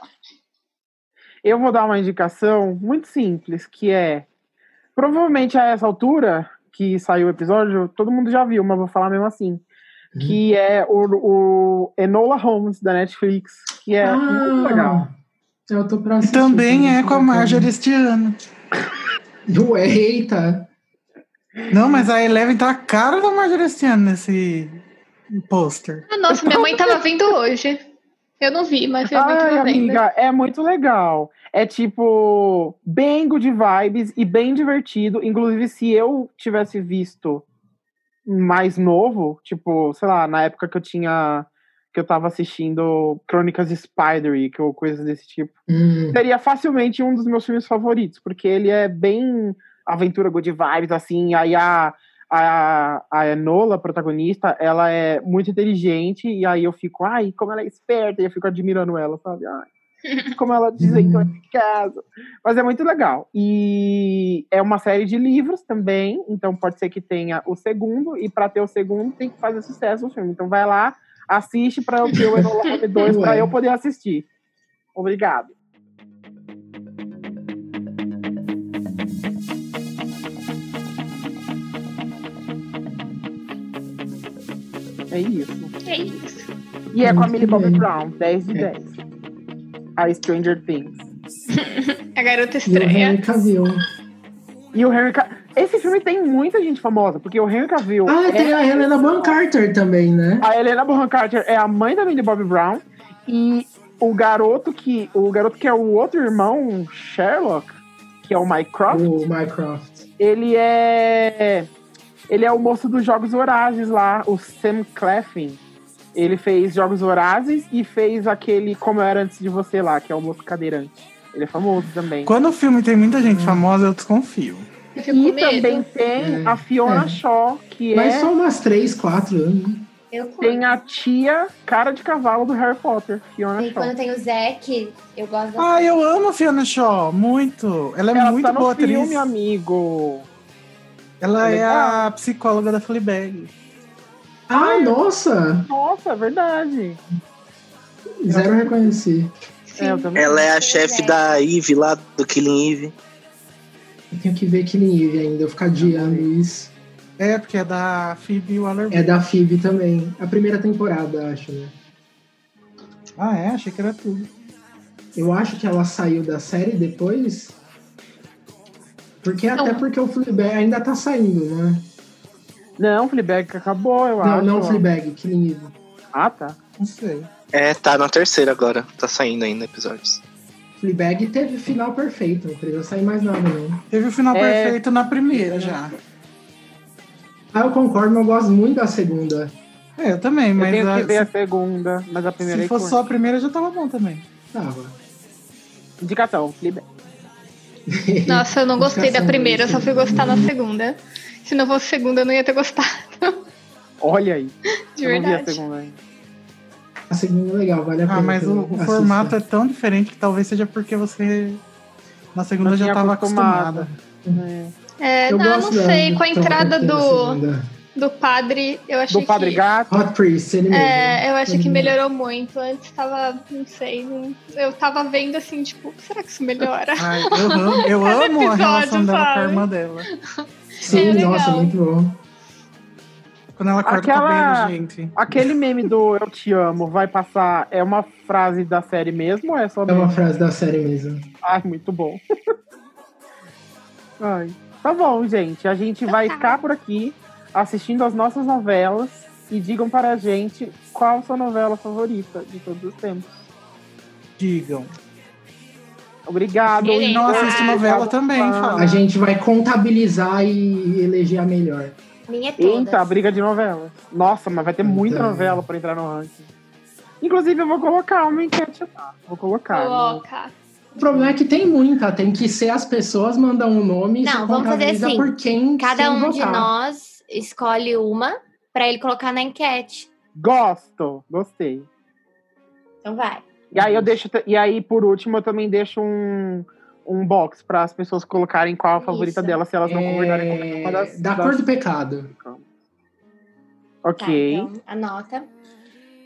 Speaker 2: Eu vou dar uma indicação muito simples, que é provavelmente a essa altura que saiu o episódio, todo mundo já viu, mas vou falar mesmo assim. Que é o, o Enola Holmes da Netflix, que é muito legal.
Speaker 5: Ah, então Eu tô pra assistir,
Speaker 11: também é com a
Speaker 5: bacana.
Speaker 11: Marjorie este ano.
Speaker 5: Ué, eita!
Speaker 11: Não, mas a Eleven tá a cara da Marjorie este ano nesse pôster.
Speaker 3: Ah, nossa, minha mãe tava vendo hoje. Eu não né? vi, mas minha mãe
Speaker 2: Ai,
Speaker 3: tava vendo.
Speaker 2: amiga, é muito legal. É tipo, bem good vibes e bem divertido. Inclusive, se eu tivesse visto mais novo, tipo, sei lá, na época que eu tinha. que eu tava assistindo Crônicas de Spidery, que ou coisas desse tipo.
Speaker 5: Hum.
Speaker 2: Seria facilmente um dos meus filmes favoritos, porque ele é bem aventura good vibes, assim, aí a. A, a Enola, a protagonista, ela é muito inteligente, e aí eu fico, ai, como ela é esperta, e eu fico admirando ela, sabe? Ai, como ela desenhou esse caso. Mas é muito legal. E é uma série de livros também, então pode ser que tenha o segundo, e para ter o segundo tem que fazer sucesso o filme. Então vai lá, assiste para eu ter o Enola Holmes 2 para
Speaker 5: Ué.
Speaker 2: eu poder assistir. Obrigado. É isso.
Speaker 3: É isso.
Speaker 2: E é com a
Speaker 3: Muito
Speaker 2: Millie Bobby
Speaker 3: bem.
Speaker 2: Brown, 10 de 10. A Stranger Things.
Speaker 3: A garota
Speaker 5: E o
Speaker 3: estranha.
Speaker 2: Uhum.
Speaker 5: Henry Cavill.
Speaker 2: E o Henry Ca- Esse filme tem muita gente famosa, porque o Henry Cavill... é
Speaker 5: Ah, tem a Helena Bonham Carter também, né?
Speaker 2: A Helena Bonham Carter é a mãe da Millie Bobby Brown. E o garoto que... O garoto que é o outro irmão, Sherlock, que é o Mike Croft,
Speaker 5: O Mycroft.
Speaker 2: ele é... Ele é o moço dos Jogos Vorazes lá, o Sam Claflin. Ele fez Jogos Vorazes e fez aquele Como Eu Era Antes de Você lá, que é o moço cadeirante. Ele é famoso também.
Speaker 11: Quando o filme tem muita
Speaker 5: Hum.
Speaker 11: gente famosa, eu desconfio.
Speaker 2: E também tem a Fiona
Speaker 5: é.
Speaker 2: Shaw, que
Speaker 5: Mas
Speaker 2: é.
Speaker 5: só umas três, quatro anos.
Speaker 2: Tem a tia cara de cavalo do Harry Potter, Fiona
Speaker 15: E
Speaker 2: Shaw.
Speaker 15: quando tem o Zack, eu gosto da
Speaker 11: Ah, eu amo a Fiona Shaw, muito. Ela é
Speaker 2: Ela
Speaker 11: muito
Speaker 2: tá no
Speaker 11: boa
Speaker 2: filme,
Speaker 11: atriz.
Speaker 2: amigo.
Speaker 11: Ela é,
Speaker 2: legal.
Speaker 11: a psicóloga da Fleabag.
Speaker 5: Ah, nossa!
Speaker 2: Nossa, é verdade.
Speaker 5: Zero reconheci.
Speaker 2: É, eu também.
Speaker 13: Ela é a chefe da Eve lá, do Killing Eve.
Speaker 5: Eu tenho que ver Killing Eve ainda, eu ficar adiando isso.
Speaker 11: É, porque é da Phoebe waller
Speaker 5: É da Phoebe também. A primeira temporada, acho, né?
Speaker 11: Ah, é? Achei que era tudo.
Speaker 5: Eu acho que ela saiu da série depois. Porque até porque o Fleabag ainda tá saindo, né?
Speaker 2: Não, Fleabag que acabou, eu
Speaker 5: Não,
Speaker 2: acho.
Speaker 5: não Fleabag, Killing Eve.
Speaker 2: Ah, tá.
Speaker 11: Não sei.
Speaker 13: É, tá na terceira agora. Tá saindo ainda episódios.
Speaker 5: Fleabag teve final
Speaker 2: É.
Speaker 5: perfeito, não precisa sair mais nada, não.
Speaker 11: Teve o final
Speaker 5: É.
Speaker 11: perfeito na primeira já.
Speaker 5: Ah, eu concordo, mas eu gosto muito da segunda.
Speaker 1: É, eu também,
Speaker 2: Eu
Speaker 1: mas
Speaker 2: tenho
Speaker 1: a-
Speaker 2: que ver
Speaker 1: se-
Speaker 2: a segunda, mas a primeira
Speaker 1: se
Speaker 2: é
Speaker 1: fosse só
Speaker 2: icônica.
Speaker 1: a primeira já tava bom também.
Speaker 5: Tava.
Speaker 2: Indicação, Fleabag.
Speaker 3: Nossa, eu não gostei da primeira, eu só fui gostar na segunda. Se não fosse segunda, eu não ia ter gostado.
Speaker 2: Olha aí.
Speaker 3: De
Speaker 2: eu não vi a
Speaker 3: verdade.
Speaker 2: segunda ainda.
Speaker 5: A segunda é legal, vale a pena.
Speaker 1: Ah, mas o, o
Speaker 5: Assista.
Speaker 1: formato é tão diferente que talvez seja porque você na segunda
Speaker 5: Não
Speaker 1: já
Speaker 5: tinha
Speaker 1: tava
Speaker 5: acostumado.
Speaker 1: acostumada.
Speaker 3: É,
Speaker 5: Eu
Speaker 3: não, eu
Speaker 5: gosto
Speaker 3: não
Speaker 5: da-
Speaker 3: sei. Com a
Speaker 5: então,
Speaker 3: entrada
Speaker 5: da
Speaker 3: do,
Speaker 5: segunda.
Speaker 3: do padre, eu achei que.
Speaker 5: né? Hot Priest, ele mesmo.
Speaker 3: É, eu acho
Speaker 5: Ele
Speaker 3: que
Speaker 5: mesmo.
Speaker 3: melhorou muito. Antes tava, não sei, não- eu tava vendo assim, tipo, será que isso melhora?
Speaker 1: Ai, eu amo, eu
Speaker 3: Cada
Speaker 1: amo a
Speaker 3: episódio,
Speaker 1: relação dela com a
Speaker 3: sabe?
Speaker 1: irmã dela.
Speaker 5: Sim,
Speaker 3: legal.
Speaker 5: nossa, muito bom.
Speaker 1: Quando ela corta o
Speaker 2: Aquela-
Speaker 1: cabelo, gente.
Speaker 2: Aquele meme do Eu Te Amo vai passar. É uma frase da série mesmo ou é só
Speaker 5: É uma
Speaker 2: meme?
Speaker 5: frase da série mesmo.
Speaker 2: Ai, muito bom. Ai. Tá bom, gente. A gente vai ficar por aqui assistindo as nossas novelas e digam para a gente qual sua novela favorita de todos os tempos.
Speaker 1: Digam.
Speaker 2: Obrigado.
Speaker 1: Quem não assiste novela
Speaker 2: Ah,
Speaker 1: também, fala.
Speaker 5: A gente vai contabilizar e eleger a melhor.
Speaker 4: Minha
Speaker 2: Eita, briga de novela. Nossa, mas vai ter muita novela para entrar no ranking. Inclusive, eu vou colocar uma enquete lá. Vou colocar. né?
Speaker 3: Coloca.
Speaker 5: O problema é que tem muita, tem que ser as pessoas mandam o nome e se
Speaker 4: Não, vamos fazer
Speaker 5: contabiliza
Speaker 4: assim.
Speaker 5: por quem
Speaker 4: Cada
Speaker 5: quem
Speaker 4: um de
Speaker 5: votar.
Speaker 4: nós escolhe uma pra ele colocar na enquete.
Speaker 2: Gosto, gostei.
Speaker 4: Então vai.
Speaker 2: E aí eu deixo. E aí, por último, eu também deixo um, um box para as pessoas colocarem qual a favorita
Speaker 5: Isso.
Speaker 2: dela, se elas não
Speaker 5: É,
Speaker 2: concordarem com nenhuma das.
Speaker 5: da
Speaker 2: das-
Speaker 5: cor do Ah, pecado.
Speaker 2: Ok.
Speaker 4: Então, anota.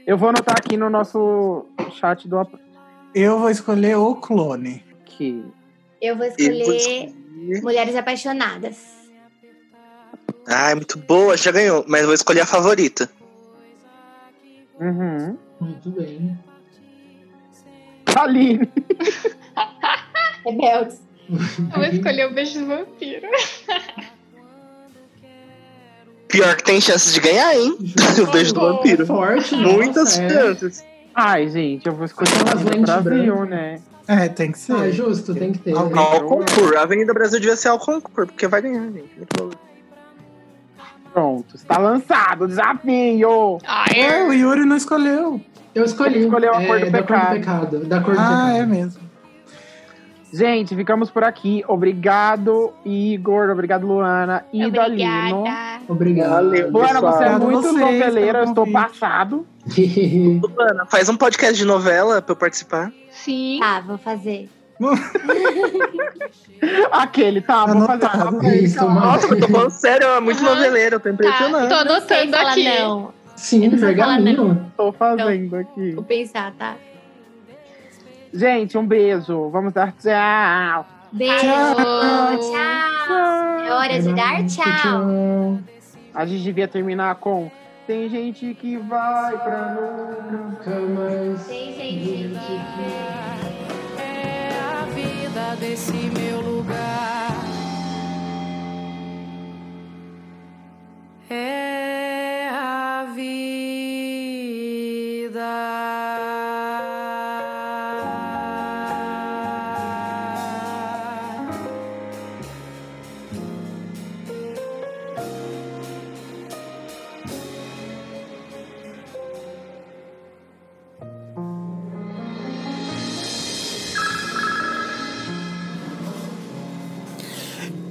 Speaker 2: Eu vou anotar aqui no nosso chat do apoio.
Speaker 1: Eu vou escolher o clone.
Speaker 2: Que...
Speaker 4: Eu vou
Speaker 6: Eu vou
Speaker 4: escolher Mulheres Apaixonadas.
Speaker 6: Ah, é muito boa, já ganhou, mas eu vou escolher a favorita.
Speaker 2: Uhum.
Speaker 5: Muito bem.
Speaker 2: Aline.
Speaker 4: Rebeldes.
Speaker 3: Eu vou escolher o beijo do vampiro.
Speaker 6: Pior que tem chances de ganhar, hein? o beijo do vampiro.
Speaker 5: Forte,
Speaker 6: Muitas
Speaker 5: nossa, é.
Speaker 6: chances.
Speaker 2: Ai, gente, eu vou escolher
Speaker 5: Aquelas
Speaker 2: a Avenida
Speaker 5: lentes
Speaker 2: Brasil,
Speaker 5: brancas.
Speaker 2: né?
Speaker 1: É, tem que ser.
Speaker 5: Ah, justo, tem que ter.
Speaker 6: Ao concurso. A Avenida Brasil devia ser ao concurso, porque vai ganhar, gente. Muito bom.
Speaker 2: Pronto, está lançado o desafio!
Speaker 4: Ah, é?
Speaker 1: Ué, É, o Yuri não escolheu.
Speaker 5: Eu escolhi.
Speaker 2: Ele escolheu a
Speaker 5: É,
Speaker 2: cor do
Speaker 5: da cor do
Speaker 2: pecado.
Speaker 5: pecado. Da cor do
Speaker 1: Ah,
Speaker 5: pecado.
Speaker 1: é mesmo.
Speaker 2: Gente, ficamos por aqui. Obrigado, Igor. Obrigado, Luana. E Dalino.
Speaker 5: Obrigado.
Speaker 2: Luana, você é
Speaker 5: pessoal.
Speaker 2: muito
Speaker 5: Vocês pelo
Speaker 2: noveleira. Eu estou
Speaker 5: convite.
Speaker 2: passado.
Speaker 6: Luana, faz um podcast de novela pra eu participar.
Speaker 3: Sim.
Speaker 4: Tá, vou fazer.
Speaker 2: Aquele, tá? Vou fazer só pra ele.
Speaker 5: Isso, mano.
Speaker 6: Nossa, eu tô falando sério, ela é muito noveleira, eu tô impressionada.
Speaker 3: Tô anotando
Speaker 4: falar
Speaker 3: aqui.
Speaker 4: não.
Speaker 5: Sim,
Speaker 4: não sei falar né?
Speaker 5: pergaminho.
Speaker 2: Tô fazendo aqui.
Speaker 4: Vou pensar, tá?
Speaker 2: Gente, um beijo. Vamos dar tchau.
Speaker 4: Beijo. Tchau. É hora de dar tchau.
Speaker 2: A gente devia terminar com. Tem gente que vai pra nunca mais.
Speaker 4: Tem gente que...
Speaker 17: É a vida desse meu lugar. É a vida.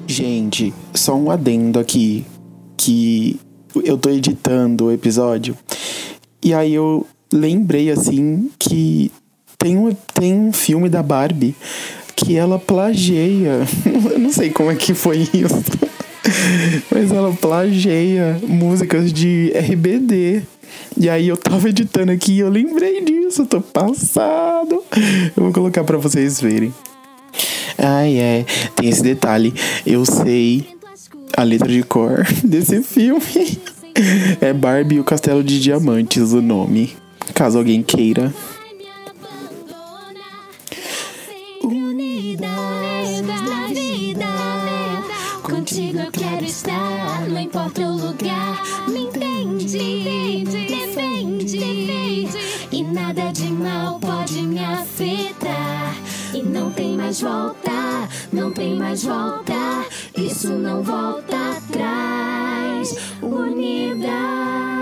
Speaker 9: Gente, só um adendo aqui. Que eu tô editando o episódio. E aí eu lembrei, assim, que tem um, tem um filme da Barbie que ela plageia. Eu não sei como é que foi isso. Mas ela plageia músicas de RBD. E aí eu tava editando aqui e eu lembrei disso, tô passado. Eu vou colocar pra vocês verem. Ai, é, tem esse detalhe. Eu sei a letra de cor desse filme. É Barbie e o Castelo de Diamantes o nome. Caso alguém queira.
Speaker 12: Unidas na vida. Contigo eu quero estar, não importa o lugar. Me entende, defende. E nada de mal pode me afetar. E não tem mais volta, não tem mais volta. Isso não volta atrás.
Speaker 8: unidas.